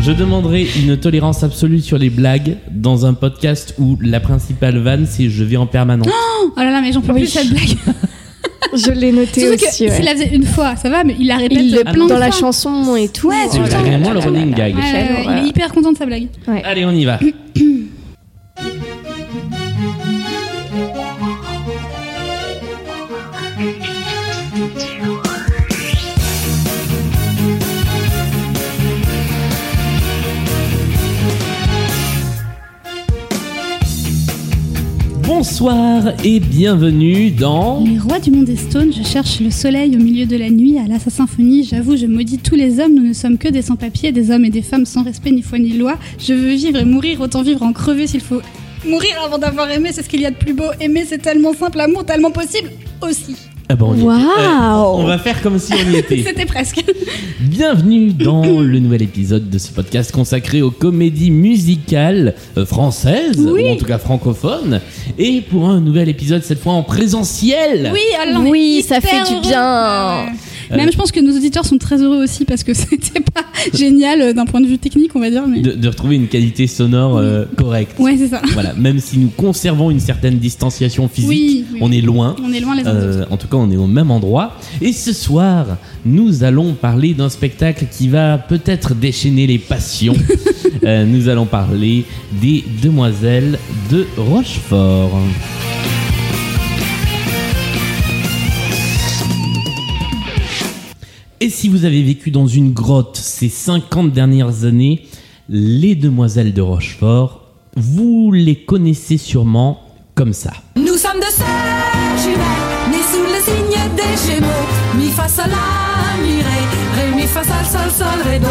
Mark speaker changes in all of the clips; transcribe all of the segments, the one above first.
Speaker 1: Je demanderai une tolérance absolue sur les blagues dans un podcast où la principale vanne c'est je vais en permanence.
Speaker 2: Oh là là, mais j'en peux
Speaker 3: Oui.
Speaker 2: plus cette blague.
Speaker 3: Je l'ai
Speaker 2: Tu
Speaker 3: noté
Speaker 2: sais que
Speaker 3: aussi. ouais.
Speaker 2: s'il la faisait une fois, ça va, mais il la répète
Speaker 3: Il le
Speaker 2: plein de
Speaker 3: dans la
Speaker 2: fois.
Speaker 3: chanson et tout. euh,
Speaker 2: Ouais,
Speaker 1: C'est
Speaker 2: tout le temps.
Speaker 1: vraiment le running gag.
Speaker 2: Ouais, ouais,
Speaker 3: Quelle
Speaker 2: ouais,
Speaker 3: horreur.
Speaker 2: il est hyper content de sa blague.
Speaker 1: Allez, on y va. Bonsoir et bienvenue dans
Speaker 2: Les rois du monde est stone, je cherche le soleil au milieu de la nuit, à l'assassin symphonie, j'avoue, je maudis tous les hommes, nous ne sommes que des sans-papiers, des hommes et des femmes sans respect ni foi ni loi. Je veux vivre et mourir, autant vivre en crever s'il faut. Mourir avant d'avoir aimé, c'est ce qu'il y a de plus beau. Aimer, c'est tellement simple, amour, tellement possible aussi.
Speaker 1: Ah bah, on y était. Euh,
Speaker 3: Waouh
Speaker 1: on va faire comme si on y était.
Speaker 2: C'était presque.
Speaker 1: Bienvenue dans le nouvel épisode de ce podcast consacré aux comédies musicales euh, françaises,
Speaker 2: Oui.
Speaker 1: ou en tout cas francophones, et pour un nouvel épisode cette fois en présentiel.
Speaker 2: Oui, alors on est
Speaker 3: Oui, ça
Speaker 2: hyper
Speaker 3: fait du
Speaker 2: heureux.
Speaker 3: bien.
Speaker 2: Ouais, ouais. Même je pense que nos auditeurs sont très heureux aussi parce que c'était pas génial euh, d'un point de vue technique, on va dire. Mais...
Speaker 1: De, de retrouver une qualité sonore euh, correcte.
Speaker 2: Ouais, c'est ça.
Speaker 1: Voilà, même si nous conservons une certaine distanciation physique,
Speaker 2: Oui, oui.
Speaker 1: on est loin.
Speaker 2: On est loin les uns des autres.
Speaker 1: Euh, en tout cas, on est au même endroit. Et ce soir, nous allons parler d'un spectacle qui va peut-être déchaîner les passions. Euh, nous allons parler des Demoiselles de Rochefort. Et si vous avez vécu dans une grotte ces 50 dernières années, les Demoiselles de Rochefort, vous les connaissez sûrement comme ça.
Speaker 4: Nous sommes deux sœurs jumelles, nées sous le signe des Gémeaux. Mi fa sol la mi ré, ré mi fa sol sol sol ré do.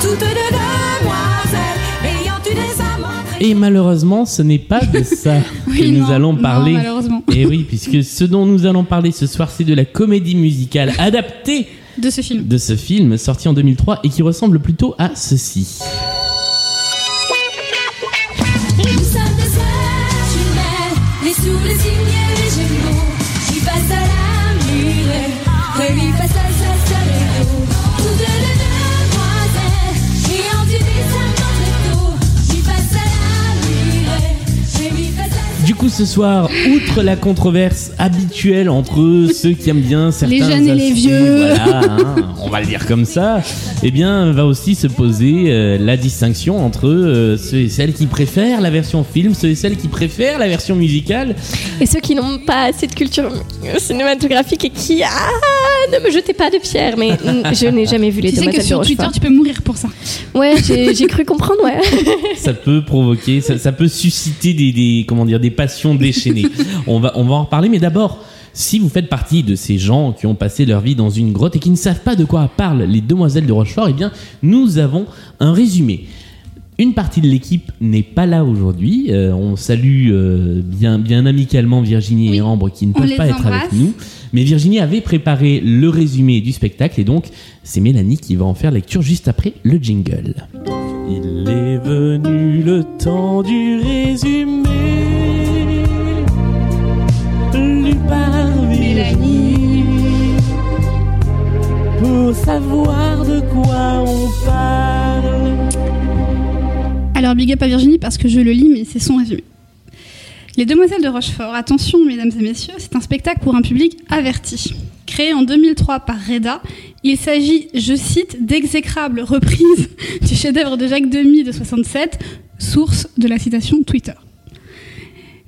Speaker 4: Toutes deux demoiselles ayant eu des amants. très-
Speaker 1: Et malheureusement, ce n'est pas de ça que
Speaker 2: Oui,
Speaker 1: nous
Speaker 2: non,
Speaker 1: allons
Speaker 2: non,
Speaker 1: parler.
Speaker 2: malheureusement.
Speaker 1: Et oui, puisque ce dont nous allons parler ce soir, c'est de la comédie musicale adaptée
Speaker 2: De ce film.
Speaker 1: de ce film sorti en 2003 et qui ressemble plutôt à ceci.
Speaker 4: Nous sommes deux sœurs jumelles, nées sous le signe des Gémeaux. Mi fa sol la mi ré, ré mi fa sol sol sol ré do. Toutes deux demoiselles ayant eu des amants très tôt. Mi fa sol la mi ré, ré mi fa sol sol
Speaker 1: Du coup, ce soir, outre la controverse habituelle entre ceux qui aiment bien certains
Speaker 2: jeunes et les
Speaker 1: aspects,
Speaker 2: vieux.
Speaker 1: voilà, hein, on va le dire comme ça, eh bien, va aussi se poser euh, la distinction entre euh, ceux et celles qui préfèrent la version film, ceux et celles qui préfèrent la version musicale.
Speaker 3: Et ceux qui n'ont pas assez de culture euh, cinématographique et qui. Ah Ne me jetez pas de pierre, mais mm, je n'ai jamais vu les
Speaker 2: Tu sais que
Speaker 3: demoiselles de
Speaker 2: sur Twitter,
Speaker 3: Rochefort.
Speaker 2: tu peux mourir pour ça.
Speaker 3: Ouais, j'ai j'ai cru comprendre, ouais.
Speaker 1: ça peut provoquer, ça, ça peut susciter des, des- comment dire des passions déchaînées. on va on va en reparler, mais d'abord. Si vous faites partie de ces gens qui ont passé leur vie dans une grotte et qui ne savent pas de quoi parlent les demoiselles de Rochefort, eh bien, nous avons un résumé. Une partie de l'équipe n'est pas là aujourd'hui. Euh, on salue euh, bien, bien amicalement Virginie
Speaker 2: Oui,
Speaker 1: et Ambre qui ne
Speaker 2: on
Speaker 1: peuvent
Speaker 2: les
Speaker 1: pas être avec
Speaker 2: embrasse.
Speaker 1: nous. Mais Virginie avait préparé le résumé du spectacle et donc c'est Mélanie qui va en faire lecture juste après le jingle. Il est venu le temps du résumé. Lu par Mélanie. Pour savoir de quoi on parle.
Speaker 2: Alors big up à Virginie parce que je le lis, mais c'est son résumé. Les Demoiselles de Rochefort, attention mesdames et messieurs, c'est un spectacle pour un public averti. Créé en 2003 par Reda, il s'agit, je cite, d'exécrables reprises du chef-d'œuvre de Jacques Demy de 67, source de la citation Twitter.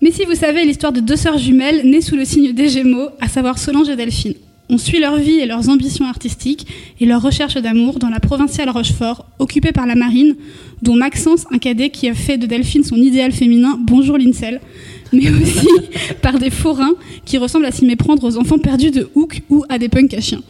Speaker 2: Mais si vous savez l'histoire de deux sœurs jumelles nées sous le signe des Gémeaux, à savoir Solange et Delphine. On suit leur vie et leurs ambitions artistiques et leur recherche d'amour dans la provinciale Rochefort, occupée par la marine, dont Maxence, un cadet qui a fait de Delphine son idéal féminin, bonjour l'Insel, mais aussi par des forains qui ressemblent à s'y méprendre aux enfants perdus de Hook ou à des punks à chiens.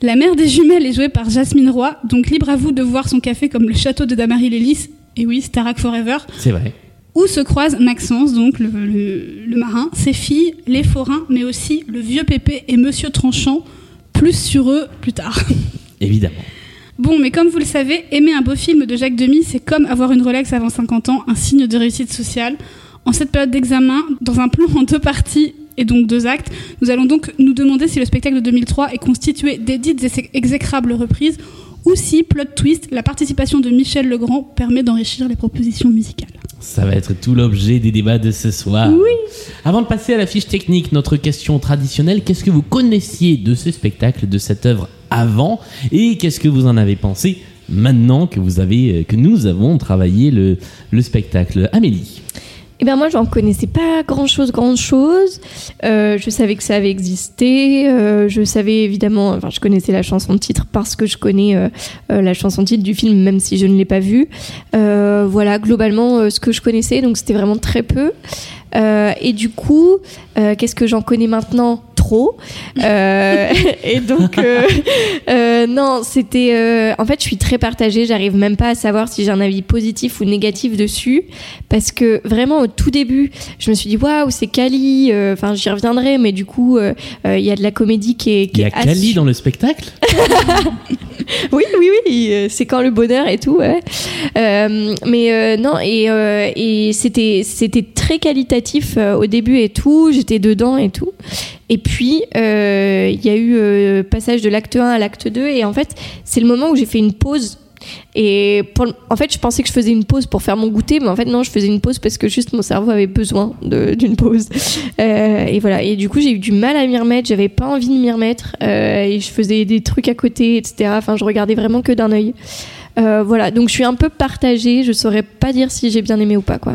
Speaker 2: La mère des jumelles est jouée par Jasmine Roy, donc libre à vous de voir son café comme le château de Damary Lélis, et oui, Starak Forever,
Speaker 1: C'est vrai.
Speaker 2: où se croisent Maxence, donc le, le- le marin, ses filles, les forains, mais aussi le vieux Pépé et Monsieur Tranchant. Plus sur eux plus tard.
Speaker 1: Évidemment.
Speaker 2: Bon, mais comme vous le savez, aimer un beau film de Jacques Demy, c'est comme avoir une Rolex avant 50 ans, un signe de réussite sociale. En cette période d'examen, dans un plan en deux parties et donc deux actes, nous allons donc nous demander si le spectacle de 2003 est constitué d'édites et sé- exécrables reprises ou si, plot twist, la participation de Michel Legrand permet d'enrichir les propositions musicales.
Speaker 1: Ça va être tout l'objet des débats de ce soir. Oui. Avant de passer à la fiche technique, notre question traditionnelle, qu'est-ce que vous connaissiez de ce spectacle, de cette œuvre avant et qu'est-ce que vous en avez pensé maintenant que vous avez euh, que nous avons travaillé le, le spectacle Amélie.
Speaker 3: Eh bien, moi, j'en connaissais pas grand-chose, grand-chose. Euh, je savais que ça avait existé. euh, je savais évidemment, enfin, je connaissais la chanson titre parce que je connais euh, euh, la chanson titre du film, même si je ne l'ai pas vue. Euh, voilà, globalement, euh, ce que je connaissais, donc c'était vraiment très peu. Euh, et du coup, euh, qu'est-ce que j'en connais maintenant Trop. Euh, et donc, euh, euh, non, c'était. euh, en fait, je suis très partagée. J'arrive même pas à savoir si j'ai un avis positif ou négatif dessus parce que vraiment au tout début, je me suis dit waouh, c'est Cali. euh, Enfin, j'y reviendrai, mais du coup, euh, euh, il y a de la comédie qui est.
Speaker 1: Il
Speaker 3: Qui
Speaker 1: y a
Speaker 3: est assu-
Speaker 1: Cali dans le spectacle
Speaker 3: Oui, oui, oui. euh, C'est quand le bonheur et tout. ouais. Euh, mais euh, non, et, euh, et c'était c'était très qualitatif euh, au début et tout. J'étais dedans et tout. Et puis, euh, il y a eu euh, passage de l'acte 1 à l'acte 2. Et en fait, c'est le moment où j'ai fait une pause. Et pour le- en fait, je pensais que je faisais une pause pour faire mon goûter, mais en fait, non, je faisais une pause parce que juste mon cerveau avait besoin de- d'une pause. Euh, et voilà. Et du coup, j'ai eu du mal à m'y remettre. J'avais pas envie de m'y remettre. Euh, et je faisais des trucs à côté, etc. Enfin, je regardais vraiment que d'un œil. Euh, voilà. Donc, je suis un peu partagée. Je saurais pas dire si j'ai bien aimé ou pas, quoi.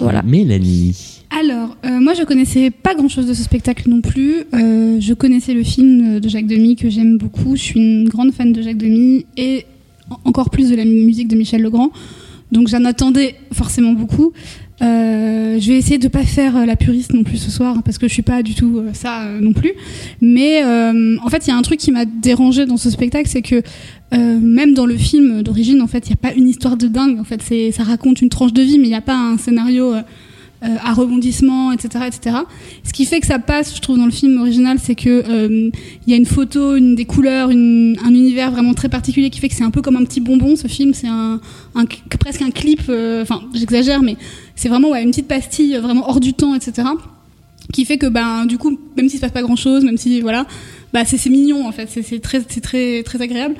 Speaker 3: Voilà.
Speaker 1: Mélanie.
Speaker 2: Alors, euh, moi je connaissais pas grand chose de ce spectacle non plus. Euh, je connaissais le film euh, de Jacques Demy que j'aime beaucoup. Je suis une grande fan de Jacques Demy et en- encore plus de la musique de Michel Legrand. Donc j'en attendais forcément beaucoup. Euh, je vais essayer de pas faire euh, la puriste non plus ce soir hein, parce que je suis pas du tout euh, ça euh, non plus. Mais euh, en fait, il y a un truc qui m'a dérangé dans ce spectacle, c'est que euh, même dans le film d'origine, en fait, il n'y a pas une histoire de dingue. En fait, c'est ça raconte une tranche de vie, mais il n'y a pas un scénario euh, euh, à rebondissement, etc., etc. Ce qui fait que ça passe, je trouve, dans le film original, c'est que euh, il y a une photo, une des couleurs, une- un univers vraiment très particulier qui fait que c'est un peu comme un petit bonbon. Ce film, c'est un, un cl- presque un clip. euh, Enfin, j'exagère, mais c'est vraiment ouais, une petite pastille euh, vraiment hors du temps, etc. Qui fait que ben du coup, même s'il se passe pas grand chose, même si voilà, bah c'est c'est mignon en fait, c'est- c'est très c'est très très agréable.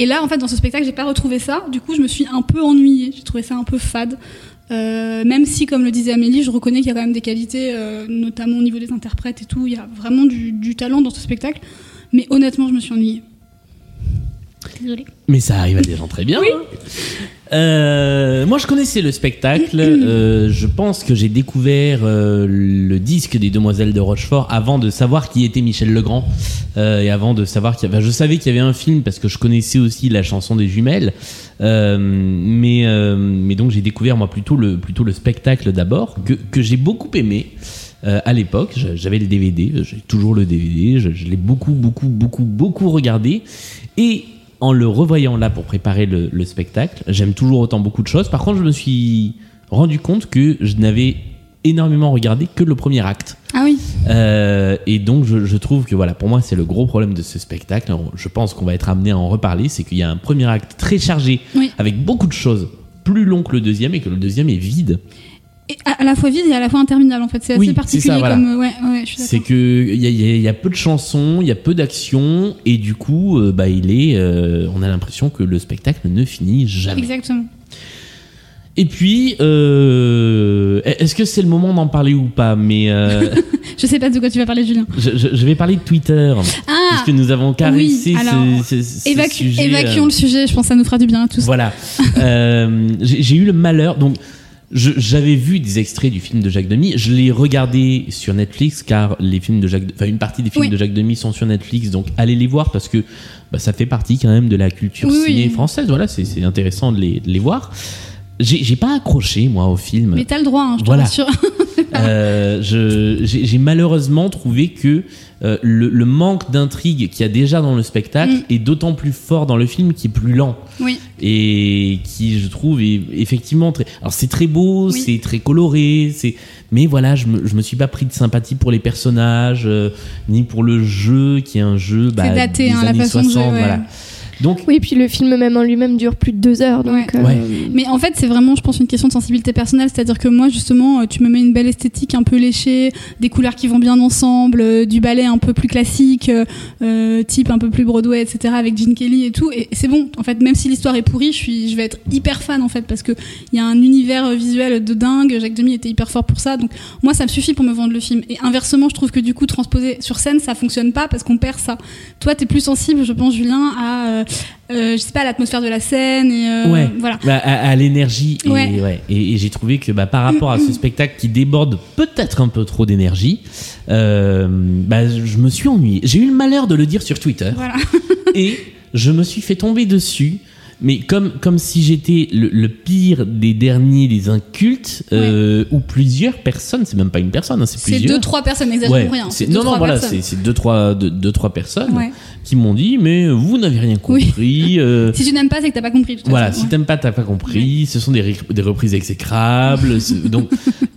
Speaker 2: Et là, en fait, dans ce spectacle, j'ai pas retrouvé ça. Du coup, je me suis un peu ennuyée. J'ai trouvé ça un peu fade. Euh, même si, comme le disait Amélie, je reconnais qu'il y a quand même des qualités, euh, notamment au niveau des interprètes et tout. Il y a vraiment du, du talent dans ce spectacle. Mais honnêtement, je me suis ennuyée. Désolée.
Speaker 1: Mais ça arrive à des gens très bien. hein. Euh, moi, je connaissais le spectacle. Euh, je pense que j'ai découvert euh, le disque des Demoiselles de Rochefort avant de savoir qui était Michel Legrand Euh, et avant de savoir qu'il y avait. enfin, je savais qu'il y avait un film parce que je connaissais aussi la chanson des jumelles, Euh, mais euh, mais donc j'ai découvert moi plutôt le plutôt le spectacle d'abord que que j'ai beaucoup aimé. Euh, à l'époque, je- j'avais le DVD, euh, j'ai toujours le DVD, je, je l'ai beaucoup, beaucoup, beaucoup, beaucoup regardé. Et en le revoyant là pour préparer le, le spectacle, j'aime toujours autant beaucoup de choses. Par contre, je me suis rendu compte que je n'avais énormément regardé que le premier acte.
Speaker 2: Ah oui.
Speaker 1: Euh, et donc, je, je trouve que voilà, pour moi, c'est le gros problème de ce spectacle. On- Je pense qu'on va être amené à en reparler. C'est qu'il y a un premier acte très chargé,
Speaker 2: Oui.
Speaker 1: avec beaucoup de choses, plus long que le deuxième, et que le deuxième est vide.
Speaker 2: Et à, à la fois vide et à la fois interminable, en fait. C'est assez
Speaker 1: Oui, c'est
Speaker 2: particulier
Speaker 1: ça, voilà.
Speaker 2: comme. euh, Ouais, ouais, je suis
Speaker 1: C'est
Speaker 2: d'accord.
Speaker 1: que il y, a- y a- y a peu de chansons, il y a peu d'actions, et du coup, euh, bah, il est, euh, on a l'impression que le spectacle ne finit jamais.
Speaker 2: Exactement.
Speaker 1: Et puis, euh, est-ce que c'est le moment d'en parler ou pas Mais euh,
Speaker 2: Je sais pas de quoi tu vas parler, Julien.
Speaker 1: je, je- je vais parler de Twitter,
Speaker 2: Ah
Speaker 1: puisque nous avons caressé
Speaker 2: oui, alors,
Speaker 1: ce, ce- ce
Speaker 2: Évacu-
Speaker 1: sujet. euh,
Speaker 2: Évacuons le sujet, je pense que ça nous fera du bien à tous.
Speaker 1: Voilà. Euh, j'ai j'ai eu le malheur. Donc, Je- J'avais vu des extraits du film de Jacques Demy. Je l'ai regardé sur Netflix car les films de Jacques, enfin une partie des films
Speaker 2: Oui.
Speaker 1: de Jacques Demy sont sur Netflix, donc allez les voir parce que bah, ça fait partie quand même de la culture
Speaker 2: Oui,
Speaker 1: ciné
Speaker 2: oui.
Speaker 1: française. Voilà, c'est c'est intéressant de les, de les voir. J'ai j'ai pas accroché moi au film.
Speaker 2: Mais t'as le droit, hein, je te
Speaker 1: Voilà.
Speaker 2: rassure.
Speaker 1: Euh, je- j'ai j'ai malheureusement trouvé que euh, le, le manque d'intrigue qu'il y a déjà dans le spectacle
Speaker 2: Mm.
Speaker 1: est d'autant plus fort dans le film qui est plus lent
Speaker 2: oui.
Speaker 1: et qui je trouve est effectivement très alors c'est très beau
Speaker 2: Oui.
Speaker 1: c'est très coloré c'est mais voilà je me, je me suis pas pris de sympathie pour les personnages euh, ni pour le jeu qui est un jeu bah,
Speaker 2: daté,
Speaker 1: des
Speaker 2: hein, la
Speaker 1: années
Speaker 2: façon de jouer,
Speaker 1: 60
Speaker 2: ouais.
Speaker 1: voilà donc
Speaker 3: Oui, puis le film même en lui-même dure plus de deux heures, donc.
Speaker 2: Ouais.
Speaker 3: euh,
Speaker 1: Ouais.
Speaker 2: Mais en fait, c'est vraiment, je pense, une question de sensibilité personnelle. C'est-à-dire que moi, justement, euh, tu me mets une belle esthétique un peu léchée, des couleurs qui vont bien ensemble, euh, du ballet un peu plus classique, euh, euh, type un peu plus Broadway, etc., avec Gene Kelly et tout. Et c'est bon. En fait, même si l'histoire est pourrie, je suis, je vais être hyper fan en fait parce que il y a un univers euh, visuel de dingue. Jacques Demy était hyper fort pour ça. Donc moi, ça me suffit pour me vendre le film. Et inversement, je trouve que du coup, transposer sur scène, ça fonctionne pas parce qu'on perd ça. Toi, t'es plus sensible, je pense, Julien, à, euh, euh, je sais pas, à l'atmosphère de la scène et euh,
Speaker 1: Ouais.
Speaker 2: voilà.
Speaker 1: Bah, à, à l'énergie et,
Speaker 2: Ouais.
Speaker 1: ouais. et, et j'ai trouvé que bah, par rapport à ce spectacle qui déborde peut-être un peu trop d'énergie euh, bah, je me suis ennuyé j'ai eu le malheur de le dire sur Twitter
Speaker 2: Voilà.
Speaker 1: et je me suis fait tomber dessus mais comme, comme si j'étais le, le pire des derniers des incultes euh, où plusieurs personnes c'est même pas une personne hein, c'est
Speaker 2: C'est
Speaker 1: plusieurs
Speaker 2: deux trois personnes,
Speaker 1: Ouais,
Speaker 2: n'exagérons rien.
Speaker 1: c'est-
Speaker 2: deux,
Speaker 1: non, non,
Speaker 2: trois
Speaker 1: voilà,
Speaker 2: personnes.
Speaker 1: c'est c'est deux trois, deux, deux, trois personnes
Speaker 2: Ouais.
Speaker 1: qui m'ont dit, mais vous n'avez rien
Speaker 2: Oui.
Speaker 1: compris. euh,
Speaker 2: Si tu n'aimes pas, c'est que t'as pas compris. de toute
Speaker 1: Voilà,
Speaker 2: façon.
Speaker 1: si
Speaker 2: Ouais.
Speaker 1: t'aimes pas, t'as pas compris. Ce sont des, ré- des reprises exécrables. c'est- donc,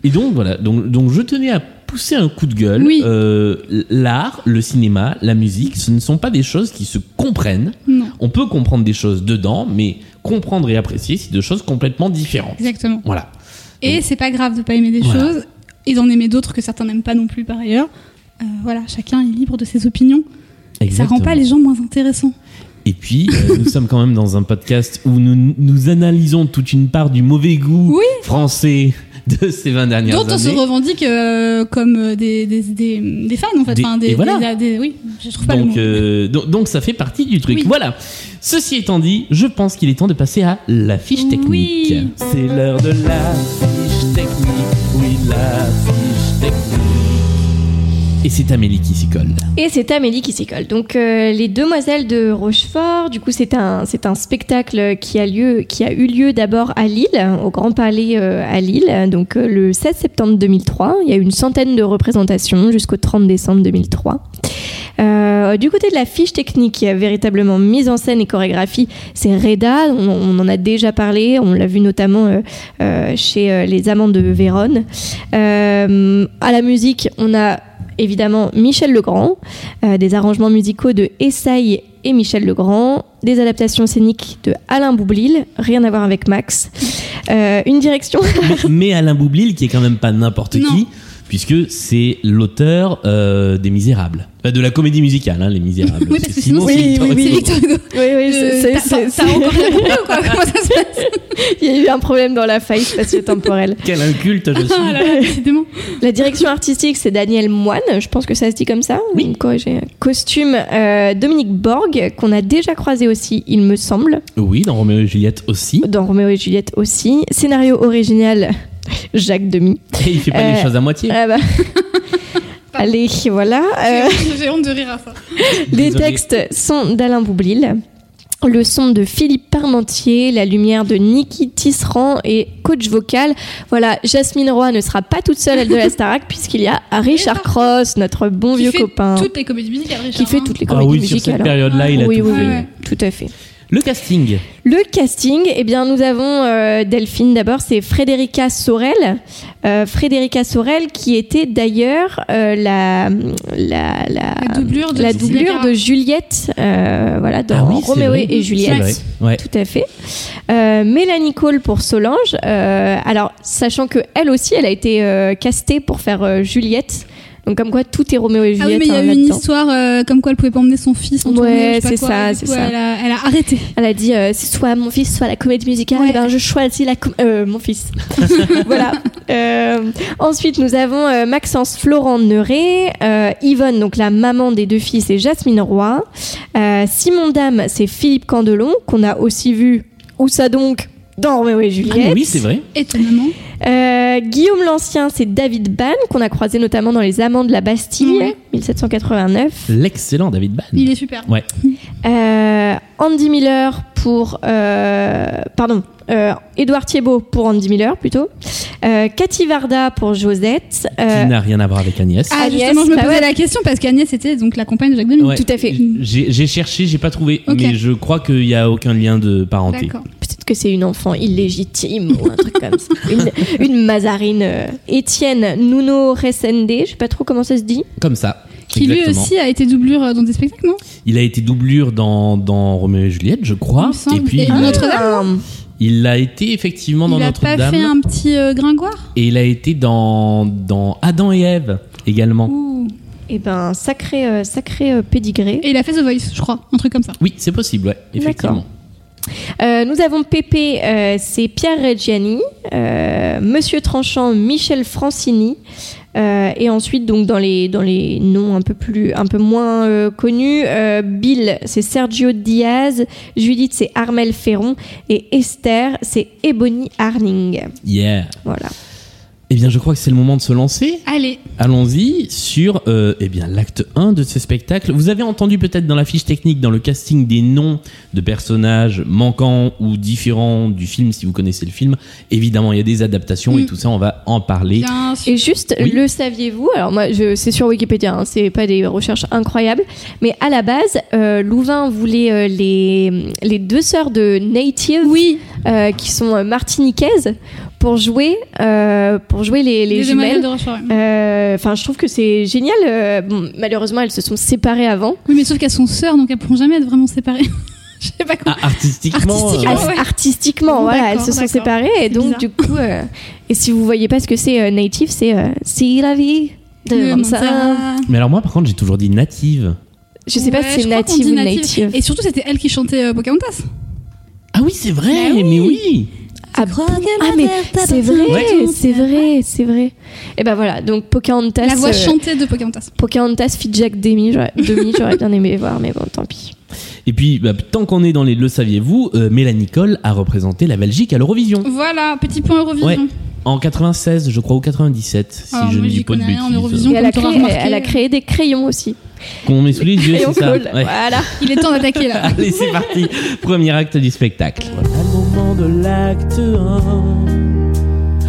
Speaker 1: et donc, voilà. Donc, donc, je tenais à pousser un coup de gueule.
Speaker 2: Oui.
Speaker 1: Euh, L'art, le cinéma, la musique, ce ne sont pas des choses qui se comprennent.
Speaker 2: Non,
Speaker 1: On peut comprendre des choses dedans, mais comprendre et apprécier, c'est deux choses complètement différentes.
Speaker 2: exactement.
Speaker 1: Voilà.
Speaker 2: Et c'est pas grave de pas aimer des
Speaker 1: Voilà.
Speaker 2: choses et d'en aimer d'autres que certains n'aiment pas non plus par ailleurs. Euh, voilà, chacun est libre de ses opinions. Et Ça rend pas les gens moins intéressants.
Speaker 1: Et puis, euh, nous sommes quand même dans un podcast où nous, nous analysons toute une part du mauvais goût
Speaker 2: Oui.
Speaker 1: français de ces 20 dernières
Speaker 2: D'autres se
Speaker 1: années.
Speaker 2: revendique euh, comme euh, des, des, des, des fans en fait.
Speaker 1: Des-
Speaker 2: Enfin,
Speaker 1: et
Speaker 2: des,
Speaker 1: voilà.
Speaker 2: des- des- oui, je trouve pas le
Speaker 1: Donc,
Speaker 2: mot.
Speaker 1: euh, donc, donc ça fait partie du truc.
Speaker 2: Oui.
Speaker 1: Voilà. Ceci étant dit, je pense qu'il est temps de passer à la fiche technique.
Speaker 2: Oui.
Speaker 1: C'est l'heure de la fiche technique. Oui, la fiche technique. Et c'est Amélie qui s'y colle.
Speaker 3: Et c'est Amélie qui s'y colle. Donc euh, les demoiselles de Rochefort, du coup c'est un c'est un spectacle qui a lieu qui a eu lieu d'abord à Lille, au Grand Palais euh, à Lille, donc euh, le 16 septembre 2003. Il y a eu une centaine de représentations jusqu'au 30 décembre 2003. Euh, du côté de la fiche technique, il y a véritablement mise en scène et chorégraphie, c'est Reda, on, on en a déjà parlé, on l'a vu notamment euh, euh, chez euh, Les Amants de Vérone. Euh, à la musique, on a évidemment Michel Legrand, euh, des arrangements musicaux de Essaï et Michel Legrand, des adaptations scéniques de Alain Boublil, rien à voir avec Max, Euh, une direction
Speaker 1: mais, mais Alain Boublil, qui est quand même pas n'importe
Speaker 2: Non.
Speaker 1: qui, puisque c'est l'auteur euh, des Misérables. Enfin, de la comédie musicale, hein, Les Misérables.
Speaker 2: oui, parce que sinon, c'est
Speaker 1: c'est Victor
Speaker 3: oui, oui,
Speaker 2: c'est
Speaker 1: Hugo.
Speaker 2: Victor Hugo.
Speaker 3: Oui, oui, c'est-
Speaker 2: Euh,
Speaker 3: c'est-
Speaker 2: t'as-
Speaker 3: c'est-
Speaker 2: T'as t'as encore rien compris ou quoi Comment ça se passe
Speaker 3: il y a eu un problème dans la faille spatio-temporelle.
Speaker 1: Quel inculte je suis.
Speaker 2: Ah là là, décidément.
Speaker 3: La direction artistique, c'est Daniel Moine, je pense que ça se dit comme ça.
Speaker 1: Oui.
Speaker 3: Vous me corrigez. Costume, euh, Dominique Borg, qu'on a déjà croisé aussi, il me semble,
Speaker 1: Oui, dans Roméo et Juliette aussi.
Speaker 3: dans Roméo et Juliette aussi. Scénario original, Jacques Demy.
Speaker 1: Et il fait pas les
Speaker 3: Euh,
Speaker 1: choses à moitié.
Speaker 3: Ah bah. Allez, voilà. Euh,
Speaker 2: J'ai j'ai honte de rire à ça.
Speaker 3: les
Speaker 1: Désolé.
Speaker 3: textes sont d'Alain Boublil. Le son de Philippe Parmentier, la lumière de Niki Tisserand et coach vocal. Voilà, Jasmine Roy ne sera pas toute seule, elle de la Starac, puisqu'il y a Richard Cross, notre bon
Speaker 2: Qui
Speaker 3: vieux
Speaker 2: fait
Speaker 3: copain,
Speaker 2: Toutes les comédies musicales, Richard.
Speaker 3: qui fait
Speaker 2: hein.
Speaker 3: toutes les
Speaker 1: Ah
Speaker 3: comédies
Speaker 1: oui, sur
Speaker 3: musicales. hein.
Speaker 1: cette période-là, il a
Speaker 3: oui,
Speaker 1: tout
Speaker 3: oui,
Speaker 1: fait.
Speaker 3: oui, tout à fait.
Speaker 1: Le casting.
Speaker 3: Le casting, eh bien, nous avons euh, Delphine d'abord, c'est Frédérica Sorel. Euh, Frédérica Sorel qui était d'ailleurs euh, la, la, la,
Speaker 2: La doublure de
Speaker 3: la
Speaker 2: Juliette
Speaker 3: doublure
Speaker 2: Carrà.
Speaker 3: de Juliette euh, voilà, dans
Speaker 1: Ah oui, c'est
Speaker 3: Roméo
Speaker 1: vrai.
Speaker 3: et
Speaker 1: C'est vrai.
Speaker 3: Juliette.
Speaker 1: Ouais.
Speaker 3: Tout à fait. Euh, Mélanie Cole pour Solange. Euh, alors, sachant que elle aussi, elle a été euh, castée pour faire euh, Juliette. Donc, comme quoi, tout est Roméo et
Speaker 2: Ah oui,
Speaker 3: Juliette.
Speaker 2: mais il y a
Speaker 3: hein,
Speaker 2: eu une
Speaker 3: là-dedans.
Speaker 2: histoire euh, comme quoi elle pouvait pas emmener son fils. en
Speaker 3: Ouais,
Speaker 2: tournée, je sais pas
Speaker 3: c'est
Speaker 2: quoi,
Speaker 3: ça,
Speaker 2: et du
Speaker 3: c'est
Speaker 2: coup,
Speaker 3: ça.
Speaker 2: Elle a, elle a arrêté.
Speaker 3: Elle a dit euh, c'est soit mon fils, soit la comédie musicale.
Speaker 2: Ouais.
Speaker 3: Eh ben, je choisis la com- euh, mon fils. voilà. Euh, ensuite, nous avons euh, Maxence Florent Neuret, euh, Yvonne, donc la maman des deux filles, c'est Jasmine Roy. Euh, Simon Dame, c'est Philippe Candelon, qu'on a aussi vu. Où ça donc Non, mais oui,
Speaker 1: Ah,
Speaker 3: Juliette.
Speaker 1: mais oui, c'est vrai.
Speaker 2: Étonnamment.
Speaker 3: Euh, Guillaume l'Ancien, c'est David Bann, qu'on a croisé notamment dans Les Amants de la Bastille,
Speaker 2: Ouais.
Speaker 3: 1789.
Speaker 1: L'excellent David
Speaker 3: Mm.
Speaker 1: Bann.
Speaker 2: Il est super.
Speaker 1: Ouais.
Speaker 3: Euh, Andy Miller pour. euh, pardon. euh, Édouard Thiebaud pour Andy Miller, plutôt. Euh, Cathy Varda pour Josette. Euh,
Speaker 1: Qui n'a rien à voir avec Agnès.
Speaker 2: Ah,
Speaker 3: Agnès,
Speaker 2: justement, je me
Speaker 3: bah
Speaker 2: posais
Speaker 3: ouais.
Speaker 2: la question parce qu'Agnès était donc la compagne de Jacques Demy.
Speaker 1: Ouais.
Speaker 3: tout à fait.
Speaker 1: J'ai j'ai cherché, j'ai pas trouvé,
Speaker 2: Ok.
Speaker 1: mais je crois qu'il n'y a aucun lien de parenté.
Speaker 2: D'accord.
Speaker 3: Peut-être que c'est une enfant illégitime ou un truc comme ça. Une, une mazarine. euh. Étienne Nuno Resende, je sais pas trop comment ça se dit.
Speaker 1: Comme ça.
Speaker 2: Qui lui
Speaker 1: Exactement.
Speaker 2: aussi a été doublure euh, dans des spectacles, non
Speaker 1: Il a été doublure dans, dans Roméo et Juliette, je
Speaker 2: Il
Speaker 1: crois.
Speaker 2: me semble.
Speaker 1: Ah, Et puis,
Speaker 2: Et
Speaker 1: il,
Speaker 2: dans
Speaker 1: a-
Speaker 2: Notre-Dame
Speaker 3: Euh,
Speaker 1: il a été effectivement dans
Speaker 2: Il a pas
Speaker 1: Notre-Dame.
Speaker 2: fait un petit euh, gringoire
Speaker 1: Et il a été dans, dans Adam et Ève également.
Speaker 2: Ouh.
Speaker 3: Et ben, sacré, euh, sacré euh, pédigré.
Speaker 2: Et il a fait The Voice, je crois, un truc comme ça.
Speaker 1: Oui, c'est possible, ouais, effectivement.
Speaker 3: Euh, nous avons Pépé, euh, c'est Pierre Reggiani, euh, Monsieur Tranchant, Michel Francini, euh, et ensuite donc dans les dans les noms un peu plus un peu moins euh, connus, euh, Bill c'est Sergio Diaz, Judith c'est Armel Ferron et Esther c'est Ebony Arning.
Speaker 1: Yeah.
Speaker 3: Voilà.
Speaker 1: Eh bien, je crois que c'est le moment de se lancer.
Speaker 2: Allez,
Speaker 1: Allons-y sur euh, eh bien l'acte 1 de ce spectacle. Vous avez entendu peut-être dans la fiche technique, dans le casting, des noms de personnages manquants ou différents du film, si vous connaissez le film. Évidemment, il y a des adaptations et
Speaker 2: Mm.
Speaker 1: tout ça, on va en parler.
Speaker 2: bien sûr.
Speaker 3: Et juste,
Speaker 1: Oui.
Speaker 3: le saviez-vous Alors moi, je, c'est sur Wikipédia, hein, c'est pas des recherches incroyables, mais à la base, euh, Louvain voulait euh, les, les deux sœurs de Native, euh, qui sont euh, martiniquaises, pour jouer, euh, pour jouer les, les
Speaker 2: Les demoiselles
Speaker 3: jumelles.
Speaker 2: de Rochefort. ouais.
Speaker 3: Euh, Enfin, je trouve que c'est génial. euh, bon, malheureusement, elles se sont séparées avant.
Speaker 2: Oui, mais sauf qu'elles sont sœurs, donc elles pourront jamais être vraiment séparées. Je sais pas quoi.
Speaker 1: Ah, artistiquement,
Speaker 2: Artistiquement.
Speaker 1: euh,
Speaker 3: As-
Speaker 2: ouais.
Speaker 3: Artistiquement,
Speaker 2: Bon,
Speaker 3: voilà, elles
Speaker 2: d'accord,
Speaker 3: se sont
Speaker 2: d'accord.
Speaker 3: séparées. Et
Speaker 2: C'est
Speaker 3: donc,
Speaker 2: bizarre.
Speaker 3: du coup, euh, et si vous voyez pas ce que c'est euh, Native, c'est euh, C'est la vie de
Speaker 2: Le
Speaker 3: Mansa.
Speaker 2: Mansa.
Speaker 1: mais alors moi, par contre, j'ai toujours dit native.
Speaker 3: Je sais pas
Speaker 2: Ouais,
Speaker 3: si
Speaker 2: je
Speaker 3: c'est
Speaker 2: crois qu'on
Speaker 3: native
Speaker 2: dit
Speaker 3: ou native.
Speaker 2: Et surtout, c'était elle qui chantait euh, Pocahontas.
Speaker 1: Ah oui, c'est vrai,
Speaker 2: Mais Bah
Speaker 1: mais
Speaker 2: oui.
Speaker 1: oui.
Speaker 3: Ah, bon Ah, mais c'est vrai,
Speaker 1: Ouais.
Speaker 3: c'est vrai, c'est vrai. Et ben voilà, donc Pocahontas,
Speaker 2: La voix
Speaker 3: euh,
Speaker 2: chantée de Pocahontas.
Speaker 3: Pocahontas fit Jack Demi, j'aurais Demi, j'aurais bien aimé voir, mais bon, tant pis.
Speaker 1: Et puis, bah, tant qu'on est dans les le saviez-vous, euh, Mélanie Cole a représenté la Belgique à l'Eurovision.
Speaker 2: Voilà, petit point Eurovision.
Speaker 1: Ouais. En 96, je crois, ou 97, si
Speaker 2: Alors,
Speaker 1: je
Speaker 2: moi,
Speaker 1: ne
Speaker 2: Ah, j'y
Speaker 1: dis pas de
Speaker 2: connais
Speaker 1: bêtises.
Speaker 2: rien en Eurovision. Donc,
Speaker 3: Et elle, a
Speaker 2: comme t'auras
Speaker 3: créé,
Speaker 2: remarqué-
Speaker 3: elle a créé des crayons aussi.
Speaker 1: Qu'on met sous les yeux,
Speaker 3: crayons
Speaker 1: c'est ça.
Speaker 3: cool,
Speaker 1: Ouais.
Speaker 3: voilà.
Speaker 2: Il est temps d'attaquer là.
Speaker 1: Allez, c'est parti. Premier acte du spectacle.
Speaker 5: À le moment de l'acte 1,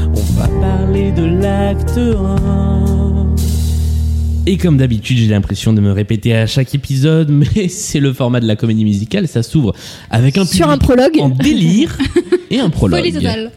Speaker 5: on va parler de l'acte 1.
Speaker 1: Et comme d'habitude, j'ai l'impression de me répéter à chaque épisode, mais c'est le format de la comédie musicale. Ça s'ouvre avec un
Speaker 3: Sur un
Speaker 1: public
Speaker 3: prologue,
Speaker 1: en délire et un prologue.
Speaker 2: Folie totale.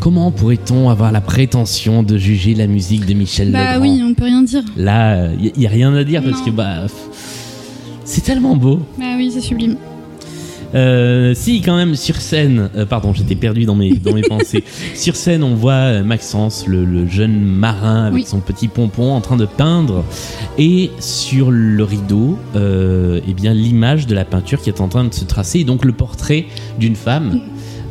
Speaker 1: Comment pourrait-on avoir la prétention de juger la musique de Michel
Speaker 2: Bah
Speaker 1: Legrand
Speaker 2: oui, on peut rien dire.
Speaker 1: Là, il n'y a rien à dire parce
Speaker 2: Non.
Speaker 1: que bah, pff, c'est tellement beau.
Speaker 2: Bah oui, c'est sublime.
Speaker 1: Euh, si, quand même, sur scène, euh, pardon, j'étais perdu dans mes, dans mes pensées. Sur scène, on voit euh, Maxence, le, le jeune marin avec
Speaker 2: Oui.
Speaker 1: son petit pompon en train de peindre. Et sur le rideau, euh, eh bien, l'image de la peinture qui est en train de se tracer, et donc le portrait d'une femme.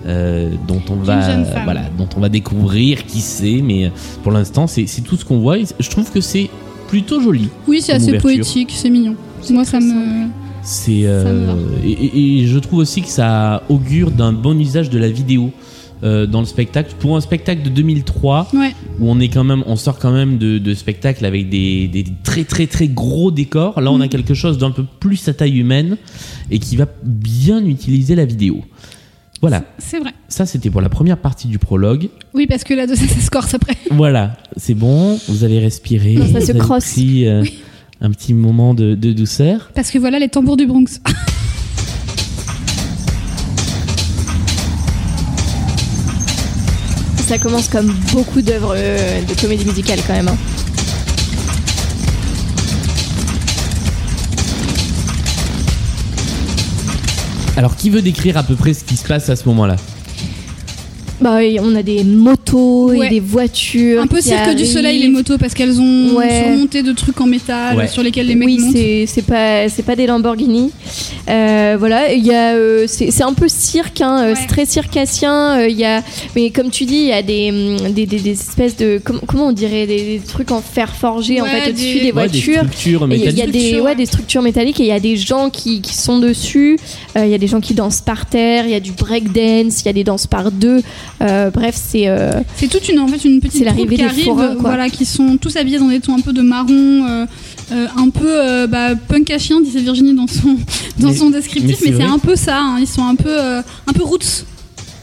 Speaker 1: euh, dont on va
Speaker 2: jeune femme.
Speaker 1: voilà dont on va découvrir qui c'est mais euh, pour l'instant c'est c'est tout ce qu'on voit et je trouve que c'est plutôt joli
Speaker 2: Oui, c'est
Speaker 1: Comme
Speaker 2: assez
Speaker 1: ouverture.
Speaker 2: poétique, c'est mignon. Moi, ça me.
Speaker 1: C'est
Speaker 2: Ça me va.
Speaker 1: euh, et, et- et je trouve aussi que ça augure d'un bon usage de la vidéo euh, dans le spectacle. Pour un spectacle de 2003
Speaker 2: Ouais.
Speaker 1: où on est quand même, on sort quand même de, de spectacles avec des, des très très très gros décors. Là, on a
Speaker 2: Mm.
Speaker 1: quelque chose d'un peu plus à taille humaine et qui va bien utiliser la vidéo. Voilà,
Speaker 2: C'est vrai.
Speaker 1: ça c'était pour la première partie du prologue.
Speaker 2: Oui, parce que là, de ça, ça se corse après.
Speaker 1: Voilà, c'est bon, vous avez respiré,
Speaker 3: Non, ça
Speaker 1: vous
Speaker 3: se
Speaker 1: avez
Speaker 3: crosse.
Speaker 1: pris, euh, un petit moment de- de douceur.
Speaker 2: Parce que voilà les tambours du Bronx.
Speaker 3: ça commence comme beaucoup d'œuvres euh, de comédie musicale quand même. hein.
Speaker 1: Alors, qui veut décrire à peu près ce qui se passe à ce moment-là
Speaker 3: Bah, oui, on a des motos
Speaker 2: Ouais.
Speaker 3: et des voitures.
Speaker 2: Un peu
Speaker 3: qui
Speaker 2: cirque du soleil les
Speaker 3: arrivent.
Speaker 2: motos parce qu'elles ont
Speaker 3: Ouais.
Speaker 2: surmonté de trucs en métal
Speaker 1: Ouais.
Speaker 2: sur lesquels les mecs
Speaker 3: oui,
Speaker 2: montent.
Speaker 3: c'est- c'est pas c'est pas des Lamborghini. Euh, voilà, il y a euh, c'est c'est un peu cirque, hein, euh,
Speaker 2: Ouais.
Speaker 3: c'est très circassien. euh, Il y a mais comme tu dis, il y a des hum, des, des- des espèces de com- comment on dirait des, des trucs en fer forgé en
Speaker 2: Ouais,
Speaker 3: fait au-dessus
Speaker 2: des-
Speaker 3: des,
Speaker 2: Ouais,
Speaker 1: Ouais, des
Speaker 3: voitures.
Speaker 1: structures
Speaker 3: Et Il y a- il y
Speaker 1: métalliques.
Speaker 3: a des,
Speaker 2: Structures,
Speaker 3: ouais,
Speaker 2: ouais.
Speaker 3: des structures métalliques et il y a des gens qui, qui sont dessus. Euh, Il y a des gens qui dansent par terre, il y a du breakdance, il y a des danses par deux. Euh, bref, c'est. euh,
Speaker 2: C'est toute une en fait une petite
Speaker 3: C'est
Speaker 2: troupe
Speaker 3: l'arrivée
Speaker 2: qui
Speaker 3: des
Speaker 2: arrive,
Speaker 3: forains, quoi.
Speaker 2: voilà, qui sont tous habillés dans des tons un peu de marron, euh, euh, un peu euh, bah, punk à chien, disait Virginie dans son dans
Speaker 1: Mais-
Speaker 2: son descriptif,
Speaker 1: mais c'est
Speaker 2: mais, c'est
Speaker 1: vrai.
Speaker 2: un peu ça. hein, ils sont un peu euh, un peu roots.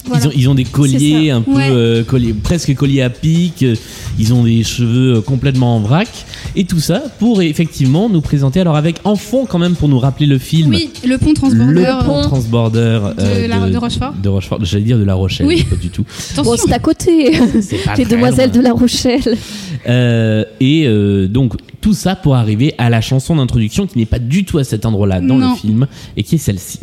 Speaker 2: Voilà.
Speaker 1: Ils, ont, ils ont des colliers un peu
Speaker 2: Ouais.
Speaker 1: euh, colliers- presque colliers à pic, euh, ils ont des cheveux euh, complètement en vrac, et tout ça pour effectivement nous présenter, alors avec en fond quand même pour nous rappeler le film,
Speaker 2: Oui, le pont transborder.
Speaker 1: le
Speaker 2: euh,
Speaker 1: pont transborder euh,
Speaker 2: la- de Rochefort.
Speaker 1: de Rochefort, j'allais dire de La Rochelle,
Speaker 2: Oui.
Speaker 1: pas du tout.
Speaker 3: Bon,
Speaker 2: attention.
Speaker 3: c'est à côté.
Speaker 1: C'est pas
Speaker 3: Les
Speaker 1: très
Speaker 3: demoiselles
Speaker 1: loin.
Speaker 3: de La Rochelle.
Speaker 1: Euh, et euh, donc tout ça pour arriver à la chanson d'introduction qui n'est pas du tout à cet endroit-là dans le
Speaker 2: Non.
Speaker 1: film et qui est celle-ci.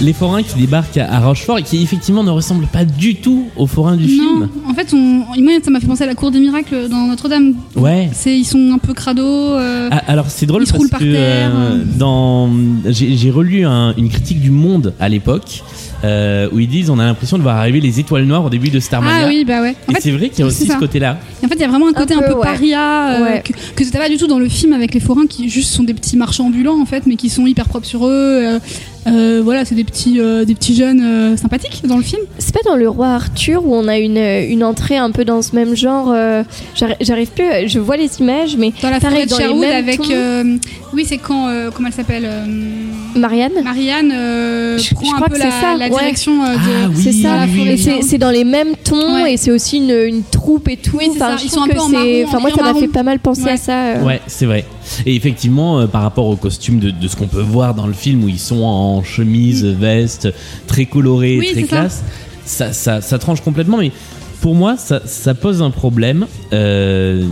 Speaker 1: Les forains qui débarquent à à Rochefort et qui effectivement ne ressemblent pas du tout aux forains du
Speaker 2: Non,
Speaker 1: film.
Speaker 2: en fait, on, moi, ça m'a fait penser à la cour des miracles dans Notre-Dame.
Speaker 1: Ouais.
Speaker 2: C'est ils sont un peu crado. euh,
Speaker 1: Ah, alors c'est drôle
Speaker 2: Ils se
Speaker 1: parce
Speaker 2: roulent par
Speaker 1: que euh,
Speaker 2: terre.
Speaker 1: dans j'ai j'ai relu un- une critique du Monde à l'époque euh, où ils disent on a l'impression de voir arriver les étoiles noires au début de Starmania.
Speaker 2: ah oui, bah ouais. En
Speaker 1: Et
Speaker 2: fait,
Speaker 1: c'est vrai qu'il y a
Speaker 2: c'est
Speaker 1: aussi ce
Speaker 2: ça.
Speaker 1: côté-là.
Speaker 2: Et En fait, il y a vraiment un côté un
Speaker 3: peu,
Speaker 2: peu,
Speaker 3: ouais.
Speaker 2: paria euh,
Speaker 3: Ouais.
Speaker 2: que, que c'était pas du tout dans le film avec les forains qui juste sont des petits marchands ambulants en fait, mais qui sont hyper propres sur eux. euh, euh, voilà, c'est des petits, euh, des petits jeunes euh, sympathiques dans le film.
Speaker 3: C'est pas dans le roi Arthur où on a une, euh, une entrée un peu dans ce même genre. euh, j'arri- J'arrive plus, euh, je vois les images, mais
Speaker 2: Dans la forêt
Speaker 3: Pareil,
Speaker 2: de
Speaker 3: dans les
Speaker 2: Sherwood
Speaker 3: mêmes
Speaker 2: avec,
Speaker 3: tons.
Speaker 2: euh, oui, c'est quand, euh, comment elle s'appelle, euh,
Speaker 3: Marianne,
Speaker 2: Marianne euh,
Speaker 3: Je- je
Speaker 2: prend un
Speaker 3: crois
Speaker 2: peu
Speaker 3: que
Speaker 2: la,
Speaker 3: c'est ça,
Speaker 2: la
Speaker 3: ouais.
Speaker 2: direction euh, de.
Speaker 1: Ah oui,
Speaker 3: c'est ça.
Speaker 1: oui, oui,
Speaker 3: Et
Speaker 1: oui.
Speaker 3: c'est- c'est dans les mêmes tons
Speaker 2: Ouais.
Speaker 3: et c'est aussi une, une troupe et tout.
Speaker 2: Oui, c'est
Speaker 3: Enfin,
Speaker 2: ça.
Speaker 3: je
Speaker 2: Ils
Speaker 3: trouve
Speaker 2: sont un
Speaker 3: que
Speaker 2: peu en
Speaker 3: c'est-
Speaker 2: marron,
Speaker 3: Enfin, moi,
Speaker 2: en
Speaker 3: ça m'a
Speaker 2: marron.
Speaker 3: fait pas mal penser
Speaker 2: Ouais.
Speaker 3: à ça. euh.
Speaker 1: Ouais, c'est vrai. Et effectivement, euh, par rapport au costume de, de ce qu'on peut voir dans le film où ils sont en chemise, veste, très colorée,
Speaker 2: Oui,
Speaker 1: très
Speaker 2: c'est ça.
Speaker 1: classe, ça. Ça, ça tranche complètement. Mais pour moi, ça, ça pose un problème euh,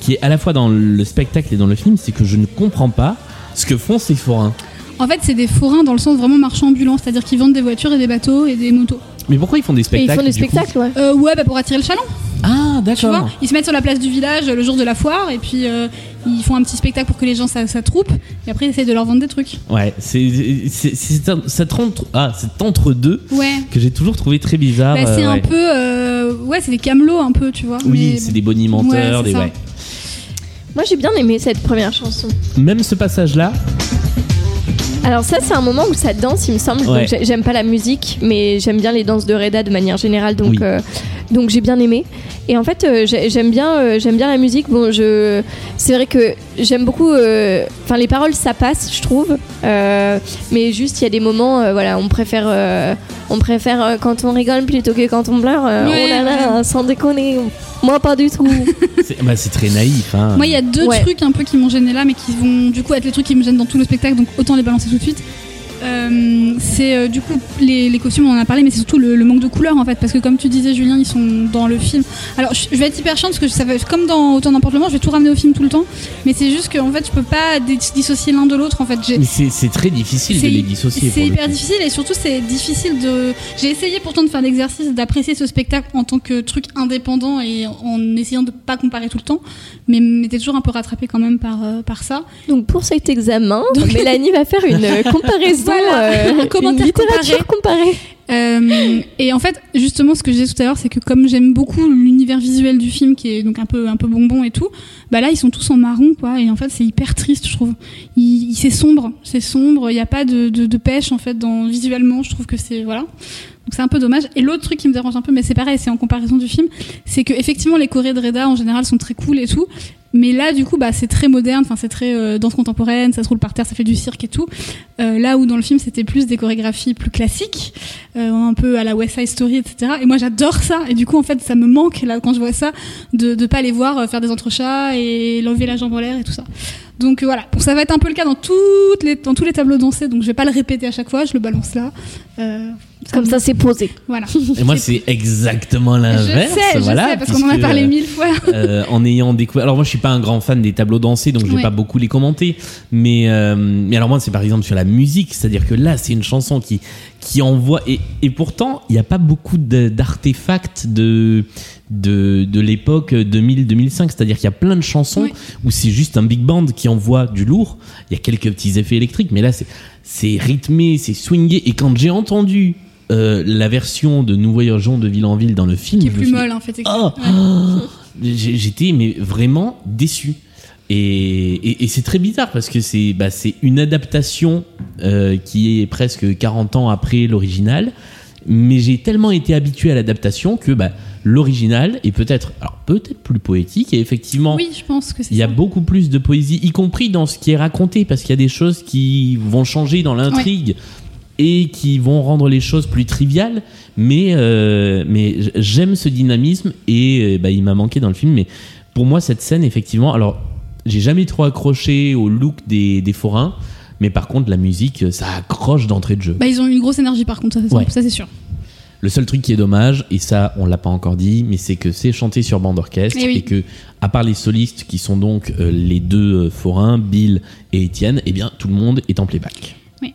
Speaker 1: qui est à la fois dans le spectacle et dans le film, c'est que je ne comprends pas ce que font ces forains.
Speaker 2: En fait, c'est des forains dans le sens vraiment marchands ambulants, c'est-à-dire qu'ils vendent des voitures et des bateaux et des motos.
Speaker 1: Mais pourquoi ils font des
Speaker 3: Et ils
Speaker 1: spectacles
Speaker 3: font des
Speaker 1: du coup
Speaker 3: spectacles, ouais.
Speaker 2: Euh, ouais, bah pour attirer le chaland.
Speaker 1: Ah,
Speaker 2: Tu vois,
Speaker 1: d'accord.
Speaker 2: ils se mettent sur la place du village euh, le jour de la foire et puis euh, ils font un petit spectacle pour que les gens s'a- s'attroupent et après ils essayent de leur vendre des trucs.
Speaker 1: Ouais, c'est c'est- c'est un- cet entre- ah, cet entre-deux
Speaker 2: Ouais.
Speaker 1: que j'ai toujours trouvé très bizarre.
Speaker 2: Bah, c'est
Speaker 1: euh,
Speaker 2: un
Speaker 1: ouais.
Speaker 2: peu. euh, ouais, c'est des camelots un peu, tu vois.
Speaker 1: Oui,
Speaker 2: mais-
Speaker 1: c'est des bonimenteurs,
Speaker 2: Ouais, c'est
Speaker 1: des
Speaker 2: ça.
Speaker 1: ouais.
Speaker 3: Moi, j'ai bien aimé cette première chanson.
Speaker 1: Même ce passage-là,
Speaker 3: Alors ça c'est un moment où ça danse il me semble.
Speaker 1: Ouais.
Speaker 3: Donc, j'ai- j'aime pas la musique mais j'aime bien les danses de Reda de manière générale donc
Speaker 1: Oui.
Speaker 3: euh, donc j'ai bien aimé. Et en fait euh, j'ai- j'aime bien euh, j'aime bien la musique. Bon je c'est vrai que j'aime beaucoup euh, enfin les paroles ça passe je trouve Euh, mais juste il y a des moments euh, voilà on préfère euh, on préfère euh, quand on rigole plutôt que quand on pleure. Euh,
Speaker 2: Ouais,
Speaker 3: oh là là sans déconner moi pas du tout.
Speaker 1: c'est bah, c'est très naïf. Hein.
Speaker 2: Moi, il y a deux
Speaker 3: Ouais.
Speaker 2: trucs un peu qui m'ont gêné là, mais qui vont du coup être les trucs qui me gênent dans tout le spectacle, donc autant les balancer tout de suite. Euh, c'est euh, du coup les, les costumes, on en a parlé, mais c'est surtout le, le manque de couleurs en fait, parce que comme tu disais, Julien, ils sont dans le film. Alors, je, je vais être hyper chiante parce que ça va comme dans autant d'importe le moment, je vais tout ramener au film tout le temps, mais c'est juste que en fait, je peux pas dis- dissocier l'un de l'autre en fait. J'ai-
Speaker 1: Mais c'est c'est très difficile de
Speaker 2: C'est-
Speaker 1: les dissocier.
Speaker 2: C'est
Speaker 1: pour le
Speaker 2: hyper
Speaker 1: coup.
Speaker 2: difficile et surtout c'est difficile de. J'ai essayé pourtant de faire l'exercice d'apprécier ce spectacle en tant que truc indépendant et en essayant de pas comparer tout le temps, mais m'étais toujours un peu rattrapée quand même par euh, par ça.
Speaker 3: Donc pour cet examen Mélanie va faire une euh, comparaison
Speaker 2: Voilà, un
Speaker 3: euh, une
Speaker 2: commentaire
Speaker 3: littérature comparée.
Speaker 2: Euh, et en fait, justement, ce que je disais tout à l'heure, c'est que comme j'aime beaucoup l'univers visuel du film, qui est donc un peu un peu bonbon et tout, bah là ils sont tous en marron quoi. Et en fait, c'est hyper triste, je trouve. Il, il- c'est sombre, c'est sombre. Il n'y a pas de, de, de pêche en fait dans visuellement. Je trouve que c'est voilà. Donc c'est un peu dommage. Et l'autre truc qui me dérange un peu, mais c'est pareil, c'est en comparaison du film, c'est que effectivement les Corées de Reda en général sont très cool et tout, Mais là, du coup, bah, c'est très moderne, enfin, c'est très euh, danse contemporaine, ça se roule par terre, ça fait du cirque et tout. Euh, là où dans le film, c'était plus des chorégraphies plus classiques, euh, un peu à la West Side Story, etc. Et moi, j'adore ça. Et du coup, en fait, ça me manque, là, quand je vois ça, de ne pas les voir euh, faire des entrechats et l'enlever la jambe en l'air et tout ça. Donc euh, voilà, bon, ça va être un peu le cas dans, toutes les, dans tous les tableaux dansés, donc je vais pas le répéter à chaque fois, je le balance là. Euh,
Speaker 3: Comme ça, c'est posé.
Speaker 2: Voilà.
Speaker 1: Et moi, c'est exactement l'inverse.
Speaker 2: Je sais,
Speaker 1: voilà,
Speaker 2: je sais, parce qu'on en a
Speaker 1: puisque,
Speaker 2: parlé mille fois.
Speaker 1: euh, en ayant découvert. Alors moi, je suis pas un grand fan des tableaux dansés, donc je vais
Speaker 2: Ouais.
Speaker 1: pas beaucoup les commenter. Mais euh, mais alors moi, c'est par exemple sur la musique, c'est-à-dire que là, c'est une chanson qui qui envoie et, et pourtant, il n'y a pas beaucoup de- d'artefacts de de, de l'époque 2000-2005, c'est-à-dire qu'il y a plein de chansons
Speaker 2: Oui.
Speaker 1: où c'est juste un big band qui envoie du lourd. Il y a quelques petits effets électriques, mais là, c'est c'est rythmé, c'est swingé. Et quand j'ai entendu euh, la version de Nous voyageons de ville en ville dans le film,
Speaker 2: Qui est
Speaker 1: je me
Speaker 2: plus
Speaker 1: suis dit,
Speaker 2: molle, en fait. etc.
Speaker 1: Oh,
Speaker 2: Ouais.
Speaker 1: J'ai- J'étais mais vraiment déçu. Et, et- et c'est très bizarre parce que c'est bah, c'est une adaptation euh, qui est presque 40 ans après l'original. Mais j'ai tellement été habitué à l'adaptation que bah, l'original est peut-être alors peut-être plus poétique et effectivement
Speaker 2: Oui, je pense que c'est
Speaker 1: il y a
Speaker 2: ça.
Speaker 1: beaucoup plus de poésie, y compris dans ce qui est raconté, parce qu'il y a des choses qui vont changer dans l'intrigue et qui vont rendre les choses plus triviales. Mais, euh, mais j- j'aime ce dynamisme et euh, bah, il m'a manqué dans le film. Mais pour moi, cette scène, effectivement, alors j'ai jamais trop accroché au look des, des forains, mais par contre, la musique, ça accroche d'entrée de jeu.
Speaker 2: Bah, ils ont une grosse énergie, par contre, ça, c'est-
Speaker 1: Ouais.
Speaker 2: ça, c'est sûr.
Speaker 1: Le seul truc qui est dommage, et ça on l'a pas encore dit, mais c'est que c'est chanté sur bande orchestre
Speaker 2: Eh
Speaker 1: et,
Speaker 2: oui.
Speaker 1: que, à part les solistes qui sont donc euh, les deux euh, forains, Bill et Étienne, eh bien tout le monde est en playback.
Speaker 2: Oui.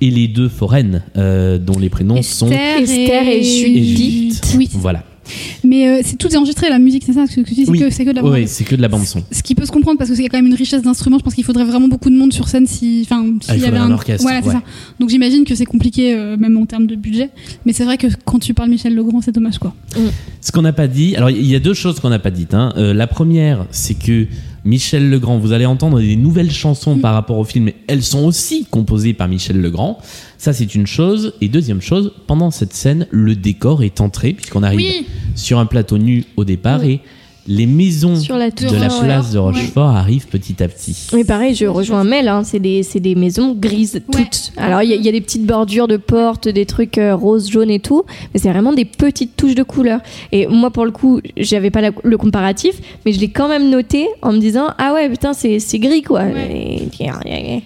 Speaker 1: Et les deux foraines euh, dont les prénoms sont
Speaker 3: Esther et
Speaker 1: et
Speaker 3: Judith.
Speaker 1: Judith.
Speaker 2: Oui,
Speaker 1: Voilà.
Speaker 2: mais euh, c'est tout est enregistré, la musique, c'est ça, ce que tu dis, c'est
Speaker 1: Oui.
Speaker 2: que- c'est que de la
Speaker 1: Oui,
Speaker 2: bande.
Speaker 1: c'est que de la bande son.
Speaker 2: Ce qui peut se comprendre parce qu'il y a quand même une richesse d'instruments. Je pense qu'il faudrait vraiment beaucoup de monde sur scène si, enfin, s'il y
Speaker 1: Ah, faudrait
Speaker 2: avait
Speaker 1: un orchestre,
Speaker 2: Voilà, c'est
Speaker 1: ouais.
Speaker 2: ça. Donc j'imagine que c'est compliqué euh, même en termes de budget. Mais c'est vrai que quand tu parles Michel Legrand, c'est dommage quoi.
Speaker 1: Ce qu'on n'a pas dit, alors il y a deux choses qu'on n'a pas dites. hein. Euh, la première, c'est que Michel Legrand, vous allez entendre des nouvelles
Speaker 3: Mm.
Speaker 1: chansons par rapport au film, mais elles sont aussi composées par Michel Legrand. Ça, c'est une chose. Et deuxième chose, pendant cette scène, le décor est entré, puisqu'on arrive
Speaker 2: Oui.
Speaker 1: sur un plateau nu au départ,
Speaker 3: Oui.
Speaker 1: et les maisons
Speaker 3: Sur la tour.
Speaker 1: Mmh. de la
Speaker 3: Ouais.
Speaker 1: place de Rochefort arrivent petit à petit.
Speaker 3: Mais pareil, je rejoins Mel, hein, c'est des, c'est des maisons grises
Speaker 2: Ouais.
Speaker 3: toutes. Alors il y, a- il y a des petites bordures de portes, des trucs euh, roses, jaunes et tout, mais c'est vraiment des petites touches de couleur. Et moi pour le coup, j'avais pas la- le comparatif, mais je l'ai quand même noté en me disant ah ouais putain c'est c'est gris quoi.
Speaker 2: Ouais.
Speaker 3: Et-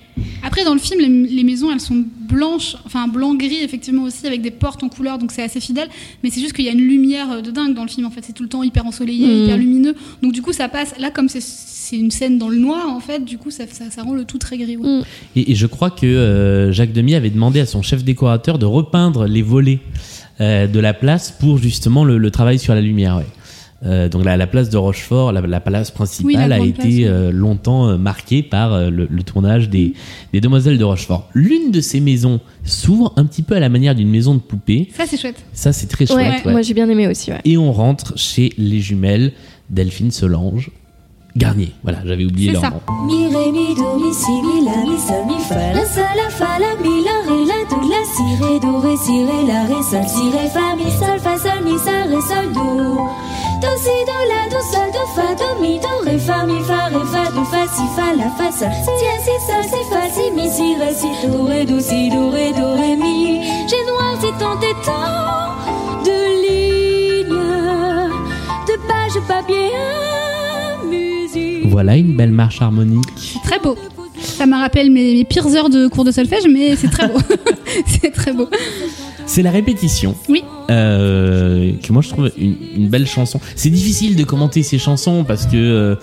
Speaker 2: Après, dans le film, les, les maisons, elles sont blanches, enfin blanc-gris, effectivement aussi, avec des portes en couleur, donc c'est assez fidèle. Mais c'est juste qu'il y a une lumière euh, de dingue dans le film, en fait. C'est tout le temps hyper ensoleillé,
Speaker 3: Mm.
Speaker 2: hyper lumineux. Donc du coup, ça passe. Là, comme c'est- c'est une scène dans le noir, en fait, du coup, ça, ça, ça rend le tout très gris. ouais.
Speaker 3: Mm.
Speaker 1: Et, et je crois que euh, Jacques Demy avait demandé à son chef décorateur de repeindre les volets euh, de la place pour justement le, le travail sur la lumière. ouais. Euh, donc la, la place de Rochefort, la, la place principale,
Speaker 2: Oui, la
Speaker 1: a
Speaker 2: grande
Speaker 1: été
Speaker 2: place, ouais.
Speaker 1: euh, longtemps euh, marquée par euh, le, le tournage des, des Demoiselles de Rochefort. L'une de ces maisons s'ouvre un petit peu à la manière d'une maison de poupée.
Speaker 2: Ça, c'est chouette.
Speaker 1: Ça, c'est très chouette.
Speaker 3: Ouais,
Speaker 1: ouais.
Speaker 3: moi j'ai bien aimé aussi. Ouais.
Speaker 1: Et on rentre chez les jumelles Delphine Solange Garnier. Voilà, j'avais oublié
Speaker 2: C'est
Speaker 1: leur
Speaker 2: ça.
Speaker 1: nom.
Speaker 4: Mi, ré, mi, do, mi, si, mi, la, mi, sol, mi, fa, la, sol, la, fa, la, mi, la, ré, la, do, la, si, ré, do, ré, si, ré, la, ré, sol, si, ré, fa, mi, sol, fa, sol, mi, sol, ré, sol, do. Do, si, do, la, do, sol, do, fa, do, mi, do, ré, fa, mi, fa, ré, fa, do, fa, si, fa, la, fa, sol, si, ré, si, sol, si, fa, si, mi, si, ré, si, do, ré, do, si, do, ré, do, ré, mi. J'ai noir, c'est tant et tant de lignes, de pages, papier, à musique.
Speaker 1: Voilà une belle marche harmonique.
Speaker 2: Très beau. Ça me rappelle mes, mes pires heures de cours de solfège, mais c'est très beau. c'est très beau.
Speaker 1: C'est la répétition.
Speaker 2: Oui.
Speaker 1: Euh, que moi je trouve une, une belle chanson. C'est difficile de commenter ces chansons parce que euh,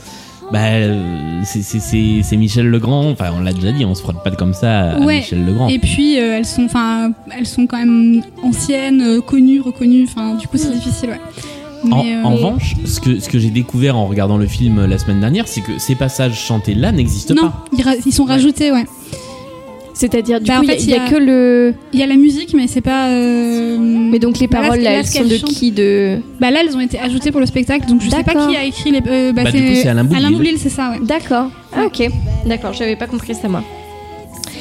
Speaker 1: bah, euh, c'est- c'est c'est- c'est Michel Legrand. Enfin, on l'a déjà dit, on se frotte pas comme ça à
Speaker 2: Ouais.
Speaker 1: Michel Legrand.
Speaker 2: Et puis euh, elles sont, enfin, elles sont quand même anciennes, euh, connues, reconnues. Enfin, du coup, c'est difficile, ouais.
Speaker 1: En,
Speaker 2: Mais, euh,
Speaker 1: en revanche, ce que, ce que j'ai découvert en regardant le film euh, la semaine dernière, c'est que ces passages chantés là n'existent
Speaker 2: non,
Speaker 1: pas.
Speaker 2: ils, ra- ils sont rajoutés, ouais.
Speaker 3: C'est-à-dire du
Speaker 2: Bah, en
Speaker 3: coup il y a-
Speaker 2: fait,
Speaker 3: il y, a que le.
Speaker 2: Il y a la musique, mais c'est pas. euh,
Speaker 3: Mais donc les
Speaker 2: Bah, là,
Speaker 3: paroles
Speaker 2: ce-
Speaker 3: là,
Speaker 2: là,
Speaker 3: elles
Speaker 2: ce
Speaker 3: sont
Speaker 2: qu'elle
Speaker 3: de
Speaker 2: chante.
Speaker 3: qui de.
Speaker 2: Bah là, elles ont été ajoutées pour le spectacle, donc je sais pas
Speaker 3: D'accord.
Speaker 2: qui a écrit les. euh,
Speaker 1: Bah, du coup, c'est Alain Boublil.
Speaker 2: c'est ça, ouais.
Speaker 3: D'accord. Ah ok. D'accord, j'avais pas compris ça moi.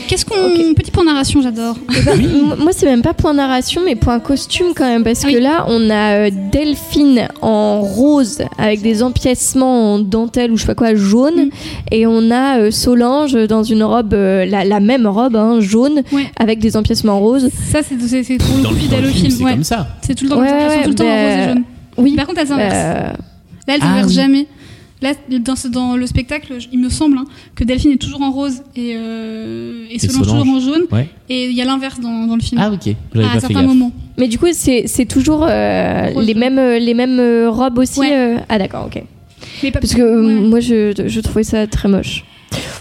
Speaker 2: Qu'est-ce qu'on. Petit point narration, j'adore.
Speaker 1: Oui.
Speaker 3: M- Moi, c'est même pas point narration, mais point costume quand même, parce
Speaker 2: Oui.
Speaker 3: que là, on a euh, Delphine en rose avec des empiècements en dentelle ou je sais pas quoi jaune,
Speaker 2: Mm.
Speaker 3: et on a euh, Solange dans une robe, euh, la, la même robe hein, jaune
Speaker 2: Ouais.
Speaker 3: avec des empiècements roses.
Speaker 2: Ça, c'est c'est- c'est
Speaker 1: Dans
Speaker 2: pour le
Speaker 1: le,
Speaker 2: coup
Speaker 1: dans
Speaker 2: fidèle
Speaker 1: le
Speaker 2: au
Speaker 1: film, c'est
Speaker 2: film. ouais.
Speaker 1: comme ça.
Speaker 2: C'est tout le temps
Speaker 3: Ouais,
Speaker 2: comme ça, elles sont
Speaker 3: ouais,
Speaker 2: tout le temps en rose
Speaker 3: bah,
Speaker 2: et jaune.
Speaker 3: Oui.
Speaker 2: Par contre, elles inversent.
Speaker 3: Euh,
Speaker 2: Là, elles
Speaker 1: Ah
Speaker 2: inversent
Speaker 1: oui.
Speaker 2: jamais. Là, dans, ce- dans le spectacle, je- il me semble hein, que Delphine est toujours en rose et, euh, et Solange,
Speaker 1: Solange.
Speaker 2: toujours en jaune.
Speaker 1: Ouais.
Speaker 2: Et il y a l'inverse dans, dans le film.
Speaker 1: Ah ok. J'avais
Speaker 2: à un
Speaker 1: pas fait
Speaker 2: certain
Speaker 1: gaffe.
Speaker 2: moment.
Speaker 3: mais du coup, c'est c'est toujours euh,
Speaker 2: Rose.
Speaker 3: les mêmes, euh, les mêmes euh, robes aussi.
Speaker 2: Ouais.
Speaker 3: euh, Ah d'accord, ok.
Speaker 2: Mais pas-
Speaker 3: Parce que euh,
Speaker 2: ouais.
Speaker 3: moi, je, je trouvais ça très moche.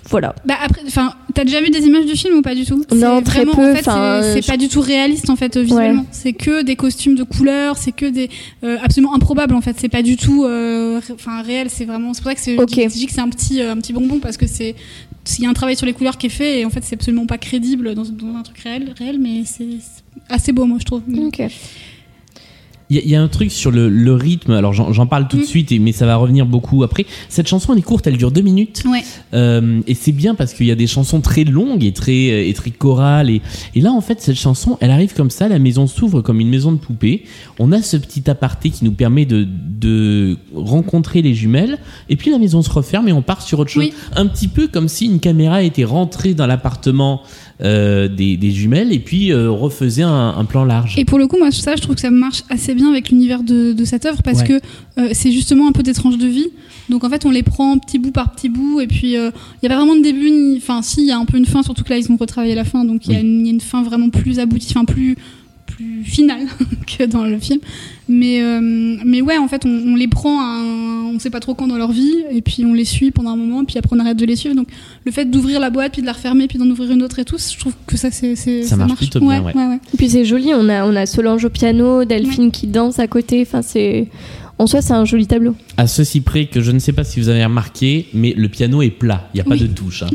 Speaker 3: Voilà.
Speaker 2: Bah après, enfin, t'as déjà vu des images du film ou pas du tout C'est
Speaker 3: Non, très
Speaker 2: vraiment,
Speaker 3: peu,
Speaker 2: En fait,
Speaker 3: enfin,
Speaker 2: c'est- c'est
Speaker 3: je-
Speaker 2: pas du tout réaliste en fait euh, visuellement. C'est que des costumes de couleurs, c'est que des euh, absolument improbables en fait. C'est pas du tout, euh, ré- enfin réel. C'est vraiment. C'est pour ça que c'est.
Speaker 3: Ok.
Speaker 2: Je, dis- je dis que c'est un petit, euh, un petit bonbon parce que c'est. Il y a un travail sur les couleurs qui est fait et en fait c'est absolument pas crédible dans, dans un truc réel, réel mais c'est c'est assez beau moi je trouve.
Speaker 3: Ok.
Speaker 1: Il y, a- il y a un truc sur le, le rythme, alors j'en j'en parle tout de
Speaker 2: Mm.
Speaker 1: suite, et- mais ça va revenir beaucoup après. Cette chanson, elle est courte, elle dure deux minutes.
Speaker 2: Ouais.
Speaker 1: Euh, et c'est bien parce qu'il y a des chansons très longues et très, euh, et très chorales. Et, et là, en fait, cette chanson, elle arrive comme ça, la maison s'ouvre comme une maison de poupée. On a ce petit aparté qui nous permet de, de rencontrer les jumelles. Et puis la maison se referme et on part sur autre chose.
Speaker 2: Oui.
Speaker 1: Un petit peu comme si une caméra était rentrée dans l'appartement euh, des, des jumelles et puis euh, refaisait un, un plan large.
Speaker 2: Et pour le coup, moi, ça, je trouve que ça marche assez bien avec l'univers de, de cette œuvre parce
Speaker 1: Ouais.
Speaker 2: que euh, c'est justement un peu des tranches de vie. Donc en fait, on les prend petit bout par petit bout et puis euh, il n'y a pas vraiment de début, ni... enfin, si, il y a un peu une fin, surtout que là, ils ont retravaillé la fin, donc il y, a
Speaker 1: Oui.
Speaker 2: une- y a une fin vraiment plus aboutie, enfin, plus, plus finale que dans le film. Mais, euh, mais ouais, en fait, on, on les prend, à un- on sait pas trop quand dans leur vie, et puis on les suit pendant un moment, puis après on arrête de les suivre. Donc le fait d'ouvrir la boîte, puis de la refermer, puis d'en ouvrir une autre et tout, je trouve que ça, c'est, c'est-
Speaker 1: Ça marche plutôt bien, ouais.
Speaker 2: ouais, ouais.
Speaker 3: Et puis c'est joli, on a, on a Solange au piano, Delphine qui danse à côté, enfin c'est... En soi, c'est un joli tableau.
Speaker 1: À ceci près que je ne sais pas si vous avez remarqué, mais le piano est plat. Il n'y a pas
Speaker 2: Oui.
Speaker 1: de touche. hein.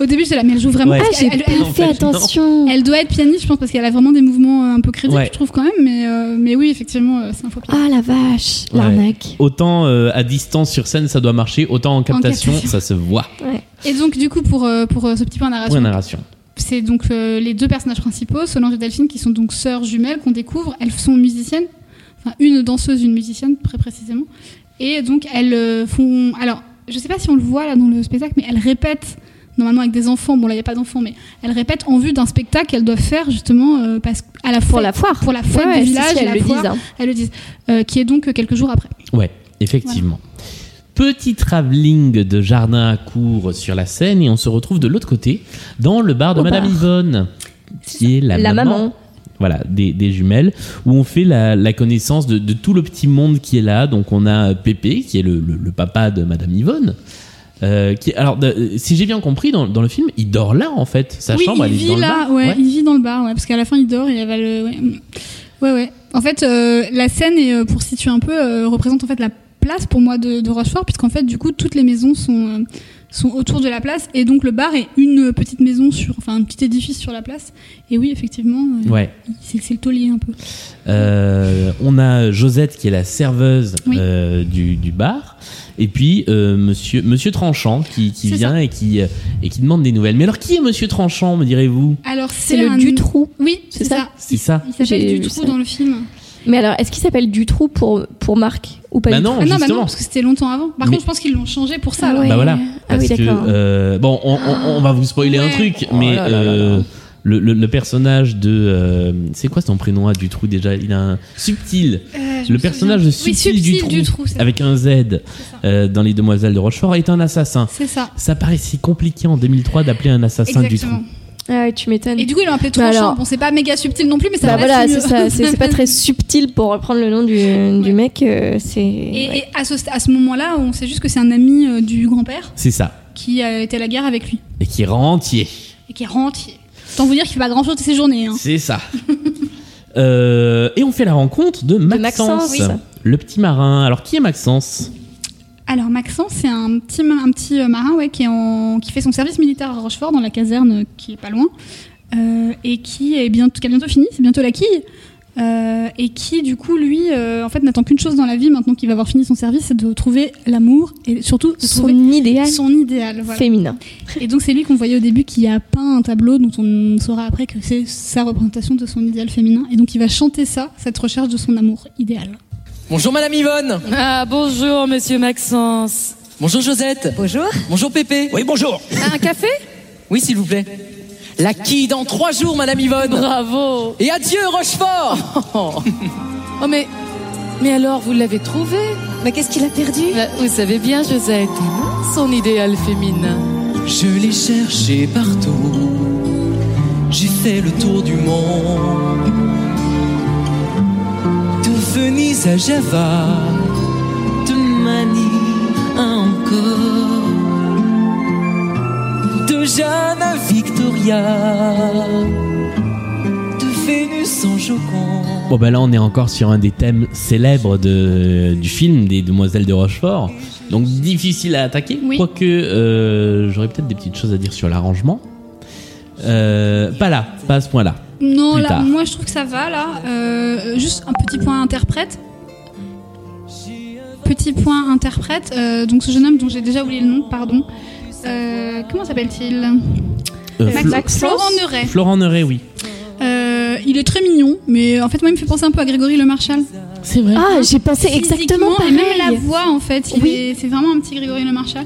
Speaker 2: Au début, j'étais là, mais elle joue vraiment.
Speaker 1: Ouais.
Speaker 2: parce
Speaker 1: Ah,
Speaker 2: qu'elle- elle, elle-
Speaker 1: En fait, non.
Speaker 2: elle doit être pianiste, je pense, parce qu'elle a vraiment des mouvements euh, un peu crédibles,
Speaker 1: Ouais.
Speaker 2: je trouve quand même. Mais, euh, mais oui, effectivement, euh, c'est un faux pied.
Speaker 3: Ah la vache,
Speaker 1: Ouais.
Speaker 3: l'arnaque.
Speaker 1: Autant euh, à distance sur scène, ça doit marcher. Autant en captation,
Speaker 2: captation.
Speaker 1: ça se voit.
Speaker 3: Ah.
Speaker 2: Et donc, du coup, pour, euh, pour euh, ce petit point narration,
Speaker 1: Point de narration.
Speaker 2: c'est donc euh, les deux personnages principaux, Solange et Delphine, qui sont donc sœurs jumelles qu'on découvre. Elles sont musiciennes, enfin une danseuse, une musicienne, très précisément. Et donc elles euh, font. Alors, je sais pas si on le voit là dans le spectacle, mais elles répètent normalement avec des enfants. Bon là, il y a pas d'enfants, mais elles répètent en vue d'un spectacle qu'elles doivent faire justement euh, parce à la
Speaker 3: Pour
Speaker 2: fête-
Speaker 3: la foire.
Speaker 2: pour la fête du
Speaker 3: Ouais, si, si,
Speaker 2: village, et
Speaker 3: elles
Speaker 2: la
Speaker 3: le
Speaker 2: foire.
Speaker 3: disent. hein.
Speaker 2: Elles le disent. Euh, qui est donc euh, quelques jours après.
Speaker 1: Ouais, effectivement. Petit travelling de jardin à cour sur la Seine et on se retrouve de l'autre côté dans le bar de
Speaker 3: Au
Speaker 1: Madame
Speaker 3: bar.
Speaker 1: Yvonne, qui est la,
Speaker 3: La
Speaker 1: maman.
Speaker 3: maman.
Speaker 1: Voilà, des, des jumelles, où on fait la, la connaissance de, de tout le petit monde qui est là. Donc on a Pépé, qui est le, le- le papa de Madame Yvonne. euh, qui, alors, de- si j'ai bien compris, dans, dans le film, il dort là en fait. Sa
Speaker 2: oui,
Speaker 1: chambre,
Speaker 2: il
Speaker 1: elle
Speaker 2: vit
Speaker 1: est dans
Speaker 2: là,
Speaker 1: le bar.
Speaker 2: Ouais,
Speaker 1: Ouais.
Speaker 2: il vit dans le bar, ouais, parce qu'à la fin il dort, il avale. euh, Ouais, ouais. ouais. En fait, euh, la scène, est, euh, pour situer un peu, euh, représente en fait la place pour moi de, de Rochefort, puisqu'en fait, du coup, toutes les maisons sont, euh, sont autour de la place, et donc le bar est une euh, petite maison sur, enfin, un petit édifice sur la place. Et oui, effectivement, euh,
Speaker 1: Ouais.
Speaker 2: c'est c'est le taulier un peu.
Speaker 1: Euh, on a Josette qui est la serveuse
Speaker 2: Oui.
Speaker 1: euh, du, du bar. Et puis euh, Monsieur Monsieur Tranchant qui, qui
Speaker 2: C'est
Speaker 1: vient et qui euh, et qui demande des nouvelles. Mais alors qui est Monsieur Tranchant, me direz-vous
Speaker 2: Alors,
Speaker 3: C'est le
Speaker 2: un-
Speaker 3: Dutroux.
Speaker 2: Oui,
Speaker 3: C'est
Speaker 2: c'est
Speaker 3: ça
Speaker 2: ça.
Speaker 1: C'est ça
Speaker 2: Il s'appelle
Speaker 3: J'ai-
Speaker 2: Dutroux
Speaker 3: ça-
Speaker 2: dans le film.
Speaker 3: Mais alors, est-ce qu'il s'appelle Dutroux pour, pour Marc ou pas
Speaker 1: Bah
Speaker 3: du tout
Speaker 1: non,
Speaker 2: Ah non, bah non,
Speaker 1: justement.
Speaker 2: parce que c'était longtemps avant. Par
Speaker 1: Mais-
Speaker 2: contre, je pense qu'ils l'ont changé pour ça.
Speaker 3: Ah
Speaker 2: alors.
Speaker 3: ouais.
Speaker 1: Bah voilà.
Speaker 3: Ah oui,
Speaker 1: Parce que,
Speaker 3: d'accord.
Speaker 1: euh, bon, on, on- on va vous spoiler un
Speaker 2: Ouais.
Speaker 1: truc,
Speaker 3: Oh
Speaker 1: mais
Speaker 3: là là là
Speaker 1: euh,
Speaker 3: là.
Speaker 1: Le, le- le personnage de euh, c'est quoi son prénom à Dutroux déjà Il a un subtil.
Speaker 2: Euh, je me
Speaker 1: Le
Speaker 2: souviens.
Speaker 1: personnage de
Speaker 2: Oui,
Speaker 1: Subtil Dutroux,
Speaker 2: c'est
Speaker 1: avec un Z euh, dans Les Demoiselles de Rochefort est un assassin.
Speaker 2: C'est ça.
Speaker 1: Ça paraissait compliqué en 2003 d'appeler un assassin
Speaker 2: Exactement.
Speaker 1: Dutroux.
Speaker 3: Ah, tu m'étonnes.
Speaker 2: Et du coup, ils l'ont appelé
Speaker 3: Bah
Speaker 2: Tranchant.
Speaker 3: alors-
Speaker 2: Bon, c'est pas méga subtil non plus, mais ça
Speaker 3: Bah
Speaker 2: reste
Speaker 3: voilà,
Speaker 2: mieux.
Speaker 3: c'est ça. C'est c'est pas très subtil pour reprendre le nom du, du mec. euh, c'est...
Speaker 2: Et,
Speaker 3: ouais.
Speaker 2: et à ce, à ce moment-là, on sait juste que c'est un ami euh, du grand-père
Speaker 1: C'est ça.
Speaker 2: qui a été à la guerre avec lui
Speaker 1: Et qui rend entier.
Speaker 2: et qui est rentier. Tant vous dire qu'il fait pas grand-chose de ses journées. Hein.
Speaker 1: C'est ça. Euh, et on fait la rencontre de Maxence,
Speaker 3: Maxence, oui.
Speaker 1: le petit marin. Alors qui est Maxence
Speaker 2: Alors Maxence, c'est un petit, ma- un petit euh, marin ouais, qui, est en- qui fait son service militaire à Rochefort dans la caserne euh, qui est pas loin euh, et qui est bientôt, qui a bientôt fini, c'est bientôt la quille. euh, et qui du coup lui euh, en fait n'attend qu'une chose dans la vie maintenant qu'il va avoir fini son service, c'est de trouver l'amour et surtout de
Speaker 3: Son
Speaker 2: trouver
Speaker 3: idéal
Speaker 2: son idéal. voilà.
Speaker 3: féminin.
Speaker 2: Et donc c'est lui qu'on voyait au début qui a peint un tableau dont on saura après que c'est sa représentation de son idéal féminin. Et donc il va chanter ça, cette recherche de son amour idéal.
Speaker 6: Bonjour Madame Yvonne.
Speaker 7: Ah, bonjour, monsieur Maxence.
Speaker 6: Bonjour Josette.
Speaker 7: Bonjour.
Speaker 6: Bonjour Pépé. Oui, bonjour.
Speaker 7: Un café
Speaker 6: Oui, s'il vous plaît. La qui dans trois jours, Madame Yvonne.
Speaker 7: Bravo.
Speaker 6: Et adieu Rochefort.
Speaker 7: Oh, mais. Mais alors, vous l'avez trouvé
Speaker 8: Mais qu'est-ce qu'il a perdu
Speaker 7: Bah, Vous savez bien, Josette, son idéal féminin.
Speaker 6: Je l'ai cherché partout. J'ai fait le tour du monde. De Venise à Java, de Manille à Angkor, de Jeanne à Victoria, de Vénus en Joconde.
Speaker 1: Bon bah là on est encore sur un des thèmes célèbres de, du film des Demoiselles de Rochefort, donc difficile à attaquer,
Speaker 2: Oui.
Speaker 1: quoique euh, j'aurais peut-être des petites choses à dire sur l'arrangement. Euh, pas là, pas à ce point-là.
Speaker 2: Non,
Speaker 1: Plus
Speaker 2: là,
Speaker 1: tard.
Speaker 2: moi je trouve que ça va là. Euh, juste un petit point interprète. Petit point interprète. Euh, donc ce jeune homme dont j'ai déjà oublié le nom, pardon. Euh, comment s'appelle-t-il
Speaker 1: Euh,
Speaker 2: Max-
Speaker 1: Flo-
Speaker 3: Maxence
Speaker 2: Florent Neuray.
Speaker 1: Florent Neuray, oui.
Speaker 2: Euh, il est très mignon, mais en fait moi il me fait penser un peu à Grégory Le Marchal.
Speaker 1: C'est vrai.
Speaker 3: Ah, j'ai pensé exactement
Speaker 2: Physiquement,
Speaker 3: pareil.
Speaker 2: Et même la voix en fait, il
Speaker 3: Oui.
Speaker 2: est- c'est vraiment un petit Grégory Le Marchal.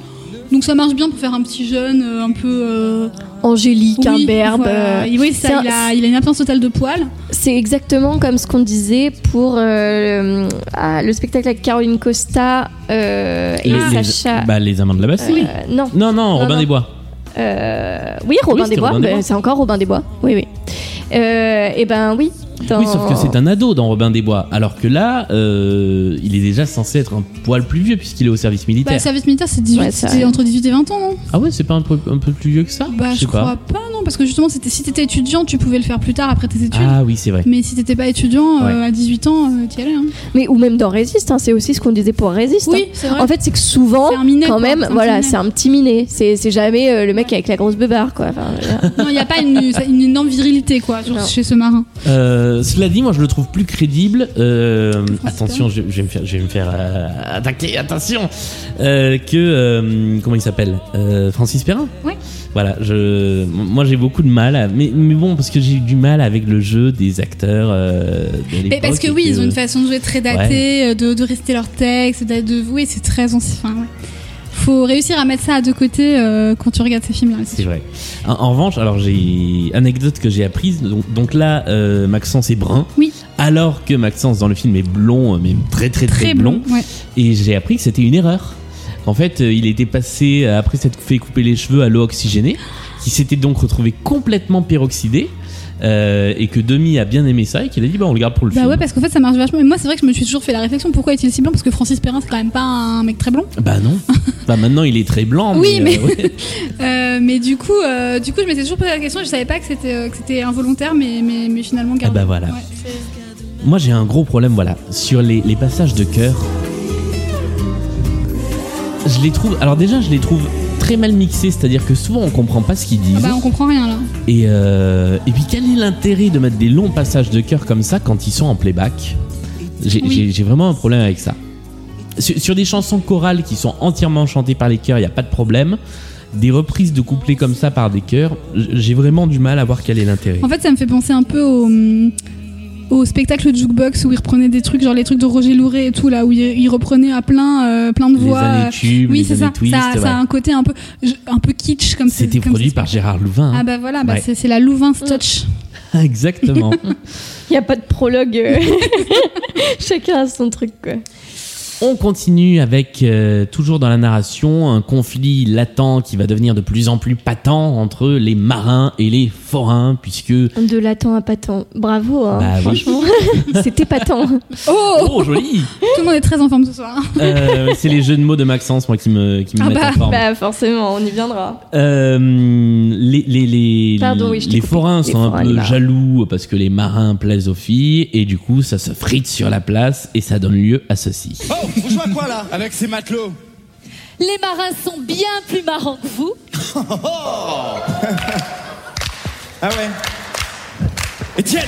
Speaker 2: Donc ça marche bien pour faire un petit jeune, euh, un peu. euh,
Speaker 3: Angélique,
Speaker 2: oui,
Speaker 3: imberbe.
Speaker 2: voilà.
Speaker 3: euh,
Speaker 2: Oui,
Speaker 3: c'est
Speaker 2: ça,
Speaker 3: un-
Speaker 2: il a, il a une absence totale de poils.
Speaker 3: C'est exactement comme ce qu'on disait pour euh, le, ah, le spectacle avec Caroline Costa euh, et Sacha.
Speaker 1: bah, les amants de la Bastille.
Speaker 3: euh, non,
Speaker 1: Non, non, Robin
Speaker 3: non.
Speaker 1: des Bois.
Speaker 3: euh, oui, Robin
Speaker 1: c'était
Speaker 3: des Bois,
Speaker 1: Robin des
Speaker 3: bah,
Speaker 1: Bois.
Speaker 3: c'est encore Robin des Bois, oui, oui. Euh, et ben oui. dans-
Speaker 1: Oui, sauf que c'est un ado dans Robin des Bois, alors que là, euh, il est déjà censé être un poil plus vieux puisqu'il est au service
Speaker 2: Bah,
Speaker 1: militaire.
Speaker 2: le service militaire, c'est 18
Speaker 3: Ouais, ça-
Speaker 2: c'est entre 18 et 20 ans, non
Speaker 1: ah ouais, c'est pas un peu, un peu plus vieux que ça
Speaker 2: Bah,
Speaker 1: Je sais
Speaker 2: je
Speaker 1: pas.
Speaker 2: crois pas, non, parce que justement, c'était si t'étais étudiant, tu pouvais le faire plus tard après tes études.
Speaker 1: Ah oui, c'est vrai.
Speaker 2: Mais si t'étais pas étudiant, euh,
Speaker 1: Ouais.
Speaker 2: à 18 ans, euh, t'y allais. hein.
Speaker 3: Mais ou même dans Résiste, hein, c'est aussi ce qu'on disait pour Résiste. hein.
Speaker 2: Oui, c'est vrai.
Speaker 3: En fait, c'est que souvent,
Speaker 2: C'est un minet,
Speaker 3: quand
Speaker 2: quoi,
Speaker 3: même,
Speaker 2: c'est un
Speaker 3: voilà,
Speaker 2: petit minet.
Speaker 3: c'est un petit minet. C'est c'est jamais euh, le mec avec la grosse beubare, quoi. Enfin, voilà.
Speaker 2: non, il n'y a pas une, une énorme virilité, quoi, genre,
Speaker 3: Non.
Speaker 2: chez ce marin.
Speaker 1: Euh, cela dit, moi je le trouve plus crédible. Euh,
Speaker 2: Principal.
Speaker 1: attention, je, je vais me faire, je vais me faire euh, attaquer, attention euh, Que. euh, comment il s'appelle Euh, Francis Perrin
Speaker 2: Ouais.
Speaker 1: Voilà, je, moi j'ai beaucoup de mal, à- mais, mais bon, parce que j'ai eu du mal avec le jeu des acteurs euh, de
Speaker 2: Mais
Speaker 1: l'époque
Speaker 2: parce que
Speaker 1: et
Speaker 2: oui, ils ont une façon de jouer très datée, euh, de, de rester leur texte, de, de oui, c'est très ancien. Enfin, ouais. Faut réussir à mettre ça à deux côtés euh, quand tu regardes ces films-là.
Speaker 1: C'est vrai. En, en revanche, alors j'ai anecdote que j'ai apprise. Donc, donc là, euh, Maxence est brun.
Speaker 2: Oui.
Speaker 1: Alors que Maxence dans le film est blond, euh, mais très très très,
Speaker 2: Très
Speaker 1: blond.
Speaker 2: bon. Ouais. Bah
Speaker 1: Et j'ai appris que c'était une erreur. En fait, euh, il était passé, euh, après s'être fait couper les cheveux à l'eau oxygénée, qui s'était donc retrouvé complètement peroxydé, euh, et que Demi a bien aimé ça, et qu'il a dit, bah on le garde pour le
Speaker 2: Bah
Speaker 1: film.
Speaker 2: ouais, parce qu'en fait, ça marche vachement. Et moi, c'est vrai que je me suis toujours fait la réflexion pourquoi est-il si blanc Parce que Francis Perrin, c'est quand même pas un mec très blanc.
Speaker 1: Bah non. bah maintenant, il est très blanc.
Speaker 2: Oui,
Speaker 1: mais... euh, ouais.
Speaker 2: Euh, mais du coup, euh, du coup, je m'étais toujours posé la question. Je savais pas que c'était euh, que c'était involontaire, mais mais, mais finalement. gardé.
Speaker 1: bah voilà.
Speaker 2: Ouais, c'est-
Speaker 1: Moi, j'ai un gros problème, voilà, sur les, les passages de chœur. Je les trouve... Alors déjà, je les trouve très mal mixés, c'est-à-dire que souvent, on comprend pas ce qu'ils disent.
Speaker 2: Ah bah on comprend rien là.
Speaker 1: Et, euh, et puis quel est l'intérêt de mettre des longs passages de cœur comme ça quand ils sont en playback J'ai
Speaker 2: Oui.
Speaker 1: j'ai- j'ai vraiment un problème avec ça. Sur, sur des chansons chorales qui sont entièrement chantées par les chœurs, il n'y a pas de problème. Des reprises de couplets comme ça par des chœurs, j- j'ai vraiment du mal à voir quel est l'intérêt.
Speaker 2: En fait, ça me fait penser un peu au, hum, au spectacle de jukebox où ils reprenaient des trucs, genre les trucs de Roger Louret et tout là, où ils ils reprenaient à plein euh, plein de
Speaker 1: les
Speaker 2: voix.
Speaker 1: années tubes,
Speaker 2: oui,
Speaker 1: les
Speaker 2: c'est
Speaker 1: années
Speaker 2: ça.
Speaker 1: twist,
Speaker 2: ça, ça a
Speaker 1: ouais.
Speaker 2: un côté un peu je- un peu kitsch comme c'est-
Speaker 1: c'était
Speaker 2: comme
Speaker 1: produit
Speaker 2: c'est-
Speaker 1: par Gérard Louvain. hein.
Speaker 2: Ah bah voilà, bah
Speaker 1: Ouais.
Speaker 2: c'est c'est la Louvain's Touch.
Speaker 3: Ah.
Speaker 1: Exactement.
Speaker 3: Il n'y a pas de prologue. euh. Chacun a son truc, quoi.
Speaker 1: On continue avec, euh, toujours dans la narration, un conflit latent qui va devenir de plus en plus patent entre les marins et les forains, puisque...
Speaker 3: De latent à patent. Bravo, hein,
Speaker 1: Bah oui.
Speaker 3: franchement. C'était patent.
Speaker 2: Oh,
Speaker 1: Oh, joli
Speaker 2: tout le monde est très en forme ce soir. hein.
Speaker 1: Euh, c'est les jeux de mots de Maxence, moi, qui me, qui me
Speaker 2: Ah
Speaker 1: mettent
Speaker 2: bah,
Speaker 1: en forme.
Speaker 3: Bah forcément, on y viendra.
Speaker 1: Euh, les les, les,
Speaker 3: Pardon, oui, je t'ai
Speaker 1: les
Speaker 3: coupé.
Speaker 1: forains
Speaker 3: Les
Speaker 1: sont
Speaker 3: forains,
Speaker 1: un
Speaker 3: les
Speaker 1: peu
Speaker 3: marins.
Speaker 1: jaloux parce que les marins plaisent aux filles et du coup, ça se frite sur la place et ça donne lieu à ceci.
Speaker 9: Oh, on joue à quoi là Avec ces matelots.
Speaker 8: Les marins sont bien plus marrants que vous.
Speaker 9: Ah ouais Étienne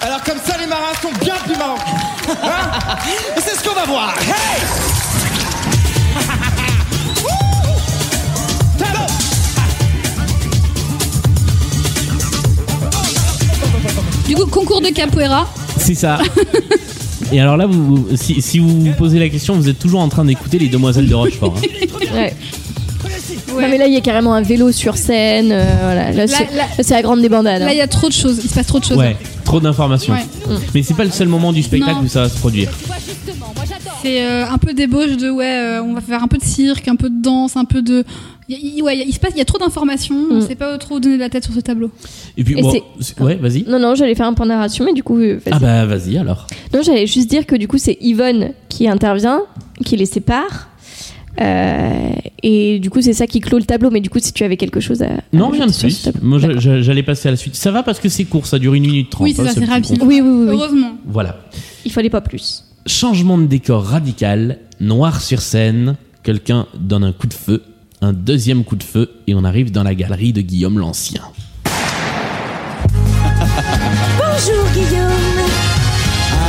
Speaker 9: Alors comme ça, les marins sont bien plus marrants. Hein Et c'est ce qu'on va voir. Hey Wouh Talon
Speaker 2: Du coup, concours de capoeira.
Speaker 1: C'est ça. Et alors là, vous, vous- si, si vous vous posez la question, vous êtes toujours en train d'écouter les demoiselles de Rochefort. hein.
Speaker 3: Ouais. Non, mais là, il y a carrément un vélo sur scène. euh, voilà.
Speaker 2: Là,
Speaker 3: Là, c'est
Speaker 2: là-
Speaker 3: là, c'est la grande débandade. hein.
Speaker 2: Là, il y a trop de choses. Il se passe trop de choses.
Speaker 1: Ouais, trop d'informations. Mm.
Speaker 2: Ouais.
Speaker 1: Mais c'est pas le seul moment du spectacle
Speaker 2: Non.
Speaker 1: où ça va se produire.
Speaker 2: C'est euh, un peu débauche de ouais, euh, on va faire un peu de cirque, un peu de danse, un peu de. Il y a- il- ouais, il y a- il se passe, il y a trop d'informations. On
Speaker 3: Mm.
Speaker 2: sait pas trop où donner de la tête sur ce tableau.
Speaker 1: Et puis,
Speaker 3: Et
Speaker 1: bon,
Speaker 3: c'est-
Speaker 1: c'est- ouais, vas-y.
Speaker 3: Non, non, j'allais faire un point de narration, mais du coup. euh, vas-y.
Speaker 1: Ah bah vas-y alors.
Speaker 3: Non, j'allais juste dire que du coup, c'est Yvonne qui intervient, qui les sépare. Euh, et du coup, c'est ça qui clôt le tableau. Mais du coup, si tu avais quelque chose à. à
Speaker 1: Non,
Speaker 3: ajouter
Speaker 1: rien de
Speaker 3: sur ce
Speaker 1: plus.
Speaker 3: tableau.
Speaker 1: Moi, je- je- j'allais passer à la suite. Ça va parce que c'est court, ça dure une minute trente.
Speaker 2: Oui, c'est
Speaker 1: hein,
Speaker 2: ça,
Speaker 1: ce
Speaker 2: c'est
Speaker 1: petit
Speaker 2: rapide.
Speaker 1: concours.
Speaker 3: Oui, oui, oui, oui.
Speaker 2: Heureusement.
Speaker 1: Voilà.
Speaker 3: Il fallait pas plus.
Speaker 1: Changement de décor radical, noir sur scène, quelqu'un donne un coup de feu, un deuxième coup de feu, et on arrive dans la galerie de Guillaume l'Ancien.
Speaker 4: Bonjour Guillaume.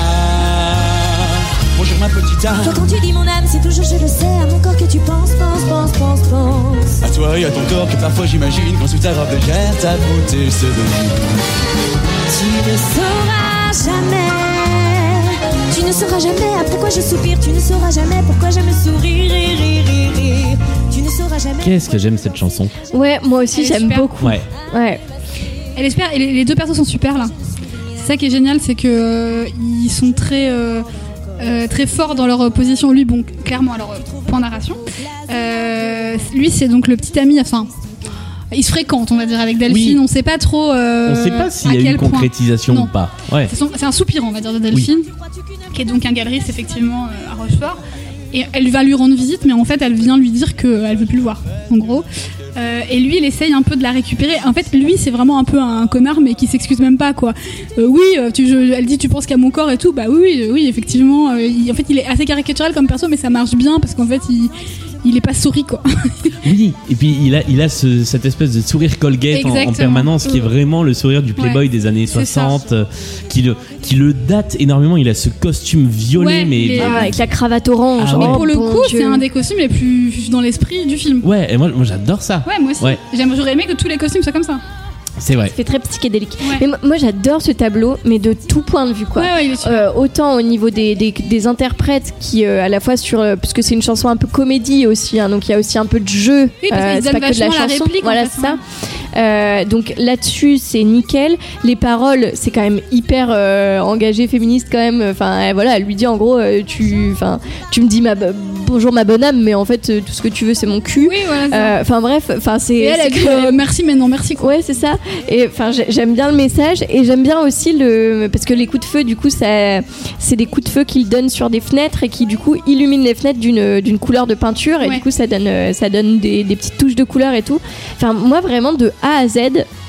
Speaker 6: Ah, bonjour ma petite âme.
Speaker 4: Toi quand tu dis mon âme, c'est toujours je le sais à mon corps que tu penses, pense, pense, pense, pense.
Speaker 6: À toi et à ton corps que parfois j'imagine quand sous ta robe de gel ta beauté se devine.
Speaker 4: Tu ne sauras jamais. Tu ne sauras jamais à pourquoi je soupire. Tu ne sauras jamais pourquoi j'aime sourire, rire, rire, rire, rire. Tu ne sauras jamais.
Speaker 1: Qu'est-ce que j'aime cette chanson
Speaker 3: Ouais, moi aussi,
Speaker 2: Elle est
Speaker 3: j'aime
Speaker 2: super.
Speaker 3: beaucoup.
Speaker 1: Ouais.
Speaker 3: Ouais.
Speaker 2: Elle espère, et les, les deux persos sont super là. C'est ça qui est génial, c'est que euh, ils sont très euh, euh, très forts dans leur euh, position. Lui, bon, clairement, alors euh, point narration. Euh, lui, c'est donc le petit ami. Enfin, il se fréquente, on va dire, avec Delphine.
Speaker 1: Oui.
Speaker 2: On sait pas trop. euh,
Speaker 1: on sait pas s'il
Speaker 2: à
Speaker 1: y a eu
Speaker 2: quel
Speaker 1: une
Speaker 2: point.
Speaker 1: concrétisation
Speaker 2: Non.
Speaker 1: ou pas. Ouais.
Speaker 2: C'est son- c'est un soupirant, on va dire, de Delphine, qui est donc un galeriste, effectivement, euh, à Rochefort. Et elle va lui rendre visite, mais en fait, elle vient lui dire qu'elle veut plus le voir, en gros. Euh, et lui, il essaye un peu de la récupérer. En fait, lui, c'est vraiment un peu un connard, mais qui s'excuse même pas, quoi. Euh, oui, euh, tu- je- elle dit, tu penses qu'à mon corps et tout. Bah oui, oui, euh, oui, effectivement. euh, il- en fait, il est assez caricatural comme perso, mais ça marche bien parce qu'en fait, il, il est pas souris, quoi.
Speaker 1: Oui, et puis il a, il a ce- cette espèce de sourire Colgate en- en,
Speaker 2: Exactement. Euh.
Speaker 1: permanence qui est vraiment le sourire du Playboy
Speaker 2: Ouais.
Speaker 1: des années
Speaker 2: C'est ça.
Speaker 1: 60 euh, qui, le, qui le date énormément. Il a ce costume violet,
Speaker 2: Ouais,
Speaker 1: mais.
Speaker 2: il est-
Speaker 3: Ah, avec la cravate orange.
Speaker 1: Ah
Speaker 2: Mais
Speaker 1: ouais.
Speaker 3: Oh,
Speaker 2: pour le
Speaker 3: bon
Speaker 2: coup,
Speaker 3: Dieu.
Speaker 2: c'est un des costumes les plus dans l'esprit du film.
Speaker 1: Ouais, et moi, moi, j'adore ça.
Speaker 2: Ouais, moi aussi.
Speaker 1: Ouais.
Speaker 2: J'aime- J'aurais aimé que tous les costumes soient comme ça.
Speaker 1: C'est vrai.
Speaker 3: Ça fait très psychédélique.
Speaker 2: Ouais.
Speaker 3: Mais moi- moi, j'adore ce tableau, mais de tout point de vue, quoi.
Speaker 2: Ouais, ouais, il est super.
Speaker 3: Euh, autant au niveau des, des- des interprètes qui euh, à la fois sur euh, parce que c'est une chanson un peu comédie aussi hein, donc il y a aussi un peu de jeu euh,
Speaker 2: Oui, parce qu'ils
Speaker 3: c'est
Speaker 2: donnent
Speaker 3: pas que de la
Speaker 2: vachement la
Speaker 3: chanson
Speaker 2: réplique, en
Speaker 3: voilà
Speaker 2: fait,
Speaker 3: c'est ça Euh, donc là-dessus c'est nickel les paroles c'est quand même hyper euh, engagé féministe quand même enfin euh, voilà elle lui dit en gros euh, tu enfin tu me dis ma bo- bonjour ma bonne âme mais en fait euh, tout ce que tu veux c'est mon cul
Speaker 2: Oui, voilà. ça.
Speaker 3: Euh, enfin bref enfin c'est
Speaker 2: et elle
Speaker 3: c'est
Speaker 2: a dit
Speaker 3: quand
Speaker 2: euh, merci, mais non, merci quoi.
Speaker 3: Ouais, c'est ça. Et enfin, j'ai- j'aime bien le message et j'aime bien aussi le parce que les coups de feu, du coup, ça, c'est des coups de feu qu'ils donnent sur des fenêtres et qui du coup illuminent les fenêtres d'une d'une couleur de peinture et
Speaker 2: Ouais.
Speaker 3: du coup ça donne euh, ça donne des, des petites touches de couleur et tout. Enfin, moi vraiment de A à Z,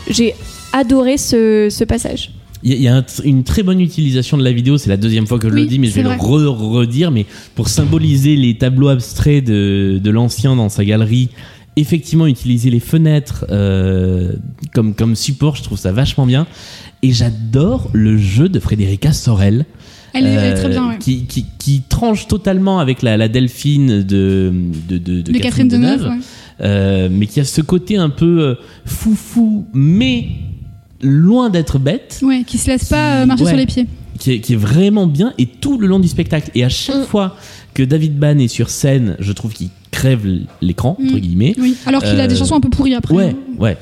Speaker 3: j'ai adoré ce, ce passage.
Speaker 1: Il y a, il y a un tr- une très bonne utilisation de la vidéo. C'est la deuxième fois que je
Speaker 2: Oui,
Speaker 1: le dis, mais je
Speaker 2: c'est
Speaker 1: vais
Speaker 2: vrai.
Speaker 1: le re- redire. Mais pour symboliser les tableaux abstraits de, de l'ancien dans sa galerie, effectivement, utiliser les fenêtres euh, comme, comme support, je trouve ça vachement bien. Et j'adore le jeu de Frédérica Sorel.
Speaker 2: Elle, est- elle est
Speaker 1: euh,
Speaker 2: très bien, ouais.
Speaker 1: qui, qui- qui tranche totalement avec la, la Delphine de, de, de- de
Speaker 2: De Catherine Deneuve. ouais.
Speaker 1: euh, mais qui a ce côté un peu euh, foufou, mais loin d'être bête,
Speaker 2: Ouais, qui se laisse pas
Speaker 1: Qui-
Speaker 2: euh, marcher
Speaker 1: ouais.
Speaker 2: sur les pieds.
Speaker 1: qui est, qui est vraiment bien, et tout le long du spectacle. Et à chaque
Speaker 3: Mm.
Speaker 1: fois que David Bann est sur scène, je trouve qu'il crève l'écran, entre
Speaker 2: Mm.
Speaker 1: guillemets.
Speaker 2: Oui. Alors qu'il a des
Speaker 1: Euh,
Speaker 2: chansons un peu pourries après.
Speaker 1: Ouais, ouais.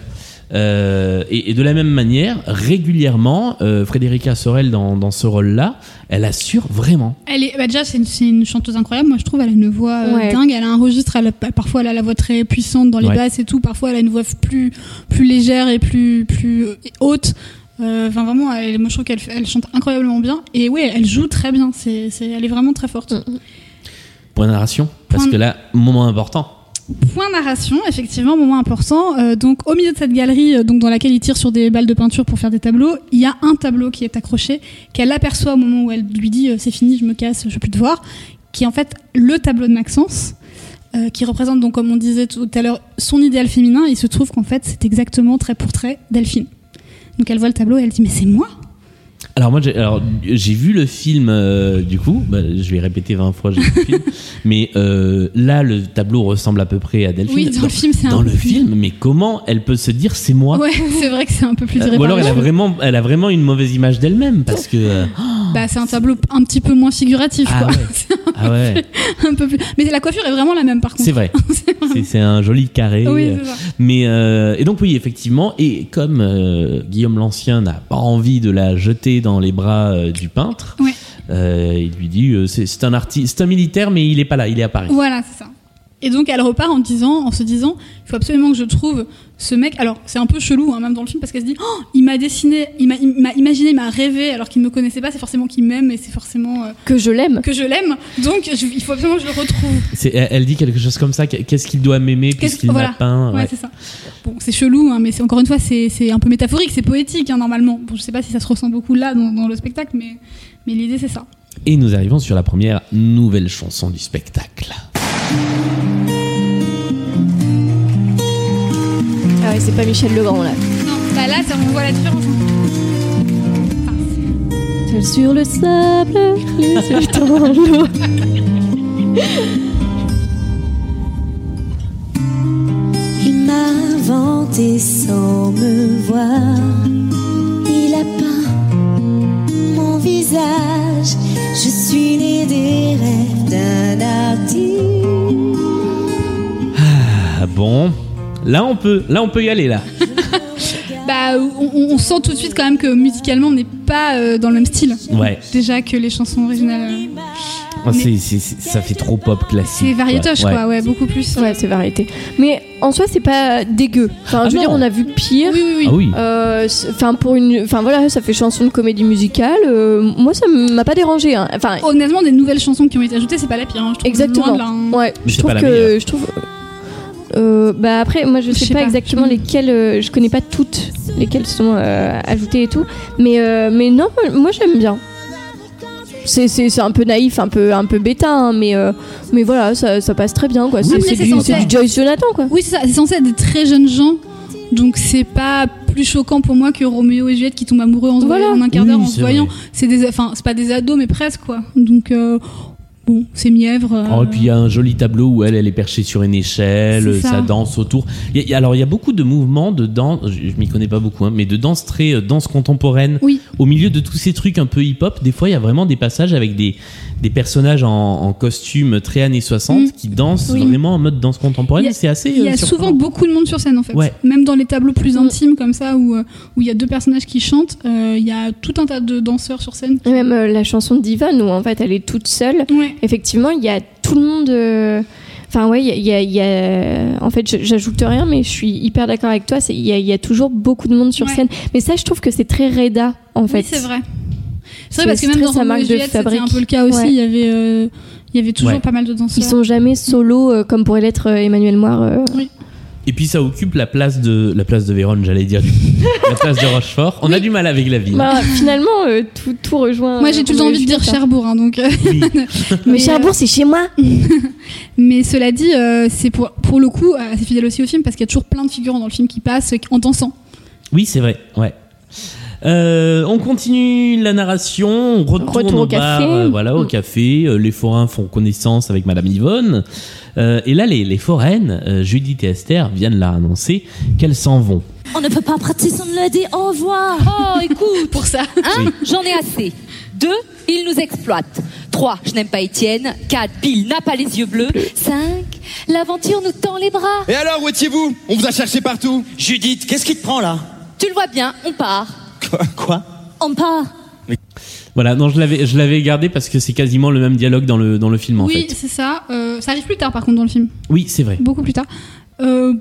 Speaker 1: Euh, et, et de la même manière, régulièrement, euh, Frédérica Sorel, dans, dans ce rôle-là, elle assure vraiment.
Speaker 2: Elle est, bah déjà, c'est une, c'est une chanteuse incroyable. Moi, je trouve, elle a une voix euh,
Speaker 3: Ouais.
Speaker 2: dingue. Elle a un registre. Elle a- parfois, elle a la voix très puissante dans les
Speaker 1: Ouais.
Speaker 2: basses et tout. Parfois, elle a une voix plus, plus légère et plus, plus haute. Euh, Enfin, vraiment, elle- moi, je trouve qu'elle fait- elle chante incroyablement bien. Et oui, elle joue très bien. C'est, c'est- elle est vraiment très forte.
Speaker 1: Point de narration, parce
Speaker 2: Point-
Speaker 1: que là, moment important.
Speaker 2: Point narration, effectivement, moment important. Euh, donc, au milieu de cette galerie, euh, donc dans laquelle il tire sur des balles de peinture pour faire des tableaux, il y a un tableau qui est accroché, qu'elle aperçoit au moment où elle lui dit euh, c'est fini, je me casse, je veux plus te voir, qui est en fait le tableau de Maxence, euh, qui représente donc, comme on disait tout à l'heure, son idéal féminin. Il se trouve qu'en fait, c'est exactement trait pour trait Delphine. Donc, elle voit le tableau et elle dit mais c'est moi
Speaker 1: Alors moi, j'ai, alors j'ai vu le film euh, du coup. bah, je vais répéter 20 fois. J'ai vu le film, mais euh, là, le tableau ressemble à peu près à Delphine.
Speaker 2: Oui, dans le film, c'est un
Speaker 1: dans
Speaker 2: peu
Speaker 1: le
Speaker 2: plus-
Speaker 1: film, mais comment elle peut se dire c'est moi
Speaker 2: Ouais, c'est vrai que c'est un peu plus
Speaker 1: Euh, Ou alors elle a
Speaker 2: irréparable.
Speaker 1: vraiment, elle a vraiment une mauvaise image d'elle-même parce que euh,
Speaker 2: Bah, c'est un tableau un petit peu moins figuratif,
Speaker 1: Ah
Speaker 2: quoi.
Speaker 1: ouais. ah ouais,
Speaker 2: C'est un peu plus. Mais la coiffure est vraiment la même, par contre.
Speaker 1: c'est vrai. C'est- C'est un joli carré.
Speaker 2: Oui,
Speaker 1: euh,
Speaker 2: c'est ça.
Speaker 1: Mais euh, et donc oui, effectivement, et comme euh, Guillaume l'Ancien n'a pas envie de la jeter dans les bras euh, du peintre,
Speaker 2: Ouais.
Speaker 1: euh, il lui dit euh, c'est c'est un artiste, c'est un militaire, mais il est pas là, il est à Paris.
Speaker 2: Voilà, c'est ça. Et donc elle repart en disant, en se disant, il faut absolument que je trouve ce mec. Alors c'est un peu chelou, hein, même dans le film, parce qu'elle se dit, Oh, il m'a dessiné, il m'a- il m'a imaginé, il m'a rêvé, alors qu'il ne me connaissait pas. C'est forcément qu'il m'aime et c'est forcément euh,
Speaker 3: Que je l'aime.
Speaker 2: que je l'aime. Donc je- il faut absolument que je le retrouve.
Speaker 1: C'est- Elle, elle dit quelque chose comme ça. Qu'est-ce qu'il doit m'aimer
Speaker 2: Qu'est-ce-
Speaker 1: puisqu'il
Speaker 2: voilà.
Speaker 1: m'a peint
Speaker 2: Ouais,
Speaker 1: ouais.
Speaker 2: c'est ça. Bon, c'est chelou, hein, mais c'est encore une fois, c'est c'est un peu métaphorique, c'est poétique hein, normalement. Bon, je sais pas si ça se ressent beaucoup là dans, dans le spectacle, mais mais l'idée c'est ça.
Speaker 1: Et nous arrivons sur la première nouvelle chanson du spectacle.
Speaker 3: Ah ouais, c'est pas Michel Legrand là.
Speaker 2: Non, bah là, ça, on voit la différence. hein.
Speaker 3: Seul sur le sable, les yeux dans l'eau.
Speaker 4: Il m'a inventé sans me voir. Il a peint mon visage. Je suis née des rêves d'un artiste.
Speaker 1: Ah bon, là on peut, là on peut y aller là.
Speaker 2: Bah, on, on- on sent tout de suite quand même que musicalement, on n'est pas euh, dans le même style.
Speaker 1: Ouais.
Speaker 2: Déjà que les chansons originales, euh,
Speaker 1: Ah, C'est- c'est- c'est- ça fait trop pop classique.
Speaker 2: c'est variétoche,
Speaker 1: Ouais.
Speaker 2: quoi. Ouais, beaucoup plus.
Speaker 3: Ouais, c'est variété. Mais en soi, c'est pas dégueu. Enfin,
Speaker 1: Ah
Speaker 3: je veux dire,
Speaker 1: non.
Speaker 3: on a vu pire.
Speaker 2: Oui, oui, oui.
Speaker 1: Ah oui.
Speaker 3: Euh, c'est- Enfin, pour une. Enfin, voilà, ça fait chanson de comédie musicale. Euh, moi, ça m'a pas dérangé. hein. Enfin,
Speaker 2: Honnêtement, des nouvelles chansons qui ont été ajoutées, c'est pas la pire. hein, je trouve.
Speaker 3: Exactement.
Speaker 2: Loin de là, hein.
Speaker 3: Ouais,
Speaker 1: Mais
Speaker 3: je
Speaker 1: c'est
Speaker 3: trouve
Speaker 1: pas la
Speaker 3: que
Speaker 1: meilleure.
Speaker 3: je trouve. Euh, bah après, moi je sais, pas, exactement lesquelles, euh, je connais pas toutes lesquelles sont euh, ajoutées et tout, mais euh, mais non, moi- moi j'aime bien. C'est c'est- c'est un peu naïf, un peu un peu bêta, hein, mais euh, mais voilà, ça, ça passe très bien quoi. C'est
Speaker 2: mais
Speaker 3: c'est
Speaker 2: c'est
Speaker 3: du,
Speaker 2: censé
Speaker 3: c'est du Joyce Jonathan quoi.
Speaker 2: Oui, c'est ça. C'est censé être des très jeunes gens. Donc c'est pas plus choquant pour moi que Roméo et Juliette qui tombent amoureux en, se
Speaker 3: Voilà.
Speaker 2: voyant en un quart d'heure
Speaker 1: Oui,
Speaker 2: en se
Speaker 1: c'est
Speaker 2: voyant.
Speaker 1: vrai.
Speaker 2: C'est des, enfin c'est pas des ados mais presque quoi. Donc euh, bon, c'est mièvre. euh,
Speaker 1: Oh, et puis il y a un joli tableau où elle, elle est perchée sur une échelle,
Speaker 2: C'est ça.
Speaker 1: ça. danse autour. Il y a- il y a- alors il y a beaucoup de mouvements de danse, je, je m'y connais pas beaucoup, hein, mais de danse très euh, danse contemporaine.
Speaker 2: Oui.
Speaker 1: Au milieu de tous ces trucs un peu hip-hop, des fois il y a vraiment des passages avec des, des personnages en, en costume très années 60
Speaker 2: Mm.
Speaker 1: qui dansent
Speaker 2: Oui.
Speaker 1: vraiment en mode danse
Speaker 2: Il y
Speaker 1: contemporaine.
Speaker 2: a-
Speaker 1: C'est assez.
Speaker 2: Il y
Speaker 1: euh,
Speaker 2: a
Speaker 1: surprenant.
Speaker 2: souvent beaucoup de monde sur scène en fait.
Speaker 1: Ouais.
Speaker 2: Même dans les tableaux plus intimes comme ça où euh, où il y a deux personnages qui chantent, euh, il y a tout un tas de danseurs sur scène.
Speaker 3: Et même euh, la chanson d'Ivan où en fait elle est toute seule.
Speaker 2: Ouais.
Speaker 3: Effectivement, il y a tout le monde. euh, Enfin ouais, il y a- il y a, il y a- En fait, je- j'ajoute rien, mais je suis hyper d'accord avec toi. c'est- Il y, a- il y a toujours beaucoup de monde sur
Speaker 2: Ouais.
Speaker 3: scène, mais ça, je trouve que c'est très Reda en fait.
Speaker 2: Oui, c'est vrai. C'est vrai
Speaker 3: C'est-
Speaker 2: parce que
Speaker 3: c'est
Speaker 2: même
Speaker 3: très
Speaker 2: dans
Speaker 3: sa
Speaker 2: Roméo
Speaker 3: marque
Speaker 2: et
Speaker 3: de
Speaker 2: Juliette, c'était un
Speaker 3: fabrique.
Speaker 2: peu le cas aussi.
Speaker 3: Ouais.
Speaker 2: Il y avait euh, il y avait toujours
Speaker 1: Ouais.
Speaker 2: pas mal de danseurs.
Speaker 3: Ils sont jamais solo euh, comme pourrait l'être euh, Emmanuel Moir. euh.
Speaker 1: Et puis ça occupe la place de la place de Vérone, j'allais dire du coup. la place de Rochefort. On a du mal avec la ville.
Speaker 3: Bah, finalement, euh, tout, tout rejoint. euh,
Speaker 2: Moi, j'ai toujours envie de dire Cherbourg, hein, donc. euh,
Speaker 1: Oui.
Speaker 3: Mais
Speaker 2: euh,
Speaker 3: Cherbourg, c'est chez moi.
Speaker 2: Mais cela dit, euh, c'est pour, pour le coup euh, assez fidèle aussi au film parce qu'il y a toujours plein de figurants dans le film qui passent euh, en dansant.
Speaker 1: Oui, c'est vrai, ouais. Euh, on continue la narration, on retourne
Speaker 3: Retour au
Speaker 1: au bar,
Speaker 3: café.
Speaker 1: euh, voilà, au
Speaker 3: Mm.
Speaker 1: café. euh, les forains font connaissance avec Madame Yvonne. Euh, et là, les, les foraines, euh, Judith et Esther, viennent leur annoncer qu'elles s'en vont.
Speaker 4: On ne peut pas prêter sans le dire au revoir.
Speaker 8: Oh, écoute,
Speaker 2: Pour ça.
Speaker 8: un, j'en ai assez. Deux, il nous exploite. Trois, je n'aime pas Étienne. Quatre, Bill n'a pas les yeux bleus. Cinq, l'aventure nous tend les bras.
Speaker 9: Et alors, où étiez-vous On vous a cherché partout.
Speaker 6: Judith, qu'est-ce qui te prend là
Speaker 8: Tu le vois bien, on part.
Speaker 6: Quoi, quoi
Speaker 8: On part.
Speaker 1: Voilà, non, je l'avais, je l'avais gardé parce que c'est quasiment le même dialogue dans le dans le film en
Speaker 2: oui,
Speaker 1: fait.
Speaker 2: c'est ça. Euh, ça arrive plus tard, par contre, dans le film.
Speaker 1: Oui, c'est vrai.
Speaker 2: Beaucoup plus tard. Euh,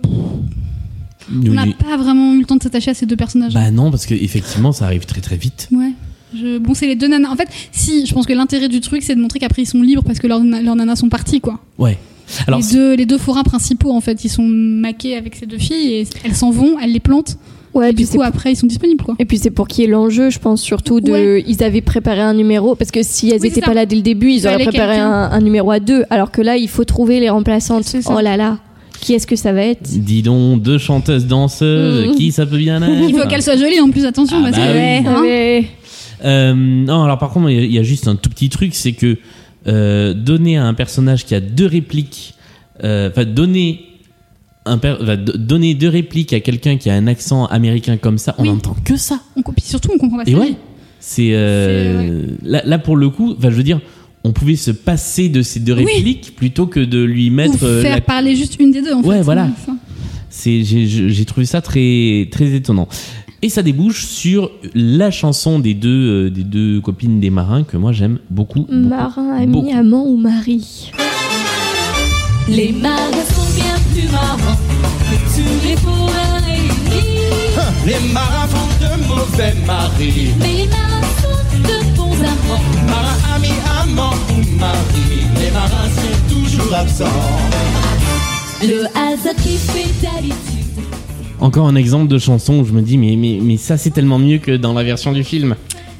Speaker 2: on n'a
Speaker 1: Oui.
Speaker 2: pas vraiment eu le temps de s'attacher à ces deux personnages.
Speaker 1: Bah non, parce que effectivement, ça arrive très très vite.
Speaker 2: Ouais. Je... Bon, c'est les deux nanas. En fait, si, je pense que l'intérêt du truc, c'est de montrer qu'après, ils sont libres parce que leurs, na- leurs nanas sont parties, quoi.
Speaker 1: Ouais. Alors
Speaker 2: les, deux, les deux forains principaux, en fait, ils sont maqués avec ces deux filles et elles s'en vont, elles les plantent.
Speaker 3: Ouais,
Speaker 2: et
Speaker 3: puis
Speaker 2: du
Speaker 3: c'est
Speaker 2: coup, après, ils sont disponibles, quoi.
Speaker 3: Et puis c'est pour qui est l'enjeu, je pense surtout de.
Speaker 2: Ouais.
Speaker 3: Ils avaient préparé un numéro parce que si elles
Speaker 2: Oui, c'est
Speaker 3: étaient
Speaker 2: ça.
Speaker 3: pas là dès le début, ils auraient
Speaker 2: fallait
Speaker 3: préparé
Speaker 2: quelqu'un.
Speaker 3: un, un numéro à deux. Alors que là, il faut trouver les remplaçantes.
Speaker 2: C'est ça.
Speaker 3: Oh là là, qui est-ce que ça va être
Speaker 1: dis donc, deux chanteuses danseuses,
Speaker 3: Mhm.
Speaker 1: qui ça peut bien être
Speaker 2: Il faut qu'elles soient jolies en plus, attention,
Speaker 1: Ah
Speaker 2: parce
Speaker 1: bah
Speaker 2: que.
Speaker 1: oui.
Speaker 2: hein,
Speaker 3: Ah ouais.
Speaker 1: Euh, non, alors par contre, il y a- il y, a juste un tout petit truc, c'est que euh, donner à un personnage qui a deux répliques, euh, enfin donner un per- enfin, do- donner deux répliques à quelqu'un qui a un accent américain comme ça, on entend que ça.
Speaker 2: On comp- surtout, on comprend pas
Speaker 1: Et
Speaker 2: ça.
Speaker 1: ouais, c'est euh, là, là, pour le coup, enfin je veux dire, on pouvait se passer de ces deux
Speaker 2: Oui.
Speaker 1: répliques plutôt que de lui
Speaker 2: Ou
Speaker 1: mettre euh,
Speaker 2: faire
Speaker 1: la
Speaker 2: parler juste une des deux, en
Speaker 1: Ouais,
Speaker 2: fait.
Speaker 1: voilà.
Speaker 2: Enfin,
Speaker 1: c'est j'ai- j'ai j'ai trouvé ça très très étonnant. Et ça débouche sur la chanson des deux euh, des deux copines des marins que moi j'aime beaucoup.
Speaker 3: Marin, ami,
Speaker 1: Beaucoup.
Speaker 3: amant ou mari
Speaker 4: Les marins sont bien plus marrants que tous les forains réunis.
Speaker 9: Hein, Les marins font de mauvais maris.
Speaker 4: Mais les marins sont de bons amants.
Speaker 9: Marins amis, amants ou maris. Les marins sont toujours absents.
Speaker 4: Le hasard qui fait d'habitude.
Speaker 1: Encore un exemple de chanson où je me dis mais mais mais ça c'est tellement mieux que dans la version du film.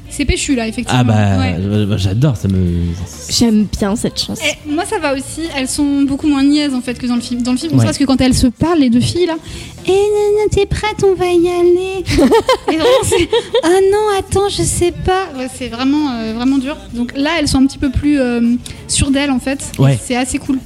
Speaker 2: C'est péchu, là, effectivement.
Speaker 1: Ah bah
Speaker 2: Ouais.
Speaker 1: euh, j'adore ça me
Speaker 3: J'aime bien cette chanson.
Speaker 2: Et moi, ça va aussi. Elles sont beaucoup moins niaises en fait que dans le film. Dans le film, on
Speaker 1: Ouais.
Speaker 2: parce que quand elles se parlent, les deux filles là. Et nana, t'es prête On va y aller. Et vraiment, c'est. Ah non, attends, je sais pas. Ouais, c'est vraiment, euh, vraiment dur. Donc là, elles sont un petit peu plus euh, sûres d'elles en fait.
Speaker 1: Ouais.
Speaker 2: C'est assez cool.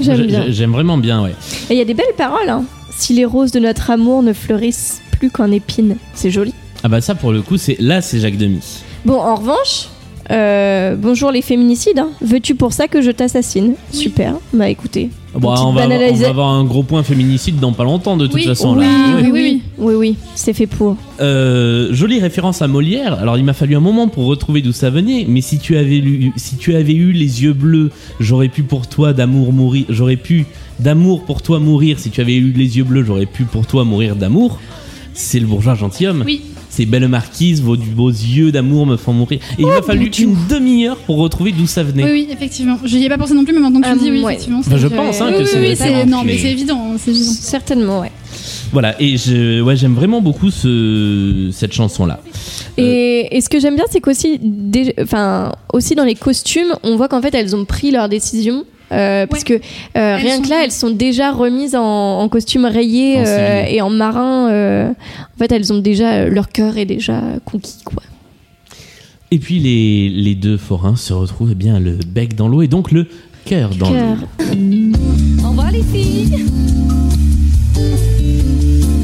Speaker 2: Eh,
Speaker 3: J'aime
Speaker 1: J'ai-
Speaker 3: bien.
Speaker 1: j'ai- J'aime vraiment bien ouais.
Speaker 3: Et il y a des belles paroles. hein. Si les roses de notre amour ne fleurissent plus qu'en épines, c'est joli.
Speaker 1: Ah bah ça pour le coup c'est là c'est Jacques Demy.
Speaker 3: Bon, en revanche, euh, bonjour les féminicides. hein. Veux-tu pour ça que je t'assassine Super. Bah écoutez.
Speaker 1: Bon,
Speaker 3: petite
Speaker 1: on, va, avoir- on
Speaker 3: banalisa-
Speaker 1: va avoir un gros point féminicide dans pas longtemps de toute façon
Speaker 3: oui,
Speaker 1: là.
Speaker 2: Ah
Speaker 1: Ouais.
Speaker 3: oui, oui, oui, oui, oui, c'est fait pour.
Speaker 1: Euh, jolie référence à Molière. Alors il m'a fallu un moment pour retrouver d'où ça venait, mais si tu avais lu, si tu avais eu les yeux bleus, j'aurais pu pour toi d'amour mourir, j'aurais pu d'amour pour toi mourir. Si tu avais eu les yeux bleus, j'aurais pu pour toi mourir d'amour. C'est le bourgeois gentilhomme.
Speaker 2: Oui.
Speaker 1: C'est belle marquise, vos, beaux yeux d'amour me font mourir. Et il m'a fallu une demi-heure pour retrouver d'où ça venait.
Speaker 2: Oh, Oui, oui, effectivement. Je n'y ai pas pensé non plus, mais maintenant que tu
Speaker 3: Ah,
Speaker 2: le dis, oui,
Speaker 3: ouais.
Speaker 2: effectivement.
Speaker 1: Enfin, Euh, je
Speaker 2: c'est-
Speaker 1: pense, hein,
Speaker 2: oui,
Speaker 1: que
Speaker 2: oui,
Speaker 1: c'est
Speaker 2: oui,
Speaker 1: une
Speaker 2: c'est.
Speaker 1: référence,
Speaker 2: Non, mais
Speaker 1: mais-
Speaker 2: c'est évident. hein, C'est évident.
Speaker 3: Certainement, ouais.
Speaker 1: Voilà. Et je, ouais, j'aime vraiment beaucoup ce, cette chanson là.
Speaker 3: Et, et ce que j'aime bien, c'est qu'aussi, dé- enfin, aussi dans les costumes, on voit qu'en fait, elles ont pris leur décision. euh, Parce que euh, rien
Speaker 2: sont-
Speaker 3: que là, elles sont déjà remises en, en costume rayé
Speaker 1: En
Speaker 3: euh,
Speaker 1: civil.
Speaker 3: et en marin. euh, en fait, elles ont déjà euh, leur cœur est déjà conquis, quoi.
Speaker 1: Et puis les, les deux forains se retrouvent eh bien le bec dans l'eau et donc le cœur dans l'eau.
Speaker 3: Cœur.
Speaker 4: Au revoir les filles.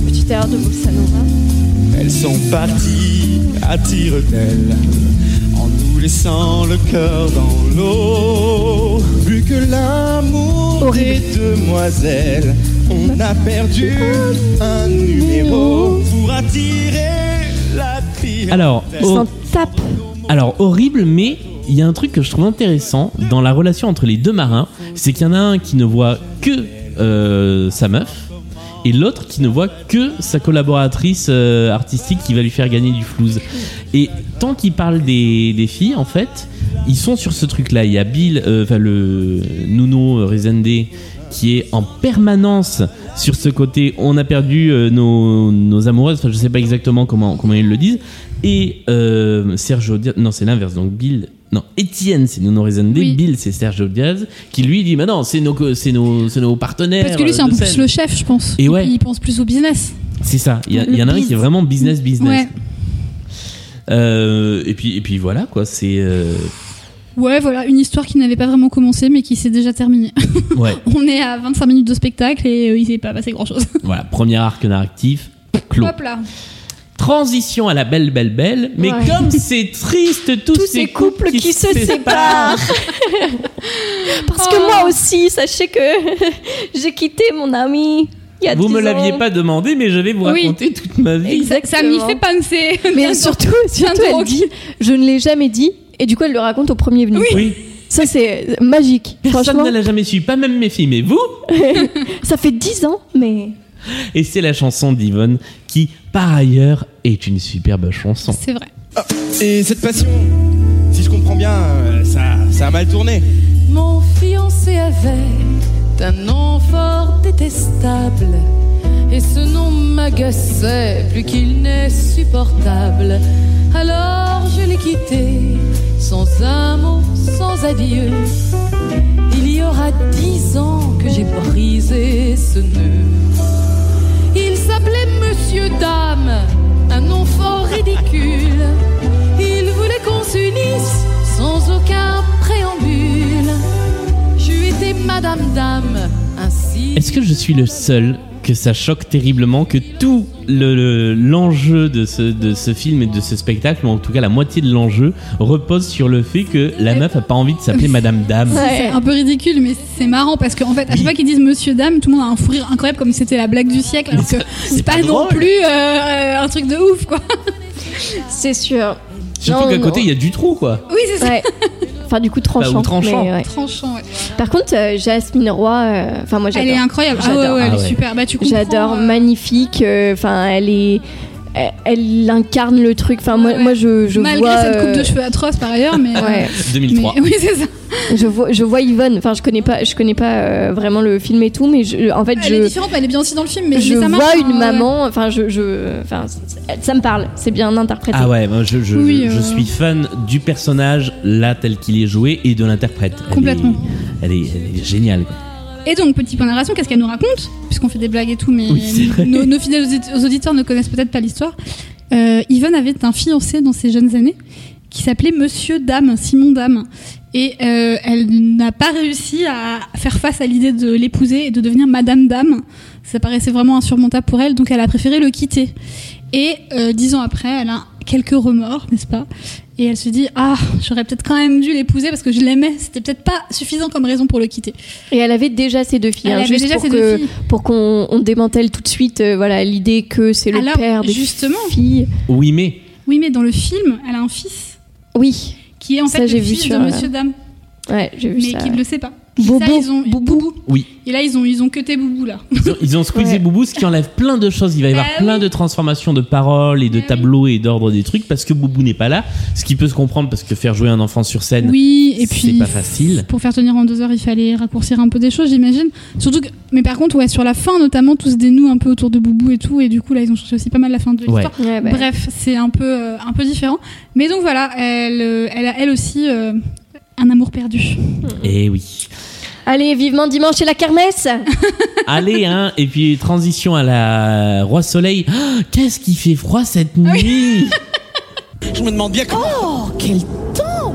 Speaker 3: Petite erreur de Bossa Nova.
Speaker 9: Elles sont parties à tire-d'aile en nous laissant le cœur dans l'eau. Plus que l'amour des demoiselles, on a perdu un numéro pour attirer la clientèle.
Speaker 1: Alors,
Speaker 3: Ils
Speaker 1: oh,
Speaker 3: s'en tapent.
Speaker 1: alors horrible, mais il y a un truc que je trouve intéressant dans la relation entre les deux marins, c'est qu'il y en a un qui ne voit que euh, sa meuf et l'autre qui ne voit que sa collaboratrice euh, artistique qui va lui faire gagner du flouze. Et tant qu'ils parlent des, des filles, en fait, ils sont sur ce truc-là. Il y a Bill, euh, enfin le Nuno Rezende qui est en permanence sur ce côté on a perdu euh, nos, nos amoureuses enfin je sais pas exactement comment comment ils le disent et euh, Sergio Diaz non c'est l'inverse donc Bill non Étienne c'est Nuno Rezende
Speaker 2: Oui.
Speaker 1: Bill c'est Sergio Diaz qui lui dit mais non c'est nos co- c'est nos c'est nos partenaires
Speaker 2: Parce que lui, c'est
Speaker 1: euh,
Speaker 2: un
Speaker 1: de
Speaker 2: peu plus
Speaker 1: scène.
Speaker 2: le chef, je pense.
Speaker 1: Et ouais.
Speaker 2: Il pense plus au business.
Speaker 1: c'est ça il y, a- il y en a un qui est vraiment business business
Speaker 2: Ouais.
Speaker 1: Euh, et puis et puis voilà quoi c'est euh,
Speaker 2: Ouais, voilà, une histoire qui n'avait pas vraiment commencé, mais qui s'est déjà terminée.
Speaker 1: ouais
Speaker 2: On est à 25 minutes de spectacle et euh, il s'est pas passé grand chose.
Speaker 1: voilà premier arc narratif clos
Speaker 2: Hop là.
Speaker 1: Transition à la belle, belle, belle. Mais
Speaker 3: Ouais.
Speaker 1: comme c'est triste, tous,
Speaker 3: Tous ces couples qui, se séparent. Parce que
Speaker 2: Oh.
Speaker 3: moi aussi, sachez que j'ai quitté mon ami. Il y a
Speaker 1: Vous me
Speaker 3: 10 ans.
Speaker 1: l'aviez pas demandé, mais je vais vous
Speaker 2: Oui.
Speaker 1: raconter toute ma vie.
Speaker 2: Ça
Speaker 3: Exactement.
Speaker 2: m'y fait penser.
Speaker 3: Mais surtout, surtout
Speaker 2: Bientôt,
Speaker 3: elle
Speaker 2: ok.
Speaker 3: dit, je ne l'ai jamais dit. Et du coup, elle le raconte au premier venu.
Speaker 1: Oui,
Speaker 3: Ça, c'est magique.
Speaker 1: personne
Speaker 3: Franchement,
Speaker 1: ne l'a jamais su, pas même mes filles, mais vous
Speaker 3: ça fait 10 ans, mais
Speaker 1: Et c'est la chanson d'Yvonne qui, par ailleurs, est une superbe chanson.
Speaker 2: C'est vrai.
Speaker 9: Et cette passion, si je comprends bien, euh, ça, ça a mal tourné.
Speaker 7: Mon fiancé avait un nom fort détestable. Et ce nom m'agaçait plus qu'il n'est supportable. Alors je l'ai quitté, sans un mot, sans adieu. Il y aura dix ans que j'ai brisé ce nœud. Il s'appelait Monsieur Dame, un nom fort ridicule. Il dame, ainsi.
Speaker 1: Est-ce que je suis le seul que ça choque terriblement que tout le- le- l'enjeu de, ce, de ce film et de ce spectacle, ou en tout cas la moitié de l'enjeu, repose sur le fait que
Speaker 2: Euh,
Speaker 1: la meuf a pas envie de s'appeler Madame Dame.
Speaker 2: C'est un peu ridicule, mais c'est marrant parce qu'en fait, à chaque fois qu'ils disent Monsieur Dame, tout le monde a un fou rire incroyable comme si c'était la blague du siècle, alors que c'est pas,
Speaker 1: pas
Speaker 2: non
Speaker 1: drôle.
Speaker 2: plus euh, un truc de ouf, quoi.
Speaker 3: C'est sûr.
Speaker 1: Surtout
Speaker 3: Non,
Speaker 1: qu'à
Speaker 3: non.
Speaker 1: côté, il y a du trou, quoi.
Speaker 2: Oui, c'est ça.
Speaker 3: Ouais. Enfin, du coup, tranchant.
Speaker 1: Bah, ou tranchant.
Speaker 3: mais ouais.
Speaker 2: Tranchant, ouais.
Speaker 3: Par contre, euh, Jasmine Roy, euh, enfin, moi j'adore.
Speaker 2: Elle est incroyable. Ah ouais,
Speaker 3: J'adore.
Speaker 2: ouais, elle
Speaker 1: Ah
Speaker 2: est
Speaker 1: ouais.
Speaker 2: super. Bah, tu comprends.
Speaker 3: J'adore,
Speaker 2: euh,
Speaker 3: magnifique. euh, Enfin, elle est. Elle, elle incarne le truc. Enfin, moi, moi je, je
Speaker 2: malgré
Speaker 3: vois.
Speaker 2: cette coupe
Speaker 3: euh,
Speaker 2: de cheveux atroce par ailleurs, mais. euh,
Speaker 3: Ouais,
Speaker 1: 2003.
Speaker 2: mais- oui, c'est ça.
Speaker 3: je vois, je vois Yvonne. Enfin, je connais pas, je connais pas euh, vraiment le film et tout, mais je- en fait,
Speaker 2: Elle est
Speaker 3: je,
Speaker 2: différente, mais elle est bien aussi dans le film. Mais,
Speaker 3: je
Speaker 2: mais ça marche,
Speaker 3: vois
Speaker 2: hein,
Speaker 3: une
Speaker 2: ouais.
Speaker 3: maman. Enfin, je, je, enfin, c- c- ça me parle. C'est bien interprété.
Speaker 1: Ah ouais, moi, je, je,
Speaker 2: Oui,
Speaker 1: je- je
Speaker 2: euh.
Speaker 1: suis fan du personnage là tel qu'il est joué et de l'interprète. Elle
Speaker 2: Complètement.
Speaker 1: est- Elle est, elle est géniale. quoi.
Speaker 2: Et donc, petit point de narration, qu'est-ce qu'elle nous raconte Puisqu'on fait des blagues et tout, mais
Speaker 1: Oui, c'est vrai.
Speaker 2: nos, nos fidèles audite- aux auditeurs ne connaissent peut-être pas l'histoire. Euh, Yvonne avait un fiancé dans ses jeunes années qui s'appelait Monsieur Dame, Simon Dame. Et euh, elle n'a pas réussi à faire face à l'idée de l'épouser et de devenir Madame Dame. Ça paraissait vraiment insurmontable pour elle, donc elle a préféré le quitter. Et euh, dix ans après, elle a quelques remords, n'est-ce pas Et elle se dit Ah, j'aurais peut-être quand même dû l'épouser parce que je l'aimais. C'était peut-être pas suffisant comme raison pour le quitter.
Speaker 3: Et elle avait déjà ses deux filles.
Speaker 2: Elle
Speaker 3: hein,
Speaker 2: avait
Speaker 3: juste
Speaker 2: déjà
Speaker 3: pour
Speaker 2: ses
Speaker 3: que-
Speaker 2: deux filles.
Speaker 3: Pour qu'on on démantèle tout de suite, euh, voilà, l'idée que c'est le
Speaker 2: Alors,
Speaker 3: père des
Speaker 2: justement.
Speaker 3: filles.
Speaker 1: Oui, mais
Speaker 2: Oui, mais dans le film, elle a un fils
Speaker 3: Oui.
Speaker 2: qui est en
Speaker 3: Ça,
Speaker 2: fait
Speaker 3: j'ai
Speaker 2: le
Speaker 3: vu
Speaker 2: fils
Speaker 3: sur,
Speaker 2: de
Speaker 3: euh,
Speaker 2: Monsieur Dame,
Speaker 3: Ouais, j'ai vu
Speaker 2: mais
Speaker 3: ça.
Speaker 2: qui ne le sait pas.
Speaker 3: Bobo,
Speaker 2: ça, ils ont
Speaker 3: Boubou.
Speaker 1: oui.
Speaker 2: Et là, ils ont ils ont cuté Boubou là.
Speaker 1: Ils ont, ils ont squeezé
Speaker 3: Ouais.
Speaker 1: Boubou, ce qui enlève plein de choses. Il va y avoir
Speaker 2: Ah
Speaker 1: plein
Speaker 2: oui.
Speaker 1: de transformations de paroles et de
Speaker 2: Ah oui.
Speaker 1: tableaux et d'ordre des trucs parce que Boubou n'est pas là. Ce qui peut se comprendre parce que faire jouer un enfant sur scène,
Speaker 2: Oui, et
Speaker 1: c'est
Speaker 2: puis
Speaker 1: pas facile.
Speaker 2: pour faire tenir en deux heures, il fallait raccourcir un peu des choses, j'imagine. Surtout que, mais par contre, ouais, sur la fin notamment, tout se dénoue un peu autour de Boubou et tout, et du coup là, ils ont changé aussi pas mal la fin de l'histoire.
Speaker 1: Ouais.
Speaker 3: Ouais, bah,
Speaker 2: Bref, c'est un peu euh, un peu différent. Mais donc voilà, elle euh, elle a elle aussi euh, un amour perdu.
Speaker 1: Et eh oui.
Speaker 3: Allez, vivement dimanche et la kermesse.
Speaker 1: Allez, hein. Et puis transition à la Roi Soleil. Ah, Qu'est-ce qui fait froid cette nuit
Speaker 6: Je me demande bien comment.
Speaker 8: Oh, quel temps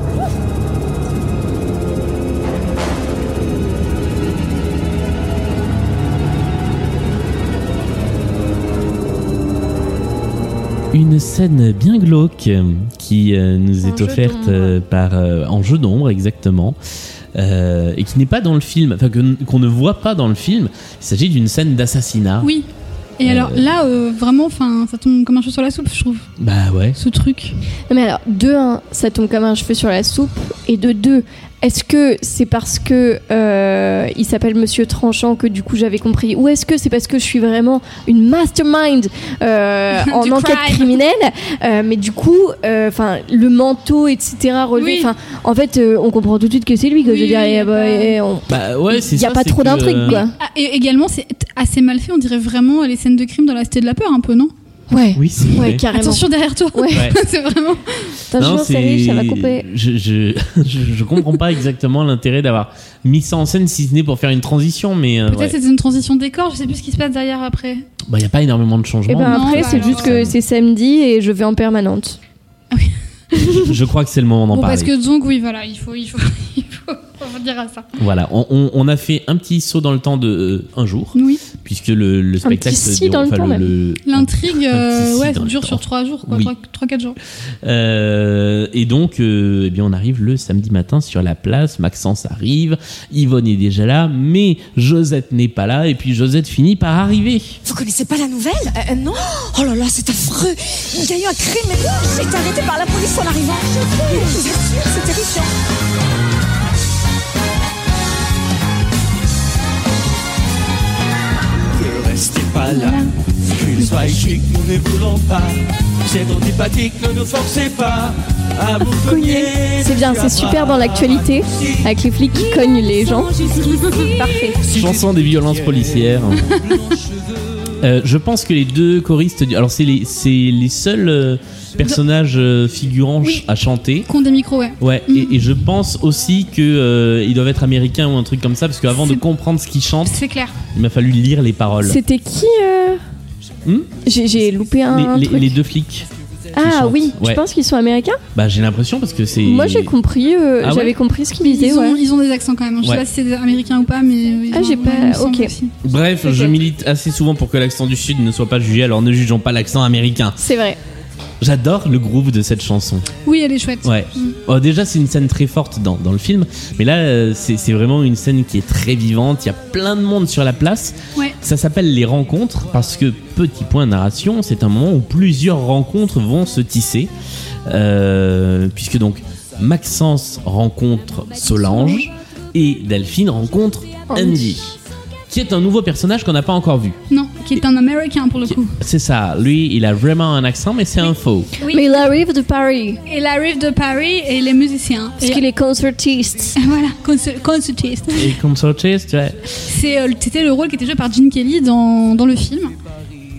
Speaker 1: Une scène bien glauque euh, qui euh, nous
Speaker 3: En
Speaker 1: est
Speaker 3: jeu
Speaker 1: offerte
Speaker 3: d'ombre.
Speaker 1: euh, par euh, en jeu d'ombre exactement euh, et qui n'est pas dans le film, enfin que- qu'on ne voit pas dans le film. Il s'agit d'une scène d'assassinat.
Speaker 2: Oui. Et
Speaker 1: Euh.
Speaker 2: alors là, euh, vraiment, enfin, ça tombe comme un cheveu sur la soupe, je trouve,
Speaker 1: Bah ouais.
Speaker 2: ce truc.
Speaker 3: Non, mais alors, de 1, ça tombe comme un cheveu sur la soupe. Et de 2, est-ce que c'est parce que euh, il s'appelle Monsieur Tranchant que du coup j'avais compris Ou est-ce que c'est parce que je suis vraiment une mastermind euh, en
Speaker 2: Du
Speaker 3: enquête
Speaker 2: crime.
Speaker 3: criminelle Euh, Mais du coup, euh, enfin le manteau, etc., relevé.
Speaker 2: Oui.
Speaker 3: enfin En fait, euh, on comprend tout de suite que c'est lui. Que
Speaker 2: Oui,
Speaker 3: je veux dire,
Speaker 2: il y a
Speaker 3: eh, bah,
Speaker 2: pas-
Speaker 3: eh, on-
Speaker 1: Bah ouais, c'est
Speaker 3: il n'y a
Speaker 1: ça,
Speaker 3: pas
Speaker 1: c'est
Speaker 3: trop
Speaker 1: que,
Speaker 3: d'intrigue,
Speaker 1: euh,
Speaker 3: quoi.
Speaker 2: Ah, et également, c'est assez mal fait. On dirait vraiment les scènes de crime dans la Cité de la Peur, un peu, non
Speaker 3: Ouais,
Speaker 1: Oui, c'est
Speaker 3: ouais,
Speaker 1: vrai.
Speaker 3: carrément.
Speaker 2: Attention derrière toi.
Speaker 3: Ouais.
Speaker 1: Ouais.
Speaker 2: c'est vraiment.
Speaker 1: Ah,
Speaker 3: Putain, je
Speaker 1: Non,
Speaker 3: pense que ça arrive, ça va couper.
Speaker 1: Je, je, je, je comprends pas exactement l'intérêt d'avoir mis ça en scène si ce n'est pour faire une transition, mais euh,
Speaker 2: Peut-être
Speaker 1: ouais.
Speaker 2: c'était une transition de décor. Je sais plus ce qui se passe derrière après.
Speaker 1: bah, y a pas énormément de changements.
Speaker 3: Et ben
Speaker 2: Non,
Speaker 3: après,
Speaker 2: bah
Speaker 3: c'est
Speaker 2: alors,
Speaker 3: juste que
Speaker 1: euh,
Speaker 3: c'est samedi et je vais en permanente.
Speaker 1: Je, je crois que c'est le moment d'en
Speaker 2: bon,
Speaker 1: parler.
Speaker 2: parce que donc oui, voilà, il faut, il faut, il faut revenir à ça.
Speaker 1: Voilà, on, on- on a fait un petit saut dans le temps de euh, un jour,
Speaker 2: Oui.
Speaker 1: puisque le, le spectacle
Speaker 3: petit
Speaker 1: se
Speaker 3: si dans le
Speaker 1: déroule-
Speaker 3: temps,
Speaker 1: enfin,
Speaker 2: L'intrigue, euh,
Speaker 1: petit si
Speaker 2: ouais,
Speaker 1: dans le
Speaker 2: dure
Speaker 1: temps.
Speaker 2: sur trois jours, quoi,
Speaker 1: Oui.
Speaker 2: trois, trois, quatre jours.
Speaker 1: Euh, et donc, euh, eh bien, on arrive le samedi matin sur la place. Maxence arrive, Yvonne est déjà là, mais Josette n'est pas là. Et puis Josette finit par arriver.
Speaker 4: Vous connaissez pas la nouvelle Euh, euh, Non Oh là là, c'est affreux Il y a eu un crime et j'ai été arrêté par la police en arrivant. Je vous assure, c'est terrifiant.
Speaker 9: Ne restez pas là. Une soirée chic, nous ne voulons pas. C'est antipathique, ne nous forcez pas à vous cogner.
Speaker 3: C'est bien, c'est super dans l'actualité, avec les flics qui cognent les gens. Parfait.
Speaker 1: Chanson des violences policières. Euh, je pense que les deux choristes, du- alors c'est les, c'est les seuls euh, personnages euh, figurants ch- à chanter.
Speaker 2: Compte des micros, ouais.
Speaker 1: Ouais,
Speaker 3: Mhm.
Speaker 1: et, et je pense aussi que euh, ils doivent être américains ou un truc comme ça, parce qu'avant de
Speaker 2: C'est-
Speaker 1: comprendre ce qu'ils chantent,
Speaker 2: C'est clair.
Speaker 1: il m'a fallu lire les paroles.
Speaker 3: C'était qui euh
Speaker 1: Hmm
Speaker 3: J'ai j'ai loupé un
Speaker 1: les, les-
Speaker 3: truc.
Speaker 1: les deux flics.
Speaker 3: Ah
Speaker 1: chantent.
Speaker 3: oui, tu
Speaker 1: Ouais.
Speaker 3: penses qu'ils sont américains
Speaker 1: Bah j'ai l'impression parce que c'est.
Speaker 3: Moi j'ai compris, euh,
Speaker 1: Ah ouais
Speaker 3: j'avais compris ce qu'ils
Speaker 2: Ils,
Speaker 3: disaient.
Speaker 2: ont,
Speaker 3: ouais.
Speaker 2: ils ont des accents quand même. Je
Speaker 1: Ouais.
Speaker 2: sais pas si c'est américain ou pas, mais. euh, ils
Speaker 3: Ah,
Speaker 2: ont-
Speaker 3: j'ai
Speaker 2: ouais,
Speaker 3: pas-
Speaker 2: il me semble
Speaker 3: ok.
Speaker 2: aussi.
Speaker 1: Bref, je milite assez souvent pour que l'accent du sud ne soit pas jugé, alors ne jugeons pas l'accent américain.
Speaker 3: C'est vrai.
Speaker 1: J'adore le groove de cette chanson.
Speaker 2: Oui, elle est chouette.
Speaker 1: Ouais.
Speaker 2: Mm.
Speaker 1: Oh, déjà, c'est une scène très forte dans, dans le film, mais là, euh, c'est c'est vraiment une scène qui est très vivante. Il y a plein de monde sur la place.
Speaker 2: Ouais.
Speaker 1: Ça s'appelle les rencontres parce que, petit point narration, c'est un moment où plusieurs rencontres vont se tisser. Euh, puisque donc Maxence rencontre Solange et Delphine rencontre Andy, qui est un nouveau personnage qu'on n'a pas encore vu.
Speaker 2: Non, qui est un américain pour le coup.
Speaker 1: C'est ça, lui, il a vraiment un accent, mais c'est un faux.
Speaker 3: Mais il arrive de Paris.
Speaker 2: Il arrive de Paris et il est musicien.
Speaker 3: Parce qu'il est concertiste.
Speaker 2: Voilà, concer- concertiste.
Speaker 1: Et comme ça, tu vois.
Speaker 2: C'est, euh, C'était le rôle qui était joué par Gene Kelly dans, dans le film.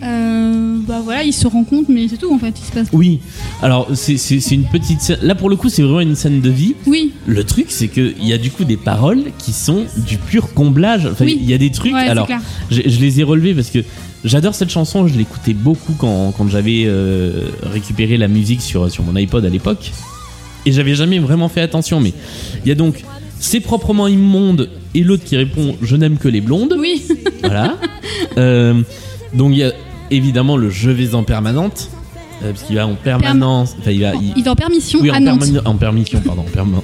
Speaker 2: Euh, bah voilà, ils se rencontrent, mais c'est tout en fait. Il se passe.
Speaker 1: Oui, alors c'est c'est- c'est une petite scène. Là, pour le coup, c'est vraiment une scène de vie.
Speaker 2: Oui,
Speaker 1: Le truc, c'est qu'il y a du coup des paroles qui sont du pur comblage. Enfin, il
Speaker 2: Oui.
Speaker 1: y a des trucs.
Speaker 2: Ouais, c'est
Speaker 1: alors,
Speaker 2: clair.
Speaker 1: je, je les ai relevés parce que j'adore cette chanson. Je l'écoutais beaucoup quand, quand j'avais euh, récupéré la musique sur, sur mon iPod à l'époque. Et j'avais jamais vraiment fait attention. Mais il y a donc C'est proprement immonde et l'autre qui répond Je n'aime que les blondes.
Speaker 2: oui.
Speaker 1: Voilà. Euh, donc il y a évidemment le Je vais en permanente. euh, parce qu'il va en permanence. Enfin, il va. il-
Speaker 2: Il est en permission
Speaker 1: oui, en,
Speaker 2: à Nantes.
Speaker 1: permani- en permission, pardon. En permanence.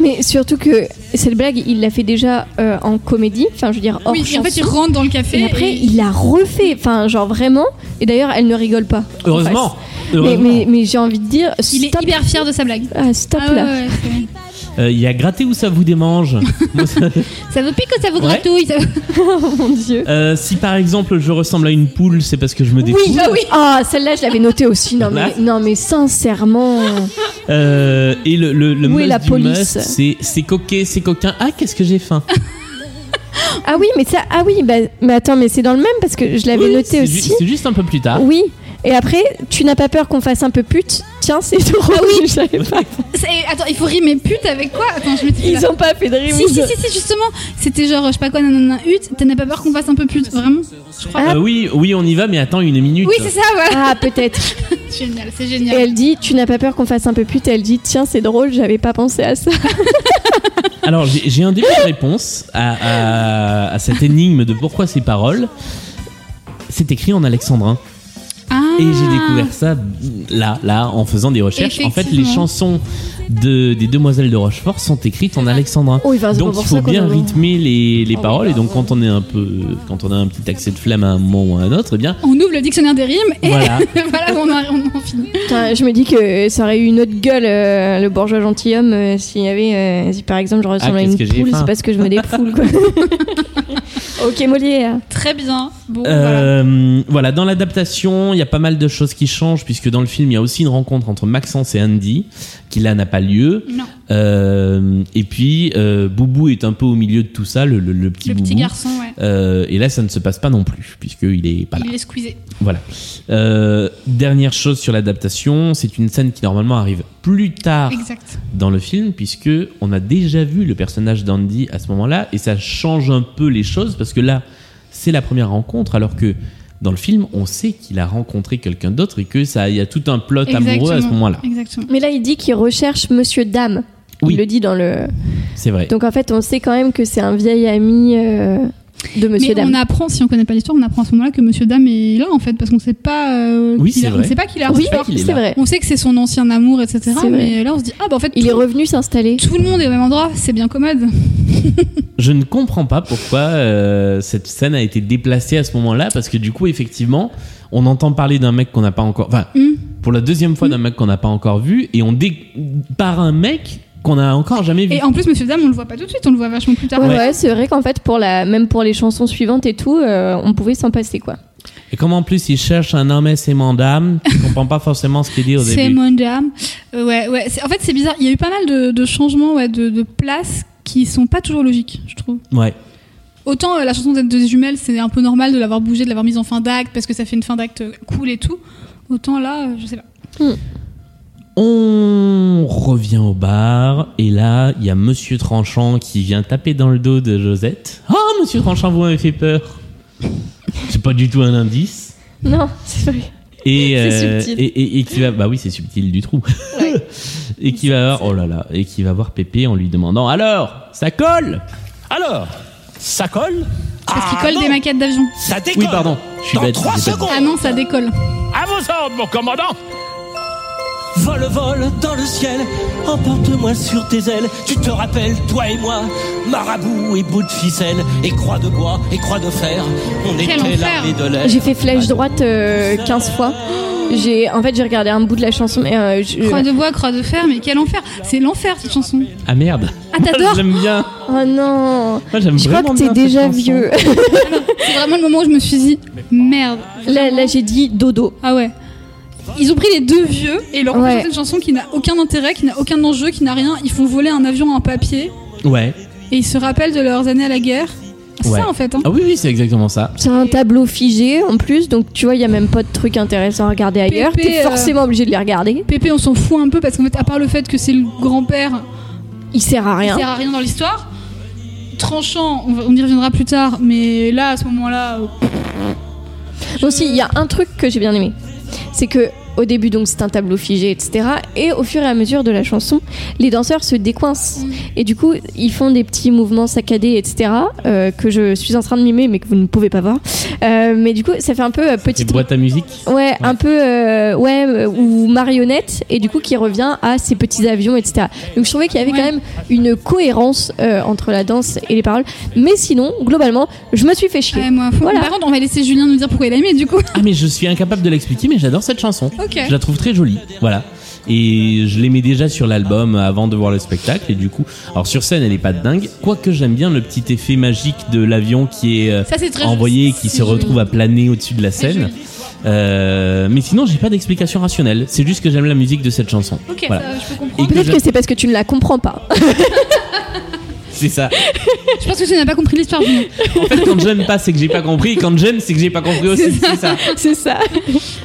Speaker 3: Mais surtout que cette blague, il l'a fait déjà euh, en comédie. Enfin, je veux dire, hors
Speaker 2: oui, et en fait, il
Speaker 3: chanson.
Speaker 2: rentre dans le café.
Speaker 3: Et après, il l'a refait. Enfin, genre vraiment. Et d'ailleurs, elle ne rigole pas. en
Speaker 1: Heureusement.
Speaker 3: face. Mais,
Speaker 1: heureusement.
Speaker 3: mais- mais j'ai envie de dire,
Speaker 2: il est
Speaker 3: stop,
Speaker 2: hyper fier de sa blague.
Speaker 3: ah, stop
Speaker 2: Ah ouais,
Speaker 3: là.
Speaker 2: ouais, c'est-
Speaker 1: Euh, Il y a gratté ou ça vous démange Moi, ça-
Speaker 8: Ça vous pique ou ça vous
Speaker 1: Ouais.
Speaker 8: gratouille ça vous-
Speaker 3: Oh mon dieu.
Speaker 1: Euh, Si par exemple je ressemble à une poule, c'est parce que je me défoule.
Speaker 3: ah oui. celle-là, je l'avais notée aussi. Non
Speaker 1: Voilà.
Speaker 3: mais, non, mais sincèrement.
Speaker 1: Euh, et le, le, le
Speaker 3: Où est
Speaker 1: must
Speaker 3: la
Speaker 1: du
Speaker 3: police
Speaker 1: must, c'est c'est coquet, c'est coquin. Ah, qu'est-ce que j'ai faim
Speaker 3: Ah oui, mais ça. Ah oui, bah, mais attends, mais c'est dans le même parce que je l'avais
Speaker 1: Oui,
Speaker 3: noté
Speaker 1: c'est ju-
Speaker 3: aussi.
Speaker 1: C'est juste un peu plus tard.
Speaker 3: Oui. Et après, tu n'as pas peur qu'on fasse un peu pute Tiens, c'est drôle. Ah oui, je savais pas.
Speaker 2: c'est- Attends, il faut rimer pute avec quoi Attends, je me dis.
Speaker 3: Ils ont pas fait de rime.
Speaker 2: Si, si, si, si, justement, c'était genre, je sais pas quoi, nanana, hut, t'en as pas peur qu'on fasse un peu pute, vraiment
Speaker 1: Euh, oui, oui, on y va, mais attends une minute.
Speaker 2: Oui, c'est ça, voilà.
Speaker 3: Ah, peut-être.
Speaker 2: Génial, c'est
Speaker 3: Et
Speaker 2: génial.
Speaker 3: elle dit, tu n'as pas peur qu'on fasse un peu pute Et Elle dit, tiens, c'est drôle, j'avais pas pensé à ça.
Speaker 1: Alors, j'ai j'ai un début de réponse à, à- à cette énigme de pourquoi ces paroles. C'est écrit en alexandrin.
Speaker 2: Ah.
Speaker 1: Et j'ai découvert ça là, là, en faisant des recherches. En fait, les
Speaker 2: Effectivement.
Speaker 1: chansons de, des Demoiselles de Rochefort sont écrites en alexandrin.
Speaker 3: Oh, il va
Speaker 1: Donc il faut bien
Speaker 3: hein.
Speaker 1: rythmer les,
Speaker 2: Oh,
Speaker 1: les paroles et donc quand on est un peu quand on a un petit accès de flamme à un moment ou à un autre, eh bien
Speaker 2: On ouvre le dictionnaire des rimes et
Speaker 1: voilà.
Speaker 2: voilà, on, a, on en finit.
Speaker 3: Putain, je me dis que ça aurait eu une autre gueule, euh, le bourgeois gentilhomme, euh, s'il y avait. euh, si par exemple, je ressemble à
Speaker 1: Ah, qu'est-ce
Speaker 3: une
Speaker 1: que j'ai
Speaker 3: poule,
Speaker 1: faim.
Speaker 3: c'est parce que je me défoule, quoi. ok, Molière.
Speaker 2: Très bien. Bon, voilà.
Speaker 1: Euh, voilà, dans l'adaptation, il y a pas mal de choses qui changent puisque dans le film, il y a aussi une rencontre entre Maxence et Andy qui là n'a pas lieu.
Speaker 2: Non,
Speaker 1: Euh, et puis euh, Boubou est un peu au milieu de tout ça, le, le- le petit
Speaker 2: le
Speaker 1: Boubou.
Speaker 2: petit garçon, ouais.
Speaker 1: Euh, et là, ça ne se passe pas non plus puisqu'il est pas là.
Speaker 2: Il est squeezé.
Speaker 1: Voilà. Euh, dernière chose sur l'adaptation, c'est une scène qui normalement arrive plus tard
Speaker 2: Exact.
Speaker 1: dans le film puisque on a déjà vu le personnage d'Andy à ce moment-là et ça change un peu les choses parce que là c'est la première rencontre alors que dans le film on sait qu'il a rencontré quelqu'un d'autre et que ça il y a tout un plot amoureux à ce
Speaker 2: Exactement.
Speaker 1: moment-là.
Speaker 2: Exactement.
Speaker 3: Mais là, il dit qu'il recherche Monsieur Dame.
Speaker 1: Oui.
Speaker 3: Il le dit dans le.
Speaker 1: C'est vrai.
Speaker 3: Donc en fait, on sait quand même que c'est un vieil ami euh, de Monsieur
Speaker 2: Mais
Speaker 3: Dame.
Speaker 2: on apprend, si on connaît pas l'histoire, on apprend à ce moment-là que Monsieur Dame est là en fait, parce qu'on sait pas. euh,
Speaker 1: Oui,
Speaker 2: qu'il
Speaker 1: c'est
Speaker 2: a-
Speaker 1: vrai.
Speaker 2: On sait pas qu'il a
Speaker 1: On sait
Speaker 2: reçu.
Speaker 1: pas qu'il est là.
Speaker 3: C'est vrai.
Speaker 2: On sait que c'est son ancien amour, etc.
Speaker 3: C'est vrai.
Speaker 2: Mais là, on se dit ah bah en fait,
Speaker 3: Il
Speaker 2: tout,
Speaker 3: est revenu s'installer.
Speaker 2: tout le monde est au même endroit, c'est bien commode.
Speaker 1: Je ne comprends pas pourquoi euh, cette scène a été déplacée à ce moment-là parce que du coup effectivement on entend parler d'un mec qu'on n'a pas encore enfin
Speaker 3: Mm.
Speaker 2: Hmm.
Speaker 1: pour la deuxième fois d'un mec qu'on n'a pas encore vu et on dé... par un mec qu'on n'a encore jamais vu.
Speaker 2: Et en plus, Monsieur Dame, on le voit pas tout de suite, on le voit vachement plus tard.
Speaker 3: Ouais, ouais, c'est vrai qu'en fait, pour la, même pour les chansons suivantes et tout, euh, on pouvait s'en passer quoi.
Speaker 1: Et comme en plus il cherche un homme et c'est madame, tu comprends pas forcément ce qu'il dit au
Speaker 2: C'est
Speaker 1: début.
Speaker 2: mon jam. Euh, ouais, ouais. c'est- En fait, c'est bizarre. Il y a eu pas mal de, de changements ouais, de, de places qui sont pas toujours logiques, je trouve.
Speaker 1: Ouais.
Speaker 2: Autant euh, la chanson des deux jumelles, c'est un peu normal de l'avoir bougée, de l'avoir mise en fin d'acte, parce que ça fait une fin d'acte euh, cool et tout. Autant là, euh, je sais pas.
Speaker 1: On revient au bar et là il y a Monsieur Tranchant qui vient taper dans le dos de Josette. Ah Monsieur Tranchant, vous m'avez fait peur. C'est pas du tout un indice.
Speaker 3: Non, c'est vrai.
Speaker 1: et,
Speaker 3: C'est
Speaker 1: euh,
Speaker 3: subtil.
Speaker 1: et, et- et qui va bah oui c'est subtil du trou et qui va voir oh là là et qui va voir Pépé en lui demandant alors ça colle alors ça colle
Speaker 2: Parce qu'il colle des maquettes d'avion.
Speaker 1: ça décolle oui pardon je suis
Speaker 2: Dans
Speaker 1: bête
Speaker 2: trois
Speaker 1: j'ai pas dit.
Speaker 2: Ah non, ça décolle.
Speaker 5: À vos ordres, mon commandant
Speaker 6: Vole, vole dans le ciel, emporte-moi sur tes ailes. Tu te rappelles, toi et moi, marabout et bout de ficelle, et croix de bois et croix de fer. On était l'armée de l'air.
Speaker 3: J'ai fait flèche droite euh, 15 fois. J'ai, en fait, j'ai regardé un bout de la chanson, mais euh, je-
Speaker 2: Croix de bois, croix de fer, mais quel enfer C'est l'enfer cette chanson.
Speaker 1: ah merde
Speaker 2: Ah, t'adores
Speaker 1: j'aime bien
Speaker 3: Oh non
Speaker 1: Moi, j'aime
Speaker 3: Je crois
Speaker 1: vraiment
Speaker 3: que t'es
Speaker 1: bien cette
Speaker 3: déjà
Speaker 1: chanson.
Speaker 3: vieux.
Speaker 2: C'est vraiment le moment où je me suis dit merde.
Speaker 3: Là, j'ai dit dodo.
Speaker 2: Ah ouais. Ils ont pris les deux vieux et ils leur ont
Speaker 3: Ouais.
Speaker 2: fait une chanson qui n'a aucun intérêt, qui n'a aucun enjeu, qui n'a rien. Ils font voler un avion en papier
Speaker 1: ouais
Speaker 2: et ils se rappellent de leurs années à la guerre. C'est
Speaker 1: ouais
Speaker 2: ça en fait. Hein.
Speaker 1: ah oui oui c'est exactement ça
Speaker 3: C'est un tableau figé en plus, donc tu vois, il y a même pas de truc intéressant à regarder ailleurs.
Speaker 2: Pépé,
Speaker 3: T'es
Speaker 2: euh,
Speaker 3: forcément obligé de les regarder.
Speaker 2: Pépé, on s'en fout un peu parce qu'en fait, à part le fait que c'est le grand-père,
Speaker 3: Il sert à
Speaker 2: il
Speaker 3: rien.
Speaker 2: sert à rien dans l'histoire. Tranchant, on, va- on y reviendra plus tard, mais là, à ce moment-là, euh,
Speaker 3: Moi aussi, il y a un truc que j'ai bien aimé. C'est que au début, donc, c'est un tableau figé, etc. Et au fur et à mesure de la chanson, les danseurs se décoincent. Et du coup, ils font des petits mouvements saccadés, etc. euh, que je suis en train de mimer, mais que vous ne pouvez pas voir. Euh, mais du coup, ça fait un peu euh,
Speaker 1: c'est
Speaker 3: petite
Speaker 1: boîte à musique
Speaker 3: Ouais, un peu, euh, ouais, euh, ou marionnette, et du coup qui revient à ses petits avions, etc. Donc je trouvais qu'il y avait quand même une cohérence euh, entre la danse et les paroles. Mais sinon, globalement, je me suis fait chier.
Speaker 2: ouais, moi, faut-
Speaker 3: Voilà.
Speaker 2: par contre, on va laisser Julien nous dire pourquoi il a aimé du coup.
Speaker 1: ah mais je suis incapable de l'expliquer mais j'adore cette chanson
Speaker 2: Ok.
Speaker 1: je la trouve très jolie voilà et je l'aimais déjà sur l'album avant de voir le spectacle et du coup alors sur scène elle est pas dingue quoique j'aime bien le petit effet magique de l'avion qui est euh,
Speaker 2: Ça, c'est très
Speaker 1: envoyé et
Speaker 2: joli.
Speaker 1: qui
Speaker 2: C'est
Speaker 1: se retrouve
Speaker 2: joli.
Speaker 1: à planer au-dessus de la
Speaker 2: C'est
Speaker 1: scène
Speaker 2: joli.
Speaker 1: Euh, mais sinon j'ai pas d'explication rationnelle c'est juste que j'aime la musique de cette chanson
Speaker 2: Ok,
Speaker 1: Voilà.
Speaker 2: ça, je peux
Speaker 1: Et
Speaker 2: comprendre.
Speaker 1: que
Speaker 3: Peut-être
Speaker 1: je-
Speaker 3: que c'est parce que tu ne la comprends pas.
Speaker 1: c'est ça
Speaker 2: Je pense que tu n'as pas compris l'histoire, Julien.
Speaker 1: en fait quand j'aime pas c'est que j'ai pas compris et quand j'aime c'est que j'ai pas compris aussi c'est ça
Speaker 3: c'est ça.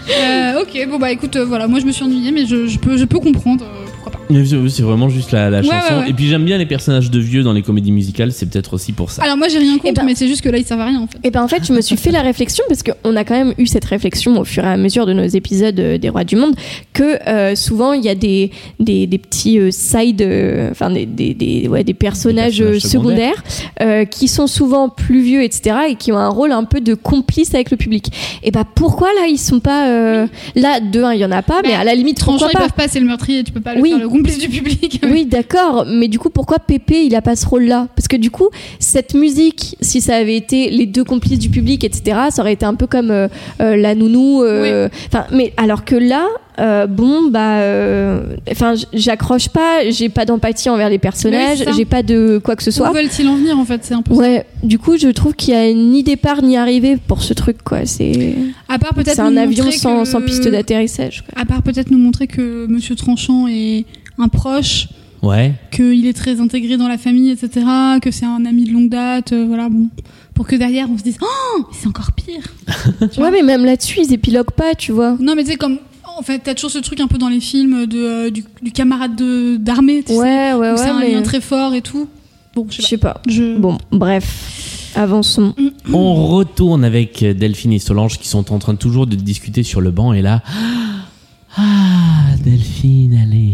Speaker 2: Euh, ok, bon bah écoute, euh, voilà, moi je me suis ennuyée, mais je, je peux, je peux comprendre. euh, pourquoi pas.
Speaker 1: Mais c'est c'est vraiment juste la, la
Speaker 2: Ouais,
Speaker 1: chanson
Speaker 2: ouais, ouais.
Speaker 1: et puis j'aime bien les personnages de vieux dans les comédies musicales c'est peut-être aussi pour ça
Speaker 2: Alors moi j'ai rien contre,
Speaker 3: ben-
Speaker 2: mais c'est juste que là ils servent à rien en fait.
Speaker 3: Et ben en fait, je me suis fait la réflexion parce qu'on a quand même eu cette réflexion au fur et à mesure de nos épisodes euh, des Rois du Monde que euh, souvent il y a des des, des petits euh, side, euh, enfin des des des, ouais, des personnages,
Speaker 1: Des personnages
Speaker 3: euh, secondaires euh, qui sont souvent plus vieux, etc. et qui ont un rôle un peu de complice avec le public. Et ben pourquoi là ils sont pas euh, là de un il y en a pas, mais,
Speaker 2: Mais
Speaker 3: à la limite
Speaker 2: Tranchant,
Speaker 3: pourquoi
Speaker 2: ils
Speaker 3: pas
Speaker 2: peuvent pas, c'est le meurtrier, tu peux pas le
Speaker 3: Oui.
Speaker 2: faire le complice du public.
Speaker 3: oui, d'accord, mais du coup, pourquoi Pépé, il a pas ce rôle-là Parce que du coup, cette musique, si ça avait été les deux complices du public, etc., ça aurait été un peu comme euh, euh, la nounou. euh, Enfin, mais alors que là, euh, bon, bah, euh, enfin, j- j'accroche pas, j'ai pas d'empathie envers les personnages,
Speaker 2: c'est ça.
Speaker 3: j'ai pas de quoi que ce soit.
Speaker 2: Où veulent-ils en venir en fait C'est un peu.
Speaker 3: Ouais, du coup, je trouve qu'il y a ni départ ni arrivée pour ce truc, quoi. C'est
Speaker 2: À part peut-être.
Speaker 3: c'est un
Speaker 2: nous
Speaker 3: avion
Speaker 2: montrer
Speaker 3: sans,
Speaker 2: que-
Speaker 3: sans piste d'atterrissage. quoi.
Speaker 2: À part peut-être nous montrer que Monsieur Tranchant est un proche,
Speaker 1: ouais
Speaker 2: qu'il est très intégré dans la famille, etc., que c'est un ami de longue date, euh, voilà, bon. Pour que derrière on se dise, oh, c'est encore pire. Tu vois
Speaker 3: Ouais, mais même là-dessus, ils épiloguent pas, tu vois.
Speaker 2: Non, mais tu sais, comme. En fait, t'as toujours ce truc un peu dans les films de, euh, du, du camarade de- d'armée, tu sais,
Speaker 3: Ouais, ouais, ouais.
Speaker 2: où c'est un
Speaker 3: mais-
Speaker 2: lien très fort et tout. Bon, je
Speaker 3: Je
Speaker 2: sais pas.
Speaker 3: sais pas.
Speaker 2: Je-
Speaker 3: Bon, bref, avançons.
Speaker 1: On retourne avec Delphine et Solange qui sont en train toujours de discuter sur le banc et là. Ah, Delphine, allez,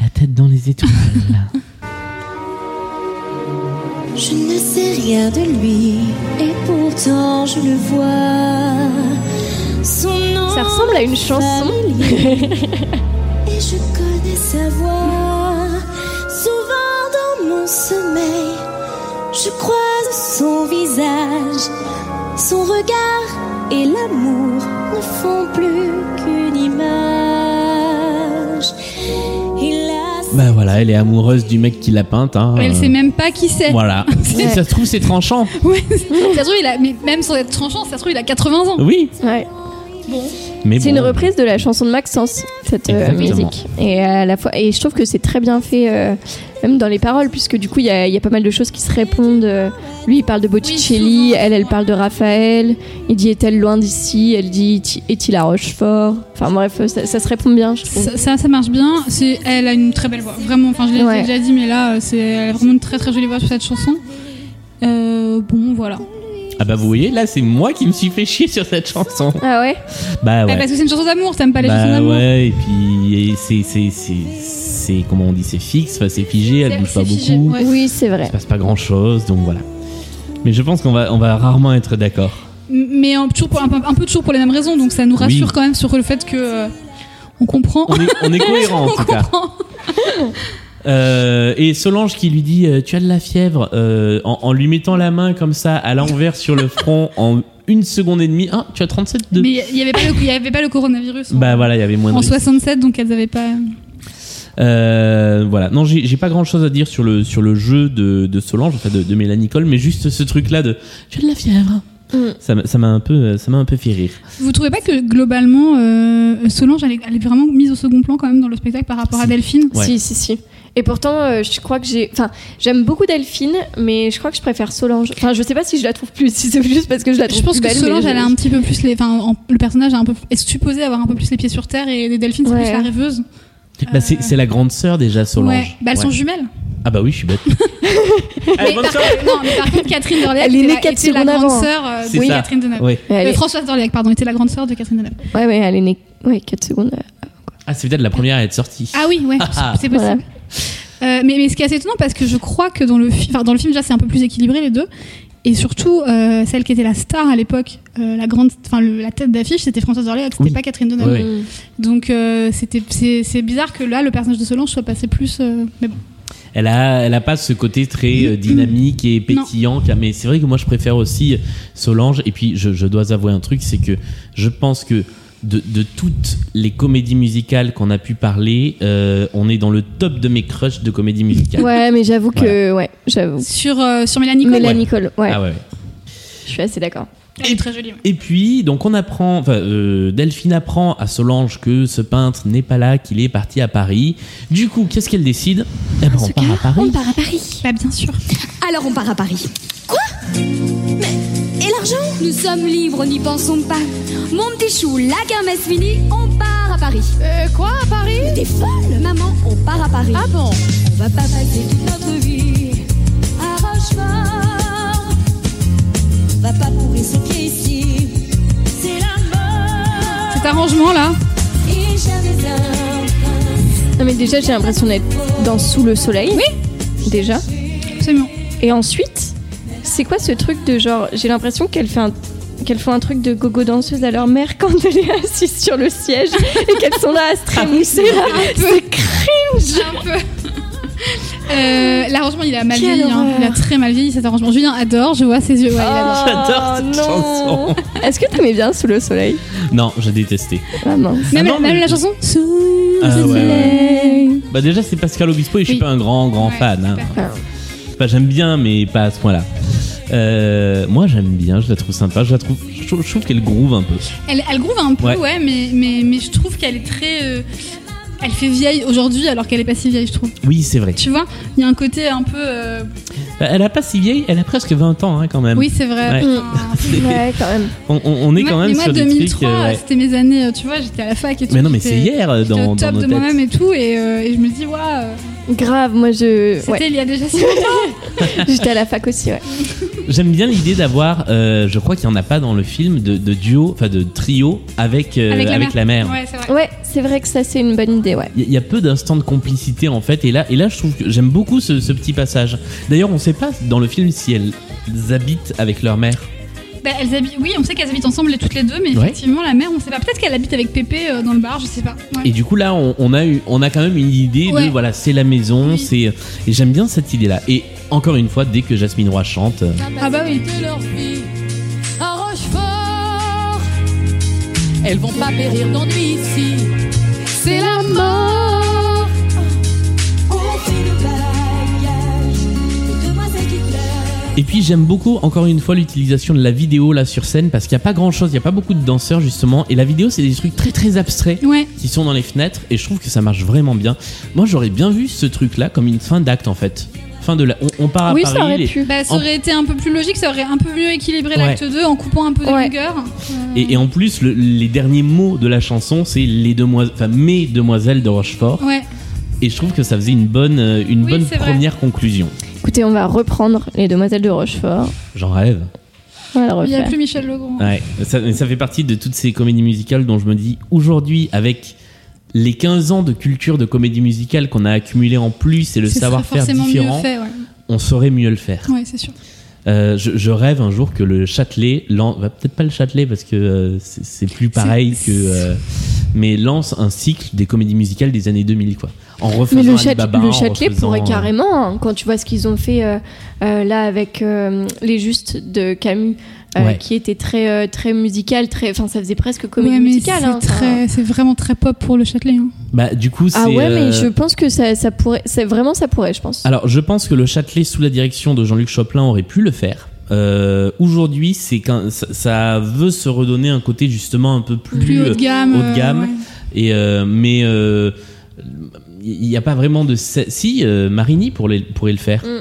Speaker 1: la tête dans les étoiles.
Speaker 4: Je ne sais rien de lui et pourtant je le vois. Son nom
Speaker 3: Ça ressemble à une chanson.
Speaker 4: familier. et je connais sa voix. Souvent dans mon sommeil, je croise son visage. Son regard et l'amour ne font plus qu'une image. Hélas.
Speaker 1: bah voilà, elle est amoureuse du mec qui l'a peinte. Hein,
Speaker 2: Mais elle
Speaker 1: Euh,
Speaker 2: sait même pas qui c'est.
Speaker 1: Voilà. Si ça se trouve, c'est tranchant.
Speaker 2: Ouais, ça se trouve, il a, mais même sans être tranchant, ça se trouve, il a 80 ans.
Speaker 1: Oui,
Speaker 3: Ouais.
Speaker 1: mais
Speaker 3: C'est
Speaker 1: bon.
Speaker 3: une reprise de la chanson de Maxence, cette euh,
Speaker 1: Exactement.
Speaker 3: musique. Et, à la fois, et je trouve que c'est très bien fait, euh, même dans les paroles, puisque du coup, il y, a- il y a pas mal de choses qui se répondent. Euh, Lui, il parle de Botticelli, elle, elle parle de Raphaël. Il dit Est-elle loin d'ici Elle dit Ti- Est-il à Rochefort Enfin bref, ça, ça se répond bien, je trouve.
Speaker 2: Ça, ça, ça marche bien. C'est, elle a une très belle voix. Vraiment, enfin, je l'ai
Speaker 3: Ouais.
Speaker 2: déjà dit, mais là, euh, c'est, elle a vraiment une très très jolie voix sur cette chanson. Euh, bon, voilà.
Speaker 1: Ah bah vous voyez, là c'est moi qui me suis fait chier sur cette chanson.
Speaker 3: Ah ouais
Speaker 1: Bah ouais.
Speaker 2: Parce que c'est une chanson d'amour, t'aimes pas les chansons
Speaker 1: bah
Speaker 2: d'amour
Speaker 1: ouais, et puis et c'est c'est c'est c'est comment on dit, c'est fixe, enfin, c'est figé, elle bouge pas
Speaker 2: figé,
Speaker 1: beaucoup,
Speaker 2: ouais.
Speaker 3: Oui, c'est vrai.
Speaker 1: il se passe pas grand chose, donc voilà. Mais je pense qu'on va on va rarement être d'accord.
Speaker 2: M- Mais un, toujours pour- un, peu- un peu toujours pour les mêmes raisons, donc ça nous
Speaker 1: Oui.
Speaker 2: rassure quand même sur le fait que euh, on comprend.
Speaker 1: On est, on est cohérent en
Speaker 2: On
Speaker 1: tout cas.
Speaker 2: comprend.
Speaker 1: Euh, et Solange qui lui dit euh, tu as de la fièvre euh, en, en lui mettant la main comme ça à l'envers sur le front en une seconde et demie. Ah, tu as 37 de.
Speaker 2: Mais il n'y avait, pas le- il y avait pas le coronavirus en,
Speaker 1: Bah voilà, il y avait moins de.
Speaker 2: en
Speaker 1: risques.
Speaker 2: 67, donc elles avaient pas.
Speaker 1: Euh, voilà. Non, j'ai j'ai pas grand chose à dire sur le, sur le jeu de, de Solange, enfin de, de Mélanie Cole, mais juste ce truc-là de j'ai de la fièvre.
Speaker 3: Mm.
Speaker 1: Ça m'a- Ça m'a un peu, euh, ça m'a un peu fait rire.
Speaker 2: Vous trouvez pas que globalement, euh, Solange, elle est, elle est vraiment mise au second plan quand même dans le spectacle par rapport à
Speaker 1: Si.
Speaker 2: Delphine
Speaker 1: Ouais.
Speaker 3: Si, si, si. Et pourtant, euh, je crois que j'ai. Enfin, j'aime beaucoup Delphine, mais je crois que je préfère Solange. Enfin, je sais pas si je la trouve plus, si c'est juste parce que je la trouve
Speaker 2: Je pense
Speaker 3: plus
Speaker 2: que
Speaker 3: belle,
Speaker 2: Solange,
Speaker 3: mais je-
Speaker 2: elle a un petit peu plus les. Enfin, en- le personnage a un peu, est supposé avoir un peu plus les pieds sur terre et Delphine, c'est
Speaker 3: Ouais.
Speaker 2: plus la rêveuse.
Speaker 1: Bah, c'est c'est la grande sœur déjà Solange.
Speaker 2: Euh. Ouais. Bah, elles
Speaker 1: Ouais.
Speaker 2: sont jumelles.
Speaker 1: Ah bah oui, je suis bête. Allez, bonne
Speaker 2: par,
Speaker 1: soirée.
Speaker 2: contre, non, mais par contre, Catherine Dorlet
Speaker 3: Elle est
Speaker 2: était
Speaker 3: née
Speaker 2: la-
Speaker 3: quatre
Speaker 2: était la
Speaker 3: secondes
Speaker 2: grande
Speaker 3: avant.
Speaker 2: sœur euh,
Speaker 1: C'est
Speaker 2: de
Speaker 1: ça.
Speaker 2: Catherine Deneuve.
Speaker 1: Ouais.
Speaker 3: Elle
Speaker 2: Euh,
Speaker 3: est...
Speaker 2: Françoise Dorliac, pardon, était la grande sœur de Catherine Deneuve.
Speaker 3: Ouais, ouais, elle est née. Ouais, 4 secondes. euh,
Speaker 1: Ah c'est peut-être la première à être sortie.
Speaker 2: Ah oui, ouais, c'est possible.
Speaker 3: Voilà.
Speaker 2: Euh, mais, mais ce qui est assez étonnant, parce que je crois que dans le, fi- enfin, dans le film, déjà, c'est un peu plus équilibré les deux. Et surtout, euh, celle qui était la star à l'époque, euh, la grande, enfin le- la tête d'affiche, c'était Françoise Dorléac, c'était
Speaker 1: Oui.
Speaker 2: pas Catherine Deneuve.
Speaker 1: Ouais.
Speaker 3: Mm.
Speaker 2: Donc euh, c'était, c'est, c'est bizarre que là, le personnage de Solange soit passé plus. euh, mais bon.
Speaker 1: Elle a, elle a pas ce côté très euh, dynamique et pétillant. qu'a- Mais c'est vrai que moi, je préfère aussi Solange. Et puis, je, je dois avouer un truc, c'est que je pense que de, de toutes les comédies musicales qu'on a pu parler, euh, on est dans le top de mes crushs de comédie musicale.
Speaker 3: Ouais, mais j'avoue que. Ouais, j'avoue.
Speaker 2: Sur euh, sur Mélanie Cole,
Speaker 3: Mélanie Cole, ouais,
Speaker 1: Ah ouais.
Speaker 3: je suis assez d'accord.
Speaker 2: elle est très jolie. ouais.
Speaker 1: Et puis, donc on apprend, enfin, euh, Delphine apprend à Solange que ce peintre n'est pas là, qu'il est parti à Paris. Du coup, qu'est-ce qu'elle décide Eh ben, on part à Paris.
Speaker 8: part à Paris.
Speaker 2: Bah bien sûr.
Speaker 8: Alors on part à Paris.
Speaker 4: Et l'argent
Speaker 8: Nous sommes libres, n'y pensons pas. Mon petit chou, la kermesse finie, on part à Paris.
Speaker 7: Euh, quoi, à Paris
Speaker 8: T'es folle Maman, on part à Paris.
Speaker 7: Ah bon
Speaker 8: On va pas passer toute notre vie à Rochefort.
Speaker 4: On va pas pourrir ses pieds ici. C'est la mort.
Speaker 2: Cet arrangement là,
Speaker 4: Et jamais un
Speaker 3: Non, mais déjà, j'ai l'impression d'être dans Sous le soleil. Oui Déjà.
Speaker 2: absolument.
Speaker 3: Et ensuite, c'est quoi ce truc de genre J'ai l'impression qu'elle fait un qu'elles font un truc de gogo danseuse à leur mère quand elle est assise sur le siège et qu'elles sont là à se trémousser
Speaker 1: Ah
Speaker 3: là. C'est cringe
Speaker 2: un peu. Euh, l'arrangement il a mal
Speaker 3: Quelle
Speaker 2: vieilli, hein. il a
Speaker 3: horreur.
Speaker 2: très mal vieilli cet arrangement. Julien adore, je vois ses yeux. ouais, il adore.
Speaker 1: Oh, J'adore cette
Speaker 3: Oh, non.
Speaker 1: chanson.
Speaker 3: Est-ce que t'aimais bien Sous le soleil
Speaker 1: Non, j'ai détesté.
Speaker 3: Ah mince.
Speaker 2: Même,
Speaker 1: Ah non,
Speaker 2: même
Speaker 1: mais-
Speaker 2: la chanson
Speaker 1: Ah ouais, ouais.
Speaker 3: Soleil.
Speaker 1: Bah déjà c'est Pascal Obispo et je suis
Speaker 2: Oui.
Speaker 1: pas un grand grand
Speaker 2: Ouais,
Speaker 1: fan. hein.
Speaker 2: super.
Speaker 1: Enfin, j'aime bien mais pas à ce point-là. Euh, moi j'aime bien, je la trouve sympa, je la trouve, je trouve, je trouve qu'elle groove un peu.
Speaker 2: Elle, elle groove un peu,
Speaker 1: Ouais.
Speaker 2: ouais, mais, mais, mais je trouve qu'elle est très. euh, elle fait vieille aujourd'hui alors qu'elle est pas si vieille, je trouve.
Speaker 1: Oui c'est vrai.
Speaker 2: Tu vois, il y a un côté un peu. euh,
Speaker 1: Euh, Elle a pas si vieille, elle a presque 20 ans hein, quand même.
Speaker 2: Oui, c'est vrai.
Speaker 1: Ouais.
Speaker 2: Enfin,
Speaker 3: Ouais, quand même.
Speaker 1: On, on- on est
Speaker 2: moi-
Speaker 1: quand
Speaker 2: mais
Speaker 1: même
Speaker 2: moi,
Speaker 1: sur des
Speaker 2: 2003,
Speaker 1: trucs. euh, ouais.
Speaker 2: c'était mes années, euh, tu vois, j'étais à la fac et tout.
Speaker 1: Mais non mais c'est
Speaker 2: j'étais-
Speaker 1: hier euh,
Speaker 2: j'étais
Speaker 1: dans,
Speaker 2: au
Speaker 1: dans
Speaker 2: top
Speaker 1: nos
Speaker 2: de
Speaker 1: têtes.
Speaker 2: moi-même et tout, et, euh, et je me dis, waouh,
Speaker 3: Grave, moi je.
Speaker 2: c'était
Speaker 3: Ouais,
Speaker 2: il y a déjà si
Speaker 1: Euh,
Speaker 2: longtemps.
Speaker 3: j'étais à la fac aussi, ouais.
Speaker 1: J'aime bien l'idée d'avoir, euh, je crois qu'il n'y en a pas dans le film, de, de duo, enfin de trio avec, euh, avec, la mère.
Speaker 2: Ouais, c'est vrai.
Speaker 3: Ouais, c'est vrai que ça c'est une bonne idée, ouais.
Speaker 1: Il y a- il y a peu d'instants de complicité en fait, et là, et là je trouve que j'aime beaucoup ce, ce petit passage. D'ailleurs, on sait pas dans le film si elles habitent avec leur mère.
Speaker 2: Bah, elles habitent, oui, on sait qu'elles habitent ensemble les- toutes les deux, mais
Speaker 1: Ouais.
Speaker 2: effectivement, la mère, on sait pas. Peut-être qu'elle habite avec Pépé euh, dans le bar, je sais pas. Ouais.
Speaker 1: Et du coup, là, on, on a, eu, on a quand même une idée
Speaker 2: Ouais.
Speaker 1: de voilà, c'est la maison,
Speaker 2: Oui.
Speaker 1: c'est. Et j'aime bien cette idée-là. Et encore une fois, dès que Jasmine Roy chante, euh,
Speaker 2: Ah bah oui.
Speaker 7: De leur vie à Rochefort. Elles vont pas périr d'ennui ici. C'est la mort.
Speaker 4: On fait le bagage. de demoiselles qui pleurent.
Speaker 1: Et puis j'aime beaucoup encore une fois l'utilisation de la vidéo là sur scène parce qu'il n'y a pas grand chose, il n'y a pas beaucoup de danseurs justement et la vidéo c'est des trucs très très abstraits
Speaker 2: Ouais.
Speaker 1: qui sont dans les fenêtres et je trouve que ça marche vraiment bien. Moi j'aurais bien vu ce truc là comme une fin d'acte en fait. Fin de la... on, on part à
Speaker 3: Oui,
Speaker 1: Paris.
Speaker 3: ça aurait
Speaker 1: les-
Speaker 3: pu.
Speaker 2: Bah, ça
Speaker 1: En-
Speaker 2: aurait été un peu plus logique, ça aurait un peu mieux équilibré l'acte 2 en coupant un peu de
Speaker 3: Ouais.
Speaker 2: longueur. Euh,
Speaker 1: Et, et en plus le- les derniers mots de la chanson c'est les demoiselles, enfin mes demoiselles de Rochefort
Speaker 2: Ouais,
Speaker 1: et je trouve que ça faisait une bonne euh, une
Speaker 2: Oui,
Speaker 1: bonne
Speaker 2: c'est vrai.
Speaker 1: première conclusion.
Speaker 3: Écoutez, on va reprendre les demoiselles de Rochefort.
Speaker 1: J'en rêve.
Speaker 3: Ouais, façon à la
Speaker 2: Il n'y a
Speaker 3: refaire.
Speaker 2: plus Michel Legrand.
Speaker 1: Ouais, ça, mais ça fait partie de toutes ces comédies musicales dont je me dis aujourd'hui, avec les 15 ans de culture de comédie musicale qu'on a accumulé en plus et le
Speaker 2: Ce serait
Speaker 1: savoir-faire
Speaker 2: forcément
Speaker 1: différent,
Speaker 2: mieux fait, ouais.
Speaker 1: on saurait mieux le faire.
Speaker 2: Ouais, c'est sûr.
Speaker 1: Euh, je, je rêve un jour que le Châtelet, lan- bah, peut-être pas le Châtelet parce que euh, c'est c'est plus pareil que, euh, mais lance un cycle des comédies musicales des années 2000 quoi. En refaisant
Speaker 3: Mais le, Châte-
Speaker 1: Alibaba,
Speaker 3: le
Speaker 1: en
Speaker 3: Châtelet
Speaker 1: refaisant,
Speaker 3: pourrait
Speaker 1: euh,
Speaker 3: carrément, hein, quand tu vois ce qu'ils ont fait euh, euh, là avec euh, Les Justes de Camus, euh,
Speaker 1: Ouais.
Speaker 3: qui était très, euh, très musical, très, enfin ça faisait presque comédie
Speaker 2: Ouais, mais
Speaker 3: musicale.
Speaker 2: c'est
Speaker 3: hein, ça.
Speaker 2: très- c'est vraiment très pop pour le Châtelet. hein.
Speaker 1: Bah du coup c'est.
Speaker 3: Ah ouais, mais
Speaker 1: euh,
Speaker 3: je pense que ça, ça pourrait, c'est vraiment ça pourrait, je pense.
Speaker 1: Alors, je pense que le Châtelet, sous la direction de Jean-Luc Choplin, aurait pu le faire. Euh, Aujourd'hui, c'est qu'un- ça, ça veut se redonner un côté justement un peu plus,
Speaker 2: Plus haut de gamme,
Speaker 1: euh, haut de
Speaker 2: euh,
Speaker 1: gamme.
Speaker 2: ouais.
Speaker 1: Et euh, mais euh, il n'y a pas vraiment de sa- si euh, Marini pourrait, pourrait le faire.
Speaker 3: Mm.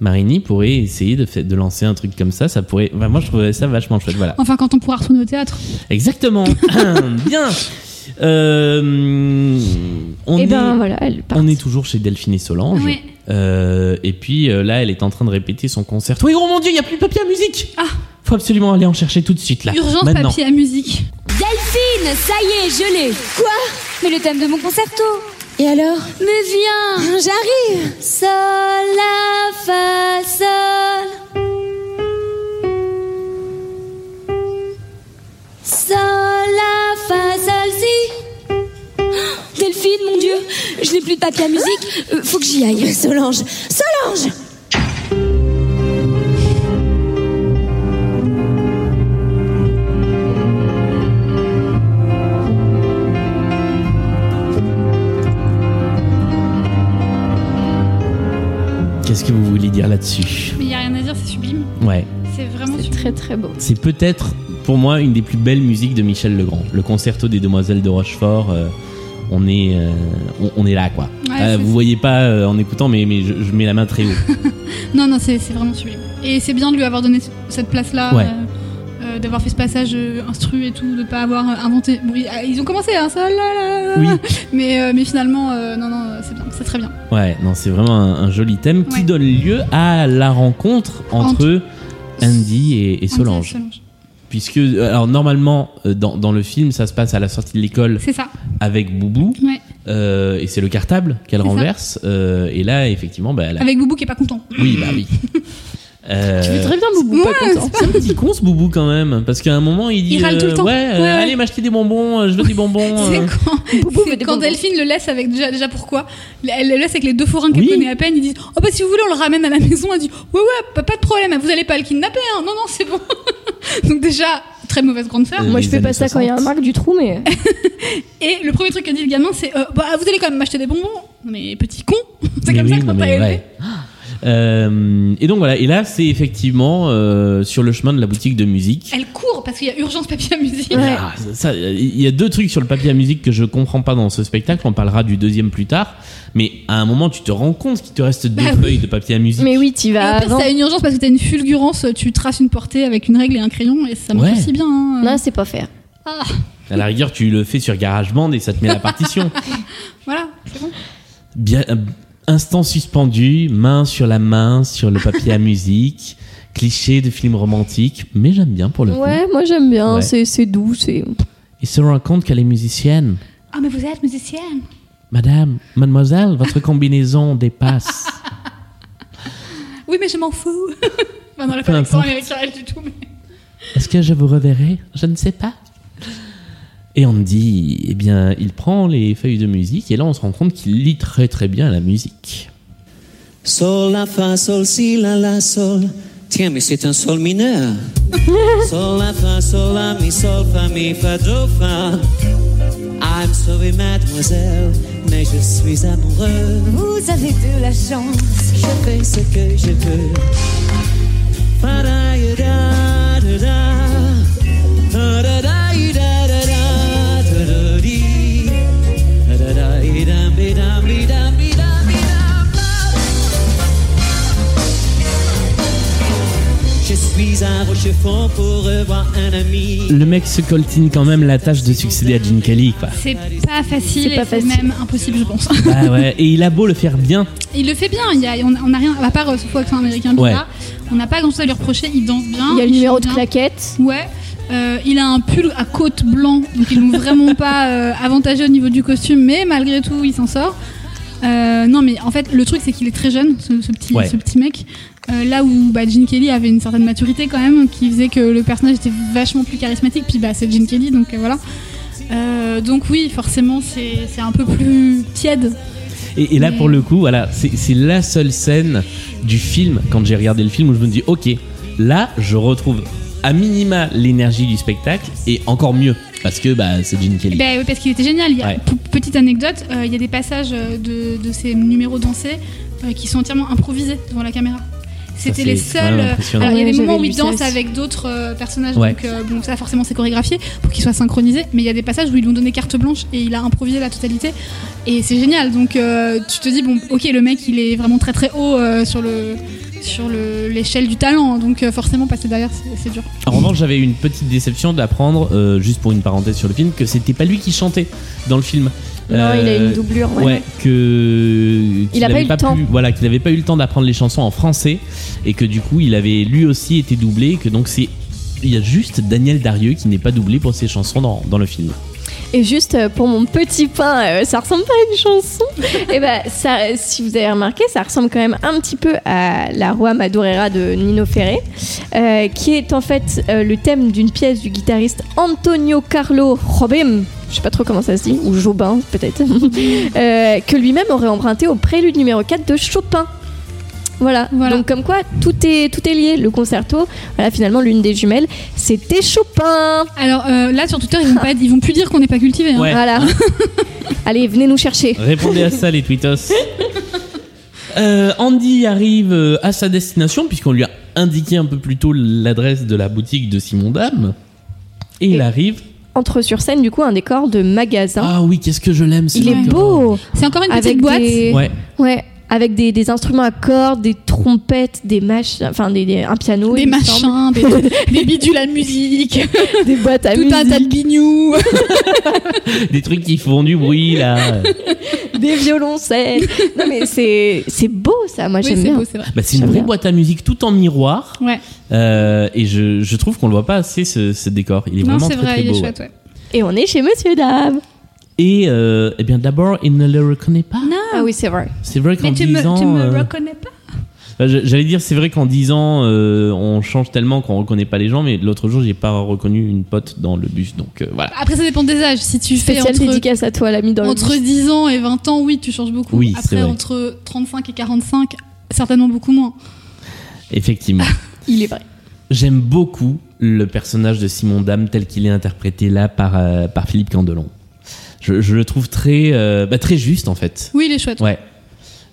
Speaker 1: Marini pourrait essayer de, fa- de lancer un truc comme ça. Ça pourrait. enfin, moi, je trouverais ça vachement chouette. Voilà.
Speaker 2: Enfin, quand on pourra retourner au théâtre.
Speaker 1: Exactement. Bien. Euh, on
Speaker 3: et
Speaker 1: est-
Speaker 3: ben voilà, elle part.
Speaker 1: on est toujours chez Delphine et Solange.
Speaker 2: Oui.
Speaker 1: Euh, et puis euh, là, elle est en train de répéter son concert. Oui, oh mon dieu, il n'y a plus de papier à musique
Speaker 2: Ah.
Speaker 1: Faut absolument aller en chercher tout de suite là.
Speaker 2: Urgence
Speaker 1: Bah, Maintenant.
Speaker 2: papier à musique.
Speaker 8: Delphine, ça y est, je l'ai. Quoi Mais le thème de mon concerto.
Speaker 4: Et alors
Speaker 8: Mais viens, j'arrive.
Speaker 4: Sol, la, fa, sol. Sol, la, fa, sol, si.
Speaker 8: Delphine, mon Dieu, je n'ai plus de papier à musique. Euh, faut que j'y aille.
Speaker 4: Solange, Solange
Speaker 1: Qu'est-ce que vous voulez dire là-dessus
Speaker 2: Mais il n'y a rien à dire, c'est sublime.
Speaker 1: Ouais.
Speaker 2: C'est vraiment
Speaker 3: C'est
Speaker 2: sublime.
Speaker 3: très très beau.
Speaker 1: C'est peut-être pour moi une des plus belles musiques de Michel Legrand. Le concerto des Demoiselles de Rochefort. euh, on est, euh, on, on est là quoi.
Speaker 2: Ouais,
Speaker 1: Euh,
Speaker 2: c'est-
Speaker 1: vous voyez pas euh, en écoutant, mais, mais je, je mets la main très haut.
Speaker 2: Non, non, c'est c'est vraiment sublime. Et c'est bien de lui avoir donné ce- cette place-là,
Speaker 1: Ouais.
Speaker 2: euh, euh, d'avoir fait ce passage euh, instru et tout, de pas avoir euh, inventé. Bon, ils- ah, ils ont commencé, hein, ça, là, là, là,
Speaker 1: Oui.
Speaker 2: Mais, euh, mais finalement, euh, non, non, c'est bien, c'est très bien.
Speaker 1: Ouais, non, c'est vraiment un, un joli thème qui
Speaker 2: Ouais.
Speaker 1: donne lieu à la rencontre entre Andy et- et
Speaker 2: On
Speaker 1: Solange.
Speaker 2: dit Solange.
Speaker 1: Puisque, euh, alors normalement, euh, dans, dans le film, ça se passe à la sortie de l'école
Speaker 2: C'est ça,
Speaker 1: avec Boubou,
Speaker 2: ouais.
Speaker 1: euh, et c'est le cartable qu'elle
Speaker 2: C'est ça.
Speaker 1: renverse. euh, et là, effectivement, bah, elle a-
Speaker 2: Avec Boubou qui est pas content.
Speaker 1: Oui, bah oui. Euh,
Speaker 3: Tu fais très bien, Boubou, pas content.
Speaker 1: c'est un petit con ce Boubou quand même, parce qu'à un moment il dit
Speaker 2: Il râle tout le temps.
Speaker 1: Ouais, euh,
Speaker 2: Ouais, ouais.
Speaker 1: allez m'acheter des bonbons, euh, je veux des bonbons.
Speaker 2: C'est
Speaker 1: euh.
Speaker 2: quand,
Speaker 3: Boubou
Speaker 2: c'est
Speaker 3: veut des
Speaker 2: quand
Speaker 3: bonbons.
Speaker 2: Delphine le laisse avec déjà, déjà pourquoi Elle le laisse avec les deux forains qu'elle
Speaker 1: Oui.
Speaker 2: connaît à peine. Ils disent Oh bah si vous voulez, on le ramène à la maison. Elle dit Ouais, ouais, pas, pas de problème, vous allez pas le kidnapper. Hein. Non, non, c'est bon. Donc, déjà, très mauvaise grande sœur.
Speaker 1: Euh,
Speaker 3: Moi
Speaker 1: les
Speaker 3: je fais pas
Speaker 1: années
Speaker 3: ça quand il y a un
Speaker 1: 60.
Speaker 3: marque du trou, mais
Speaker 2: Et le premier truc qu'a dit le gamin, c'est euh, Bah, vous allez quand même m'acheter des bonbons. Non, mais petit con C'est
Speaker 1: Mais
Speaker 2: comme ça
Speaker 1: oui,
Speaker 2: que
Speaker 1: non,
Speaker 2: t'as
Speaker 1: mais
Speaker 2: élevé.
Speaker 1: ouais. Euh, et donc voilà, et là c'est effectivement euh, sur le chemin de la boutique de musique.
Speaker 2: Elle court parce qu'il y a urgence papier à musique.
Speaker 1: Ah, ça, il y a deux trucs sur le papier à musique que je comprends pas dans ce spectacle. On parlera du deuxième plus tard. Mais à un moment, tu te rends compte qu'il te reste deux
Speaker 2: Bah oui.
Speaker 1: feuilles de papier à musique.
Speaker 3: mais oui, tu
Speaker 2: Et
Speaker 3: vas
Speaker 2: au pire, si
Speaker 3: avant.
Speaker 2: t'as une urgence parce que t'as une fulgurance, tu traces une portée avec une règle et un crayon et ça marche
Speaker 1: Ouais.
Speaker 2: aussi bien. hein.
Speaker 3: Non, c'est pas faire.
Speaker 2: Ah,
Speaker 1: À la rigueur, tu le fais sur GarageBand et ça te met la partition.
Speaker 2: voilà, c'est bon.
Speaker 1: Bien, euh, instant suspendu, main sur la main sur le papier à musique. Cliché de film romantique, mais j'aime bien pour le coup.
Speaker 3: Ouais, moi j'aime bien,
Speaker 1: Ouais.
Speaker 3: c'est c'est doux, c'est.
Speaker 1: Il se rend compte qu'elle est musicienne.
Speaker 2: Ah, mais vous êtes musicienne
Speaker 1: Madame, mademoiselle, votre combinaison dépasse.
Speaker 2: Oui, mais je m'en fous. enfin, non, elle a
Speaker 1: Peu
Speaker 2: pas l'accent
Speaker 1: importe.
Speaker 2: américain elle, du tout. Mais...
Speaker 1: Est-ce que je vous reverrai Je ne sais pas. Et Andy, eh bien, il prend les feuilles de musique et là, on se rend compte qu'il lit très très bien la musique.
Speaker 9: Sol, la, fa, sol, si, la, la, sol. Tiens, mais c'est un sol mineur. sol, la, fa, sol, la, mi, sol, fa, mi, fa, do, fa. I'm sorry, mademoiselle, mais je suis amoureux.
Speaker 4: Vous avez de la chance.
Speaker 9: Je fais ce que je veux. Fa-da-ya-da-da-da. Da-da-da-ya-da-da-da-da-da-di. Da-da-da-ya-dam-bi-dam-bi-dam-bi-dam-bi-dam-bi-dam. Je suis à Rochefort pour revoir un ami.
Speaker 1: le mec se coltine quand même la tâche de succéder à Gene Kelly, quoi.
Speaker 2: C'est pas facile,
Speaker 3: C'est pas
Speaker 2: et c'est
Speaker 3: facile.
Speaker 2: même impossible, je pense.
Speaker 1: Bah ouais, et il a beau le faire bien.
Speaker 2: Il le fait bien, il y a- on on n'a rien, à part euh, ce faux accent américain
Speaker 1: Ouais.
Speaker 2: bizarre, on n'a pas grand chose à lui reprocher, il danse bien.
Speaker 3: Il y a le
Speaker 2: chante
Speaker 3: numéro de
Speaker 2: bien.
Speaker 3: claquette.
Speaker 2: Ouais. Euh, il a un pull à côte blanc, donc ils l'ont vraiment pas euh, avantagé au niveau du costume, mais malgré tout, il s'en sort. Euh, non, mais en fait, le truc, c'est qu'il est très jeune, ce, ce petit,
Speaker 1: Ouais.
Speaker 2: ce petit mec. Euh, là où bah, Gene Kelly avait une certaine maturité quand même, qui faisait que le personnage était vachement plus charismatique. Puis bah, c'est Gene Kelly, donc euh, voilà. Euh, donc oui, forcément, c'est c'est un peu plus tiède.
Speaker 1: Et, et là,
Speaker 2: Mais-
Speaker 1: pour le coup, voilà, c'est c'est la seule scène du film, quand j'ai regardé le film, où je me dis, ok, là, je retrouve à minima l'énergie du spectacle, et encore mieux, parce que bah, c'est Gene Kelly.
Speaker 3: Eh
Speaker 2: Ben oui, parce qu'il était génial. Il y a-
Speaker 1: Ouais.
Speaker 2: p- Petite anecdote, euh, il y a des passages euh, de, de ces numéros dansés euh, qui sont entièrement improvisés devant la caméra. C'était
Speaker 1: c'est
Speaker 2: les
Speaker 1: quand même
Speaker 2: seuls. euh,
Speaker 1: impressionnant.
Speaker 2: alors, il y a
Speaker 3: Ouais,
Speaker 2: des moments
Speaker 3: j'avais
Speaker 2: où
Speaker 3: lu
Speaker 2: ils
Speaker 3: ça
Speaker 2: dansent
Speaker 3: aussi.
Speaker 2: avec d'autres euh, personnages,
Speaker 1: Ouais.
Speaker 2: donc euh, bon, ça forcément c'est chorégraphié pour qu'ils soient synchronisés. Mais il y a des passages où ils lui ont donné carte blanche et il a improvisé la totalité. Et c'est génial. Donc euh, tu te dis bon, ok, le mec il est vraiment très très haut euh, sur le sur le- l'échelle du talent, donc euh, forcément passer derrière c'est- c'est dur.
Speaker 3: ben-
Speaker 1: En revanche, j'avais eu une petite déception d'apprendre, euh, juste pour une parenthèse sur le film, que c'était pas lui qui chantait dans le film.
Speaker 3: Non, il a
Speaker 1: Euh,
Speaker 3: une doublure.
Speaker 1: Ouais,
Speaker 3: Ouais.
Speaker 1: que qu'il
Speaker 3: a pas
Speaker 1: avait
Speaker 3: eu le temps.
Speaker 1: pu- voilà, qu'il n'avait pas eu le temps d'apprendre les chansons en français et que du coup, il avait lui aussi été doublé, que donc c'est il y a juste Daniel Darieux qui n'est pas doublé pour ses chansons dans, dans le film.
Speaker 3: Et juste euh, pour mon petit pain, euh, ça ressemble pas à une chanson. Et ben, ça, si vous avez remarqué, ça ressemble quand même un petit peu à La Roi Madurera de Nino Ferré, euh, qui est en fait euh, le thème d'une pièce du guitariste Antonio Carlo Jobim. Je sais pas trop comment ça se dit, ou Jobin peut-être, euh, que lui-même aurait emprunté au prélude numéro 4 de Chopin. Voilà.
Speaker 2: Voilà.
Speaker 3: donc comme quoi tout est, tout est lié. Le concerto, voilà, finalement l'une des jumelles, c'était Chopin.
Speaker 2: Alors euh, là sur Twitter ils vont pas ils vont plus dire qu'on n'est pas cultivé. hein.
Speaker 1: Ouais.
Speaker 3: Voilà. Allez, venez nous chercher.
Speaker 1: Répondez à ça, les tweetos. Euh, Andy arrive euh, à sa destination puisqu'on lui a indiqué un peu plus tôt l'adresse de la boutique de Simon Dame. Et il
Speaker 3: Et-
Speaker 1: arrive.
Speaker 3: entre sur scène du coup un décor de magasin.
Speaker 1: Ah oui, qu'est-ce que je l'aime ce
Speaker 3: il est
Speaker 1: mec.
Speaker 3: beau
Speaker 2: C'est encore une petite
Speaker 3: avec
Speaker 2: boîte.
Speaker 3: des
Speaker 1: Ouais.
Speaker 3: ouais, avec des, des instruments à cordes, des trompettes, des machins, enfin des, des- un piano,
Speaker 2: des
Speaker 3: il me semble, Ah,
Speaker 2: machins, des, des bidules à musique,
Speaker 3: des boîtes à
Speaker 2: tout un
Speaker 3: musique,
Speaker 2: tas de guignoux.
Speaker 1: Des trucs qui font du bruit là.
Speaker 3: des violoncelles. non mais c'est c'est beau ça, moi
Speaker 2: Oui,
Speaker 3: j'aime
Speaker 2: c'est
Speaker 3: bien.
Speaker 2: beau, c'est vrai.
Speaker 1: Bah, c'est une
Speaker 3: J'aime
Speaker 1: vraie
Speaker 3: bien.
Speaker 1: boîte à musique tout en miroir.
Speaker 2: Ouais,
Speaker 1: Euh, et je, je trouve qu'on le voit pas assez ce, ce décor. Il est
Speaker 2: non,
Speaker 1: vraiment
Speaker 2: c'est
Speaker 1: très,
Speaker 2: vrai,
Speaker 1: très
Speaker 2: il
Speaker 1: beau.
Speaker 2: est
Speaker 1: ouais.
Speaker 2: chouette, ouais.
Speaker 3: Et on est chez Monsieur Dame.
Speaker 1: Et euh, eh bien d'abord, il ne le reconnaît pas.
Speaker 3: Ah oui c'est vrai.
Speaker 1: C'est vrai qu'en
Speaker 2: Mais tu
Speaker 1: 10
Speaker 2: me,
Speaker 1: ans,
Speaker 2: tu me
Speaker 1: euh,
Speaker 2: reconnais pas
Speaker 1: bah, je- j'allais dire c'est vrai qu'en 10 ans, euh, on change tellement qu'on reconnaît pas les gens. Mais l'autre jour, j'ai pas reconnu une pote dans le bus, donc euh, voilà.
Speaker 2: Après, ça dépend des âges. Si tu fais
Speaker 3: Spéciale
Speaker 2: entre,
Speaker 3: dédicace à toi l'ami dans le
Speaker 2: entre
Speaker 3: bus.
Speaker 2: 10 ans et 20 ans, oui, tu changes beaucoup.
Speaker 1: Oui, c'est
Speaker 2: Après,
Speaker 1: vrai.
Speaker 2: entre 35 et 45, certainement beaucoup moins.
Speaker 1: Effectivement,
Speaker 3: Il est vrai.
Speaker 1: j'aime beaucoup le personnage de Simon Dame tel qu'il est interprété là par euh, par Philippe Candelon. Je, je le trouve très euh, bah, très juste en fait.
Speaker 2: Oui, il est chouette.
Speaker 1: Ouais.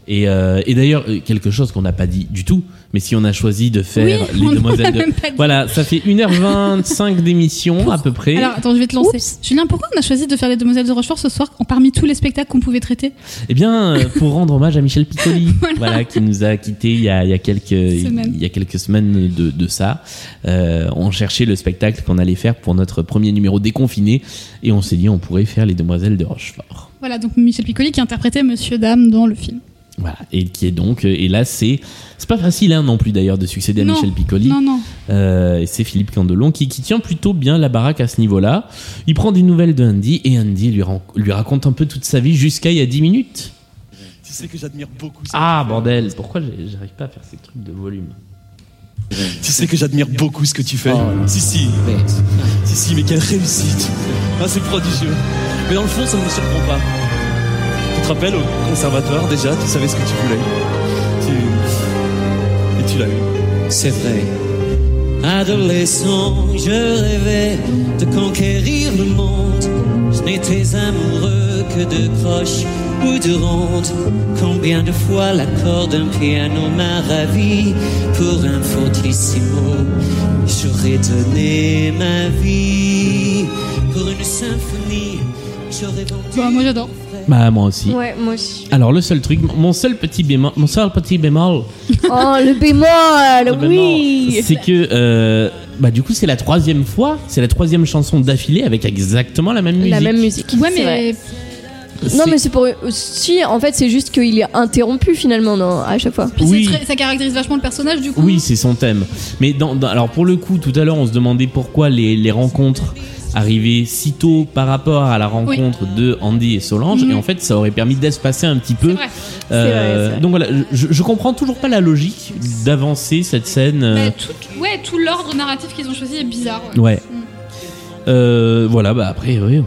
Speaker 1: Et, euh, et d'ailleurs, euh, quelque chose qu'on n'a pas dit du tout, mais si on a choisi de faire
Speaker 2: Oui, on
Speaker 1: les demoiselles
Speaker 2: l'a
Speaker 1: de...
Speaker 2: même pas dit.
Speaker 1: Voilà, ça fait 1h25 d'émission à peu près.
Speaker 2: Alors, attends, je vais te lancer. Julien, pourquoi on a choisi de faire les Demoiselles de Rochefort ce soir en- parmi tous les spectacles qu'on pouvait traiter
Speaker 1: Eh bien, euh, pour rendre hommage à Michel Piccoli, voilà. qui nous a quittés il y a, il y a quelques,
Speaker 2: Semaine.
Speaker 1: il y a quelques semaines de, de ça, euh, on cherchait le spectacle qu'on allait faire pour notre premier numéro déconfiné, et on s'est dit on pourrait faire les demoiselles de Rochefort.
Speaker 2: Voilà, donc Michel Piccoli qui interprétait Monsieur Dame dans le film.
Speaker 1: Voilà, et qui est donc, euh, et là c'est, c'est pas facile hein, non plus d'ailleurs de succéder à
Speaker 2: Non.
Speaker 1: Michel Piccoli.
Speaker 2: Non, non.
Speaker 1: Euh, et c'est Philippe Candelon qui, qui tient plutôt bien la baraque à ce niveau-là. Il prend des nouvelles de Andy et Andy lui, ran- lui raconte un peu toute sa vie jusqu'à il y a 10 minutes.
Speaker 9: Tu sais que j'admire beaucoup ça.
Speaker 1: Ah bordel, pourquoi j'ai- j'arrive pas à faire ces trucs de volume
Speaker 9: Tu sais que j'admire beaucoup ce que tu fais. si, si. Si, si, mais quelle réussite. Ah, c'est prodigieux. Mais dans le fond, ça ne me surprend pas. Tu te rappelles au conservatoire, déjà, tu savais ce que tu voulais. Tu... Et tu l'as eu.
Speaker 6: C'est vrai. Adolescent, je rêvais de conquérir le monde. Je n'étais amoureux que de croches ou de rondes. Combien de fois l'accord d'un piano m'a ravi pour un fortissimo. J'aurais donné ma vie pour une symphonie. J'aurais vendu.
Speaker 2: Bon, moi j'adore.
Speaker 1: Bah moi aussi.
Speaker 3: Ouais moi aussi.
Speaker 1: Alors le seul truc, mon seul petit bémol, mon seul petit bémol,
Speaker 3: Oh le bémol,
Speaker 1: le bémol,
Speaker 3: oui.
Speaker 1: c'est que euh, bah du coup c'est la troisième fois, c'est la troisième chanson d'affilée avec exactement la même musique.
Speaker 3: La même musique.
Speaker 2: Ouais, mais
Speaker 3: c'est vrai. Non, mais c'est pour. Si, en fait, c'est juste qu'il est interrompu finalement non, à chaque fois.
Speaker 2: puis c'est
Speaker 1: Oui.
Speaker 2: très- ça caractérise vachement le personnage du coup.
Speaker 1: Oui, c'est son thème. Mais dans, dans- alors pour le coup, tout à l'heure, on se demandait pourquoi les, les rencontres arrivaient si tôt par rapport à la rencontre de Andy et Solange.
Speaker 2: Mhm.
Speaker 1: Et en fait, ça aurait permis d'espacer un petit peu.
Speaker 2: vrai.
Speaker 1: Euh,
Speaker 3: C'est vrai, c'est vrai.
Speaker 1: donc voilà, je, je comprends toujours pas la logique d'avancer cette scène. euh,
Speaker 2: Bah, tout, ouais, tout l'ordre narratif qu'ils ont choisi est bizarre. ouais.
Speaker 1: ouais. Euh, voilà, bah après, oui.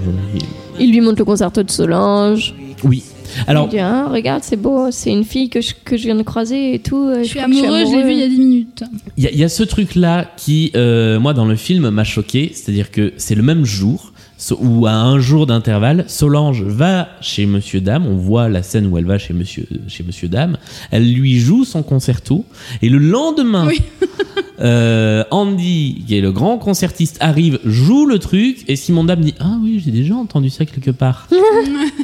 Speaker 3: Il lui montre le concerto de Solange.
Speaker 1: on- oui. Alors,
Speaker 3: Il dit ah, Regarde, c'est beau, c'est une fille que je, que je viens de croiser et tout. euh,
Speaker 2: Je suis
Speaker 3: crois que
Speaker 2: amoureux, je l'ai vu il y a 10 minutes.
Speaker 1: Il y, a- il y a ce truc-là qui, euh, moi, dans le film, m'a choqué. C'est-à-dire que c'est le même jour, so- ou à un jour d'intervalle, Solange va chez Monsieur Dame. On voit la scène où elle va chez Monsieur, chez Monsieur Dame. Elle lui joue son concerto. Et le lendemain,
Speaker 2: Oui.
Speaker 1: euh, Andy, qui est le grand concertiste, arrive, joue le truc. Et Simon Dame dit Ah oui, j'ai déjà entendu ça quelque part.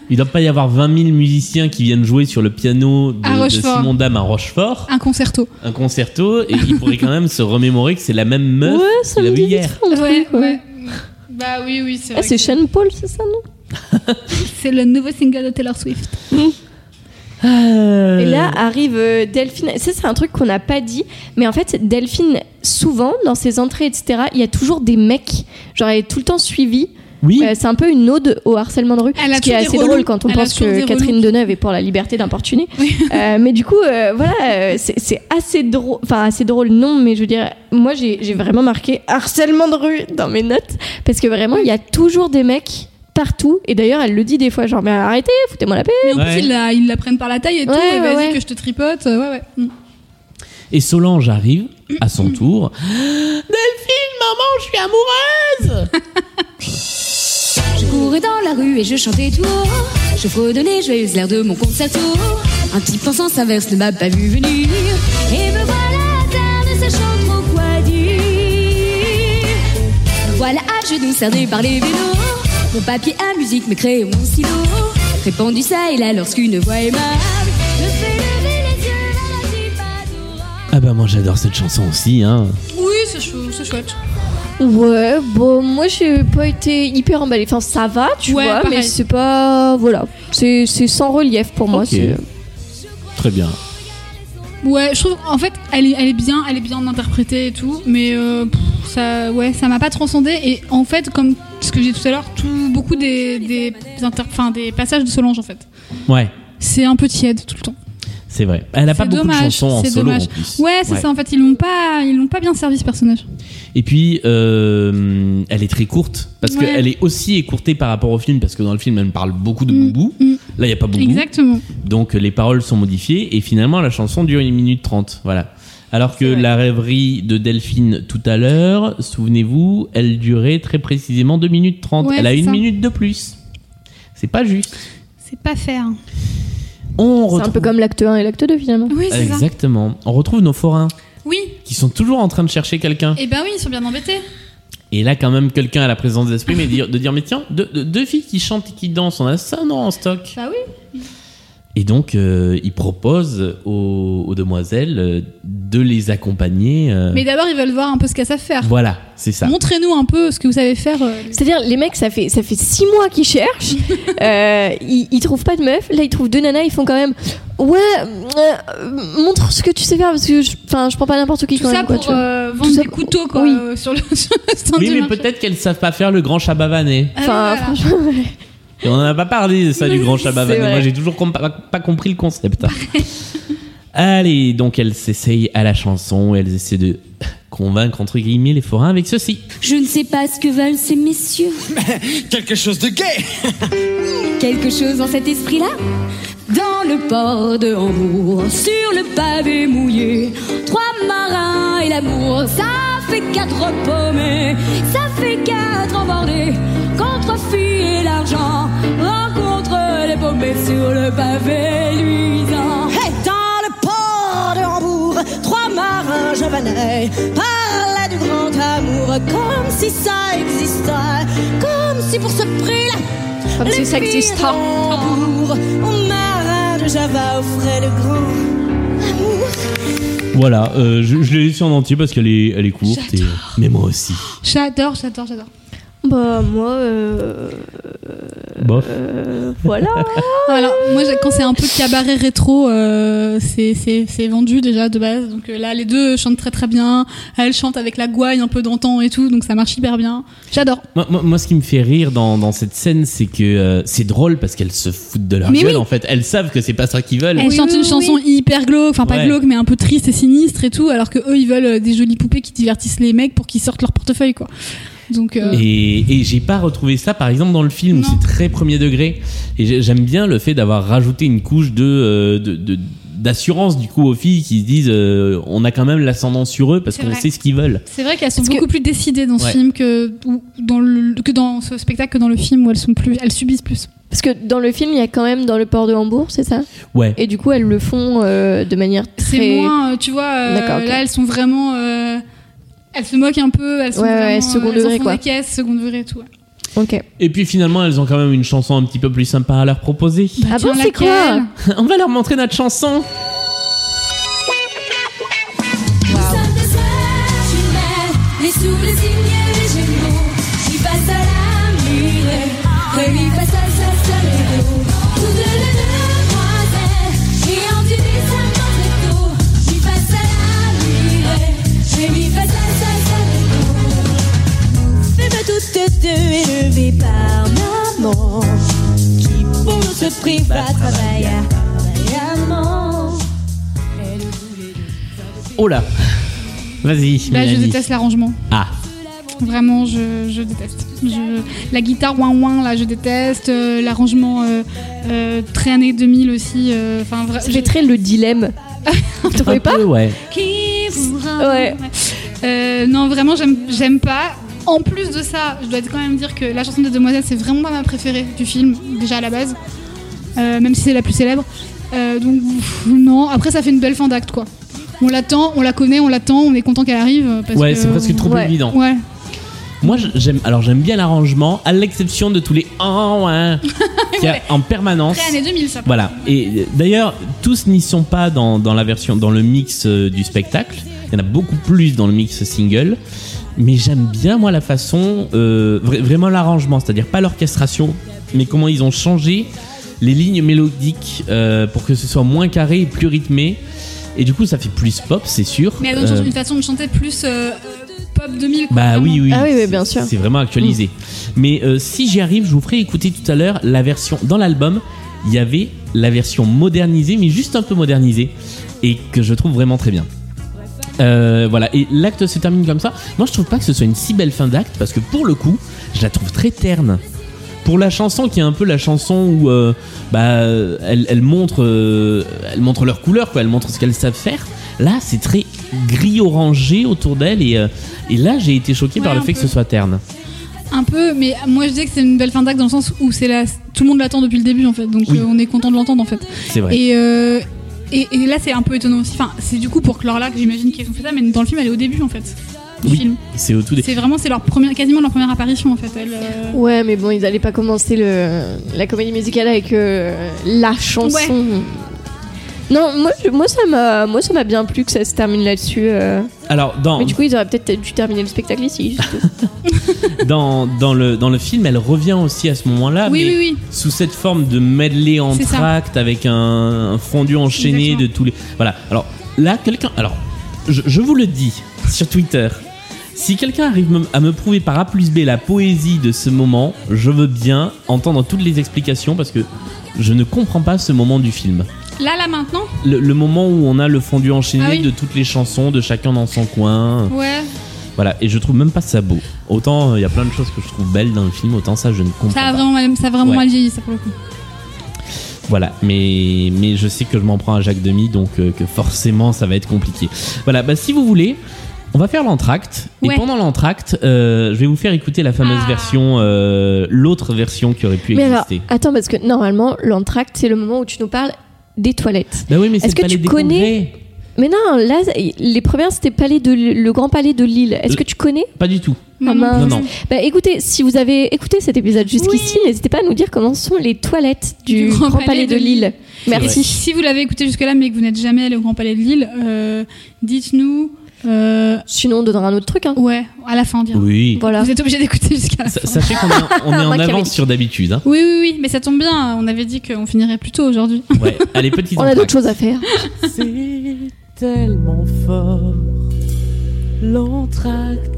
Speaker 1: Il doit pas y avoir 20 000 musiciens qui viennent jouer sur le piano de,
Speaker 2: À
Speaker 1: de
Speaker 2: Rochefort.
Speaker 1: Simon Dame à Rochefort
Speaker 2: Un concerto.
Speaker 1: un concerto et il pourrait quand même se remémorer que c'est la même
Speaker 3: Ouais,
Speaker 1: meuf.
Speaker 3: ça
Speaker 1: il
Speaker 3: me
Speaker 1: l'a
Speaker 3: dit
Speaker 1: vu hier.
Speaker 3: vite fait un truc, ouais.
Speaker 2: Bah oui, oui, c'est
Speaker 3: Ah,
Speaker 2: vrai.
Speaker 3: c'est
Speaker 2: que
Speaker 3: Sean Paul, c'est ça, non
Speaker 2: c'est le nouveau single de Taylor Swift.
Speaker 3: Et là arrive euh, Delphine. Ça, c'est un truc qu'on n'a pas dit. Mais en fait, Delphine, souvent, dans ses entrées, etc., il y a toujours des mecs. Genre, elle est tout le temps suivie.
Speaker 1: Oui,
Speaker 2: bah,
Speaker 3: Euh, c'est un peu une ode au harcèlement de rue.
Speaker 2: Elle a
Speaker 3: ce qui est
Speaker 2: toujours
Speaker 3: assez
Speaker 2: des
Speaker 3: drôle
Speaker 2: relous.
Speaker 3: quand on
Speaker 2: Elle a
Speaker 3: pense
Speaker 2: toujours
Speaker 3: que
Speaker 2: des
Speaker 3: Catherine
Speaker 2: relous.
Speaker 3: Deneuve est pour la liberté d'importuner. Euh, mais du coup, euh, voilà, euh, c'est c'est assez drôle. Enfin, assez drôle, non, mais je veux dire, moi, j'ai j'ai vraiment marqué harcèlement de rue dans mes notes. Parce que vraiment, il y a toujours des mecs partout. Et d'ailleurs, elle le dit des fois, genre, mais arrêtez, foutez-moi la paix.
Speaker 2: Mais en
Speaker 1: Ouais.
Speaker 2: plus, ils la, ils la prennent par la taille et tout.
Speaker 3: Ouais,
Speaker 2: et
Speaker 3: ouais,
Speaker 2: vas-y,
Speaker 3: ouais.
Speaker 2: que je te tripote. Ouais, ouais. Mm.
Speaker 1: et Solange arrive à son tour. Delphine, maman, je suis amoureuse.
Speaker 8: Je courais dans la rue et je chantais tout. haut. Je fredonnais joyeuse l'air de mon concerto. Un type en sens inverse ne m'a pas vu venir. Et me voilà atteint ne sachant trop quoi dire. Me voilà ah, à genoux cerné par les vélos. Mon papier à musique, mes crayons, mon stylo. Répandu ça et là lorsqu'une voix aimable me fait lever les yeux vers un type adorable.
Speaker 1: Ah bah moi j'adore cette chanson aussi. Hein.
Speaker 2: Oui, c'est chou- c'est chouette.
Speaker 3: Ouais, bon, moi j'ai pas été hyper emballée. Enfin, ça va, tu
Speaker 2: Ouais,
Speaker 3: vois,
Speaker 2: pareil.
Speaker 3: mais c'est pas. Voilà, c'est c'est sans relief pour moi.
Speaker 1: Ok.
Speaker 3: c'est-
Speaker 1: Très bien.
Speaker 2: Ouais, je trouve en fait elle est, elle est bien, elle est bien interprétée et tout, mais euh, pff, ça, ouais, ça m'a pas transcendé. Et en fait, comme ce que j'ai dit tout à l'heure, tout beaucoup des des, inter- enfin, des passages de Solange en fait,
Speaker 1: Ouais,
Speaker 2: c'est un peu tiède tout le temps.
Speaker 1: c'est vrai. Elle a pas
Speaker 2: C'est
Speaker 1: beaucoup de
Speaker 2: dommage,
Speaker 1: chansons en
Speaker 2: c'est
Speaker 1: solo
Speaker 2: dommage.
Speaker 1: en plus.
Speaker 2: Ouais, c'est ça. En fait, ils l'ont pas, ils l'ont pas bien servi ce personnage.
Speaker 1: Et puis euh, elle est très courte parce
Speaker 2: Ouais.
Speaker 1: qu'elle est aussi écourtée par rapport au film parce que dans le film elle parle beaucoup de
Speaker 2: Mm,
Speaker 1: boubou.
Speaker 2: mm.
Speaker 1: Là il y a pas boubou.
Speaker 2: Exactement.
Speaker 1: Donc les paroles sont modifiées et finalement la chanson dure une minute 30. Voilà. Alors que la rêverie de Delphine tout à l'heure, souvenez-vous, elle durait très précisément 2 minutes 30.
Speaker 2: Ouais,
Speaker 1: elle a
Speaker 2: c'est
Speaker 1: une
Speaker 2: ça.
Speaker 1: minute de plus. C'est pas juste.
Speaker 2: C'est pas faire.
Speaker 1: On
Speaker 3: C'est
Speaker 1: retrouve...
Speaker 3: un peu comme l'acte 1 et l'acte 2 finalement.
Speaker 2: Oui, c'est ça.
Speaker 1: Exactement. On retrouve nos forains
Speaker 2: Oui.
Speaker 1: qui sont toujours en train de chercher quelqu'un.
Speaker 2: Et ben oui, ils sont bien embêtés.
Speaker 1: Et là, quand même, quelqu'un a la présence d'esprit mais dire- de dire Mais tiens, deux, deux- deux filles qui chantent et qui dansent, on a ça non en stock
Speaker 2: Bah oui.
Speaker 1: Et donc, euh, il propose aux, aux demoiselles euh, de les accompagner. euh,
Speaker 2: Mais d'abord, ils veulent voir un peu ce qu'elles savent faire.
Speaker 1: Voilà, c'est ça.
Speaker 2: Montrez-nous un peu ce que vous savez faire. euh, les-
Speaker 3: C'est-à-dire, les mecs, ça fait, ça fait six mois qu'ils cherchent, euh, ils, ils trouvent pas de meuf, là ils trouvent deux nanas, ils font quand même Ouais, euh, euh, montre ce que tu sais faire parce que je, enfin, je prends pas n'importe qui
Speaker 2: Tout
Speaker 3: quand
Speaker 2: ça
Speaker 3: même. Quoi,
Speaker 2: pour
Speaker 3: tu vois.
Speaker 2: euh, vendre
Speaker 3: Tout ça
Speaker 2: des
Speaker 3: pour-
Speaker 2: couteaux quoi,
Speaker 3: oui.
Speaker 2: euh, sur, le, sur le stand
Speaker 1: Oui,
Speaker 2: du
Speaker 1: mais
Speaker 2: marché.
Speaker 1: peut-être qu'elles savent pas faire le grand chabavané.
Speaker 2: Ah,
Speaker 3: Enfin,
Speaker 2: voilà.
Speaker 3: franchement,
Speaker 1: Et on en a pas parlé de ça du grand
Speaker 3: C'est
Speaker 1: chabavané.
Speaker 3: vrai.
Speaker 1: Moi, j'ai toujours com- pas, pas compris le concept. Allez, donc elles s'essayent à la chanson, elles essaient de convaincre entre guillemets les forains avec ceci.
Speaker 8: Je ne sais pas ce que veulent ces messieurs.
Speaker 9: Quelque chose de gay
Speaker 8: Quelque chose dans cet esprit-là Dans le port de Hambourg, sur le pavé mouillé, trois marins et l'amour, ça fait quatre paumés, ça fait quatre embordés, contre filles et l'argent, rencontre les paumés sur le pavé luisant.
Speaker 10: Dans le port de Hambourg, trois marins javanais parlaient du grand amour comme si ça existait, comme si pour ce prix-là,
Speaker 3: comme si ça
Speaker 10: filles
Speaker 3: existe.
Speaker 10: d'Hambourg, aux marins de Java offraient le grand amour.
Speaker 1: Voilà, euh, je, je l'ai laissée en entier parce qu'elle est, elle est courte. Et... Mais moi aussi.
Speaker 2: J'adore, j'adore, j'adore.
Speaker 3: Bah, moi, euh,
Speaker 2: Euh,
Speaker 1: Bof.
Speaker 3: voilà.
Speaker 2: Alors, moi, j'ai- quand c'est un peu cabaret rétro, euh, c'est- c'est c'est vendu déjà de base. Donc euh, là, les deux chantent très très bien. Elle chante avec la gouaille un peu d'antan et tout, donc ça marche hyper bien. J'adore.
Speaker 1: Moi, moi- moi, ce qui me fait rire dans, dans cette scène, c'est que euh, c'est drôle parce qu'elles se foutent de leur
Speaker 2: Mais
Speaker 1: gueule
Speaker 2: oui.
Speaker 1: en fait. Elles savent que c'est pas ça qu'ils veulent.
Speaker 2: Elle chante une chanson hyper glauque, enfin pas
Speaker 1: Ouais.
Speaker 2: glauque, mais un peu triste et sinistre et tout, alors que eux, ils veulent euh, des jolies poupées qui divertissent les mecs pour qu'ils sortent leur portefeuille, quoi. Donc, euh,
Speaker 1: Et, et j'ai pas retrouvé ça par exemple dans le film où c'est très premier degré. Et j'ai- j'aime bien le fait d'avoir rajouté une couche de. euh, de- de- d'assurance du coup aux filles qui se disent euh, on a quand même l'ascendant sur eux parce
Speaker 2: C'est
Speaker 1: qu'on
Speaker 2: vrai.
Speaker 1: sait ce qu'ils veulent
Speaker 2: c'est vrai qu'elles sont beaucoup plus décidées dans ce
Speaker 1: Ouais.
Speaker 2: film que, ou dans le, que dans ce spectacle que dans le film où elles sont plus, elles subissent plus.
Speaker 3: Parce que dans le film, il y a quand même dans le port de Hambourg, c'est ça
Speaker 1: ouais
Speaker 3: Et du coup, elles le font euh, de manière très.
Speaker 2: C'est moins, euh, tu vois, euh,
Speaker 3: D'accord, ok.
Speaker 2: là elles sont vraiment. euh, elles se moquent un peu, elles sont
Speaker 3: Ouais, ouais,
Speaker 2: vraiment,
Speaker 3: second
Speaker 2: euh, elles en
Speaker 3: degré,
Speaker 2: font
Speaker 3: quoi.
Speaker 2: des caisses, second degré et tout. ouais.
Speaker 3: Ok.
Speaker 1: et puis finalement elles ont quand même une chanson un petit peu plus sympa à leur proposer
Speaker 3: Ah
Speaker 2: Tiens,
Speaker 3: bon, c'est quoi
Speaker 2: laquelle
Speaker 1: on va leur montrer notre chanson
Speaker 4: Je mets les sous, les signes et les gémeaux. J'y passe à la mure. Rémi passe à sa salle de dos. Toutes les demoiselles, j'ai enduré ça dans le dos. J'y passe à la mure. Rémi passe à sa salle de dos.
Speaker 10: Fais-moi toutes deux élevées par maman Qui pour ce prix va travailler brillamment
Speaker 1: oh là vas-y
Speaker 2: Bah, je
Speaker 1: Mélanie.
Speaker 2: déteste l'arrangement.
Speaker 1: ah
Speaker 2: Vraiment, je, je déteste. Je- la guitare ouin ouin, là, je déteste. euh, L'arrangement euh, euh, très années 2000 aussi. euh, Enfin, vra-
Speaker 3: J'ai très le dilemme. Vous
Speaker 1: un
Speaker 3: trouvez pas
Speaker 1: peu, ouais
Speaker 2: Qui voudra-
Speaker 3: Ouais.
Speaker 2: Euh, non, vraiment, j'aime j'aime pas. En plus de ça, je dois quand même dire que la chanson des Demoiselles, c'est vraiment pas ma préférée du film, déjà à la base, Euh, même si c'est la plus célèbre. Euh, donc, pff, non. Après, ça fait une belle fin d'acte, quoi. On l'attend, on la connaît, on l'attend, on est content qu'elle arrive. euh, Parce
Speaker 1: ouais
Speaker 2: que-
Speaker 1: c'est presque trop
Speaker 3: ouais.
Speaker 1: évident
Speaker 2: Ouais.
Speaker 1: Moi, je- j'aime. Alors, j'aime bien l'arrangement, à l'exception de tous les en hein, qu'il y a en permanence.
Speaker 2: Après, année 2000, ça.
Speaker 1: Voilà. Et euh, d'ailleurs, tous n'y sont pas dans, dans la version, dans le mix euh, du spectacle. Il y en a beaucoup plus dans le mix single. Mais j'aime bien moi la façon, euh, vra- vraiment l'arrangement, c'est-à-dire pas l'orchestration, mais comment ils ont changé les lignes mélodiques euh, pour que ce soit moins carré et plus rythmé. Et du coup, ça fait plus pop, c'est sûr.
Speaker 2: Mais elle a
Speaker 1: Euh,
Speaker 2: une façon de chanter plus euh, pop 2000. quoi,
Speaker 1: bah
Speaker 2: vraiment.
Speaker 1: oui, oui.
Speaker 3: Ah oui, mais
Speaker 1: c'est-
Speaker 3: bien sûr. Mm.
Speaker 1: C'est vraiment actualisé. Mais euh, si j'y arrive, je vous ferai écouter tout à l'heure la version. Dans l'album, il y avait la version modernisée, mais juste un peu modernisée, et que je trouve vraiment très bien. Euh, voilà, et l'acte se termine comme ça. Moi, je trouve pas que ce soit une si belle fin d'acte, parce que pour le coup, je la trouve très terne. Pour la chanson qui est un peu la chanson où euh, bah, elle, elle montre, euh, elle montre leur couleur, quoi, elle montre ce qu'elles savent faire. Là, c'est très gris-orangé autour d'elle, et, euh, et là, j'ai été choqué
Speaker 2: Ouais,
Speaker 1: par le
Speaker 2: un
Speaker 1: fait que
Speaker 2: peu.
Speaker 1: ce soit terne.
Speaker 2: Un peu, mais moi je dis que c'est une belle fin d'acte dans le sens où c'est la... tout le monde l'attend depuis le début en fait, donc
Speaker 1: Oui.
Speaker 2: euh, on est content de l'entendre en fait.
Speaker 1: C'est vrai.
Speaker 2: Et, euh, et, et là, c'est un peu étonnant aussi. Enfin, c'est du coup pour Clore là que j'imagine qu'ils ont fait ça, mais dans le film, elle est au début en fait. Du
Speaker 1: Oui.
Speaker 2: film.
Speaker 1: C'est au tout début.
Speaker 2: C'est vraiment, c'est leur première, quasiment leur première apparition en fait. Elle, euh,
Speaker 3: Ouais, mais bon, ils allaient pas commencer le, la comédie musicale avec euh, la chanson. Non, moi, je- moi ça m'a, moi ça m'a bien plu que ça se termine là-dessus. euh.
Speaker 1: Alors, dans,
Speaker 3: Mais du coup, ils auraient peut-être dû terminer le spectacle ici. juste.
Speaker 1: dans, dans, le, dans le film, elle revient aussi à ce moment-là.
Speaker 2: oui,
Speaker 1: Ah, mais
Speaker 2: oui, oui.
Speaker 1: sous cette forme de medley en
Speaker 2: C'est ça.
Speaker 1: tract avec un, un fondu enchaîné
Speaker 2: Exactement.
Speaker 1: de tous les. Voilà. Alors là, quelqu'un. Alors, je, je vous le dis sur Twitter. Si quelqu'un arrive me- à me prouver par A plus B la poésie de ce moment, je veux bien entendre toutes les explications parce que je ne comprends pas ce moment du film.
Speaker 2: Là, là maintenant
Speaker 1: Le, le moment où on a le fondu enchaîné
Speaker 2: Ah oui.
Speaker 1: de toutes les chansons, de chacun dans son coin.
Speaker 2: Ouais.
Speaker 1: Voilà, et je trouve même pas ça beau. Autant euh, il y a plein de choses que je trouve belles dans le film, autant ça je ne comprends
Speaker 2: Ça
Speaker 1: pas.
Speaker 2: a vraiment, mal- ça a vraiment
Speaker 1: Ouais.
Speaker 2: mal vieilli ça pour le coup.
Speaker 1: Voilà, mais, mais je sais que je m'en prends à Jacques Demi, donc euh, que forcément ça va être compliqué. Voilà, bah si vous voulez, on va faire l'entracte.
Speaker 2: Ouais.
Speaker 1: Et pendant l'entracte, euh, je vais vous faire écouter la fameuse
Speaker 2: Ah.
Speaker 1: version, euh, l'autre version qui aurait pu
Speaker 3: mais alors,
Speaker 1: exister.
Speaker 3: attends, parce que normalement, l'entracte, c'est le moment où tu nous parles des toilettes.
Speaker 1: Bah oui, mais c'est
Speaker 3: Est-ce
Speaker 1: le
Speaker 3: que
Speaker 1: Palais
Speaker 3: tu
Speaker 1: des
Speaker 3: connais-
Speaker 1: Congrès.
Speaker 3: Mais non, là, les premières, c'était palais de, Lille- le Grand Palais de Lille. Est-ce
Speaker 1: Le-
Speaker 3: que tu connais
Speaker 1: Pas du tout.
Speaker 3: Ah mince.
Speaker 1: Non, non.
Speaker 3: Bah, écoutez, si vous avez écouté cet épisode jusqu'ici, n'hésitez pas à nous dire comment sont les toilettes du, Grand, Palais, de Lille.
Speaker 2: Et
Speaker 3: Merci.
Speaker 2: Si vous l'avez écouté jusque-là, mais que vous n'êtes jamais allé au Grand Palais de Lille, euh, dites-nous. euh,
Speaker 3: Sinon, on donnera un autre truc. hein.
Speaker 2: Ouais, à la fin, on dira.
Speaker 1: Oui.
Speaker 3: Voilà.
Speaker 2: Vous êtes obligé d'écouter jusqu'à la
Speaker 1: Sa-
Speaker 2: fin.
Speaker 1: Sachez qu'on est, on est en
Speaker 2: Machiavel.
Speaker 1: avance sur d'habitude. hein.
Speaker 2: Oui, oui, oui, mais ça tombe bien. On avait dit qu'on finirait plus tôt aujourd'hui.
Speaker 1: Ouais. Allez, petite
Speaker 2: On a d'autres
Speaker 1: entracte.
Speaker 2: choses à faire.
Speaker 5: C'est tellement fort. L'entracte.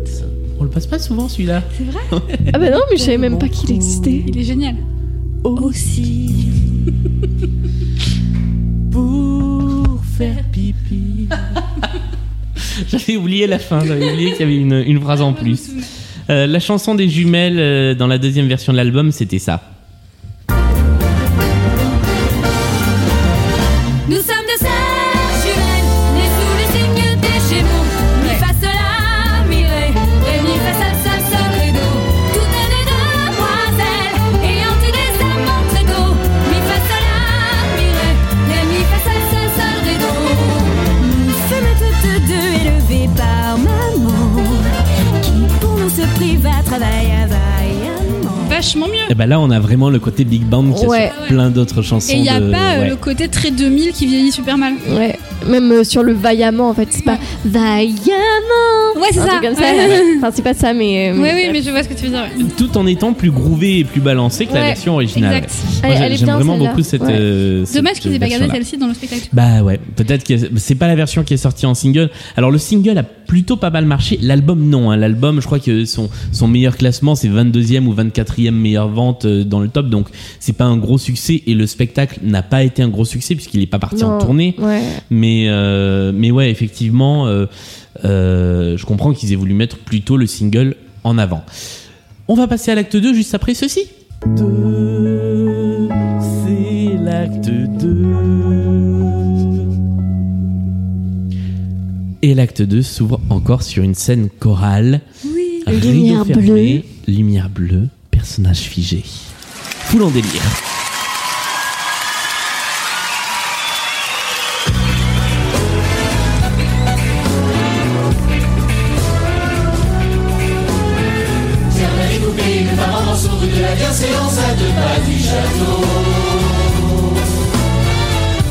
Speaker 1: On le passe pas souvent celui-là.
Speaker 2: C'est vrai
Speaker 3: Ah bah non, mais je savais même pas qu'il existait.
Speaker 2: Il est génial.
Speaker 5: Aussi. Pour faire pipi.
Speaker 1: J'avais oublié la fin, j'avais oublié qu'il y avait une, une phrase en plus. Euh, la chanson des jumelles euh, dans la deuxième version de l'album, c'était ça.
Speaker 4: Nous sommes deux sœurs jumelles, nées sous le signe des Gémeaux. Mi face la mi ré, ré mi fa sol sol sol ré do. Toutes les demoiselles ayant eu des amants très tôt. Mi fa sol la mi ré, ré mi fa sol sol sol ré do.
Speaker 10: Nous fûmes toutes deux élevées par maman, qui pour nous se prive à travailler vaillamment.
Speaker 2: Vachement mieux.
Speaker 1: Et bah là, on a vraiment le côté big band qui
Speaker 3: Ouais.
Speaker 1: a sur plein d'autres chansons.
Speaker 2: Et il n'y a
Speaker 1: de-
Speaker 2: pas euh,
Speaker 1: ouais.
Speaker 2: le côté très 2000 qui vieillit super mal.
Speaker 3: Ouais. Même euh, sur le vaillamment, en fait, c'est pas vaillamment.
Speaker 2: Ouais, c'est
Speaker 3: Oh, Un
Speaker 2: ça.
Speaker 3: truc comme ça.
Speaker 2: Ouais.
Speaker 3: Enfin, c'est pas ça, mais. euh,
Speaker 2: Oui, oui,
Speaker 3: bref.
Speaker 2: mais je vois ce que tu veux dire. ouais.
Speaker 1: Tout en étant plus groové et plus balancé que la
Speaker 2: Ouais,
Speaker 1: version originale.
Speaker 2: exact.
Speaker 1: Moi,
Speaker 2: Elle-
Speaker 1: j'a-
Speaker 2: elle est
Speaker 1: J'aime
Speaker 2: bien,
Speaker 1: vraiment
Speaker 2: celle-là.
Speaker 1: beaucoup cette.
Speaker 2: Ouais.
Speaker 1: euh,
Speaker 2: Dommage
Speaker 1: cette
Speaker 2: qu'ils aient pas gardé
Speaker 1: version-là.
Speaker 2: celle-ci dans le spectacle.
Speaker 1: Bah ouais, peut-être que c'est pas la version qui est sortie en single. Alors le single a plutôt pas mal marché, l'album non. hein. L'album, je crois que son, son meilleur classement c'est 22e ou 24e meilleure vente euh, dans le top, donc c'est pas un gros succès et le spectacle n'a pas été un gros succès puisqu'il est pas parti en
Speaker 3: Non.
Speaker 1: tournée.
Speaker 3: Ouais.
Speaker 1: Mais, euh, mais ouais, effectivement, euh, euh, je comprends qu'ils aient voulu mettre plutôt le single en avant. On va passer à l'acte 2 juste après ceci.
Speaker 5: C'est l'acte 2.
Speaker 1: Et l'acte 2 s'ouvre encore sur une scène chorale.
Speaker 5: Oui.
Speaker 1: Rideau
Speaker 5: Lumière
Speaker 1: fermé,
Speaker 5: bleue.
Speaker 1: Lumière bleue, personnage figé. Foule en délire.
Speaker 4: Ferme les poupées, mes parents m'en sauvent de la bienséance à deux pas du château.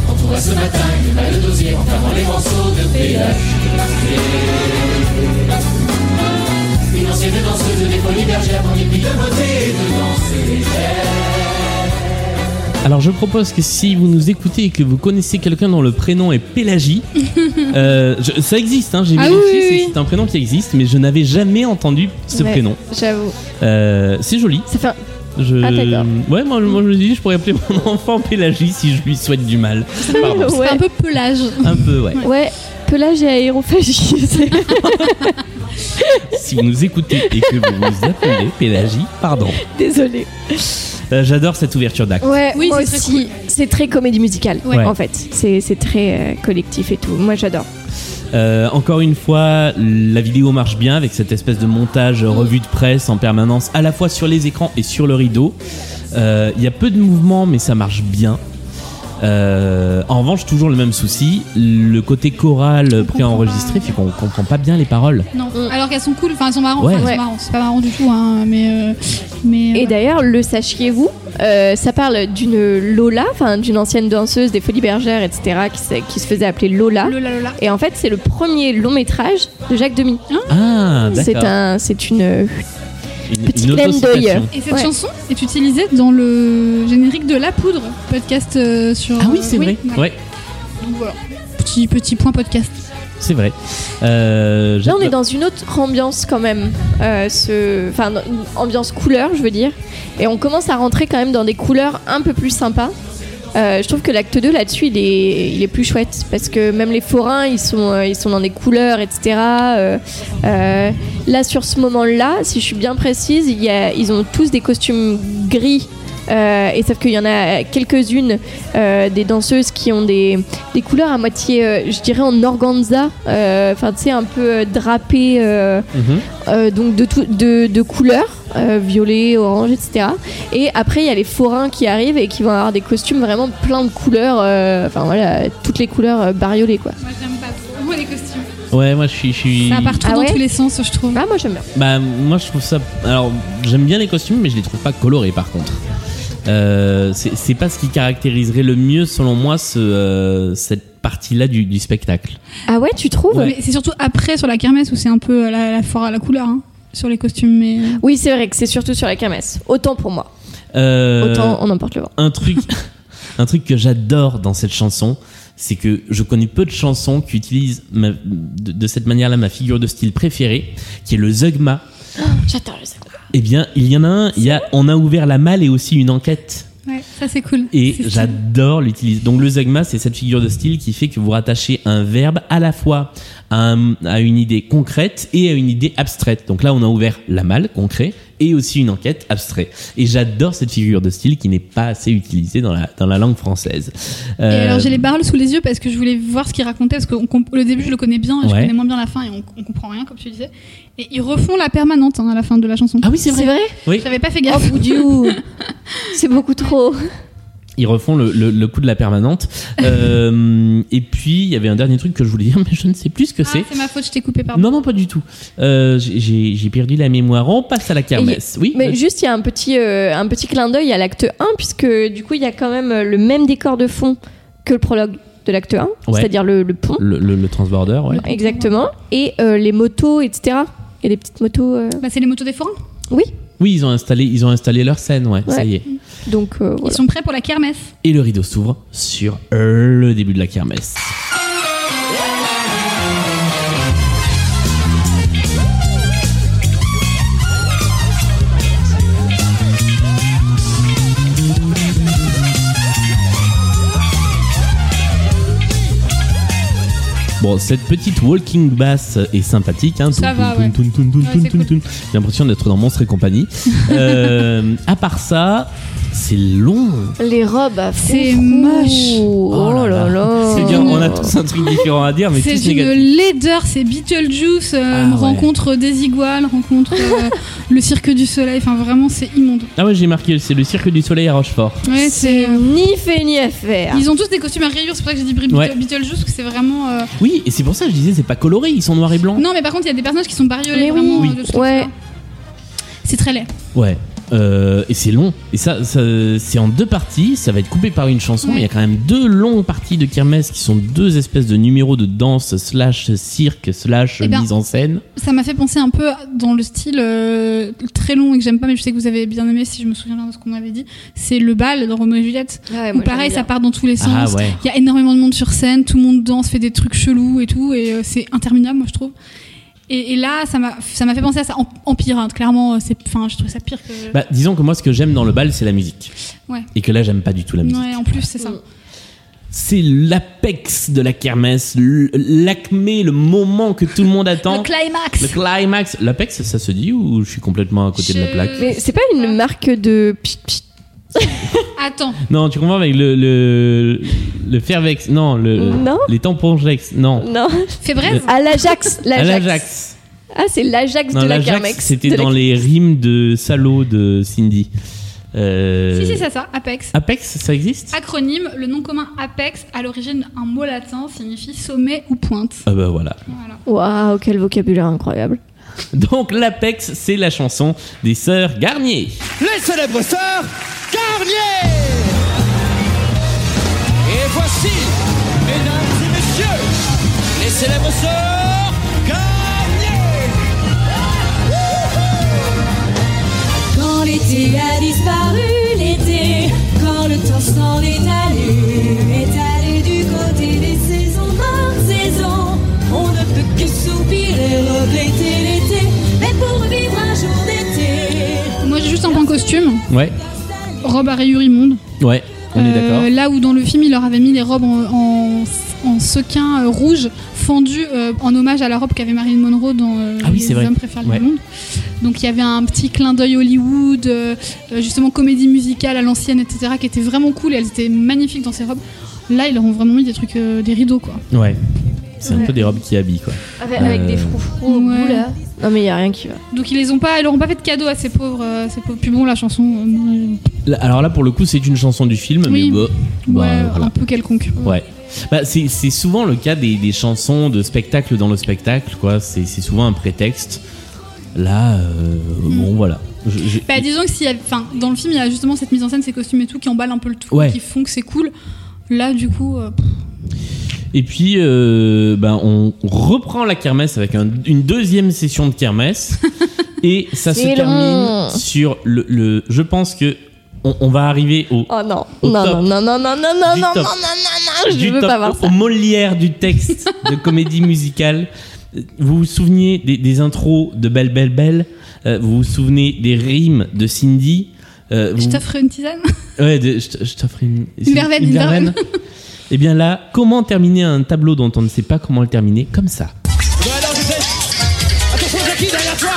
Speaker 4: On trouva ce matin une balle de dosier en fermant les morceaux de péage. Une ancienne danseuse des folies bergères en épis de beauté et de danse légère.
Speaker 1: Alors je propose que si vous nous écoutez et que vous connaissez quelqu'un dont le prénom est Pélagie, euh, je- ça existe, hein, j'ai
Speaker 3: Ah
Speaker 1: vérifié,
Speaker 3: oui, oui,
Speaker 1: c'est-
Speaker 3: oui.
Speaker 1: c'est un prénom qui existe, mais je n'avais jamais entendu ce
Speaker 3: Ouais,
Speaker 1: prénom.
Speaker 3: J'avoue.
Speaker 1: Euh, c'est joli.
Speaker 3: Ça fait un-
Speaker 1: Je...
Speaker 3: Ah, d'accord.
Speaker 1: ouais, moi, moi, je me dis, je pourrais appeler mon enfant Pélagie si je lui souhaite du mal. Pardon.
Speaker 2: C'est un peu pelage.
Speaker 1: Un peu, ouais.
Speaker 3: Ouais, pelage et aérophagie. c'est-
Speaker 1: Si vous nous écoutez et que vous vous appelez Pélagie, pardon.
Speaker 3: Désolée.
Speaker 1: Euh, J'adore cette ouverture d'acte.
Speaker 3: Ouais,
Speaker 2: Oui,
Speaker 3: moi
Speaker 2: c'est très
Speaker 3: aussi. C'est très comédie musicale,
Speaker 1: Ouais.
Speaker 3: en fait. C'est c'est très euh, collectif et tout. Moi, j'adore.
Speaker 1: Euh, encore une fois, la vidéo marche bien avec cette espèce de montage euh, revue de presse en permanence, à la fois sur les écrans et sur le rideau. Euh, Il y a peu de mouvements, mais ça marche bien. Euh, en revanche, toujours le même souci, le côté choral préenregistré fait qu'on comprend pas bien les paroles.
Speaker 2: Non,
Speaker 3: Mm.
Speaker 2: alors qu'elles sont cool, enfin elles sont marrantes,
Speaker 1: Ouais.
Speaker 2: enfin, elles
Speaker 1: Ouais.
Speaker 2: sont marrantes. c'est pas marrant du tout, hein, mais, euh, mais
Speaker 3: Et d'ailleurs, le sachiez-vous, euh, ça parle d'une Lola, enfin d'une ancienne danseuse des Folies Bergères, etc., qui, s'est- qui se faisait appeler Lola. Et en fait, c'est le premier long métrage de Jacques Demy.
Speaker 1: Ah, d'accord.
Speaker 3: c'est un, c'est une euh,
Speaker 1: Une-
Speaker 3: petite
Speaker 1: une
Speaker 3: clin d'œil.
Speaker 1: autocitation.
Speaker 2: Et cette chanson est utilisée dans le générique de La Poudre, podcast euh, sur.
Speaker 1: Ah oui, c'est vrai.
Speaker 2: ouais.
Speaker 1: Ouais,
Speaker 2: Donc voilà, petit, petit point podcast.
Speaker 1: c'est vrai. Euh,
Speaker 3: Là, on
Speaker 1: j'ai-
Speaker 3: est dans une autre ambiance quand même. Euh, ce... Enfin, dans- une ambiance couleur, je veux dire. Et on commence à rentrer quand même dans des couleurs un peu plus sympas. Euh, je trouve que l'acte 2 là-dessus il est, il est plus chouette parce que même les forains ils sont, euh, ils sont dans des couleurs etc. Euh, euh, là sur ce moment-là, si je suis bien précise, il y a- ils ont tous des costumes gris euh, et sauf qu'il y en a quelques-unes euh, des danseuses qui ont des, des couleurs à moitié, euh, je dirais en organza, euh, enfin tu sais un peu euh, drapé, euh,
Speaker 4: Mhm.
Speaker 3: euh, donc de, tout- de, de couleurs, euh, violet, orange, etc. Et après il y a les forains qui arrivent et qui vont avoir des costumes vraiment plein de couleurs, euh, enfin voilà toutes les couleurs euh, bariolées quoi.
Speaker 2: Moi j'aime pas trop.
Speaker 1: Ouais, moi je suis. je suis-
Speaker 2: Ça part trop dans tous les sens, je trouve.
Speaker 3: Ah, moi j'aime bien.
Speaker 1: Bah, moi je trouve ça. Alors, j'aime bien les costumes, mais je les trouve pas colorés par contre. Euh, c'est c'est pas ce qui caractériserait le mieux, selon moi, ce, euh, cette partie-là du, du spectacle.
Speaker 3: Ah ouais, tu trouves
Speaker 1: Ouais.
Speaker 2: Mais c'est surtout après sur la kermesse où c'est un peu euh, la, la foire à la couleur hein, sur les costumes. Mais... euh.
Speaker 3: Oui, c'est vrai que c'est surtout sur la kermesse. Autant pour moi.
Speaker 1: Euh,
Speaker 3: Autant on emporte le vent.
Speaker 1: un truc, un truc que j'adore dans cette chanson, c'est que je connais peu de chansons qui utilisent ma- de, de cette manière-là ma figure de style préférée, qui est le zeugma.
Speaker 3: Oh, J'adore le second.
Speaker 1: Eh bien, il y en a un. Il y a, on a ouvert la malle et aussi une enquête.
Speaker 2: Ouais, ça c'est cool.
Speaker 1: Et j'adore l'utiliser. Donc le zeugma, c'est cette figure de style qui fait que vous rattachez un verbe à la fois à, un- à une idée concrète et à une idée abstraite. Donc là, on a ouvert la malle, concret, et aussi une enquête abstraite. Et j'adore cette figure de style qui n'est pas assez utilisée dans la, dans la langue française.
Speaker 2: Et
Speaker 1: Euh,
Speaker 2: alors j'ai les paroles sous les yeux parce que je voulais voir ce qu'il racontait parce que on comp- le début je le connais bien et je
Speaker 1: Ouais.
Speaker 2: connais moins bien la fin et on, on comprend rien comme tu disais. Et ils refont la permanente hein, à la fin de la chanson.
Speaker 1: Ah oui c'est
Speaker 3: C'est vrai
Speaker 1: Oui,
Speaker 2: J'avais pas fait gaffe.
Speaker 3: Oh, Boudiou. C'est beaucoup trop.
Speaker 1: ils refont le, le- le coup de la permanente. Euh, et puis, il y avait un dernier truc que je voulais dire, mais je ne sais plus ce que
Speaker 2: Ah,
Speaker 1: c'est.
Speaker 2: c'est ma faute, je t'ai coupé pardon.
Speaker 1: Non, non, pas du tout. Euh, j'ai- J'ai j'ai perdu la mémoire. On passe à la kermesse. Oui,
Speaker 3: Mais juste, il y a un petit, euh, un petit clin d'œil à l'acte 1, puisque du coup, il y a quand même euh, le même décor de fond que le prologue de l'acte 1,
Speaker 1: Ouais.
Speaker 3: c'est-à-dire le, le pont.
Speaker 1: le, le- le transborder, ouais.
Speaker 3: Exactement. Et euh, les motos, etc. Il y a des petites motos. euh,
Speaker 2: Bah, c'est les motos des forains.
Speaker 3: Oui.
Speaker 1: Oui, ils ont installé, ils ont installé leur scène, ouais, ça y est.
Speaker 3: Donc, euh, voilà.
Speaker 2: Ils sont prêts pour la kermesse.
Speaker 1: Et le rideau s'ouvre sur euh, le début de la kermesse. Bon, cette petite walking bass est sympathique. Hein.
Speaker 2: Ça
Speaker 1: Toun,
Speaker 2: va,
Speaker 1: toun,
Speaker 2: ouais.
Speaker 1: toun, toun, toun,
Speaker 2: Ouais,
Speaker 1: toun,
Speaker 2: c'est
Speaker 1: toun,
Speaker 2: cool.
Speaker 1: toun. J'ai l'impression d'être dans Monstre et compagnie. Euh, à part ça, c'est long.
Speaker 3: Les robes à fond.
Speaker 2: C'est moche.
Speaker 3: Oh, là là.
Speaker 1: C'est bien, on a tous un truc différent à dire, mais
Speaker 2: C'est
Speaker 1: tous
Speaker 2: une
Speaker 1: négatifs.
Speaker 2: laideur, c'est Beetlejuice, euh,
Speaker 1: Ah ouais.
Speaker 2: rencontre des iguales, rencontre euh, le cirque du soleil. Enfin vraiment c'est immonde.
Speaker 1: Ah ouais, j'ai marqué, c'est le Cirque du Soleil à Rochefort.
Speaker 2: Ouais, c'est. euh,
Speaker 3: Ni fait ni à faire.
Speaker 2: Ils ont tous des costumes à rayures, c'est pour ça que j'ai dit Beetle-
Speaker 1: Ouais.
Speaker 2: Beetlejuice parce que c'est vraiment. euh,
Speaker 1: Oui, et c'est pour ça que je disais, c'est pas coloré, ils sont noirs et blancs.
Speaker 2: Non, mais par contre, il y a des personnages qui sont bariolés
Speaker 3: Mais oui.
Speaker 2: vraiment
Speaker 1: Oui.
Speaker 2: euh, de ce
Speaker 3: Ouais.
Speaker 2: côté-là. C'est très laid.
Speaker 1: Ouais. Euh, et c'est long. Et ça, ça, c'est en deux parties. Ça va être coupé par une chanson.
Speaker 2: Ouais.
Speaker 1: Il y a quand même deux longues parties de kermesse qui sont deux espèces de numéros de danse slash cirque slash
Speaker 2: Eh ben,
Speaker 1: mise en scène.
Speaker 2: Ça m'a fait penser un peu dans le style euh, très long et que j'aime pas, mais je sais que vous avez bien aimé si je me souviens bien de ce qu'on avait dit. C'est le bal dans Roméo et Juliette.
Speaker 3: Ah Ouais,
Speaker 2: où
Speaker 3: moi,
Speaker 2: pareil,
Speaker 3: j'aime
Speaker 2: ça part dans tous les sens.
Speaker 1: Ah ouais.
Speaker 2: Il y a énormément de monde sur scène, tout le monde danse, fait des trucs chelous et tout, et euh, c'est interminable, moi je trouve. Et, et là, ça m'a ça m'a fait penser à ça en, en pire, hein. clairement. euh, c'est- Enfin, je trouve ça pire que.
Speaker 1: Bah, disons que moi, ce que j'aime dans le bal, c'est la musique.
Speaker 2: Ouais.
Speaker 1: Et que là, j'aime pas du tout la musique.
Speaker 2: ouais, en plus, c'est ça.
Speaker 1: C'est l'apex de la kermesse, l- l'acmé, le moment que tout le monde attend.
Speaker 2: Le climax
Speaker 1: Le climax, l'apex, ça se dit ou je suis complètement à côté de la
Speaker 2: Je-
Speaker 1: plaque
Speaker 3: bien. Mais c'est pas une marque de. pchit, pchit.
Speaker 2: Attends,
Speaker 1: Non, tu comprends avec le le, le Fairvex, non, le,
Speaker 3: Non.
Speaker 1: les tampons Jex, non.
Speaker 3: Non.
Speaker 2: fais bref.
Speaker 3: À l'Ajax.
Speaker 1: À
Speaker 3: L'Ajax.
Speaker 1: l'Ajax.
Speaker 3: Ah, c'est l'Ajax
Speaker 1: Non,
Speaker 3: de la
Speaker 1: l'Ajax,
Speaker 3: Kermex.
Speaker 1: c'était
Speaker 3: De la-
Speaker 1: dans les rimes de Salo de Cindy. Euh,
Speaker 2: Si, si, c'est ça, Ah. Apex.
Speaker 1: Apex, ça existe
Speaker 2: Acronyme, le nom commun Apex, à l'origine un mot latin, signifie sommet ou pointe.
Speaker 1: Ah bah voilà.
Speaker 2: Voilà.
Speaker 3: Waouh, quel vocabulaire incroyable.
Speaker 1: Donc l'Apex, c'est la chanson des sœurs Garnier.
Speaker 9: Les célèbres sœurs Garnier
Speaker 6: Et voici, mesdames et messieurs, les célèbres sœurs Garnier.
Speaker 4: Quand l'été a disparu, l'été, quand le temps s'en est allé, est allé du côté des saisons, par saison, on ne peut que soupirer, regretter l'été, mais pour vivre un jour d'été.
Speaker 2: Moi j'ai juste un point costume,
Speaker 1: Ouais,
Speaker 2: robe à rayures immondes.
Speaker 1: ouais, on est
Speaker 2: Euh,
Speaker 1: d'accord.
Speaker 2: Là où dans le film il leur avait mis les robes en, en, en sequin euh, rouge fendu euh, en hommage à la robe qu'avait Marilyn Monroe dans euh,
Speaker 1: Ah oui,
Speaker 2: Les
Speaker 1: c'est vrai.
Speaker 2: hommes préfèrent
Speaker 1: Ouais.
Speaker 2: les blondes. Donc il y avait un petit clin d'œil Hollywood, euh, euh, justement comédie musicale à l'ancienne, etc. qui était vraiment cool et elles étaient magnifiques dans ces robes. Là ils leur ont vraiment mis des trucs, euh, des rideaux quoi.
Speaker 1: Ouais. C'est un peu des robes qui habillent, quoi.
Speaker 3: Avec, avec des
Speaker 1: Euh,
Speaker 3: froufrous au bout, là. Non, mais il n'y a rien qui va.
Speaker 2: Donc ils les ont pas, ils leur ont pas fait de cadeau à ces pauvres, euh, ces pauvres. Puis bon, la chanson, euh,
Speaker 1: Là, Alors là, pour le coup, c'est une chanson du film,
Speaker 2: Oui.
Speaker 1: mais bah, bah,
Speaker 2: ouais,
Speaker 1: voilà.
Speaker 2: un peu quelconque.
Speaker 1: Ouais. Bah, c'est c'est souvent le cas des, des chansons de spectacle dans le spectacle, quoi. C'est c'est souvent un prétexte. Là, euh,
Speaker 3: Mm.
Speaker 1: bon, voilà. Je- je-
Speaker 2: Bah, disons que s'il y a, enfin, dans le film, il y a justement cette mise en scène, ces costumes et tout qui emballent un peu le tout,
Speaker 1: Ouais. Mmh.
Speaker 2: qui font que c'est cool. Là, du coup, euh, pff,
Speaker 1: Et puis, euh, ben, on reprend la kermesse avec un- une deuxième session de kermesse. et ça se
Speaker 3: C'est long.
Speaker 1: termine sur le, le- Je pense que on, on va arriver au.
Speaker 3: Oh non,
Speaker 1: Au
Speaker 3: non,
Speaker 1: top.
Speaker 3: non, non, non, non, non, non, non,
Speaker 1: Du
Speaker 3: non, non,
Speaker 1: top.
Speaker 3: non, je
Speaker 1: du
Speaker 3: veux
Speaker 1: top
Speaker 3: pas voir
Speaker 1: au- au Molière du texte de comédie musicale. Vous vous souvenez des, des intros de Belle Belle Belle Euh, Vous vous souvenez des rimes de Cindy Euh,
Speaker 2: je
Speaker 1: vous-
Speaker 2: t'offre une tisane.
Speaker 1: Ouais, de- je t- je t'offre une,
Speaker 2: Une verveine, une verveine.
Speaker 1: Et bien là, comment terminer un tableau dont on ne sait pas comment le terminer comme ça
Speaker 6: Ouais, alors j'étais. Attention, Jackie, derrière toi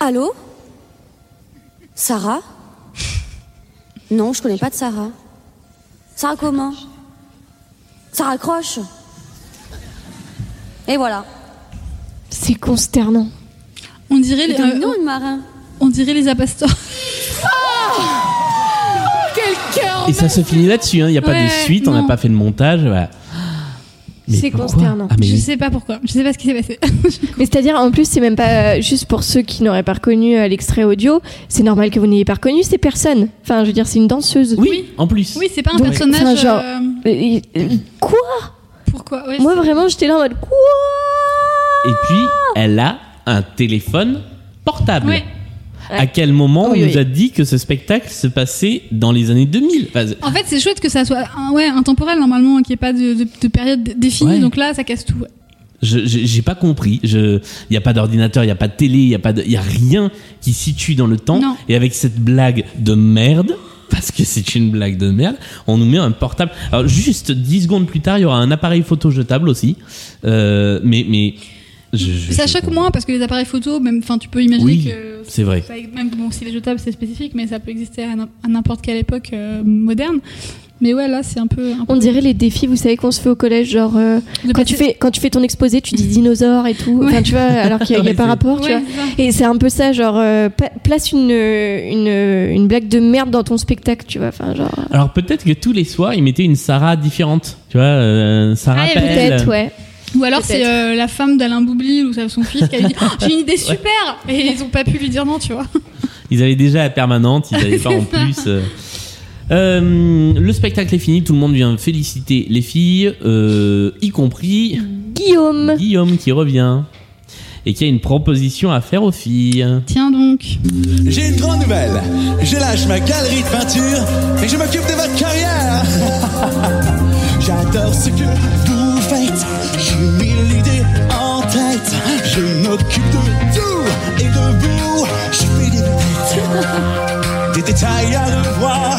Speaker 11: Allô Sarah Non, je connais pas de Sarah. Sarah comment Sarah Croche Et voilà.
Speaker 3: C'est consternant.
Speaker 2: On dirait les,
Speaker 11: Il donne
Speaker 2: euh,
Speaker 11: nom,
Speaker 2: on-
Speaker 11: le marin.
Speaker 2: on dirait les apastors.
Speaker 3: Quel cœur
Speaker 1: Et ça se finit là-dessus, il n'y a pas de
Speaker 2: Ouais,
Speaker 1: suite, on
Speaker 2: non.
Speaker 1: n'a pas fait de montage. voilà. Mais
Speaker 3: C'est
Speaker 1: pourquoi
Speaker 3: consternant.
Speaker 1: Ah, mais
Speaker 2: Je sais pas pourquoi, je sais pas ce qui s'est passé.
Speaker 3: Mais c'est-à-dire, en plus, c'est même pas euh, juste pour ceux qui n'auraient pas reconnu euh, l'extrait audio. C'est normal que vous n'ayez pas reconnu ces personnes. Enfin, je veux dire, c'est une danseuse.
Speaker 1: Oui, en plus.
Speaker 2: Oui, c'est pas un
Speaker 3: Donc,
Speaker 2: personnage.
Speaker 3: enfin, genre,
Speaker 2: euh,
Speaker 3: Euh, euh, Quoi
Speaker 2: pourquoi Ouais,
Speaker 3: Moi,
Speaker 2: c'est-
Speaker 3: vraiment, j'étais là en mode quoi
Speaker 1: Et puis, elle a un téléphone portable.
Speaker 2: Ouais.
Speaker 1: À quel moment
Speaker 3: Oui,
Speaker 1: on
Speaker 3: oui.
Speaker 1: nous a dit que ce spectacle se passait dans les années 2000 Enfin,
Speaker 2: En fait, c'est chouette que ça soit un- ouais, intemporel normalement, hein, qu'il n'y ait pas de, de- de période d- définie.
Speaker 1: Ouais.
Speaker 2: Donc là, ça casse tout. ouais.
Speaker 1: je- je- J'ai pas compris. Il n'y a pas d'ordinateur, il n'y a pas de télé, il n'y a, pas de- y a rien qui situe dans le temps.
Speaker 2: Non.
Speaker 1: Et avec cette blague de merde, parce que c'est une blague de merde, on nous met un portable. Alors, juste 10 secondes plus tard, il y aura un appareil photo jetable aussi. Euh, mais. mais je, je-
Speaker 2: Ça
Speaker 1: je-
Speaker 2: choque moins parce que les appareils photo, même, enfin, tu peux imaginer
Speaker 1: Oui,
Speaker 2: que
Speaker 1: c'est vrai.
Speaker 2: Ça- Même bon, si les jetables c'est spécifique, mais ça peut exister à n'im- à n'importe quelle époque euh, moderne. Mais ouais, là c'est un peu. un peu-
Speaker 3: On dirait les défis, vous savez, qu'on se fait au collège, genre euh,
Speaker 2: de
Speaker 3: quand
Speaker 2: passer-
Speaker 3: tu fais quand tu fais ton exposé, tu dis dinosaure et tout.
Speaker 2: Ouais.
Speaker 3: Enfin, tu vois, alors qu'il n'y a,
Speaker 1: Ouais,
Speaker 3: pas
Speaker 1: c'est-
Speaker 3: rapport, tu
Speaker 2: Ouais,
Speaker 3: vois.
Speaker 2: c'est ça.
Speaker 3: Et c'est un peu ça, genre euh, pa- place une, une une blague de merde dans ton spectacle, tu vois. Enfin, genre.
Speaker 1: Alors peut-être que tous les soirs, ils mettaient une Sarah différente. Tu vois, euh, Sarah
Speaker 2: Ah, et
Speaker 1: Pell.
Speaker 3: Peut-être, ouais.
Speaker 2: Ou alors c'est euh, la femme d'Alain Boublil ou son fils qui a dit Oh, J'ai une idée super Et ils ont pas pu lui dire non, tu vois.
Speaker 1: Ils avaient déjà la permanente, ils n'avaient pas en plus. euh. Euh, le spectacle est fini, tout le monde vient féliciter les filles, euh, y compris
Speaker 3: Guillaume.
Speaker 1: Guillaume qui revient et qui a une proposition à faire aux filles.
Speaker 2: Tiens donc.
Speaker 9: J'ai une grande nouvelle. Je lâche ma galerie de peinture et je m'occupe de votre carrière. J'adore ce que vous faites. J'ai mille idées en tête. Je m'occupe de tout et de vous. Je fais des têtes. Des détails à revoir.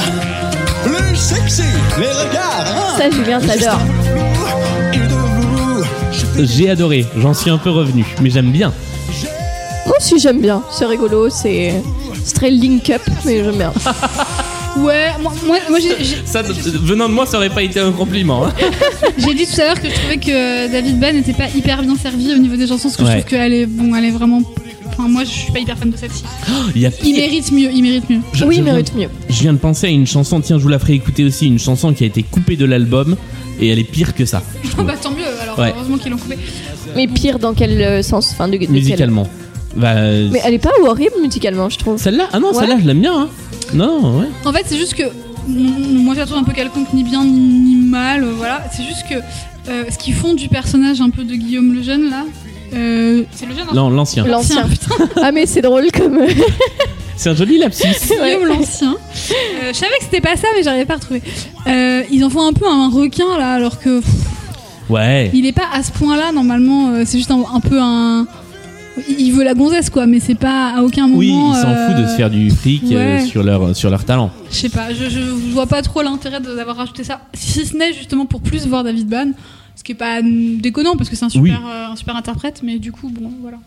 Speaker 9: Le sexy, les regards. hein.
Speaker 3: Ça, Julien,
Speaker 9: Le
Speaker 3: t'adore.
Speaker 9: geste flou et de vous. Je fais
Speaker 1: J'ai adoré, j'en suis un peu revenu, mais j'aime bien.
Speaker 3: Moi aussi, Oh, j'aime bien. C'est rigolo, c'est c'est très link up, mais j'aime bien.
Speaker 2: Ouais, moi, moi, moi, j'ai- j'ai
Speaker 1: Ça, euh, venant de moi, ça aurait pas été un compliment. hein.
Speaker 2: j'ai dit tout à l'heure que je trouvais que David Ban n'était pas hyper bien servi au niveau des chansons, parce que je
Speaker 1: Ouais.
Speaker 2: trouve qu'elle est, bon, elle est vraiment. Enfin, moi je suis pas hyper fan de celle-ci.
Speaker 1: Il y a
Speaker 2: Il
Speaker 1: pire.
Speaker 2: mérite mieux, il mérite mieux.
Speaker 1: Je-
Speaker 3: oui,
Speaker 1: je
Speaker 3: il
Speaker 1: viens-
Speaker 3: mérite mieux.
Speaker 1: Je viens de penser à une chanson, tiens, je vous la ferai écouter aussi, une chanson qui a été coupée de l'album et elle est pire que ça. je trouve.
Speaker 2: bah tant mieux, alors
Speaker 1: Ouais.
Speaker 2: heureusement qu'ils l'ont coupé.
Speaker 3: Mais pire dans quel euh, sens enfin, de, de quel-
Speaker 1: musicalement. Bah, euh,
Speaker 3: Mais elle est pas horrible musicalement, je trouve.
Speaker 1: celle-là, ah non,
Speaker 3: Ouais.
Speaker 1: celle-là, je l'aime bien. hein. Non, ouais.
Speaker 2: En fait, c'est juste que mm, moi, je la trouve un peu quelconque, ni bien ni, ni mal. euh, Voilà, c'est juste que euh, ce qu'ils font du personnage un peu de Guillaume le jeune là, euh, c'est le jeune. hein
Speaker 1: Non, l'ancien.
Speaker 3: L'ancien.
Speaker 2: putain,
Speaker 3: Ah, mais c'est drôle comme.
Speaker 1: C'est un joli lapsus.
Speaker 2: Guillaume l'ancien. Euh, je savais que c'était pas ça, mais j'arrivais pas à retrouver. Euh, ils en font un peu un requin là, alors que pff,
Speaker 1: Ouais.
Speaker 2: il est pas à ce point-là normalement. euh, c'est juste un, un peu un. Il il veut la gonzesse quoi, mais c'est pas à aucun moment.
Speaker 1: Oui, ils s'en
Speaker 2: euh,
Speaker 1: foutent de se faire du fric euh,
Speaker 2: ouais.
Speaker 1: sur, leur, sur leur talent.
Speaker 2: Je sais pas, je, je vois pas trop l'intérêt de- d'avoir rajouté ça, si ce n'est justement pour plus voir David Ban, ce qui est pas mm, déconnant parce que c'est un super,
Speaker 1: Oui.
Speaker 2: euh, un super interprète, mais du coup, bon, voilà.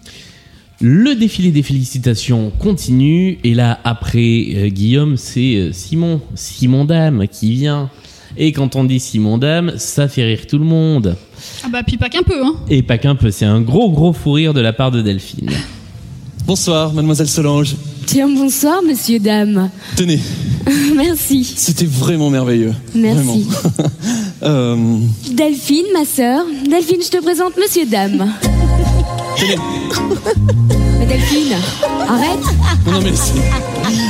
Speaker 1: Le défilé des félicitations continue. Et là, après euh, Guillaume, c'est euh, Simon, Simon Dame, qui vient Et quand on dit Simon Dame, ça fait rire tout le monde.
Speaker 2: Ah bah, puis pas qu'un peu, hein.
Speaker 1: Et pas qu'un peu, c'est un gros gros fou rire de la part de Delphine.
Speaker 9: Bonsoir, mademoiselle Solange.
Speaker 8: Tiens, bonsoir, monsieur, dame.
Speaker 9: Tenez,
Speaker 8: Merci.
Speaker 9: c'était vraiment merveilleux.
Speaker 8: Merci.
Speaker 9: Vraiment. Euh,
Speaker 8: Delphine, ma sœur. Delphine, je te présente monsieur, dame. Mais Delphine, arrête.
Speaker 9: Non, non, mais laissez,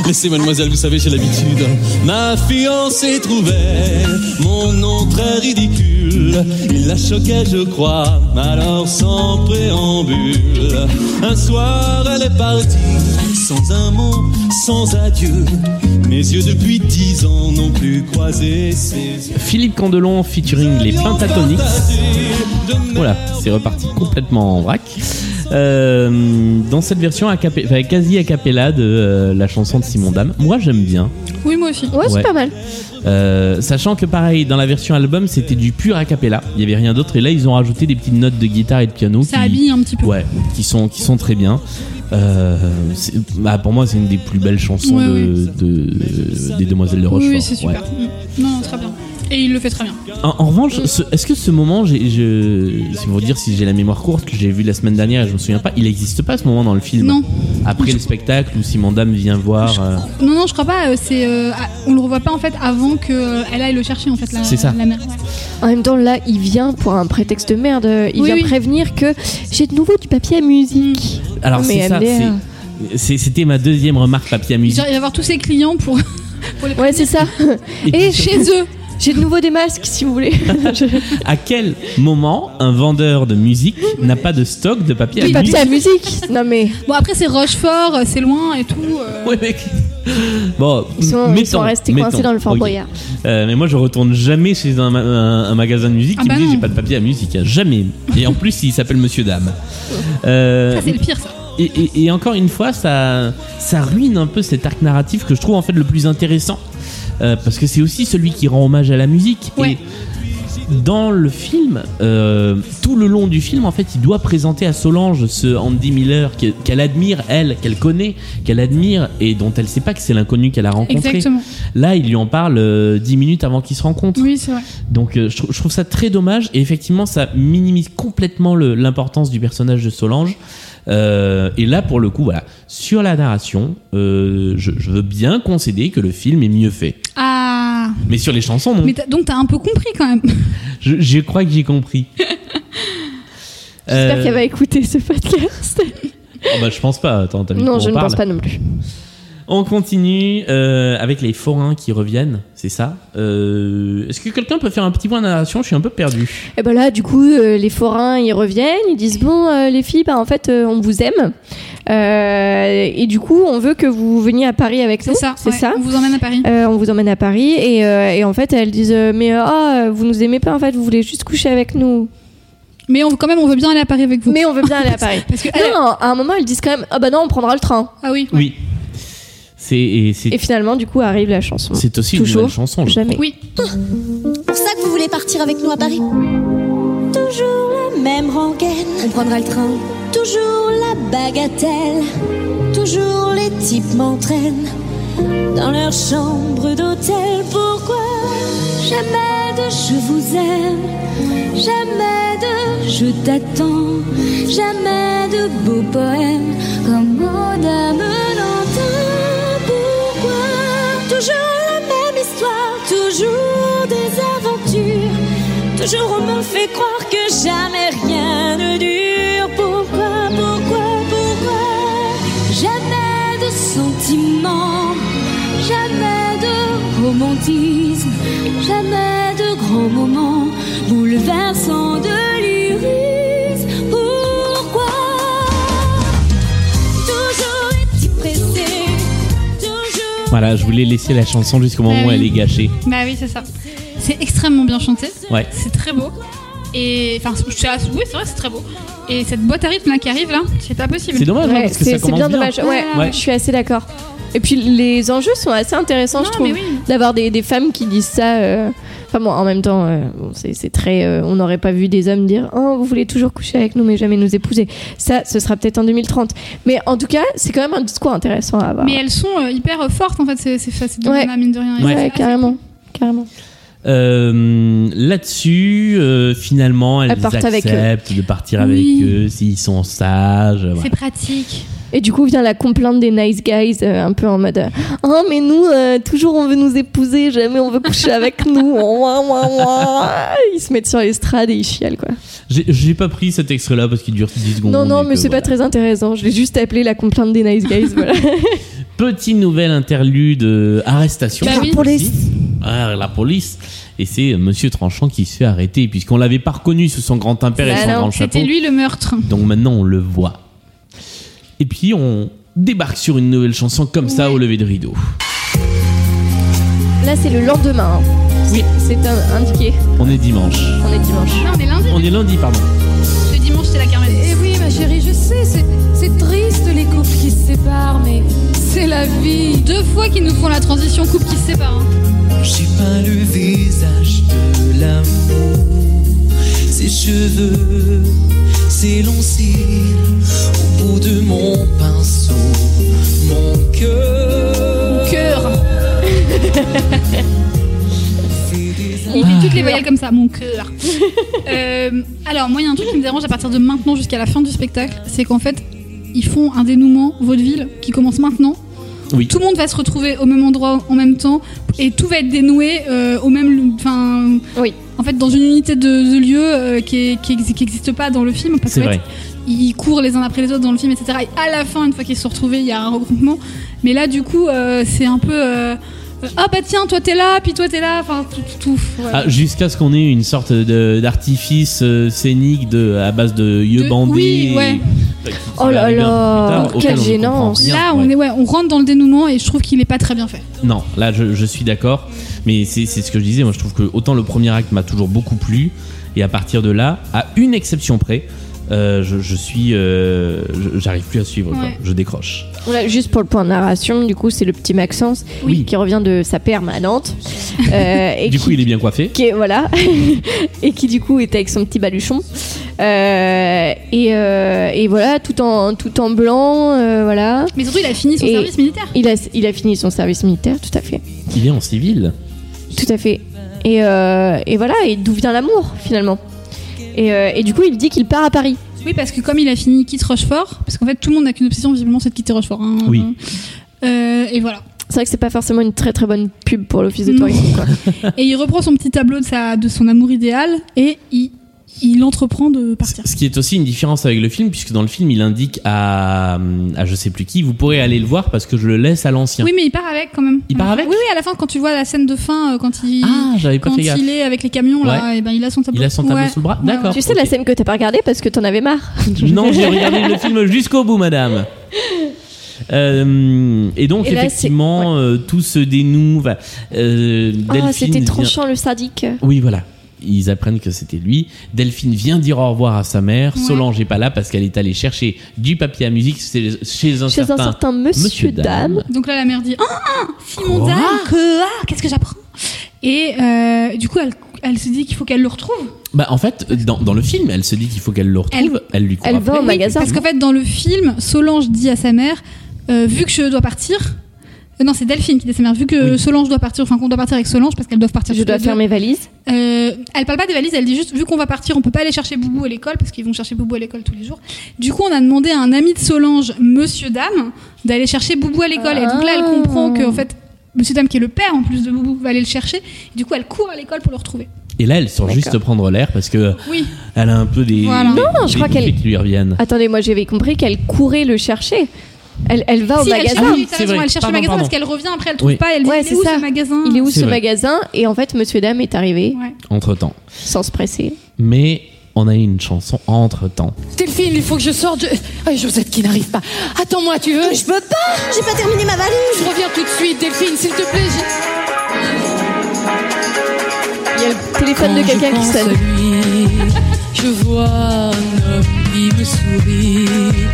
Speaker 9: laissez, mademoiselle, vous savez, j'ai l'habitude. Ma fiancée trouvait mon nom très ridicule. Il la choquait, je crois, alors sans préambule. Un soir, elle est partie, sans un mot, sans adieu. Mes yeux, depuis dix ans, n'ont plus croisé ses yeux.
Speaker 1: Philippe Candelon featuring les Pentatonix. Voilà, c'est reparti complètement en vrac. Euh, dans cette version a cappe- enfin, quasi a cappella de euh, la chanson de Simon Dame, moi j'aime bien.
Speaker 2: Oui, moi aussi.
Speaker 3: Ouais,
Speaker 1: Ouais.
Speaker 3: c'est pas mal.
Speaker 1: Euh, sachant que pareil, dans la version album, c'était du pur a cappella. Il y avait rien d'autre. Et là, ils ont rajouté des petites notes de guitare et de piano.
Speaker 2: Ça
Speaker 1: qui-
Speaker 2: habille un petit peu.
Speaker 1: Ouais, qui sont, qui sont très bien. Euh, c'est- bah, pour moi, c'est une des plus belles chansons
Speaker 2: Ouais,
Speaker 1: de, de- des Demoiselles de
Speaker 2: Oui,
Speaker 1: Rochefort.
Speaker 2: oui, c'est super.
Speaker 1: Ouais.
Speaker 2: Mm. Non, non, très bien. Et il le fait très bien.
Speaker 1: En, en revanche, ce- est-ce que ce moment, j'ai- je, c'est pour dire si j'ai la mémoire courte, que j'ai vu la semaine dernière et je me souviens pas, il n'existe pas ce moment dans le film
Speaker 2: Non.
Speaker 1: Après le spectacle où Simon Dame vient voir. euh,
Speaker 2: Non, non, je crois pas. euh, C'est, euh, ah, on le revoit pas en fait avant que euh, elle aille le chercher en fait. La,
Speaker 1: C'est ça.
Speaker 2: La mère.
Speaker 3: En même temps, là, il vient pour un prétexte merde. euh, Il
Speaker 2: Oui,
Speaker 3: vient
Speaker 2: oui.
Speaker 3: prévenir que j'ai de nouveau du papier à musique.
Speaker 4: Mm.
Speaker 1: Alors
Speaker 3: Mais
Speaker 1: c'est
Speaker 3: hein.
Speaker 1: ça,
Speaker 3: MDR.
Speaker 1: c'est- c'est- c'était ma deuxième remarque papier à musique.
Speaker 2: Genre, il va voir tous ses clients pour.
Speaker 3: Ouais, c'est ça.
Speaker 1: Et puis
Speaker 3: Et chez eux, j'ai de nouveau des masques, si vous voulez. Je-
Speaker 1: À quel moment un vendeur de musique n'a pas de stock de papier à
Speaker 3: du papier
Speaker 1: musique
Speaker 3: à musique. Non mais
Speaker 2: Bon après c'est Rochefort, euh, c'est loin et tout. euh,
Speaker 1: Ouais, mec. Bon,
Speaker 3: ils sont, ils
Speaker 1: mettons,
Speaker 3: sont restés
Speaker 1: mettons.
Speaker 3: coincés dans le Fort
Speaker 1: Ok.
Speaker 3: Boyard.
Speaker 1: Euh, mais moi, je retourne jamais chez un, ma- un- un magasin de musique
Speaker 2: Ah
Speaker 1: qui
Speaker 2: bah
Speaker 1: me dit
Speaker 2: non.
Speaker 1: j'ai pas de papier à musique. hein. Jamais. Et en plus, il s'appelle Monsieur Dame. Euh,
Speaker 2: Ça c'est le pire ça.
Speaker 1: et, et- et encore une fois, ça, ça ruine un peu cet arc narratif que je trouve en fait le plus intéressant. Euh, parce que c'est aussi celui qui rend hommage à la musique.
Speaker 2: Ouais.
Speaker 1: Et dans le film, euh, tout le long du film, en fait, il doit présenter à Solange ce Andy Miller que- qu'elle admire, elle, qu'elle connaît, qu'elle admire et dont elle sait pas que c'est l'inconnu qu'elle a rencontré.
Speaker 2: Exactement.
Speaker 1: Là, il lui en parle euh, dix minutes avant qu'ils se rencontrent.
Speaker 2: Oui c'est vrai.
Speaker 1: Donc euh, je, trouve, je trouve ça très dommage et effectivement ça minimise complètement le- l'importance du personnage de Solange. Euh, et là pour le coup voilà sur la narration euh, je, je veux bien concéder que le film est mieux fait
Speaker 2: Ah.
Speaker 1: mais sur les chansons non
Speaker 2: Mais t'as- donc t'as un peu compris quand même.
Speaker 1: je, je crois que j'ai compris
Speaker 3: J'espère
Speaker 1: Euh,
Speaker 3: qu'elle va écouter ce podcast.
Speaker 1: oh, bah, je pense pas attends t'as vu
Speaker 3: Non,
Speaker 1: qu'on
Speaker 3: je ne
Speaker 1: parle.
Speaker 3: pense pas non plus.
Speaker 1: on continue euh, avec les forains qui reviennent c'est ça Euh, est-ce que quelqu'un peut faire un petit point de narration je suis un peu perdu
Speaker 3: Et ben là, du coup, euh, les forains, ils reviennent, ils disent bon, euh, les filles, bah, en fait, euh, on vous aime, Euh, et du coup, on veut que vous veniez à Paris avec nous.
Speaker 2: C'est ça.
Speaker 3: C'est
Speaker 2: ouais.
Speaker 3: ça.
Speaker 2: On vous emmène à Paris.
Speaker 3: Euh, on vous emmène à Paris et, euh, et en fait elles disent euh, mais euh, ah vous nous aimez pas en fait vous voulez juste coucher avec nous
Speaker 2: Mais on, quand même on veut bien aller à Paris avec vous.
Speaker 3: mais on veut bien aller à Paris
Speaker 2: Parce que elle-
Speaker 3: non à un moment elles disent quand même ah bah non on prendra le train
Speaker 2: ah oui.
Speaker 1: oui c'est et c'est
Speaker 3: et finalement du coup arrive la chanson
Speaker 1: c'est aussi une
Speaker 3: toujours
Speaker 1: nouvelle chanson je
Speaker 3: jamais
Speaker 2: Oui.
Speaker 10: pour ça que vous voulez partir avec nous à Paris Toujours la même rengaine,
Speaker 8: On prendra le train.
Speaker 10: toujours la bagatelle, toujours les types m'entraînent dans leur chambre d'hôtel. Pourquoi
Speaker 8: Jamais de je vous aime, jamais de je t'attends, jamais de beaux poèmes comme mon âme l'entend. Pourquoi
Speaker 10: toujours la même histoire, toujours des aventures, toujours on me fait croire que jamais rien ne dure. Pourquoi, pourquoi, pourquoi
Speaker 8: Jamais de sentiments, jamais de romantisme, jamais de grands moments bouleversants de l'iris. Pourquoi
Speaker 10: toujours es-tu pressé, toujours
Speaker 1: Voilà, je voulais laisser la chanson jusqu'au moment
Speaker 3: Ah
Speaker 2: Bah
Speaker 1: où
Speaker 2: oui.
Speaker 1: elle est gâchée.
Speaker 2: Bah oui c'est ça. C'est extrêmement bien chanté.
Speaker 1: Ouais.
Speaker 2: C'est très beau. Et enfin, je suis assez- oui, c'est vrai, c'est très beau. Et cette boîte à rythme là qui arrive là, c'est pas possible.
Speaker 1: C'est dommage, hein,
Speaker 3: Ouais,
Speaker 1: parce que
Speaker 3: c'est
Speaker 1: ça
Speaker 3: c'est
Speaker 1: commence
Speaker 3: bien dommage ouais,
Speaker 1: Ouais.
Speaker 3: je suis assez d'accord et puis les enjeux sont assez intéressants je
Speaker 2: Non,
Speaker 3: trouve
Speaker 2: mais oui.
Speaker 3: d'avoir des, des femmes qui disent ça euh, enfin bon en même temps euh, bon, c'est c'est très euh, on n'aurait pas vu des hommes dire oh vous voulez toujours coucher avec nous mais jamais nous épouser ça ce sera peut-être en 2030 mais en tout cas c'est quand même un discours intéressant à avoir
Speaker 2: Mais elles sont euh, hyper euh, fortes en fait, c'est c'est fa- c'est de
Speaker 3: Ouais.
Speaker 2: mine de rien. Et
Speaker 3: ouais,
Speaker 2: c'est assez
Speaker 3: carrément carrément
Speaker 1: Euh, Là-dessus, euh, finalement, elles,
Speaker 3: Elles partent avec eux.
Speaker 1: acceptent de partir
Speaker 3: Oui.
Speaker 1: avec eux s'ils sont sages. voilà.
Speaker 3: pratique. Et du coup vient la complainte des nice guys, euh, un peu en mode euh, Ah, mais nous, euh, toujours on veut nous épouser, jamais on veut coucher avec nous. Ouah, ouah, ouah. Ils se mettent sur l'estrade et ils chialent, quoi.
Speaker 1: J'ai- J'ai pas pris cet extrait-là parce qu'il dure 10 secondes.
Speaker 3: non, non,
Speaker 1: et
Speaker 3: mais
Speaker 1: que,
Speaker 3: c'est
Speaker 1: voilà.
Speaker 3: pas très intéressant. Je l'ai juste appelé la complainte des nice guys, voilà.
Speaker 1: Petit nouvel interlude euh, arrestation.
Speaker 3: Bah
Speaker 1: cette
Speaker 3: oui.
Speaker 1: fois-ci. Ah, la police. Et c'est euh, Monsieur Tranchant qui se fait arrêter puisqu'on l'avait pas reconnu sous son grand impère et son
Speaker 2: Bah non,
Speaker 1: grand chapeau.
Speaker 2: C'était lui le meurtre.
Speaker 1: Donc maintenant on le voit. Et puis on débarque sur une nouvelle chanson comme ça au lever de rideau.
Speaker 3: Là, c'est le lendemain. Oui. C'est un- indiqué.
Speaker 1: On est dimanche.
Speaker 3: On est dimanche.
Speaker 2: Non, on est lundi.
Speaker 1: On est lundi, pardon.
Speaker 2: Le dimanche, c'est la carmélite.
Speaker 7: Eh oui, ma chérie, je sais, c'est- c'est triste les couples qui se séparent, mais c'est la vie.
Speaker 2: Deux fois qu'ils nous font la transition couple qui se sépare. hein.
Speaker 5: J'ai peint le visage de l'amour, ses cheveux, ses longs cils, au bout de mon pinceau, mon cœur.
Speaker 3: cœur.
Speaker 2: Il fait toutes les voyelles comme ça, mon cœur. Euh, alors, moi, il y a un truc qui me dérange à partir de maintenant jusqu'à la fin du spectacle, c'est qu'en fait, ils font un dénouement vaudeville qui commence maintenant.
Speaker 1: Oui.
Speaker 2: Tout le monde va se retrouver au même endroit en même temps et tout va être dénoué euh, au même. Enfin.
Speaker 3: Oui.
Speaker 2: En fait, dans une unité de, de lieu euh, qui n'existe pas dans le film. Parce
Speaker 1: C'est
Speaker 2: qu'en fait,
Speaker 1: vrai.
Speaker 2: ils courent les uns après les autres dans le film, etc. Et à la fin, une fois qu'ils se sont retrouvés, il y a un regroupement. Mais là, du coup, euh, c'est un peu. euh, euh, ah bah tiens, toi t'es là, puis toi t'es là, enfin tout. tout, tout, ouais.
Speaker 1: Ah, Jusqu'à ce qu'on ait une sorte de- d'artifice euh, scénique de, à base de yeux
Speaker 2: De-
Speaker 1: bandés.
Speaker 2: oui, ouais.
Speaker 1: Enfin, qui- qui
Speaker 3: Oh là
Speaker 1: va arriver un peu plus
Speaker 3: là,
Speaker 1: tard, auquel
Speaker 3: quelle
Speaker 1: on ne
Speaker 3: gênance.
Speaker 1: comprend rien.
Speaker 2: Là, on, est, ouais, on rentre dans le dénouement et je trouve qu'il est pas très bien fait.
Speaker 1: Non, là je, je suis d'accord, mais c'est c'est ce que je disais, moi je trouve que autant le premier acte m'a toujours beaucoup plu, et à partir de là, à une exception près, euh, je, je suis... euh, je- J'arrive plus à suivre, quoi.
Speaker 3: Ouais.
Speaker 1: je décroche.
Speaker 3: Voilà, juste pour le point de narration, du coup, c'est le petit Maxence
Speaker 1: Oui.
Speaker 3: qui revient de sa permanente. euh, et
Speaker 1: du
Speaker 3: qui,
Speaker 1: coup il est bien coiffé.
Speaker 3: qui est- voilà, et qui du coup est avec son petit baluchon. Euh, et, euh, et voilà, tout en, tout en blanc, euh, voilà.
Speaker 2: Mais surtout, il a fini son service militaire.
Speaker 3: Il a, il a fini son service militaire, tout à fait.
Speaker 1: Il est en civil.
Speaker 3: Tout à fait. Et, euh, et voilà, et d'où vient l'amour, finalement et, euh, et du coup, il dit qu'il part à Paris.
Speaker 2: Oui, parce que comme il a fini quitte Rochefort, parce qu'en fait tout le monde n'a qu'une obsession visiblement, c'est de quitter Rochefort. hein.
Speaker 3: Oui.
Speaker 2: Euh, et voilà.
Speaker 3: C'est vrai que c'est pas forcément une très très bonne pub pour l'office de
Speaker 2: Non.
Speaker 3: tourisme. quoi.
Speaker 2: Et il reprend son petit tableau de, sa, de son amour idéal et il, il entreprend de partir.
Speaker 1: Ce qui est aussi une différence avec le film, puisque dans le film il indique à, à je sais plus qui, vous pourrez aller le voir parce que je le laisse à l'ancien.
Speaker 2: Oui, mais il part avec quand même.
Speaker 1: Il part avec
Speaker 2: Oui, oui, à la fin, quand tu vois la scène de fin, euh, quand il,
Speaker 1: Ah, j'avais pas
Speaker 2: quand
Speaker 1: fait gaffe.
Speaker 2: il est avec les camions, là,
Speaker 1: Ouais.
Speaker 2: et ben, il a son tableau.
Speaker 1: Il a son tableau
Speaker 2: Ouais.
Speaker 1: sous le bras
Speaker 2: Ouais,
Speaker 1: D'accord.
Speaker 3: Tu sais la scène que t'as pas regardée parce que t'en avais marre.
Speaker 1: Non, j'ai regardé le film jusqu'au bout, madame. Euh, et donc
Speaker 3: Et là,
Speaker 1: effectivement, euh, tout se dénoue. va- euh,
Speaker 3: Ah,
Speaker 1: Delphine
Speaker 3: c'était
Speaker 1: vient-
Speaker 3: tranchant le sadique.
Speaker 1: Oui, voilà. Ils apprennent que c'était lui. Delphine vient dire au revoir à sa mère.
Speaker 3: Ouais.
Speaker 1: Solange est pas là parce qu'elle est allée chercher du papier à musique chez, chez un,
Speaker 3: Chez
Speaker 1: certain,
Speaker 3: un certain monsieur, dame.
Speaker 2: Donc là, la mère dit Ah, ah, Simon
Speaker 1: Quoi
Speaker 2: Dame, que, ah, qu'est-ce que j'apprends Et euh, du coup, elle, elle se dit qu'il faut qu'elle le retrouve.
Speaker 1: Bah, en fait, dans, dans le film, elle se dit qu'il faut qu'elle le retrouve. Elle, lui court après.
Speaker 2: Oui, Parce qu'en fait, dans le film, Solange dit à sa mère euh, Vu que je dois partir. euh, Non, c'est Delphine qui dit à sa mère, vu que Solange dois partir, enfin qu'on doit partir avec Solange parce qu'elles doivent partir.
Speaker 3: Je
Speaker 2: toutes
Speaker 3: dois
Speaker 2: les
Speaker 3: faire
Speaker 2: deux.
Speaker 3: mes valises.
Speaker 2: Euh, elle parle pas des valises, elle dit juste vu qu'on va partir, on peut pas aller chercher Boubou à l'école parce qu'ils vont chercher Boubou à l'école tous les jours. Du coup, on a demandé à un ami de Solange, Monsieur Dame, d'aller chercher Boubou à l'école. Et donc là, elle comprend que en fait, Monsieur Dame qui est le père en plus de Boubou va aller le chercher. Et du coup, elle court à l'école pour le retrouver.
Speaker 1: Et là, elle sort juste prendre l'air parce que
Speaker 2: Oui.
Speaker 1: elle a un peu des.
Speaker 3: Voilà.
Speaker 1: des-
Speaker 3: Non,
Speaker 1: des
Speaker 3: je crois qu'elle-
Speaker 1: bouffées qui lui reviennent.
Speaker 3: Attendez, moi j'avais compris qu'elle courait le chercher. Elle, elle va au
Speaker 2: Si, elle
Speaker 3: Oh, magasin. Ah
Speaker 2: cherche, oui, t'as raison, elle cherche le magasin parce qu'elle revient après, elle trouve
Speaker 1: Oui.
Speaker 2: pas, elle dit
Speaker 3: Ouais,
Speaker 2: il
Speaker 3: c'est
Speaker 2: est où
Speaker 3: ça.
Speaker 2: ce magasin
Speaker 3: Ah Il est où
Speaker 1: C'est
Speaker 3: ce
Speaker 1: vrai.
Speaker 3: magasin Et en fait, Monsieur Dame est arrivé
Speaker 1: Entre temps.
Speaker 3: sans se presser.
Speaker 1: Mais on a une chanson entre temps.
Speaker 7: Delphine, il faut que je sorte. Je... Ah, Josette qui n'arrive pas. Attends-moi, tu veux Je peux pas J'ai pas terminé ma valise Je reviens tout de suite, Delphine, s'il te plaît.
Speaker 3: Il y a le téléphone de quelqu'un qui sonne.
Speaker 7: Je vois un homme qui me sourit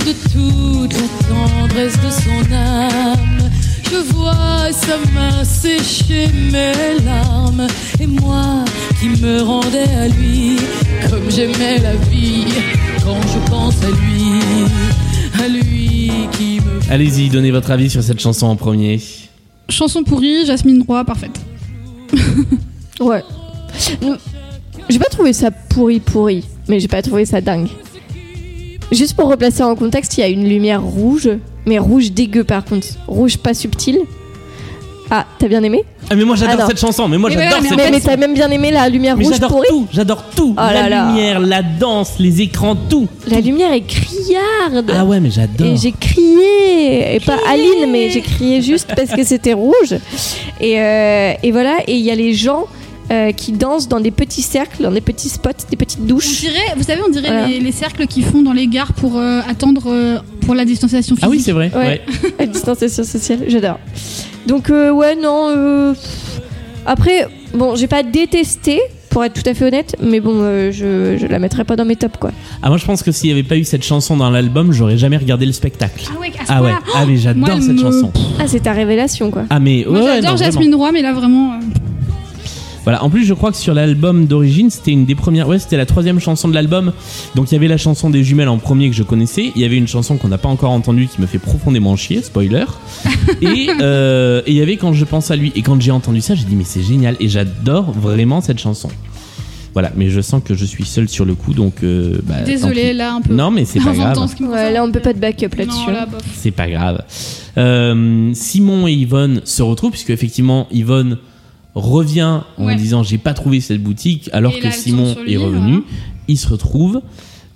Speaker 7: de toute la tendresse de son âme. Je vois sa main sécher mes larmes et moi qui me rendais à lui comme j'aimais la vie quand je pense à lui, à lui qui me
Speaker 1: Allez-y, donnez votre avis sur cette chanson en premier.
Speaker 2: Chanson pourrie, Jasmine Roy, parfaite.
Speaker 3: Ouais. Mm. J'ai pas trouvé ça pourri pourri, mais j'ai pas trouvé ça dingue. Juste pour replacer en contexte, il y a une lumière rouge, mais rouge dégueu par contre, rouge pas subtil. Ah, t'as bien aimé
Speaker 1: Ah, mais moi j'adore
Speaker 3: Ah non.
Speaker 1: cette chanson, mais moi j'adore cette
Speaker 3: Mais, mais
Speaker 1: chanson.
Speaker 3: t'as même bien aimé la lumière
Speaker 1: Mais
Speaker 3: rouge
Speaker 1: j'adore
Speaker 3: pourrie
Speaker 1: tout, j'adore tout.
Speaker 3: Oh
Speaker 1: la
Speaker 3: là là.
Speaker 1: lumière, la danse, les écrans, tout.
Speaker 3: La lumière est criarde.
Speaker 1: Ah ouais, mais j'adore.
Speaker 3: Et j'ai crié, et pas Aline, mais j'ai crié juste parce que c'était rouge. Et, euh, et voilà, et il y a les gens euh, qui dansent dans des petits cercles, dans des petits spots, des petites douches.
Speaker 2: dirait- vous savez, on dirait
Speaker 3: Voilà.
Speaker 2: les, les cercles qu'ils font dans les gares pour euh, attendre euh, pour la distanciation physique.
Speaker 1: Ah oui, c'est vrai. Ouais.
Speaker 3: La distanciation sociale, j'adore. Donc euh, ouais, non. euh, Après, bon, j'ai pas détesté, pour être tout à fait honnête, mais bon, euh, je, je la mettrais pas dans mes tops, quoi.
Speaker 1: Ah, moi je pense que s'il n'y avait pas eu cette chanson dans l'album, j'aurais jamais regardé le spectacle.
Speaker 3: Ah ouais, à ce
Speaker 1: ah ouais,
Speaker 3: point-là.
Speaker 1: ah mais j'adore
Speaker 3: Moi, elle
Speaker 1: cette
Speaker 3: me-
Speaker 1: chanson.
Speaker 3: Ah, c'est ta révélation, quoi.
Speaker 1: Ah mais
Speaker 2: Moi,
Speaker 1: ouais, ouais,
Speaker 2: j'adore
Speaker 1: non, vraiment.
Speaker 2: Jasmine Roy, mais là vraiment. euh,
Speaker 1: Voilà, en plus je crois que sur l'album d'origine, c'était une des premières ouais, c'était la troisième chanson de l'album. Donc il y avait la chanson des jumelles en premier que je connaissais, il y avait une chanson qu'on n'a pas encore entendue qui me fait profondément chier, spoiler. Et euh, et il y avait quand je pense à lui et quand j'ai entendu ça, j'ai dit mais c'est génial et j'adore vraiment cette chanson. Voilà, mais je sens que je suis seul sur le coup donc euh, bah, tant
Speaker 2: Désolée,
Speaker 1: pis.
Speaker 2: là un peu.
Speaker 1: Non mais c'est pas grave.
Speaker 3: Ouais, là, on peut pas de backup là-dessus. hein.
Speaker 2: là, bof.
Speaker 1: C'est pas grave. Euh, Simon et Yvonne se retrouvent, puisque effectivement, Yvonne revient en
Speaker 3: Ouais.
Speaker 1: disant J'ai pas trouvé cette boutique, alors
Speaker 2: Et
Speaker 1: que
Speaker 2: là, elle tombe
Speaker 1: Simon
Speaker 2: sur lui,
Speaker 1: est revenu. Ils se retrouvent.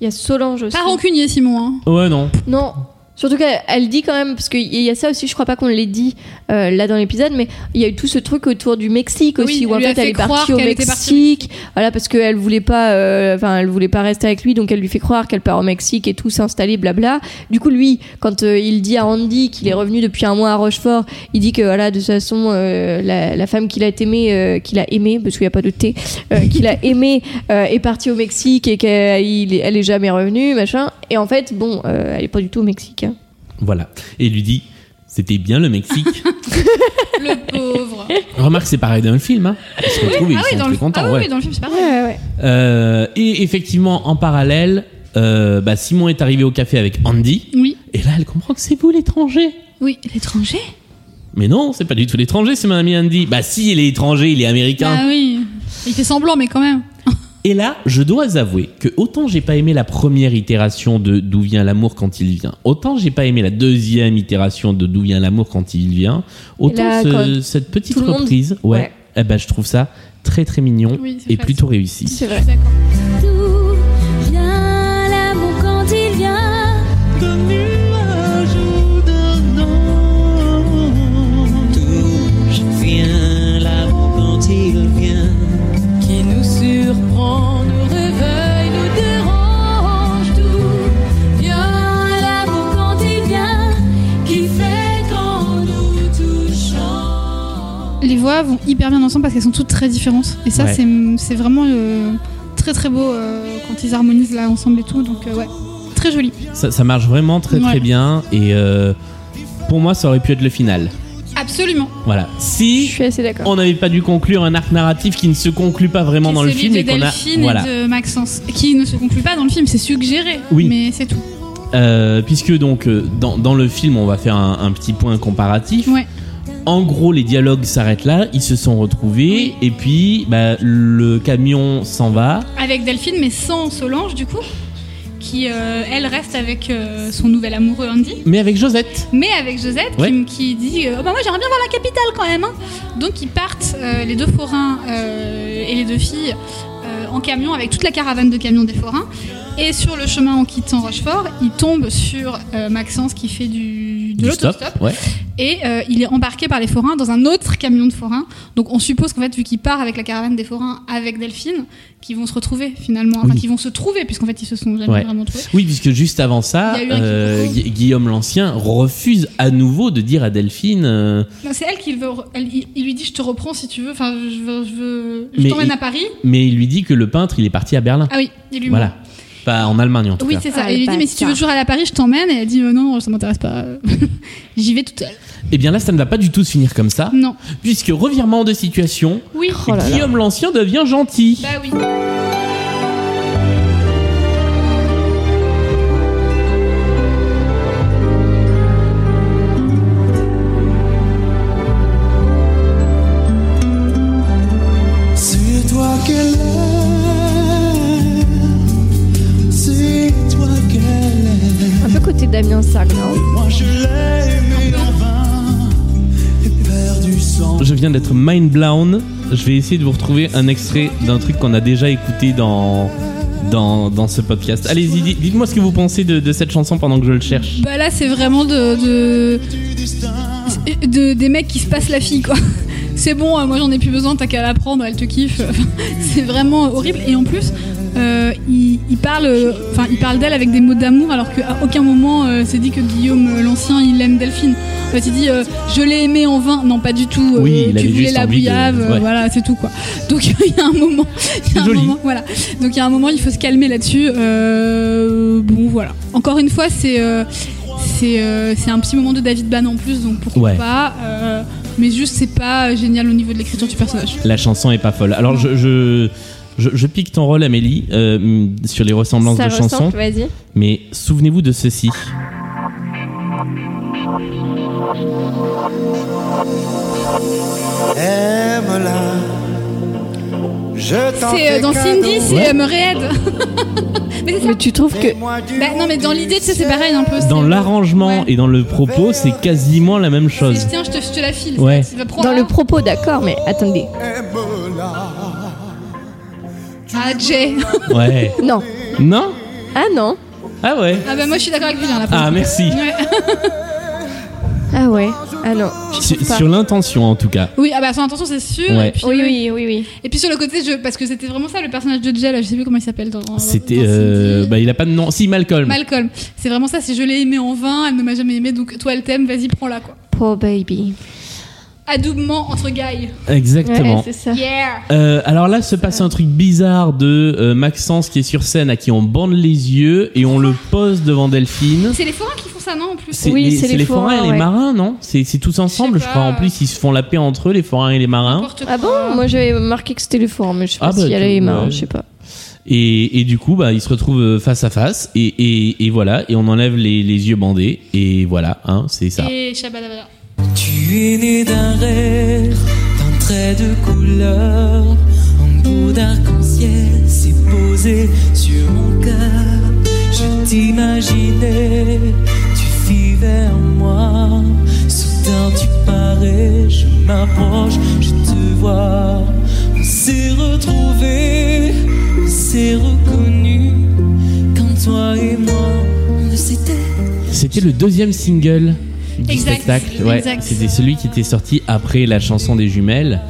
Speaker 3: Il y a Solange aussi.
Speaker 2: Pas rancunier, Simon. hein.
Speaker 1: Ouais, non.
Speaker 3: Non. Surtout qu'elle elle dit quand même, parce qu'il y a ça aussi, je crois pas qu'on l'ait dit euh, là dans l'épisode, mais il y a eu tout ce truc autour du Mexique
Speaker 2: Oui,
Speaker 3: aussi,
Speaker 2: elle
Speaker 3: où en
Speaker 2: lui a
Speaker 3: fait
Speaker 2: fait
Speaker 3: elle est partie
Speaker 2: croire
Speaker 3: au
Speaker 2: qu'elle était partie au
Speaker 3: Mexique, voilà, parce qu'elle voulait pas, euh, enfin elle voulait pas rester avec lui, donc elle lui fait croire qu'elle part au Mexique et tout s'installer, blabla. Du coup lui, quand euh, il dit à Andy qu'il est revenu depuis un mois à Rochefort, il dit que voilà de toute façon euh, la, la femme qu'il a aimée, euh, qu'il a aimée, parce qu'il y a pas de thé, euh, qu'il a aimée euh, est partie au Mexique et qu'elle il est- elle est jamais revenue, machin. Et en fait bon, euh, elle est pas du tout au Mexique. hein.
Speaker 1: Voilà. Et il lui dit C'était bien le Mexique.
Speaker 2: Le pauvre.
Speaker 1: Remarque, c'est pareil dans le film. hein. Ils se retrouvent et ils
Speaker 2: ah
Speaker 1: sont
Speaker 2: oui, dans
Speaker 1: très
Speaker 2: le...
Speaker 1: contents.
Speaker 2: ah oui,
Speaker 1: ouais.
Speaker 2: oui, dans le film, c'est pareil. Ouais, ouais.
Speaker 1: Euh, et effectivement, en parallèle, euh, bah, Simon est arrivé au café avec Andy.
Speaker 2: Oui.
Speaker 1: Et là, elle comprend que c'est vous l'étranger.
Speaker 2: Oui, l'étranger
Speaker 1: Mais non, c'est pas du tout l'étranger, c'est mon ami Andy. Bah si, il est étranger, il est américain.
Speaker 2: Ah oui. Il fait semblant, mais quand même.
Speaker 1: Et là, je dois avouer que autant j'ai pas aimé la première itération de d'où vient l'amour quand il vient, autant j'ai pas aimé la deuxième itération de d'où vient l'amour quand il vient, autant
Speaker 3: Là,
Speaker 1: ce-
Speaker 3: quand
Speaker 1: cette petite
Speaker 3: tout le monde-
Speaker 1: reprise, ouais,
Speaker 3: ouais.
Speaker 1: eh ben je trouve ça très très mignon
Speaker 10: Oui, c'est
Speaker 1: et
Speaker 10: chouette.
Speaker 1: plutôt réussi.
Speaker 3: vrai.
Speaker 10: D'où vient l'amour quand il vient
Speaker 4: De nuages ou de noms.
Speaker 5: D'où vient l'amour quand il vient
Speaker 7: qui nous surprend, nous réveille, nous dérange tout. Vient l'amour quand il vient, qui fait quand nous touchons.
Speaker 2: Les voix vont hyper bien ensemble parce qu'elles sont toutes très différentes. Et ça,
Speaker 1: Ouais.
Speaker 2: c'est c'est vraiment euh, très très beau euh, quand ils harmonisent là ensemble et tout. Donc, euh, ouais, très joli.
Speaker 1: Ça, ça marche vraiment très très
Speaker 2: Ouais.
Speaker 1: bien et euh, pour moi ça aurait pu être le final.
Speaker 2: Absolument.
Speaker 1: Voilà. Si
Speaker 3: Je suis assez d'accord.
Speaker 1: on n'avait pas dû conclure un arc narratif qui ne se conclut pas vraiment dans le
Speaker 2: Celui
Speaker 1: film
Speaker 2: de
Speaker 1: et qu'on a
Speaker 2: Delphine
Speaker 1: voilà.
Speaker 2: et de Maxence, qui ne se conclut pas dans le film, c'est suggéré.
Speaker 1: Oui.
Speaker 2: Mais c'est tout.
Speaker 1: Euh, puisque donc euh, dans, dans le film on va faire un, un petit point comparatif.
Speaker 2: Ouais.
Speaker 1: En gros les dialogues s'arrêtent là, ils se sont retrouvés et puis bah, le camion s'en va.
Speaker 2: Avec Delphine, mais sans Solange, du coup, qui, euh, elle, reste avec euh, son nouvel amoureux Andy.
Speaker 1: Mais avec Josette.
Speaker 2: Mais avec Josette, qui-
Speaker 1: Ouais.
Speaker 2: qui, dit euh, Oh bah Moi, j'aimerais bien voir la capitale quand même. hein. Donc, ils partent, euh, les deux forains euh, et les deux filles, euh, en camion, avec toute la caravane de camions des forains. Et sur le chemin en quittant Rochefort, ils tombent sur euh, Maxence qui fait du, de
Speaker 1: Du
Speaker 2: l'autostop.
Speaker 1: Ouais.
Speaker 2: Et euh, il est embarqué par les forains dans un autre camion de forains. Donc on suppose qu'en fait, vu qu'il part avec la caravane des forains avec Delphine, qu'ils vont se retrouver finalement. Enfin,
Speaker 1: Oui.
Speaker 2: qu'ils vont se trouver, puisqu'en fait, ils se sont jamais
Speaker 1: Ouais.
Speaker 2: vraiment trouvés.
Speaker 1: Oui puisque juste avant ça
Speaker 2: Il y a eu un
Speaker 1: euh, Gu- Guillaume l'Ancien refuse à nouveau de dire à Delphine euh,
Speaker 2: Non, C'est elle qui veut. elle- il il lui dit Je te reprends si tu veux. Enfin, je, veux- je, veux- je
Speaker 1: Mais
Speaker 2: t'emmène
Speaker 1: il-
Speaker 2: à Paris.
Speaker 1: mais il lui dit que le peintre il est parti à Berlin.
Speaker 2: Ah oui, il lui
Speaker 1: voilà. Pas en Allemagne en tout
Speaker 2: Oui,
Speaker 1: cas.
Speaker 2: c'est ça.
Speaker 3: Ah,
Speaker 2: Et il lui dit
Speaker 3: le
Speaker 2: Mais si tu veux toujours aller à Paris, je t'emmène. Et elle dit Euh, Non, ça m'intéresse pas. J'y vais toute seule.
Speaker 1: Et Eh bien là ça ne va pas du tout se finir comme ça
Speaker 2: Non.
Speaker 1: puisque revirement de situation,
Speaker 2: Mm. Oui. Oh
Speaker 1: Guillaume l'Ancien devient gentil.
Speaker 2: Bah oui.
Speaker 4: Sur
Speaker 1: je viens d'être mind blown. Je vais essayer de vous retrouver un extrait d'un truc qu'on a déjà écouté dans, dans, dans ce podcast. Allez-y, di- dites-moi ce que vous pensez de, de cette chanson pendant que je le cherche.
Speaker 2: Bah là, c'est vraiment de, de, de- des mecs qui se passent la fille, quoi. C'est bon, euh, moi j'en ai plus besoin, t'as qu'à la prendre, elle te kiffe. Enfin, c'est vraiment horrible. Et en plus, euh, il, il parle, euh, enfin, il parle d'elle avec des mots d'amour, alors qu'à aucun moment euh, c'est dit que Guillaume euh, l'Ancien il aime Delphine. En fait, il dit euh, je l'ai aimé en vain. Non, pas du tout. euh,
Speaker 1: Oui, il
Speaker 2: tu
Speaker 1: avait
Speaker 2: voulais
Speaker 1: juste
Speaker 2: la
Speaker 1: envie de-
Speaker 2: bouillave, euh,
Speaker 1: ouais.
Speaker 2: voilà, c'est tout quoi. Donc il y a un moment, il y a un moment, voilà. Donc il y a un moment, il faut se calmer là-dessus. Euh, bon, voilà. Encore une fois, c'est euh, c'est euh, c'est un petit moment de David Bann en plus, donc pourquoi
Speaker 1: Ouais.
Speaker 2: pas. euh, mais juste, c'est pas génial au niveau de l'écriture du personnage.
Speaker 1: La chanson est pas folle. Alors je, je, je, je pique ton rôle, Amélie, euh, sur les ressemblances
Speaker 3: Ça
Speaker 1: de
Speaker 3: ressemble,
Speaker 1: chansons.
Speaker 3: vas-y.
Speaker 1: Mais souvenez-vous de ceci.
Speaker 9: Euh, Aime-la. Je t'en
Speaker 2: C'est euh,
Speaker 9: fais
Speaker 2: dans
Speaker 9: cadeau.
Speaker 2: Cindy, c'est euh, Murray Head. mais c'est ça.
Speaker 3: tu trouves que
Speaker 2: Bah, non, mais dans l'idée, tu sais, c'est pareil un peu.
Speaker 1: Dans
Speaker 2: c'est-
Speaker 1: l'arrangement et dans le propos, c'est quasiment la même chose.
Speaker 2: Tiens, je te, je te la file.
Speaker 1: Ouais.
Speaker 2: Tu vas prendre.
Speaker 3: Dans le propos, d'accord, mais attendez.
Speaker 2: Ah, Jay.
Speaker 1: Ouais.
Speaker 3: Non.
Speaker 1: Non
Speaker 3: Ah non.
Speaker 1: Ah ouais.
Speaker 2: ah, bah, moi, je suis d'accord avec Julien là. pour
Speaker 1: Ah
Speaker 2: le coup.
Speaker 1: merci.
Speaker 2: Ouais.
Speaker 3: Ah ouais. Ah non.
Speaker 1: Sur, sur l'intention en tout cas.
Speaker 2: Oui, ah bah son intention c'est sûr.
Speaker 1: Ouais.
Speaker 2: Et puis,
Speaker 3: Oui, oui, oui, oui.
Speaker 2: Et puis sur le côté, je... parce que c'était vraiment ça le personnage de Jay, là, je sais plus comment il s'appelle dans. dans-
Speaker 1: C'était, euh, bah il a pas de nom. Si
Speaker 3: Mm.
Speaker 1: Malcolm.
Speaker 2: Malcolm. C'est vraiment ça, c'est je l'ai aimé en vain, elle ne m'a jamais aimé, donc toi elle t'aime, vas-y prends-la quoi.
Speaker 3: Poor baby.
Speaker 2: Adoubement entre guys.
Speaker 1: Exactement.
Speaker 2: Yeah.
Speaker 1: Euh, alors là se passe un truc bizarre de euh, Maxence qui est sur scène à qui on bande les yeux et on le pose devant Delphine.
Speaker 2: C'est les forains qui font ça, non en plus
Speaker 1: C'est les, c'est les forains, et les marins, non C'est c'est tous ensemble, je, crois. En plus, ils se font la paix entre eux, les forains et les marins.
Speaker 3: Ah bon Moi j'avais marqué que c'était le forum, mais je sais pas
Speaker 1: Ah bah,
Speaker 3: s'il y avait les
Speaker 1: tu-
Speaker 3: mains,
Speaker 1: ouais.
Speaker 3: je sais pas.
Speaker 1: Et, et du coup, bah, ils se retrouvent euh, face à face, et, et, et voilà, et on enlève les, les yeux bandés, et voilà, hein, c'est ça.
Speaker 2: Et Shabadabada.
Speaker 5: Tu es né d'un rêve, d'un trait de couleur, un bout d'arc-en-ciel s'est posé sur mon cœur. Je t'imaginais, tu vivais en moi. Soudain tu parais, je m'approche, je te vois. On s'est retrouvés, on s'est reconnus. Quand toi et moi, on le s'était.
Speaker 1: C'était le deuxième single du
Speaker 5: Exact,
Speaker 1: spectacle. Ouais,
Speaker 5: exact.
Speaker 1: c'était celui qui était sorti après la chanson des jumelles.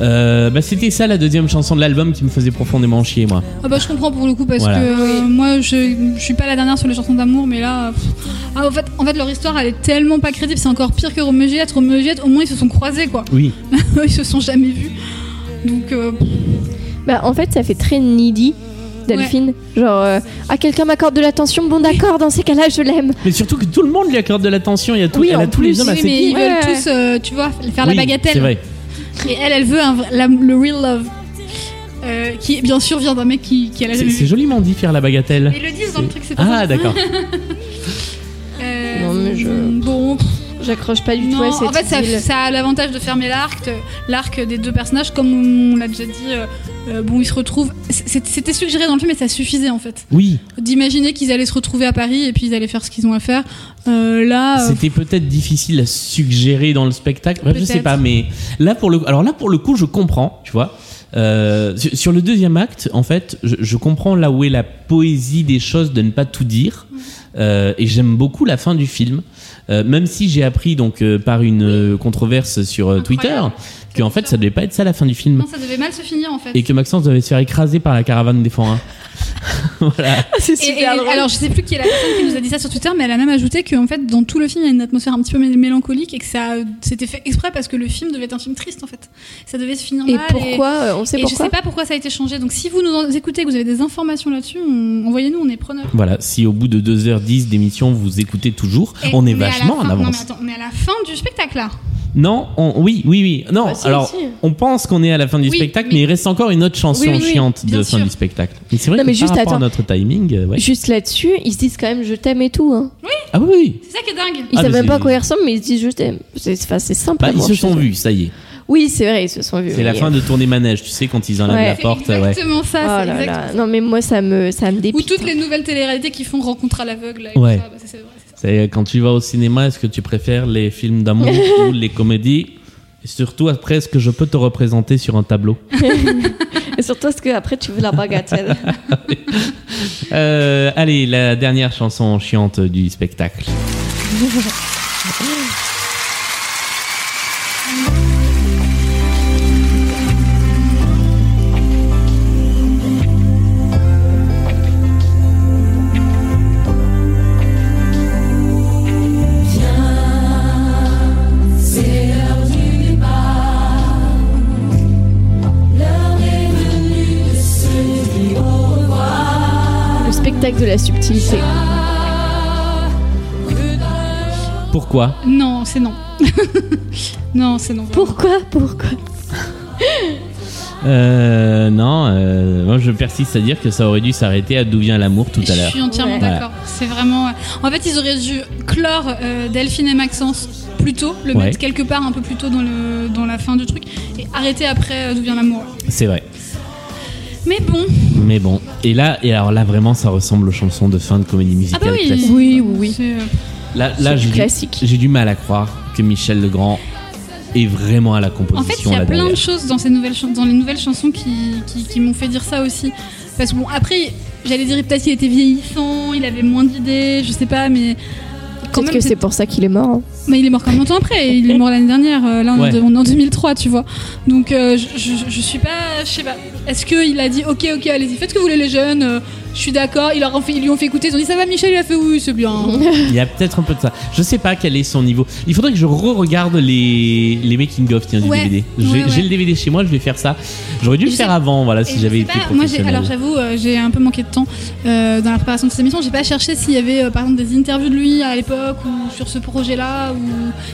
Speaker 1: Euh, bah, c'était ça la deuxième chanson de l'album qui me faisait profondément chier, moi.
Speaker 2: Ah bah je comprends pour le coup parce
Speaker 1: Voilà.
Speaker 2: que euh, moi je, je suis pas la dernière sur les chansons d'amour mais là pff. ah, en fait en fait leur histoire elle est tellement pas crédible c'est encore pire que Roméo et Juliette Roméo et Juliette au moins ils se sont croisés quoi
Speaker 1: Oui.
Speaker 2: ils se sont jamais vus donc euh, pff.
Speaker 3: Bah en fait, ça fait très needy. Delphine, genre, euh, ah, quelqu'un m'accorde de l'attention, bon d'accord, dans ces cas-là, je l'aime.
Speaker 1: Mais surtout que tout le monde lui accorde de l'attention, il y a, tout,
Speaker 3: Oui,
Speaker 1: elle a
Speaker 3: en
Speaker 1: tous
Speaker 3: plus,
Speaker 1: les hommes à
Speaker 3: oui,
Speaker 1: ses
Speaker 3: mais
Speaker 1: pieds.
Speaker 2: ils
Speaker 3: Ouais,
Speaker 2: veulent
Speaker 3: ouais.
Speaker 2: tous euh, tu vois
Speaker 1: bah,
Speaker 2: faire
Speaker 1: Oui,
Speaker 2: la bagatelle
Speaker 1: C'est vrai.
Speaker 2: et elle elle veut un vrai- la- le real love Euh, qui bien sûr vient d'un mec qui, qui a la
Speaker 1: C'est
Speaker 2: jamais
Speaker 1: c'est
Speaker 2: vu
Speaker 1: joliment dit faire la bagatelle.
Speaker 2: Euh, Mais ils le disent dans le truc, c'est pas
Speaker 1: Ah,
Speaker 2: ça.
Speaker 1: d'accord.
Speaker 2: Euh,
Speaker 3: Non, mais je-
Speaker 2: Bon. pff,
Speaker 3: J'accroche pas du
Speaker 2: non,
Speaker 3: tout à cette
Speaker 2: en fait, ça,
Speaker 3: ville.
Speaker 2: ça a l'avantage de fermer l'arc, de- l'arc des deux personnages, comme on l'a déjà dit. euh, euh, bon, ils se retrouvent. C'est- C'était suggéré dans le film, mais ça suffisait en fait.
Speaker 1: Oui,
Speaker 2: D'imaginer qu'ils allaient se retrouver à Paris et puis ils allaient faire ce qu'ils ont à faire. Euh, là, euh,
Speaker 1: c'était peut-être difficile à suggérer dans le spectacle. Bref, je sais
Speaker 2: Peut-être.
Speaker 1: pas, mais là pour le, alors là pour le coup, je comprends, tu vois. Euh, sur, sur le deuxième acte, en fait, je, je comprends là où est la poésie des choses de ne pas tout dire.
Speaker 2: Mm.
Speaker 1: Euh, et j'aime beaucoup la fin du film, Euh, même si j'ai appris donc euh, par une euh, controverse sur euh, Twitter que en fait ça devait pas être ça la fin du film
Speaker 2: non, ça devait mal se finir en fait.
Speaker 1: et que Maxence devait se faire écraser par la caravane des forains. voilà.
Speaker 3: C'est
Speaker 2: super Alors, je sais plus qui est la personne qui nous a dit ça sur Twitter, mais elle a même ajouté que en fait, dans tout le film, il y a une atmosphère un petit peu mé- mélancolique et que ça euh, c'était fait exprès parce que le film devait être un film triste en fait. Ça devait se finir
Speaker 3: Et
Speaker 2: mal.
Speaker 3: pourquoi, euh, on sait
Speaker 2: et
Speaker 3: pourquoi
Speaker 2: Je sais pas pourquoi ça a été changé. Donc, si vous nous en- écoutez, que vous avez des informations là-dessus, on- envoyez-nous, on est preneurs.
Speaker 1: Voilà, si au bout de 2h10 d'émission vous écoutez toujours,
Speaker 2: Et-
Speaker 1: on est
Speaker 2: mais à la
Speaker 1: vachement
Speaker 2: fin-
Speaker 1: en
Speaker 2: Non,
Speaker 1: avance.
Speaker 2: mais attends, on est à la fin du spectacle là.
Speaker 1: Non, on- oui, oui, oui. Non,
Speaker 2: Bah, si,
Speaker 1: alors
Speaker 2: si.
Speaker 1: on pense qu'on est à la fin du
Speaker 2: Oui,
Speaker 1: spectacle,
Speaker 2: oui.
Speaker 1: mais il reste encore une autre chanson
Speaker 3: Oui, oui, oui,
Speaker 1: chiante
Speaker 3: bien
Speaker 1: de fin
Speaker 3: sûr.
Speaker 1: du spectacle. Mais c'est vrai
Speaker 3: Non,
Speaker 1: que
Speaker 3: mais
Speaker 1: par
Speaker 3: juste,
Speaker 1: rapport à
Speaker 3: attends.
Speaker 1: notre timing, euh, ouais.
Speaker 3: Juste là-dessus, ils se disent quand même je t'aime et tout. Hein.
Speaker 1: Ah oui, oui.
Speaker 2: C'est ça qui est dingue.
Speaker 3: Ils
Speaker 1: Ah,
Speaker 3: savent
Speaker 1: mais
Speaker 3: même pas à
Speaker 1: c'est-
Speaker 3: quoi ils ressemblent, mais ils se disent je t'aime. C'est enfin, c'est simple.
Speaker 1: Bah,
Speaker 3: à
Speaker 1: ils
Speaker 3: voir,
Speaker 1: se
Speaker 3: je
Speaker 1: sont
Speaker 3: sais.
Speaker 1: vus, ça y est.
Speaker 3: Oui, c'est vrai, ils se sont vus.
Speaker 1: C'est la
Speaker 3: mais,
Speaker 1: fin
Speaker 3: euh,
Speaker 1: de tournée manège, tu sais, quand ils enlèvent
Speaker 3: Ouais.
Speaker 1: la
Speaker 3: C'est
Speaker 1: porte. ouais.
Speaker 2: Exactement ça.
Speaker 3: Oh
Speaker 2: Ah, c'est
Speaker 3: là
Speaker 2: exactement
Speaker 3: là. Non, mais moi, ça me, ça me
Speaker 2: Ou
Speaker 3: dépite.
Speaker 2: toutes les nouvelles télé-réalités qui font rencontre à l'aveugle. là, et
Speaker 1: Ouais.
Speaker 2: tout ça, bah, ça, c'est vrai.
Speaker 1: euh, C'est quand tu vas au cinéma, est-ce que tu préfères les films d'amour ou les comédies Et surtout après ce que je peux te représenter sur un tableau.
Speaker 3: Et surtout parce qu'après, tu veux la bagatelle.
Speaker 1: Euh, allez, la dernière chanson chiante du spectacle.
Speaker 4: Viens, c'est l'heure du départ. L'heure est venue de se dire au revoir.
Speaker 3: Le spectacle de la subtilité.
Speaker 1: Pourquoi
Speaker 2: Non, c'est non. non, c'est non.
Speaker 3: Pourquoi Pourquoi
Speaker 1: Euh, Non, euh, moi je persiste à dire que ça aurait dû s'arrêter à D'où vient l'amour tout à
Speaker 2: Je
Speaker 1: l'heure.
Speaker 2: suis entièrement
Speaker 1: Voilà.
Speaker 2: d'accord. C'est vraiment. euh, En fait, ils auraient dû clore euh, Delphine et Maxence plus tôt, le
Speaker 1: Ouais.
Speaker 2: mettre quelque part un peu plus tôt dans, le, dans la fin du truc, et arrêter après euh, d'où vient l'amour.
Speaker 1: C'est vrai.
Speaker 2: Mais bon.
Speaker 1: Mais bon, et là, et alors là vraiment, ça ressemble aux chansons de fin de comédie
Speaker 2: Ah
Speaker 1: musicale
Speaker 2: bah oui. euh,
Speaker 1: classique.
Speaker 3: Oui, oui,
Speaker 2: oui.
Speaker 1: Là, là,
Speaker 3: du
Speaker 1: j'ai du,
Speaker 3: classique.
Speaker 1: j'ai du mal à croire que Michel Legrand est vraiment à la
Speaker 2: En fait,
Speaker 1: composition
Speaker 2: il y a
Speaker 1: là
Speaker 2: plein de
Speaker 1: derrière.
Speaker 2: choses dans, ces nouvelles chans- dans les nouvelles chansons qui, qui- qui m'ont fait dire ça aussi. Parce que bon, après, j'allais dire peut-être qu'il était vieillissant, il avait moins d'idées, je sais pas, mais. Quand
Speaker 3: Peut-être
Speaker 2: même,
Speaker 3: que c'est
Speaker 2: c'est-
Speaker 3: pour ça qu'il est mort. hein.
Speaker 2: mais il est mort combien de temps après Il est mort l'année dernière, euh, là on,
Speaker 1: Ouais.
Speaker 2: est de- on est en 2003, tu vois. Donc euh, je, je, je suis pas. Je sais pas. Est-ce qu'il a dit ok, ok, allez-y, faites ce que vous voulez les jeunes, euh, je suis d'accord, ils, leur ont fait- ils lui ont fait écouter, ils ont dit ça va Michel, il a fait oui, c'est bien.
Speaker 1: Il y a peut-être un peu de ça. Je sais pas quel est son niveau. Il faudrait que je re-regarde les, les making-of tiens, du
Speaker 2: Ouais,
Speaker 1: DVD. J'ai
Speaker 2: ouais, ouais.
Speaker 1: j'ai le DVD chez moi, je vais faire ça. J'aurais dû
Speaker 2: Et
Speaker 1: le
Speaker 2: je
Speaker 1: faire
Speaker 2: sais-
Speaker 1: avant, voilà, si
Speaker 2: Et
Speaker 1: j'avais
Speaker 2: je sais
Speaker 1: été
Speaker 2: pas, moi, j'ai-
Speaker 1: professionnel.
Speaker 2: alors j'avoue, euh, j'ai un peu manqué de temps euh, dans la préparation de cette émission. J'ai pas cherché s'il y avait, euh, par exemple, des interviews de lui à l'époque ou sur ce projet-là ou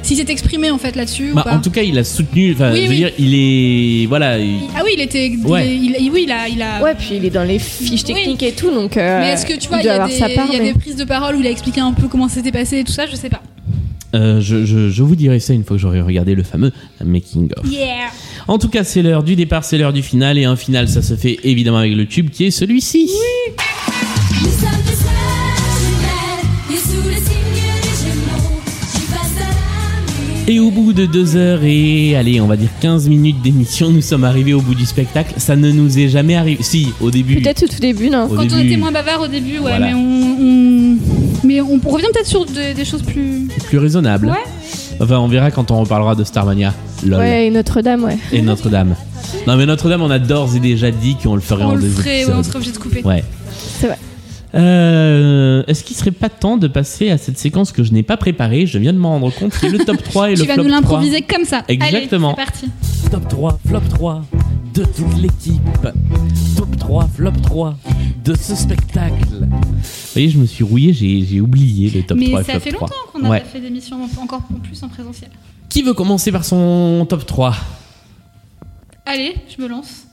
Speaker 2: s'il s'est exprimé en fait là-dessus
Speaker 1: Bah,
Speaker 2: ou pas.
Speaker 1: en tout cas, il a soutenu. enfin,
Speaker 2: Oui,
Speaker 1: je veux
Speaker 2: oui.
Speaker 1: dire, il est. Voilà. il-
Speaker 2: Ah oui, il était. il-
Speaker 1: Ouais.
Speaker 2: Il, il- oui, il a. Il a
Speaker 3: Ouais, puis il est dans les fiches
Speaker 2: Oui.
Speaker 3: techniques et tout, donc. euh,
Speaker 2: mais est-ce que tu vois, il
Speaker 3: il
Speaker 2: y
Speaker 3: doit
Speaker 2: a,
Speaker 3: avoir
Speaker 2: des,
Speaker 3: sa part.
Speaker 2: il y a
Speaker 3: mais-
Speaker 2: des prises de parole où il a expliqué un peu comment c'était passé et tout ça, je sais pas.
Speaker 1: Euh, je, je- je vous dirai ça une fois que j'aurai regardé le fameux making-of.
Speaker 2: Yeah
Speaker 1: En tout cas, c'est l'heure du départ, c'est l'heure du final. Et un final, ça se fait évidemment avec le tube qui est celui-ci.
Speaker 4: Nous sommes des sœurs jumelles, nées sous le signe des Gémeaux. J'y passe à la nuit.
Speaker 1: Et au bout de deux heures et allez, on va dire 15 minutes d'émission, nous sommes arrivés au bout du spectacle. Ça ne nous est jamais arrivé. Si, au début.
Speaker 3: Peut-être au tout début, non
Speaker 1: Au
Speaker 2: Quand on
Speaker 1: début,
Speaker 2: était moins bavard au début, ouais,
Speaker 1: Voilà.
Speaker 2: mais on, on- Mais on revient peut-être sur des- des choses plus.
Speaker 1: plus raisonnable.
Speaker 2: Ouais.
Speaker 1: Enfin, on verra quand on reparlera de Starmania. Lol.
Speaker 3: Ouais, et Notre-Dame, ouais.
Speaker 1: Et Notre-Dame. Non, mais Notre-Dame, on a d'ores et déjà dit qu'on le ferait
Speaker 2: On
Speaker 1: en
Speaker 2: le
Speaker 1: deux
Speaker 2: ferait, ouais,
Speaker 1: épisodes.
Speaker 2: on serait obligé de couper.
Speaker 1: Ouais.
Speaker 3: C'est vrai.
Speaker 1: Euh, Est-ce qu'il serait pas temps de passer à cette séquence que je n'ai pas préparée Je viens de m'en rendre compte. C'est le top 3 et
Speaker 2: Tu
Speaker 1: le
Speaker 2: vas
Speaker 1: flop
Speaker 2: nous
Speaker 1: 3.
Speaker 2: l'improviser comme ça.
Speaker 1: Exactement.
Speaker 2: Allez, c'est parti.
Speaker 5: Top 3, flop 3 de toute l'équipe. Top 3, flop 3 de ce spectacle.
Speaker 1: Vous voyez, je me suis rouillé, j'ai j'ai oublié le top
Speaker 2: mais
Speaker 1: 3 et
Speaker 2: ça
Speaker 1: flop
Speaker 2: fait
Speaker 1: 3.
Speaker 2: longtemps qu'on n'a
Speaker 1: Ouais.
Speaker 2: pas fait d'émission en- encore plus en présentiel.
Speaker 1: Qui veut commencer par son top 3
Speaker 2: Allez, je me lance.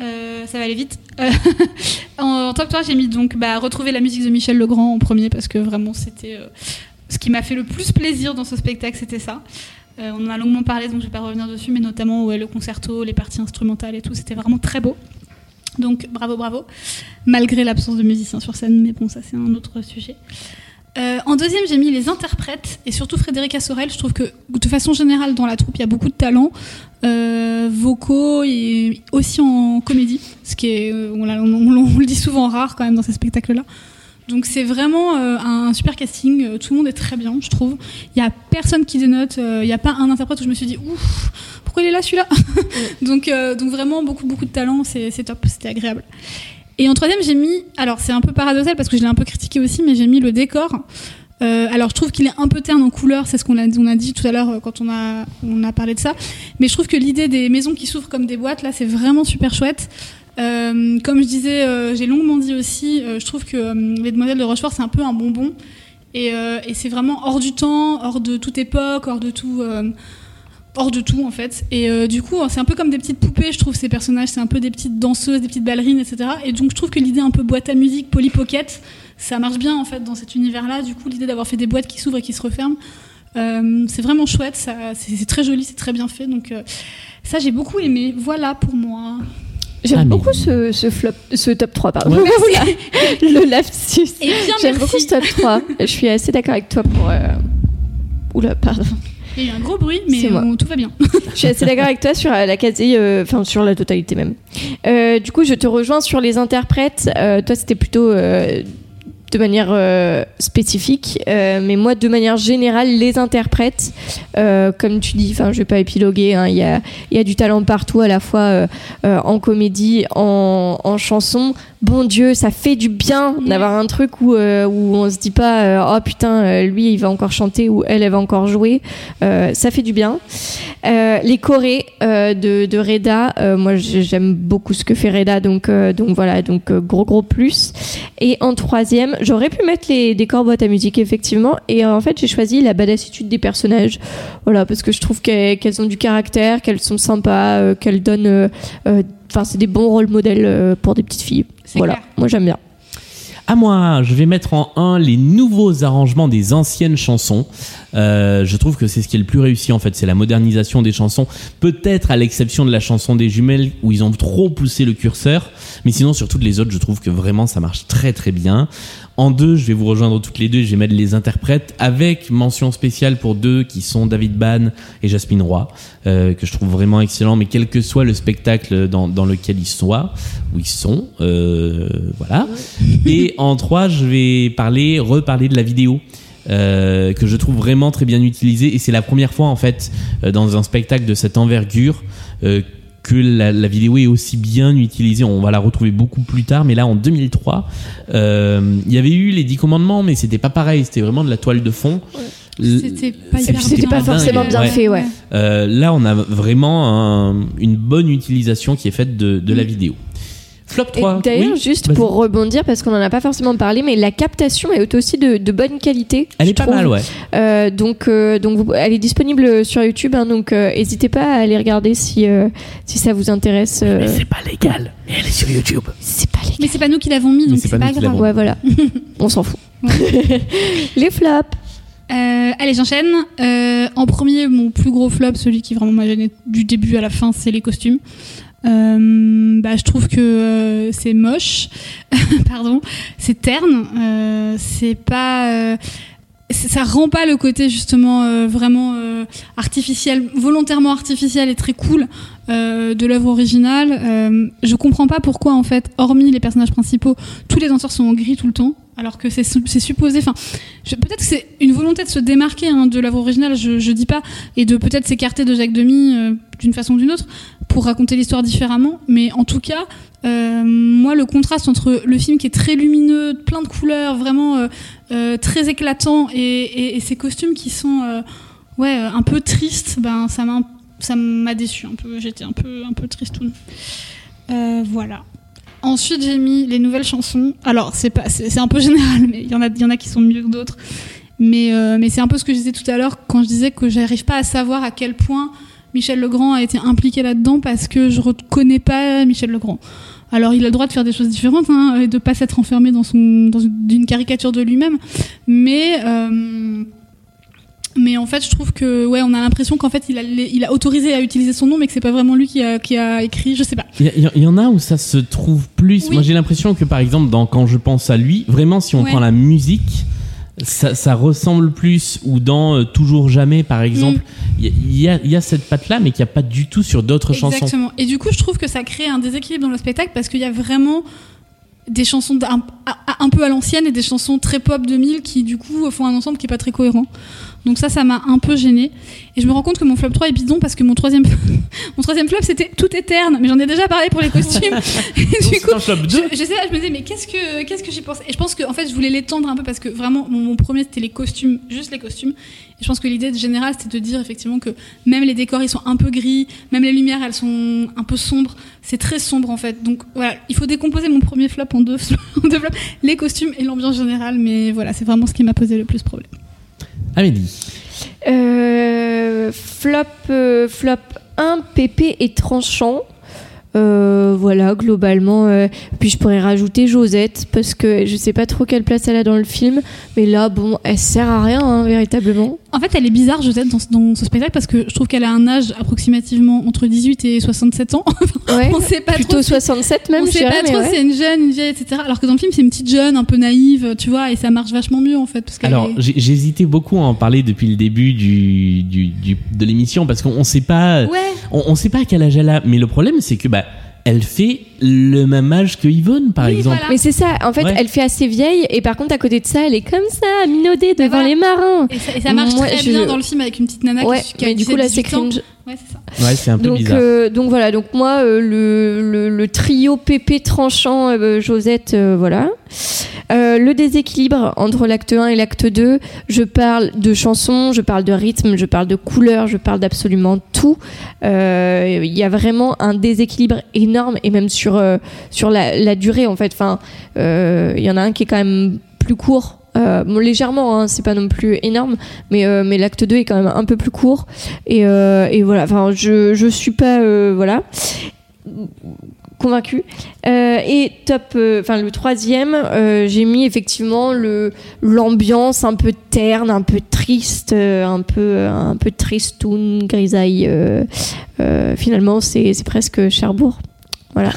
Speaker 2: Euh, ça va aller vite. Euh, en, en top 3, j'ai mis donc bah, retrouver la musique de Michel Legrand en premier parce que vraiment c'était euh, ce qui m'a fait le plus plaisir dans ce spectacle, c'était ça. Euh, on en a longuement parlé donc je vais pas revenir dessus, mais notamment ouais, le concerto, les parties instrumentales et tout, c'était vraiment très beau. Donc bravo, bravo. Malgré l'absence de musiciens sur scène, mais bon, ça c'est un autre sujet. Euh, en deuxième, j'ai mis les interprètes et surtout Frédéric Assorel. Je trouve que de façon générale dans la troupe, il y a beaucoup de talents euh, vocaux et aussi en comédie, ce qui est, euh, on, l'a- on- on- on le dit souvent rare quand même dans ces spectacles-là. Donc c'est vraiment euh, un super casting. euh, Tout le monde est très bien, je trouve. Il y a personne qui dénote. euh, Il n'y a pas un interprète où je me suis dit ouf, pourquoi il est là celui-là donc, euh, donc vraiment beaucoup beaucoup de talent. C'est c'est top, c'était agréable. Et en troisième, j'ai mis, alors c'est un peu paradoxal parce que je l'ai un peu critiqué aussi, mais j'ai mis le décor. Euh, alors je trouve qu'il est un peu terne en couleur, c'est ce qu'on a, on a dit tout à l'heure euh, quand on a, on a parlé de ça. Mais je trouve que l'idée des maisons qui s'ouvrent comme des boîtes, là, c'est vraiment super chouette. Euh, comme je disais, euh, j'ai longuement dit aussi, euh, je trouve que euh, Les Demoiselles de Rochefort, c'est un peu un bonbon. Et, euh, et c'est vraiment hors du temps, hors de toute époque, hors de tout. euh, hors de tout en fait et euh, du coup c'est un peu comme des petites poupées je trouve ces personnages c'est un peu des petites danseuses des petites ballerines etc et donc je trouve que l'idée un peu boîte à musique Polly Pocket ça marche bien en fait dans cet univers là du coup l'idée d'avoir fait des boîtes qui s'ouvrent et qui se referment euh, c'est vraiment chouette ça- c'est c'est très joli c'est très bien fait donc euh, ça j'ai beaucoup aimé voilà pour moi
Speaker 3: J'aime
Speaker 1: Ah, mais-
Speaker 3: beaucoup ce, ce flop, ce top 3, pardon. Oula, le lapsus.
Speaker 1: Eh
Speaker 2: et bien
Speaker 3: J'aime beaucoup ce top 3. Je suis assez d'accord avec toi pour. euh, Oula, pardon.
Speaker 2: Il y a eu un gros bruit, mais
Speaker 3: C'est moi.
Speaker 2: où tout va bien.
Speaker 3: Je suis assez d'accord avec toi sur euh, la quasi, euh, enfin sur la totalité même. Euh, du coup, je te rejoins sur les interprètes. Euh, toi, c'était plutôt euh, de manière euh, spécifique, euh, mais moi, de manière générale, les interprètes, euh, comme tu dis, enfin, je vais pas épiloguer. hein, Il y a, il y a du talent partout, à la fois euh, euh, en comédie, en, en chanson. Bon Dieu, ça fait du bien d'avoir un truc où euh, où on se dit pas, euh, oh putain, euh, lui, il va encore chanter ou elle, elle va encore jouer. Euh, ça fait du bien. Euh, les chorés euh, de, de Reda, euh, moi j'ai- j'aime beaucoup ce que fait Reda, donc, euh, donc voilà, donc euh, gros gros plus. Et en troisième, j'aurais pu mettre les décors boîte à musique effectivement, et euh, en fait j'ai choisi la badassitude des personnages, voilà, parce que je trouve qu'elles qu'elles ont du caractère, qu'elles sont sympas, euh, qu'elles donnent. euh, euh, Enfin, c'est des bons rôles modèles euh, pour des petites filles. Voilà, moi j'aime bien.
Speaker 1: À moi, je vais mettre en 1 les nouveaux arrangements des anciennes chansons. Euh, je trouve que c'est ce qui est le plus réussi en fait, c'est la modernisation des chansons. Peut-être à l'exception de la chanson des jumelles où ils ont trop poussé le curseur, mais sinon sur toutes les autres, je trouve que vraiment ça marche très très bien. En deux, je vais vous rejoindre toutes les deux, et je vais mettre les interprètes avec mention spéciale pour deux qui sont David Ban et Jasmine Roy, euh, que je trouve vraiment excellent, mais quel que soit le spectacle dans, dans lequel ils soient, où ils sont, euh, voilà. Et en trois, je vais parler, reparler de la vidéo. euh, que je trouve vraiment très bien utilisée et c'est la première fois en fait euh, dans un spectacle de cette envergure euh, que la, la vidéo est aussi bien utilisée. On va la retrouver beaucoup plus tard, mais là en 2003, euh, il y avait eu les Dix Commandements, mais c'était pas pareil. C'était vraiment de la toile de fond. L-
Speaker 2: C'était pas
Speaker 1: c'est-
Speaker 2: hyper
Speaker 3: C'était
Speaker 2: bien.
Speaker 3: pas forcément bien fait, ouais.
Speaker 1: euh, là, on a vraiment un- une bonne utilisation qui est faite de, de
Speaker 2: Mm.
Speaker 1: la vidéo. Flop
Speaker 3: Et
Speaker 1: 3.
Speaker 3: D'ailleurs,
Speaker 1: oui,
Speaker 3: juste
Speaker 1: vas-y.
Speaker 3: pour rebondir, parce qu'on en a pas forcément parlé, mais la captation est aussi de, de bonne qualité.
Speaker 1: Elle
Speaker 3: je
Speaker 1: est pas
Speaker 3: trouve.
Speaker 1: mal, ouais.
Speaker 3: Euh, donc, euh, donc vous- elle est disponible sur YouTube, hein, donc n'hésitez pas à aller regarder si, euh, si ça vous intéresse. euh.
Speaker 1: pas légal, mais elle est sur YouTube.
Speaker 3: C'est pas
Speaker 2: Mais c'est pas nous qui l'avons mis, donc
Speaker 1: c'est
Speaker 2: c'est
Speaker 1: pas
Speaker 2: pas,
Speaker 1: nous qui
Speaker 2: grave.
Speaker 1: l'avons.
Speaker 3: Ouais, voilà. On s'en fout. Les flops.
Speaker 2: Euh, allez, j'enchaîne. Euh, en premier, mon plus gros flop, celui qui vraiment m'a gêné du début à la fin, c'est les costumes. Euh, bah, je trouve que euh, c'est moche, pardon, c'est terne, euh, c'est pas, euh, c'est- ça rend pas le côté justement euh, vraiment euh, artificiel, volontairement artificiel et très cool euh, de l'œuvre originale. Euh, je comprends pas pourquoi en fait, hormis les personnages principaux, tous les danseurs sont en gris tout le temps, alors que c'est su- c'est supposé. Enfin, je- peut-être que c'est une volonté de se démarquer hein, de l'œuvre originale, je, je dis pas, et de peut-être s'écarter de Jacques Demy euh, d'une façon ou d'une autre pour raconter l'histoire différemment. Mais en tout cas, euh, moi, le contraste entre le film qui est très lumineux, plein de couleurs, vraiment euh, euh, très éclatant, et, et- et ces costumes qui sont euh, ouais euh, un peu tristes, ben ça m'a ça m'a déçu un peu. J'étais un peu un peu tristoune. Euh, voilà. Ensuite, j'ai mis les nouvelles chansons. Alors, c'est pas, c'est c'est un peu général, mais il y en a, il y en a qui sont mieux que d'autres. Mais, euh, mais c'est un peu ce que je disais tout à l'heure quand je disais que j'arrive pas à savoir à quel point Michel Legrand a été impliqué là-dedans parce que je reconnais pas Michel Legrand. Alors, il a le droit de faire des choses différentes hein, et de pas s'être enfermé dans son, dans une, d'une caricature de lui-même. Mais euh, mais en fait, je trouve que ouais, on a l'impression qu'en fait, il a, il a autorisé à utiliser son nom, mais que c'est pas vraiment lui qui a, qui a écrit. Je sais pas.
Speaker 1: Il y a- il y, en a où ça se trouve plus. Moi, j'ai l'impression que, par exemple, dans Quand je pense à lui, vraiment, si on
Speaker 2: Ouais.
Speaker 1: prend la musique, ça, ça ressemble plus. Ou dans euh, Toujours jamais, par
Speaker 2: Mm.
Speaker 1: exemple, il y a- il y, a, il y a cette patte-là, mais qu'il n'y a pas du tout sur d'autres chansons.
Speaker 2: Exactement. Et du coup, je trouve que ça crée un déséquilibre dans le spectacle parce qu'il y a vraiment des chansons d'un- à- à- un, peu à l'ancienne et des chansons très pop 2000 qui, du coup, font un ensemble qui est pas très cohérent. Donc ça, ça m'a un peu gêné. Et je me rends compte que mon flop 3 est bidon parce que mon troisième, mon troisième flop, c'était tout éterne. Mais j'en ai déjà parlé pour les costumes. Et du coup, je, je sais pas, je me disais, mais qu'est-ce que, qu'est-ce que j'y pense Et je pense que, en fait, je voulais l'étendre un peu parce que vraiment, mon, mon premier, c'était les costumes, juste les costumes. Et je pense que l'idée de générale, c'était de dire effectivement que même les décors, ils sont un peu gris, même les lumières, elles sont un peu sombres. C'est très sombre, en fait. Donc voilà, il faut décomposer mon premier flop en deux, en deux flops, les costumes et l'ambiance générale. Mais voilà, c'est vraiment ce qui m'a posé le plus problème.
Speaker 1: Amélie.
Speaker 3: Euh, flop, euh, flop 1, pépé et tranchant. Euh, voilà, globalement. euh, puis je pourrais rajouter Josette, parce que je sais pas trop quelle place elle a dans le film, mais là, bon, elle sert à rien, hein, véritablement.
Speaker 2: En fait, elle est bizarre, Josette, dans, ce- dans ce spectacle, parce que je trouve qu'elle a un âge approximativement entre 18 et 67 ans. Enfin,
Speaker 3: Ouais,
Speaker 2: on sait pas
Speaker 3: plutôt
Speaker 2: trop. si-
Speaker 3: 67 même,
Speaker 2: On
Speaker 3: je
Speaker 2: sait
Speaker 3: dirais,
Speaker 2: pas
Speaker 3: mais
Speaker 2: trop.
Speaker 3: ouais.
Speaker 2: si C'est une jeune, une vieille, etc. Alors que dans le film, c'est une petite jeune, un peu naïve, tu vois, et ça marche vachement mieux en fait. Parce qu'elle
Speaker 1: Alors,
Speaker 2: est-
Speaker 1: j'ai- j'hésitais beaucoup à en parler depuis le début du, du- du- de l'émission parce qu'on ne sait pas,
Speaker 2: Ouais.
Speaker 1: on, on sait pas à quel âge elle a. Mais le problème, c'est que bah, elle fait le même âge que Yvonne, par exemple.
Speaker 3: Mais c'est ça, en fait,
Speaker 1: Ouais.
Speaker 3: elle fait assez vieille et par contre, à côté de ça, elle est comme ça, minaudée devant
Speaker 2: Ah bah.
Speaker 3: les marins.
Speaker 2: Et ça, et ça marche
Speaker 3: Moi,
Speaker 2: très
Speaker 3: je-
Speaker 2: bien dans le film avec une petite nana
Speaker 3: Ouais,
Speaker 2: qui, qui a
Speaker 3: mais du
Speaker 2: 17,
Speaker 3: coup, là, c'est
Speaker 2: 18 ans.
Speaker 3: cringe.
Speaker 2: Ouais, c'est ça.
Speaker 1: Ouais, c'est un peu
Speaker 3: donc,
Speaker 1: bizarre.
Speaker 3: euh, donc voilà, donc moi, euh, le, le- le trio Pépé tranchant, euh, Josette, euh, voilà. Euh, le déséquilibre entre l'acte 1 et l'acte 2, je parle de chansons, je parle de rythme, je parle de couleurs, je parle d'absolument tout. Euh, Il y a vraiment un déséquilibre énorme et même sur, euh, sur la, la durée en fait. Enfin, euh, il y en a un qui est quand même plus court. euh, bon, légèrement, hein, c'est pas non plus énorme, mais, euh, mais l'acte 2 est quand même un peu plus court. Et, euh, et voilà, enfin, je, je suis pas. euh, voilà convaincu. et top, euh, enfin le troisième, euh, j'ai mis effectivement le l'ambiance un peu terne, un peu triste, euh, un peu un peu tristoun, grisaille. euh, euh, finalement, c'est c'est presque Cherbourg. Voilà.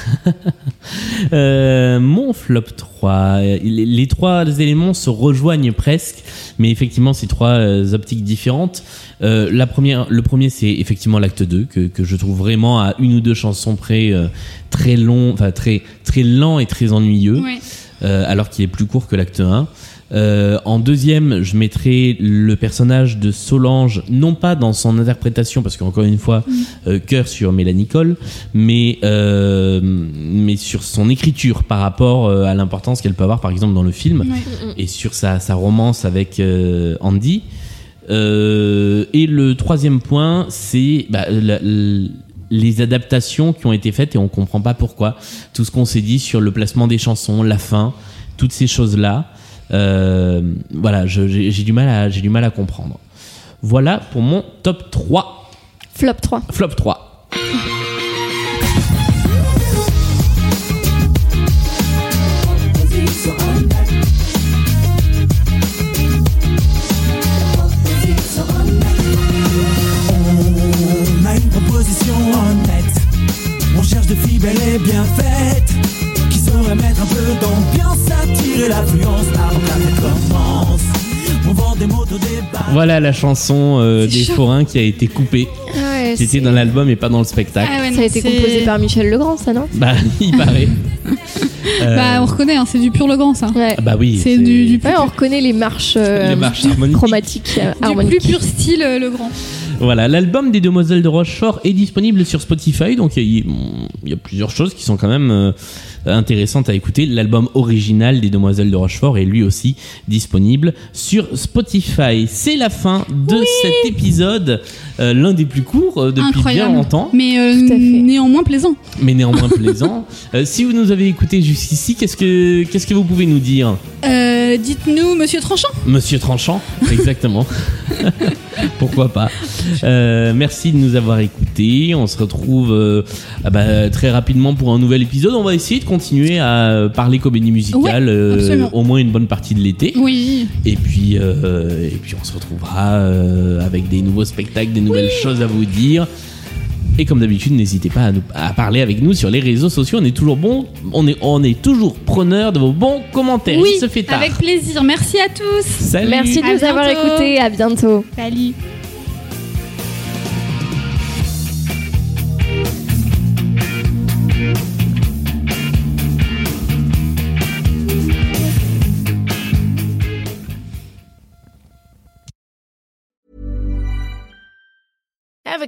Speaker 1: Euh, mon flop 3. Les, les trois éléments se rejoignent presque, mais effectivement, c'est trois euh, optiques différentes. Euh, la première, le premier, c'est effectivement l'acte 2, que, que je trouve vraiment à une ou deux chansons près euh, très long, enfin très, très lent et très ennuyeux,
Speaker 2: Ouais.
Speaker 1: euh, alors qu'il est plus court que l'acte 1. Euh, en deuxième, je mettrai le personnage de Solange, non pas dans son interprétation, parce qu'encore une fois, euh, cœur sur Mélanie Cole, mais, euh, mais sur son écriture par rapport euh, à l'importance qu'elle peut avoir, par exemple, dans le film,
Speaker 2: Mm.
Speaker 3: Ouais.
Speaker 1: et sur sa, sa romance avec euh, Andy. Euh, et le troisième point, c'est bah, la- l- les adaptations qui ont été faites et on comprend pas pourquoi. Tout ce qu'on s'est dit sur le placement des chansons, la fin, toutes ces choses-là. Euh, voilà, je- j'ai j'ai du mal à j'ai du mal à comprendre. Voilà pour mon top 3.
Speaker 3: Flop 3.
Speaker 1: Flop 3.
Speaker 5: On a une proposition en tête. On cherche de filles belles et bien faites. Qui sauraient mettre un peu d'ambiance, attirer l'affluence. Par la fête commence. On vend des motos, des bas.
Speaker 1: Voilà la chanson euh, des
Speaker 3: chaud.
Speaker 1: forains qui a été coupée.
Speaker 3: Ouais,
Speaker 1: C'était dans l'album et pas dans le spectacle.
Speaker 3: ça a été
Speaker 2: c'est-
Speaker 3: composé par Michel Legrand, ça non
Speaker 1: Bah, il paraît. Euh,
Speaker 2: Bah, on reconnaît, hein, c'est du pur Logan, ça.
Speaker 3: Ouais.
Speaker 1: ah bah oui.
Speaker 2: C'est du, du,
Speaker 3: Ouais, on reconnaît les marches, euh,
Speaker 1: Les marches harmoniques.
Speaker 3: chromatiques, euh,
Speaker 2: du
Speaker 3: harmoniques.
Speaker 2: plus pur style euh, Legrand.
Speaker 1: Voilà, l'album des Demoiselles de Rochefort est disponible sur Spotify, donc il y, a- bon, il y a plusieurs choses qui sont quand même euh, intéressantes à écouter. L'album original des Demoiselles de Rochefort est lui aussi disponible sur Spotify. C'est la fin de cet épisode, euh, l'un des plus courts euh, depuis
Speaker 2: Incroyable.
Speaker 1: bien longtemps,
Speaker 2: Mais euh,
Speaker 3: Tout à fait.
Speaker 2: néanmoins plaisant.
Speaker 1: mais néanmoins plaisant. Euh, si vous nous avez écouté jusqu'ici, qu'est-ce que qu'est-ce que vous pouvez nous dire
Speaker 2: Euh, Dites-nous, monsieur Tranchant.
Speaker 1: Monsieur Tranchant, exactement. Pourquoi pas. Euh, merci de nous avoir écoutés. On se retrouve euh, ah bah, très rapidement pour un nouvel épisode. On va essayer de continuer à parler comédie musicale
Speaker 2: Ouais,
Speaker 1: euh,
Speaker 2: absolument.
Speaker 1: au moins une bonne partie de l'été.
Speaker 2: Oui.
Speaker 1: Et puis, euh, et puis on se retrouvera euh, avec des nouveaux spectacles, des nouvelles choses à vous dire. Et comme d'habitude, n'hésitez pas à, nous, à parler avec nous sur les réseaux sociaux. On est toujours bon, on est, on est toujours preneur de vos bons commentaires.
Speaker 2: Oui,
Speaker 1: Il se fait tard.
Speaker 2: avec plaisir. Merci à tous.
Speaker 1: Salut.
Speaker 3: Merci de
Speaker 2: À
Speaker 3: nous avoir
Speaker 2: bientôt.
Speaker 3: écoutés. À bientôt.
Speaker 2: Salut.
Speaker 12: Ever